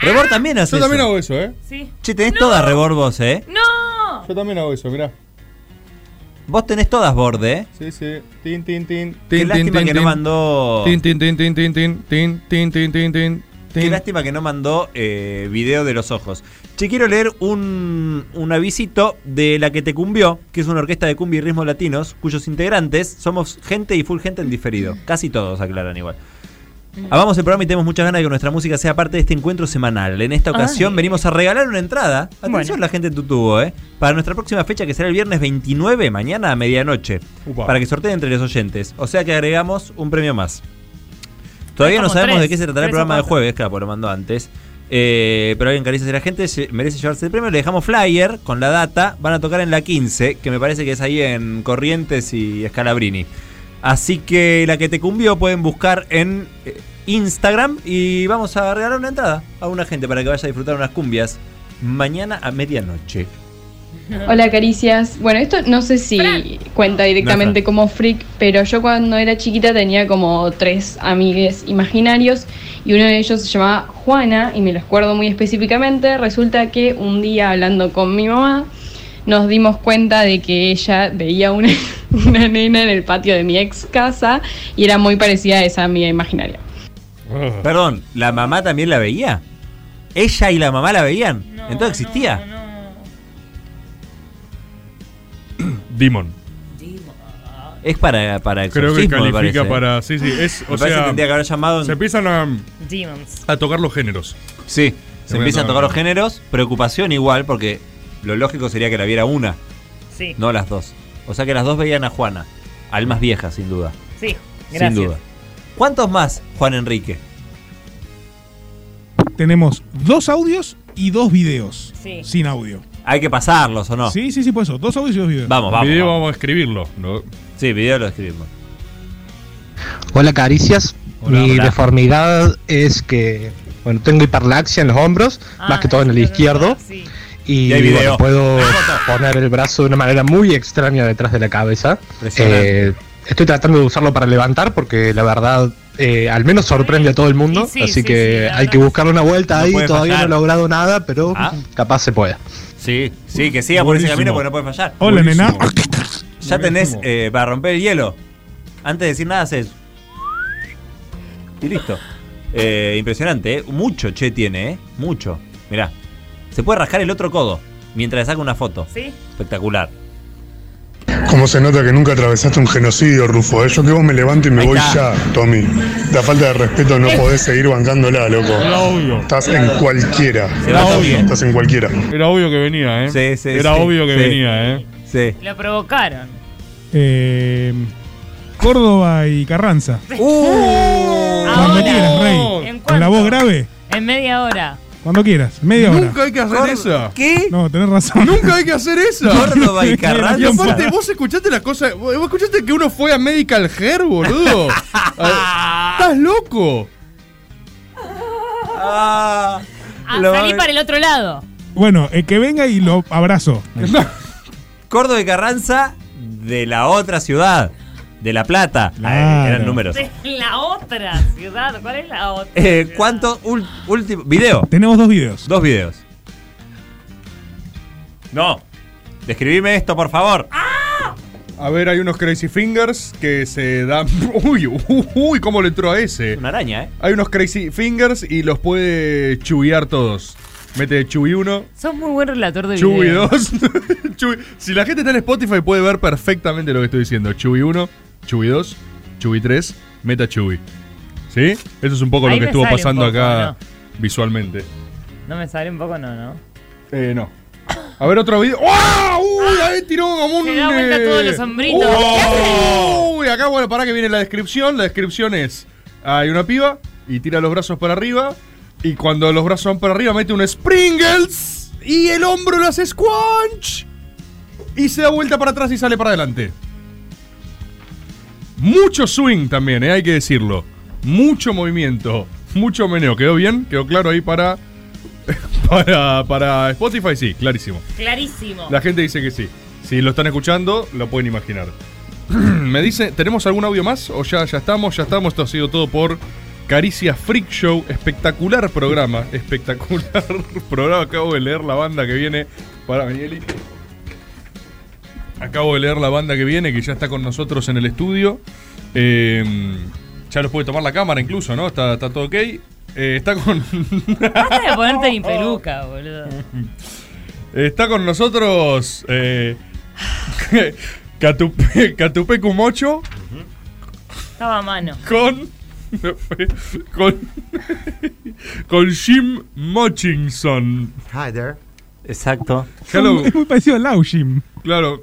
[SPEAKER 8] Rebor también hace
[SPEAKER 4] Yo
[SPEAKER 8] eso.
[SPEAKER 4] también hago eso, ¿eh?
[SPEAKER 1] Sí.
[SPEAKER 8] Che, tenés todas Rebor vos, ¿eh?
[SPEAKER 1] ¡No!
[SPEAKER 4] Yo también hago eso, mirá.
[SPEAKER 8] Vos tenés todas borde, ¿eh?
[SPEAKER 4] Sí, sí. Tin, tin, tin.
[SPEAKER 8] Qué
[SPEAKER 4] Tin,
[SPEAKER 8] lástima
[SPEAKER 4] tin,
[SPEAKER 8] que
[SPEAKER 4] tin.
[SPEAKER 8] no mandó.
[SPEAKER 4] Tin, tin, tin, tin, tin, tin, tin, tin, tin, tin, tin.
[SPEAKER 8] Qué lástima que no mandó eh, video de los ojos. Che, quiero leer un, un avisito de La Que Te Cumbió, que es una orquesta de cumbia y ritmos latinos, cuyos integrantes somos gente y full gente en diferido. Casi todos aclaran igual.
[SPEAKER 1] Mm.
[SPEAKER 8] Amamos el programa y tenemos muchas ganas de que nuestra música sea parte de este encuentro semanal. En esta ocasión
[SPEAKER 1] Ay.
[SPEAKER 8] venimos a regalar una entrada. Atención
[SPEAKER 1] Bueno.
[SPEAKER 8] la gente en tu tubo, ¿eh? Para nuestra próxima fecha, que será el viernes 29, mañana a medianoche.
[SPEAKER 4] Upa.
[SPEAKER 8] Para que sorteen entre los oyentes. O sea que agregamos un premio más. Todavía no
[SPEAKER 4] Como
[SPEAKER 8] sabemos
[SPEAKER 4] tres,
[SPEAKER 8] de qué se tratará
[SPEAKER 4] tres o
[SPEAKER 8] el programa de
[SPEAKER 4] cuatro.
[SPEAKER 8] jueves, claro, porque lo mandó antes. Eh, pero alguien caricia a la gente, se- merece llevarse el premio. Le dejamos flyer con la data. Van a tocar en la 15, que me parece que es ahí en Corrientes y Escalabrini. Así que la que te cumbió pueden buscar en eh, Instagram y vamos a regalar una entrada a una gente para que vaya a disfrutar unas cumbias mañana a medianoche.
[SPEAKER 22] Hola Caricias. Bueno, esto no sé si cuenta directamente
[SPEAKER 8] No, Fran.
[SPEAKER 22] como freak, pero yo cuando era chiquita tenía como tres amigues imaginarios y uno de ellos se llamaba Juana y me lo acuerdo muy específicamente. Resulta que un día hablando con mi mamá nos dimos cuenta de que ella veía una, una nena en el patio de mi ex casa y era muy parecida a esa amiga imaginaria.
[SPEAKER 8] Perdón, ¿la mamá también la veía? ¿Ella y la mamá la veían? ¿Entonces existía?
[SPEAKER 4] Demon.
[SPEAKER 8] Es para, para
[SPEAKER 4] Creo que
[SPEAKER 8] exorcismo, me
[SPEAKER 4] califica
[SPEAKER 8] parece.
[SPEAKER 4] para. Sí, sí. Es,
[SPEAKER 8] Me
[SPEAKER 4] o
[SPEAKER 8] parece que
[SPEAKER 4] sea,
[SPEAKER 8] tendría que haber llamado. en-
[SPEAKER 4] Se empiezan a,
[SPEAKER 1] Demons.
[SPEAKER 4] a tocar los géneros.
[SPEAKER 8] Sí, se empiezan a tocar los géneros. Preocupación igual, porque lo lógico sería que la viera una.
[SPEAKER 1] Sí.
[SPEAKER 8] No las dos. O sea que las dos veían a Juana. Almas viejas, sin duda.
[SPEAKER 1] Sí, gracias.
[SPEAKER 8] Sin duda. ¿Cuántos más, Juan Enrique?
[SPEAKER 9] Tenemos dos audios y dos videos. Sin audio.
[SPEAKER 8] Hay que pasarlos o no.
[SPEAKER 9] Sí, sí, sí, por eso. Dos audios y dos videos.
[SPEAKER 8] Vamos, vamos.
[SPEAKER 4] Video
[SPEAKER 8] vamos a escribirlo. Sí, video lo escribimos.
[SPEAKER 14] Hola caricias, mi
[SPEAKER 8] hola.
[SPEAKER 14] deformidad es que, bueno, tengo hiperlaxia en los hombros, más que todo en el izquierdo. Y,
[SPEAKER 8] Y hay video. Ah,
[SPEAKER 14] bueno, puedo poner el brazo de una manera muy extraña detrás de la cabeza.
[SPEAKER 8] Impresionante.
[SPEAKER 14] Eh, estoy tratando de usarlo para levantar porque la verdad eh, al menos sorprende a todo el mundo.
[SPEAKER 8] Sí, sí,
[SPEAKER 14] así
[SPEAKER 8] sí, sí,
[SPEAKER 14] que
[SPEAKER 8] la
[SPEAKER 14] hay que buscarle una vuelta
[SPEAKER 8] No
[SPEAKER 14] ahí.
[SPEAKER 8] puede
[SPEAKER 14] Todavía
[SPEAKER 8] fallar.
[SPEAKER 14] no he logrado nada, pero
[SPEAKER 8] Ah.
[SPEAKER 14] capaz se pueda.
[SPEAKER 8] Sí, sí, que siga por ese
[SPEAKER 14] Buenísimo.
[SPEAKER 8] camino porque no puede fallar.
[SPEAKER 14] Hola, nena.
[SPEAKER 8] Ya tenés eh, para romper el hielo. Antes de decir nada, haces. Y listo. Eh, impresionante, ¿eh? Mucho che tiene, ¿eh? Mucho. Mirá. Se puede rascar el otro codo mientras le saca una foto.
[SPEAKER 1] Sí.
[SPEAKER 8] Espectacular.
[SPEAKER 15] Como se nota que nunca atravesaste un genocidio, Rufo? eh? Yo que vos me levanto y me voy ya, Tommy. La falta de respeto no podés seguir bancándola, loco.
[SPEAKER 4] Era obvio.
[SPEAKER 15] Estás en cualquiera.
[SPEAKER 4] Se va, Tommy, eh.
[SPEAKER 15] Estás en cualquiera.
[SPEAKER 4] Era obvio que venía, ¿eh?
[SPEAKER 8] Sí, sí,
[SPEAKER 4] Era
[SPEAKER 8] sí,
[SPEAKER 4] obvio que
[SPEAKER 8] sí.
[SPEAKER 4] venía, ¿eh?
[SPEAKER 8] Sí.
[SPEAKER 1] Lo provocaron.
[SPEAKER 9] Eh, Córdoba y Carranza. Cuando quieras, Rey. Con la voz grave.
[SPEAKER 1] En media hora.
[SPEAKER 9] Cuando quieras. Media hora.
[SPEAKER 4] Nunca hay que hacer esa.
[SPEAKER 8] ¿Qué?
[SPEAKER 9] No, tenés razón.
[SPEAKER 4] Nunca hay que hacer esa.
[SPEAKER 9] Córdoba y Carranza.
[SPEAKER 4] Y aparte, vos escuchaste las cosas. Vos vos escuchaste que uno fue a Medical Hair, boludo. Ah, Estás loco.
[SPEAKER 1] Ah,
[SPEAKER 9] Lo-
[SPEAKER 1] salí para el otro lado.
[SPEAKER 9] Bueno, eh, que venga y lo abrazo.
[SPEAKER 8] Córdoba y Carranza de la otra ciudad. De La Plata. Ah, eran números.
[SPEAKER 1] De la otra ciudad. ¿Cuál es la otra?
[SPEAKER 8] Eh, ¿Cuánto? Ul- último. Video.
[SPEAKER 9] Tenemos dos videos.
[SPEAKER 8] Dos videos. No. Describime esto, por favor.
[SPEAKER 4] A ver, hay unos Crazy Fingers que se dan. Uy, uy, cómo le entró a ese.
[SPEAKER 8] Una araña, ¿eh?
[SPEAKER 4] Hay unos Crazy Fingers y los puede chubiar todos. Mete chubi 1,
[SPEAKER 1] Sos muy buen relator de
[SPEAKER 4] chubi
[SPEAKER 1] video.
[SPEAKER 4] 2. Chubi- Si la gente está en Spotify puede ver perfectamente lo que estoy diciendo. Chubi 1, chubi 2, chubi 3, meta chubi. ¿Sí? Eso es un poco
[SPEAKER 1] Ahí
[SPEAKER 4] lo que
[SPEAKER 1] me
[SPEAKER 4] estuvo
[SPEAKER 1] sale un
[SPEAKER 4] pasando
[SPEAKER 1] poco,
[SPEAKER 4] acá visualmente.
[SPEAKER 1] No me sale un poco, no, ¿no?
[SPEAKER 4] Eh, no. A ver otro video. ¡Wow! ¡Ah! ¡Uy! Ahí tiró como un.
[SPEAKER 1] Se da vuelta
[SPEAKER 4] eh,
[SPEAKER 1] todos los hombritos.
[SPEAKER 4] Uy, acá, bueno, pará que viene la descripción. La descripción es: hay una piba y tira los brazos para arriba. Y cuando los brazos van para arriba, mete un Springles y el hombro lo hace squanch. Y se da vuelta para atrás y sale para adelante. Mucho swing también, eh, hay que decirlo. Mucho movimiento, mucho meneo. ¿Quedó bien? ¿Quedó claro ahí para, para, para Spotify? Sí, clarísimo.
[SPEAKER 1] Clarísimo.
[SPEAKER 4] La gente dice que sí. Si lo están escuchando, lo pueden imaginar. Me dice, ¿tenemos algún audio más? O ya, ya estamos, ya estamos. Esto ha sido todo por Caricia Freak Show. Espectacular programa. Espectacular programa. Acabo de leer la banda que viene. Para Danieli. Acabo de leer la banda que viene, que ya está con nosotros en el estudio. Eh, ya los puede tomar la cámara incluso, ¿no? Está, está todo ok. Eh, está con
[SPEAKER 1] Basta de ponerte
[SPEAKER 8] Oh,
[SPEAKER 1] mi peluca, boludo.
[SPEAKER 4] Mm. Está con nosotros eh, Catupe, Catupecu Mocho
[SPEAKER 1] Estaba a mano.
[SPEAKER 4] con, con, con Jim Mochinson.
[SPEAKER 15] Hi there.
[SPEAKER 8] Exacto.
[SPEAKER 4] Hello.
[SPEAKER 9] Es muy parecido al Laushim.
[SPEAKER 4] Claro.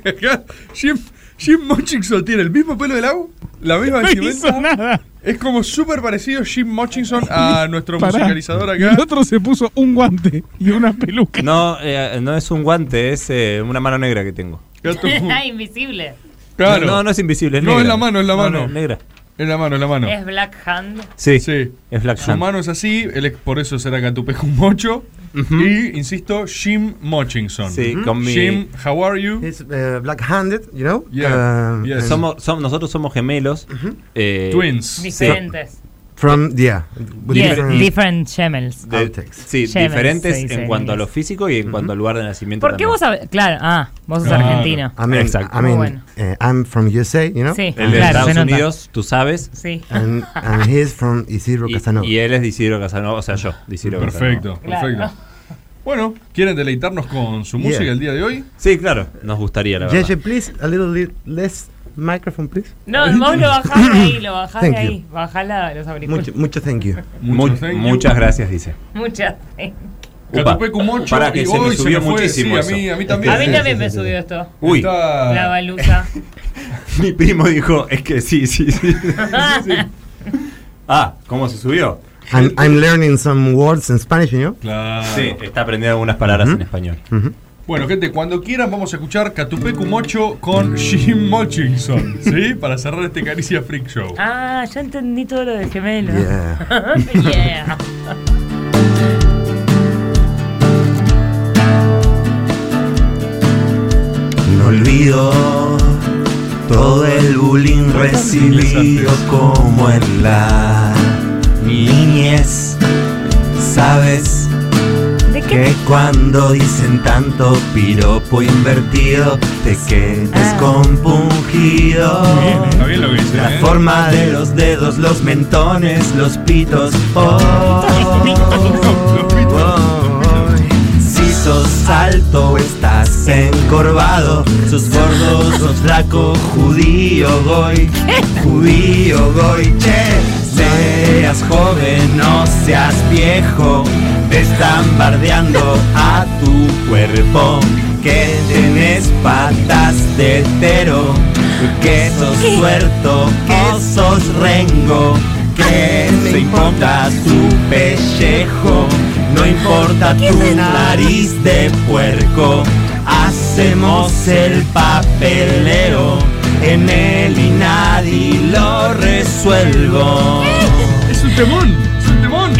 [SPEAKER 4] Jim, Jim Mochinson tiene el mismo pelo de Lau, la misma
[SPEAKER 9] No hizo
[SPEAKER 4] vestimenta. Es como súper parecido Jim Mochinson a nuestro
[SPEAKER 9] Pará.
[SPEAKER 4] musicalizador
[SPEAKER 9] Y
[SPEAKER 4] acá.
[SPEAKER 9] el otro se puso un guante y una peluca.
[SPEAKER 8] No, eh, no es un guante, es eh, una mano negra que tengo.
[SPEAKER 1] Está Ah, invisible.
[SPEAKER 4] Claro.
[SPEAKER 8] No, no es invisible, es
[SPEAKER 4] No,
[SPEAKER 8] negra.
[SPEAKER 4] es la mano, es la
[SPEAKER 8] No,
[SPEAKER 4] mano.
[SPEAKER 8] no, es negra.
[SPEAKER 4] Es la mano, es la mano.
[SPEAKER 1] Es Black Hand.
[SPEAKER 8] Sí.
[SPEAKER 4] Es
[SPEAKER 8] Black
[SPEAKER 4] Su
[SPEAKER 8] Hand.
[SPEAKER 4] mano es así, él es- por eso será Catupecu Mocho. Y, insisto, Jim Mochinson.
[SPEAKER 8] Sí, con mi-
[SPEAKER 4] Jim, how are you?
[SPEAKER 15] He's uh, black-handed, you know?
[SPEAKER 4] Yeah,
[SPEAKER 15] Uh,
[SPEAKER 4] yes.
[SPEAKER 15] and
[SPEAKER 8] Somos, som- nosotros somos gemelos. eh,
[SPEAKER 15] Twins.
[SPEAKER 8] sí.
[SPEAKER 1] Diferentes.
[SPEAKER 15] From, yeah. with
[SPEAKER 1] Yes,
[SPEAKER 15] different-
[SPEAKER 1] different gemels.
[SPEAKER 8] De- sí,
[SPEAKER 1] Gemels,
[SPEAKER 8] diferentes
[SPEAKER 1] se
[SPEAKER 8] en
[SPEAKER 1] dice
[SPEAKER 8] cuanto a lo físico y en cuanto al lugar de nacimiento.
[SPEAKER 1] ¿Por qué vos sabés? Claro, ah, vos sos
[SPEAKER 8] Claro.
[SPEAKER 1] argentino.
[SPEAKER 8] Ah,
[SPEAKER 15] I mean,
[SPEAKER 8] Exacto.
[SPEAKER 15] I mean,
[SPEAKER 1] Muy bueno.
[SPEAKER 15] eh, I'm from USA, you know?
[SPEAKER 1] Sí,
[SPEAKER 8] El de
[SPEAKER 1] claro, se
[SPEAKER 8] Estados
[SPEAKER 1] nota.
[SPEAKER 8] Unidos, tú sabes.
[SPEAKER 1] Sí.
[SPEAKER 15] And, and he's from Isidro Casanova.
[SPEAKER 8] Y él es de Isidro Casanova, o sea, yo, de Isidro
[SPEAKER 4] Perfecto,
[SPEAKER 8] Casanova.
[SPEAKER 4] perfecto. Bueno, ¿quieren deleitarnos con su música el día de hoy?
[SPEAKER 8] Sí, claro, nos gustaría, la verdad.
[SPEAKER 15] JJ, please, a little li- less microphone, please.
[SPEAKER 1] No, vos lo bajás de ahí, lo bajás
[SPEAKER 15] Thank
[SPEAKER 1] de
[SPEAKER 15] you.
[SPEAKER 1] ahí. Bajás la- los auriculares.
[SPEAKER 15] Mucho, mucho thank you.
[SPEAKER 8] Mu- muchas gracias, dice.
[SPEAKER 1] Muchas.
[SPEAKER 4] Catupecumocho
[SPEAKER 8] Pará, que
[SPEAKER 4] y
[SPEAKER 8] se me
[SPEAKER 4] hoy
[SPEAKER 8] subió
[SPEAKER 4] fue,
[SPEAKER 8] muchísimo
[SPEAKER 4] sí,
[SPEAKER 8] eso. Este,
[SPEAKER 4] A mí, a mí también.
[SPEAKER 1] A mí también me subió esto.
[SPEAKER 8] Uy. Está-
[SPEAKER 1] La baluza.
[SPEAKER 8] Mi primo dijo, es que sí, sí, sí. Ah, ¿cómo se subió?
[SPEAKER 20] I'm, I'm learning some words in Spanish, you know?
[SPEAKER 4] Claro.
[SPEAKER 8] Sí, está aprendiendo algunas palabras en español.
[SPEAKER 20] Mhm.
[SPEAKER 4] Bueno, gente, cuando quieran vamos a escuchar Catupecumocho con Jim Mochinson, ¿sí? Para cerrar este Caricia Freak Show.
[SPEAKER 1] Ah, ya entendí todo lo de gemelo.
[SPEAKER 4] Yeah.
[SPEAKER 1] yeah.
[SPEAKER 24] No olvido todo el bullying recibido como en la niñez. Sabes que cuando dicen tanto piropo invertido te quedas compungido.
[SPEAKER 4] Está bien lo que dice,
[SPEAKER 24] La
[SPEAKER 4] ¿eh?
[SPEAKER 24] forma de los dedos, los mentones, los pitos. Oh, Si sos alto o estás encorvado, sos gordo, sos flaco, judío, goy, judío, goy, che. Seas joven, no seas viejo, te están bardeando a tu cuerpo. Que tenés patas de tero, que sos tuerto, que sos rengo, que te importa tu pellejo, no importa tu nariz de puerco, hacemos el papeleo, en él y nadie lo resuelvo.
[SPEAKER 4] Es un temón, es un temón,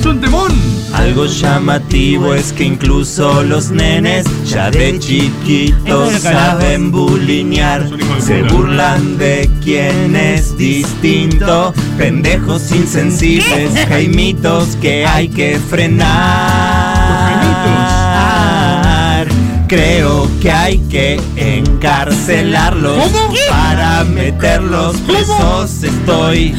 [SPEAKER 4] es un temón.
[SPEAKER 24] Algo llamativo es que incluso los nenes ya de chiquitos saben bulinear. Se burlan de quien es distinto. Pendejos insensibles, jaimitos que hay que frenar. Creo que hay que encarcelarlos para meterlos presos. Estoy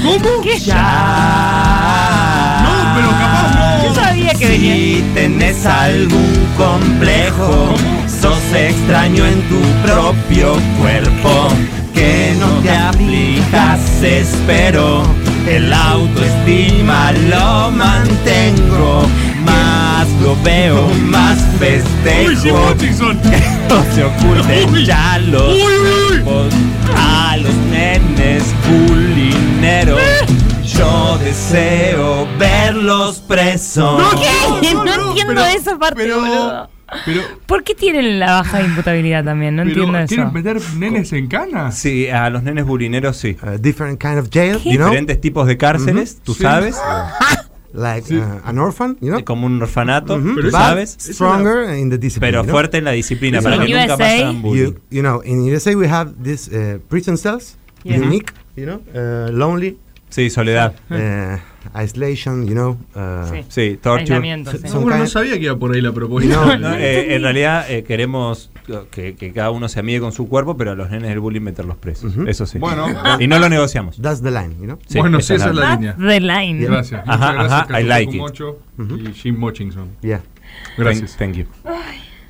[SPEAKER 24] ya. No, pero capaz
[SPEAKER 1] Yo sabía que venía.
[SPEAKER 24] si tenés algún complejo, sos extraño en tu propio cuerpo. Que no te aplicas, espero. El autoestima lo mantengo. Más lo veo, más festejo. No se oculten ya los cuerpos a los nenes culineros.
[SPEAKER 1] Eh.
[SPEAKER 24] Yo deseo verlos presos.
[SPEAKER 1] ¿Qué? No, entiendo esa parte, boludo. ¿Por qué tienen la baja de imputabilidad también? No entiendo eso.
[SPEAKER 4] meter nenes en cana?
[SPEAKER 8] Sí, a los nenes bulineros sí.
[SPEAKER 20] different kind of jail, you know?
[SPEAKER 8] Diferentes tipos de cárceles,
[SPEAKER 20] Mhm.
[SPEAKER 8] tú
[SPEAKER 20] Sí.
[SPEAKER 8] sabes.
[SPEAKER 20] Like uh, an orphan, you know?
[SPEAKER 8] Como un orfanato,
[SPEAKER 20] Mhm.
[SPEAKER 8] tú
[SPEAKER 20] But
[SPEAKER 8] sabes.
[SPEAKER 20] Stronger in the discipline.
[SPEAKER 8] Pero
[SPEAKER 20] you know?
[SPEAKER 8] fuerte en la disciplina, para que nunca pasen bullying.
[SPEAKER 20] You, you know, in USA we have these uh, prison cells,
[SPEAKER 8] Yeah.
[SPEAKER 20] unique, you know, uh, lonely.
[SPEAKER 8] Sí, soledad.
[SPEAKER 20] Uh, isolation, you know. Uh,
[SPEAKER 8] Sí. Sí, torture. Aislamiento, sí.
[SPEAKER 20] some
[SPEAKER 4] Bueno, no
[SPEAKER 20] kind-
[SPEAKER 4] sabía que iba por ahí la propuesta.
[SPEAKER 8] No, no, eh, en realidad eh, queremos que, que cada uno se amigue con su cuerpo, pero a los nenes del bullying meterlos presos. Eso sí.
[SPEAKER 4] Bueno.
[SPEAKER 8] y no lo negociamos.
[SPEAKER 20] That's the line, you know?
[SPEAKER 8] Sí,
[SPEAKER 4] bueno, sí, esa es la
[SPEAKER 1] That's
[SPEAKER 4] línea.
[SPEAKER 1] the line.
[SPEAKER 4] Gracias. Muchas
[SPEAKER 8] Ajá,
[SPEAKER 4] gracias,
[SPEAKER 8] ajá, I like it.
[SPEAKER 4] Catupecumocho y Jim Mochinson.
[SPEAKER 20] Yeah.
[SPEAKER 4] Gracias.
[SPEAKER 8] Thank, thank you.
[SPEAKER 1] Ay.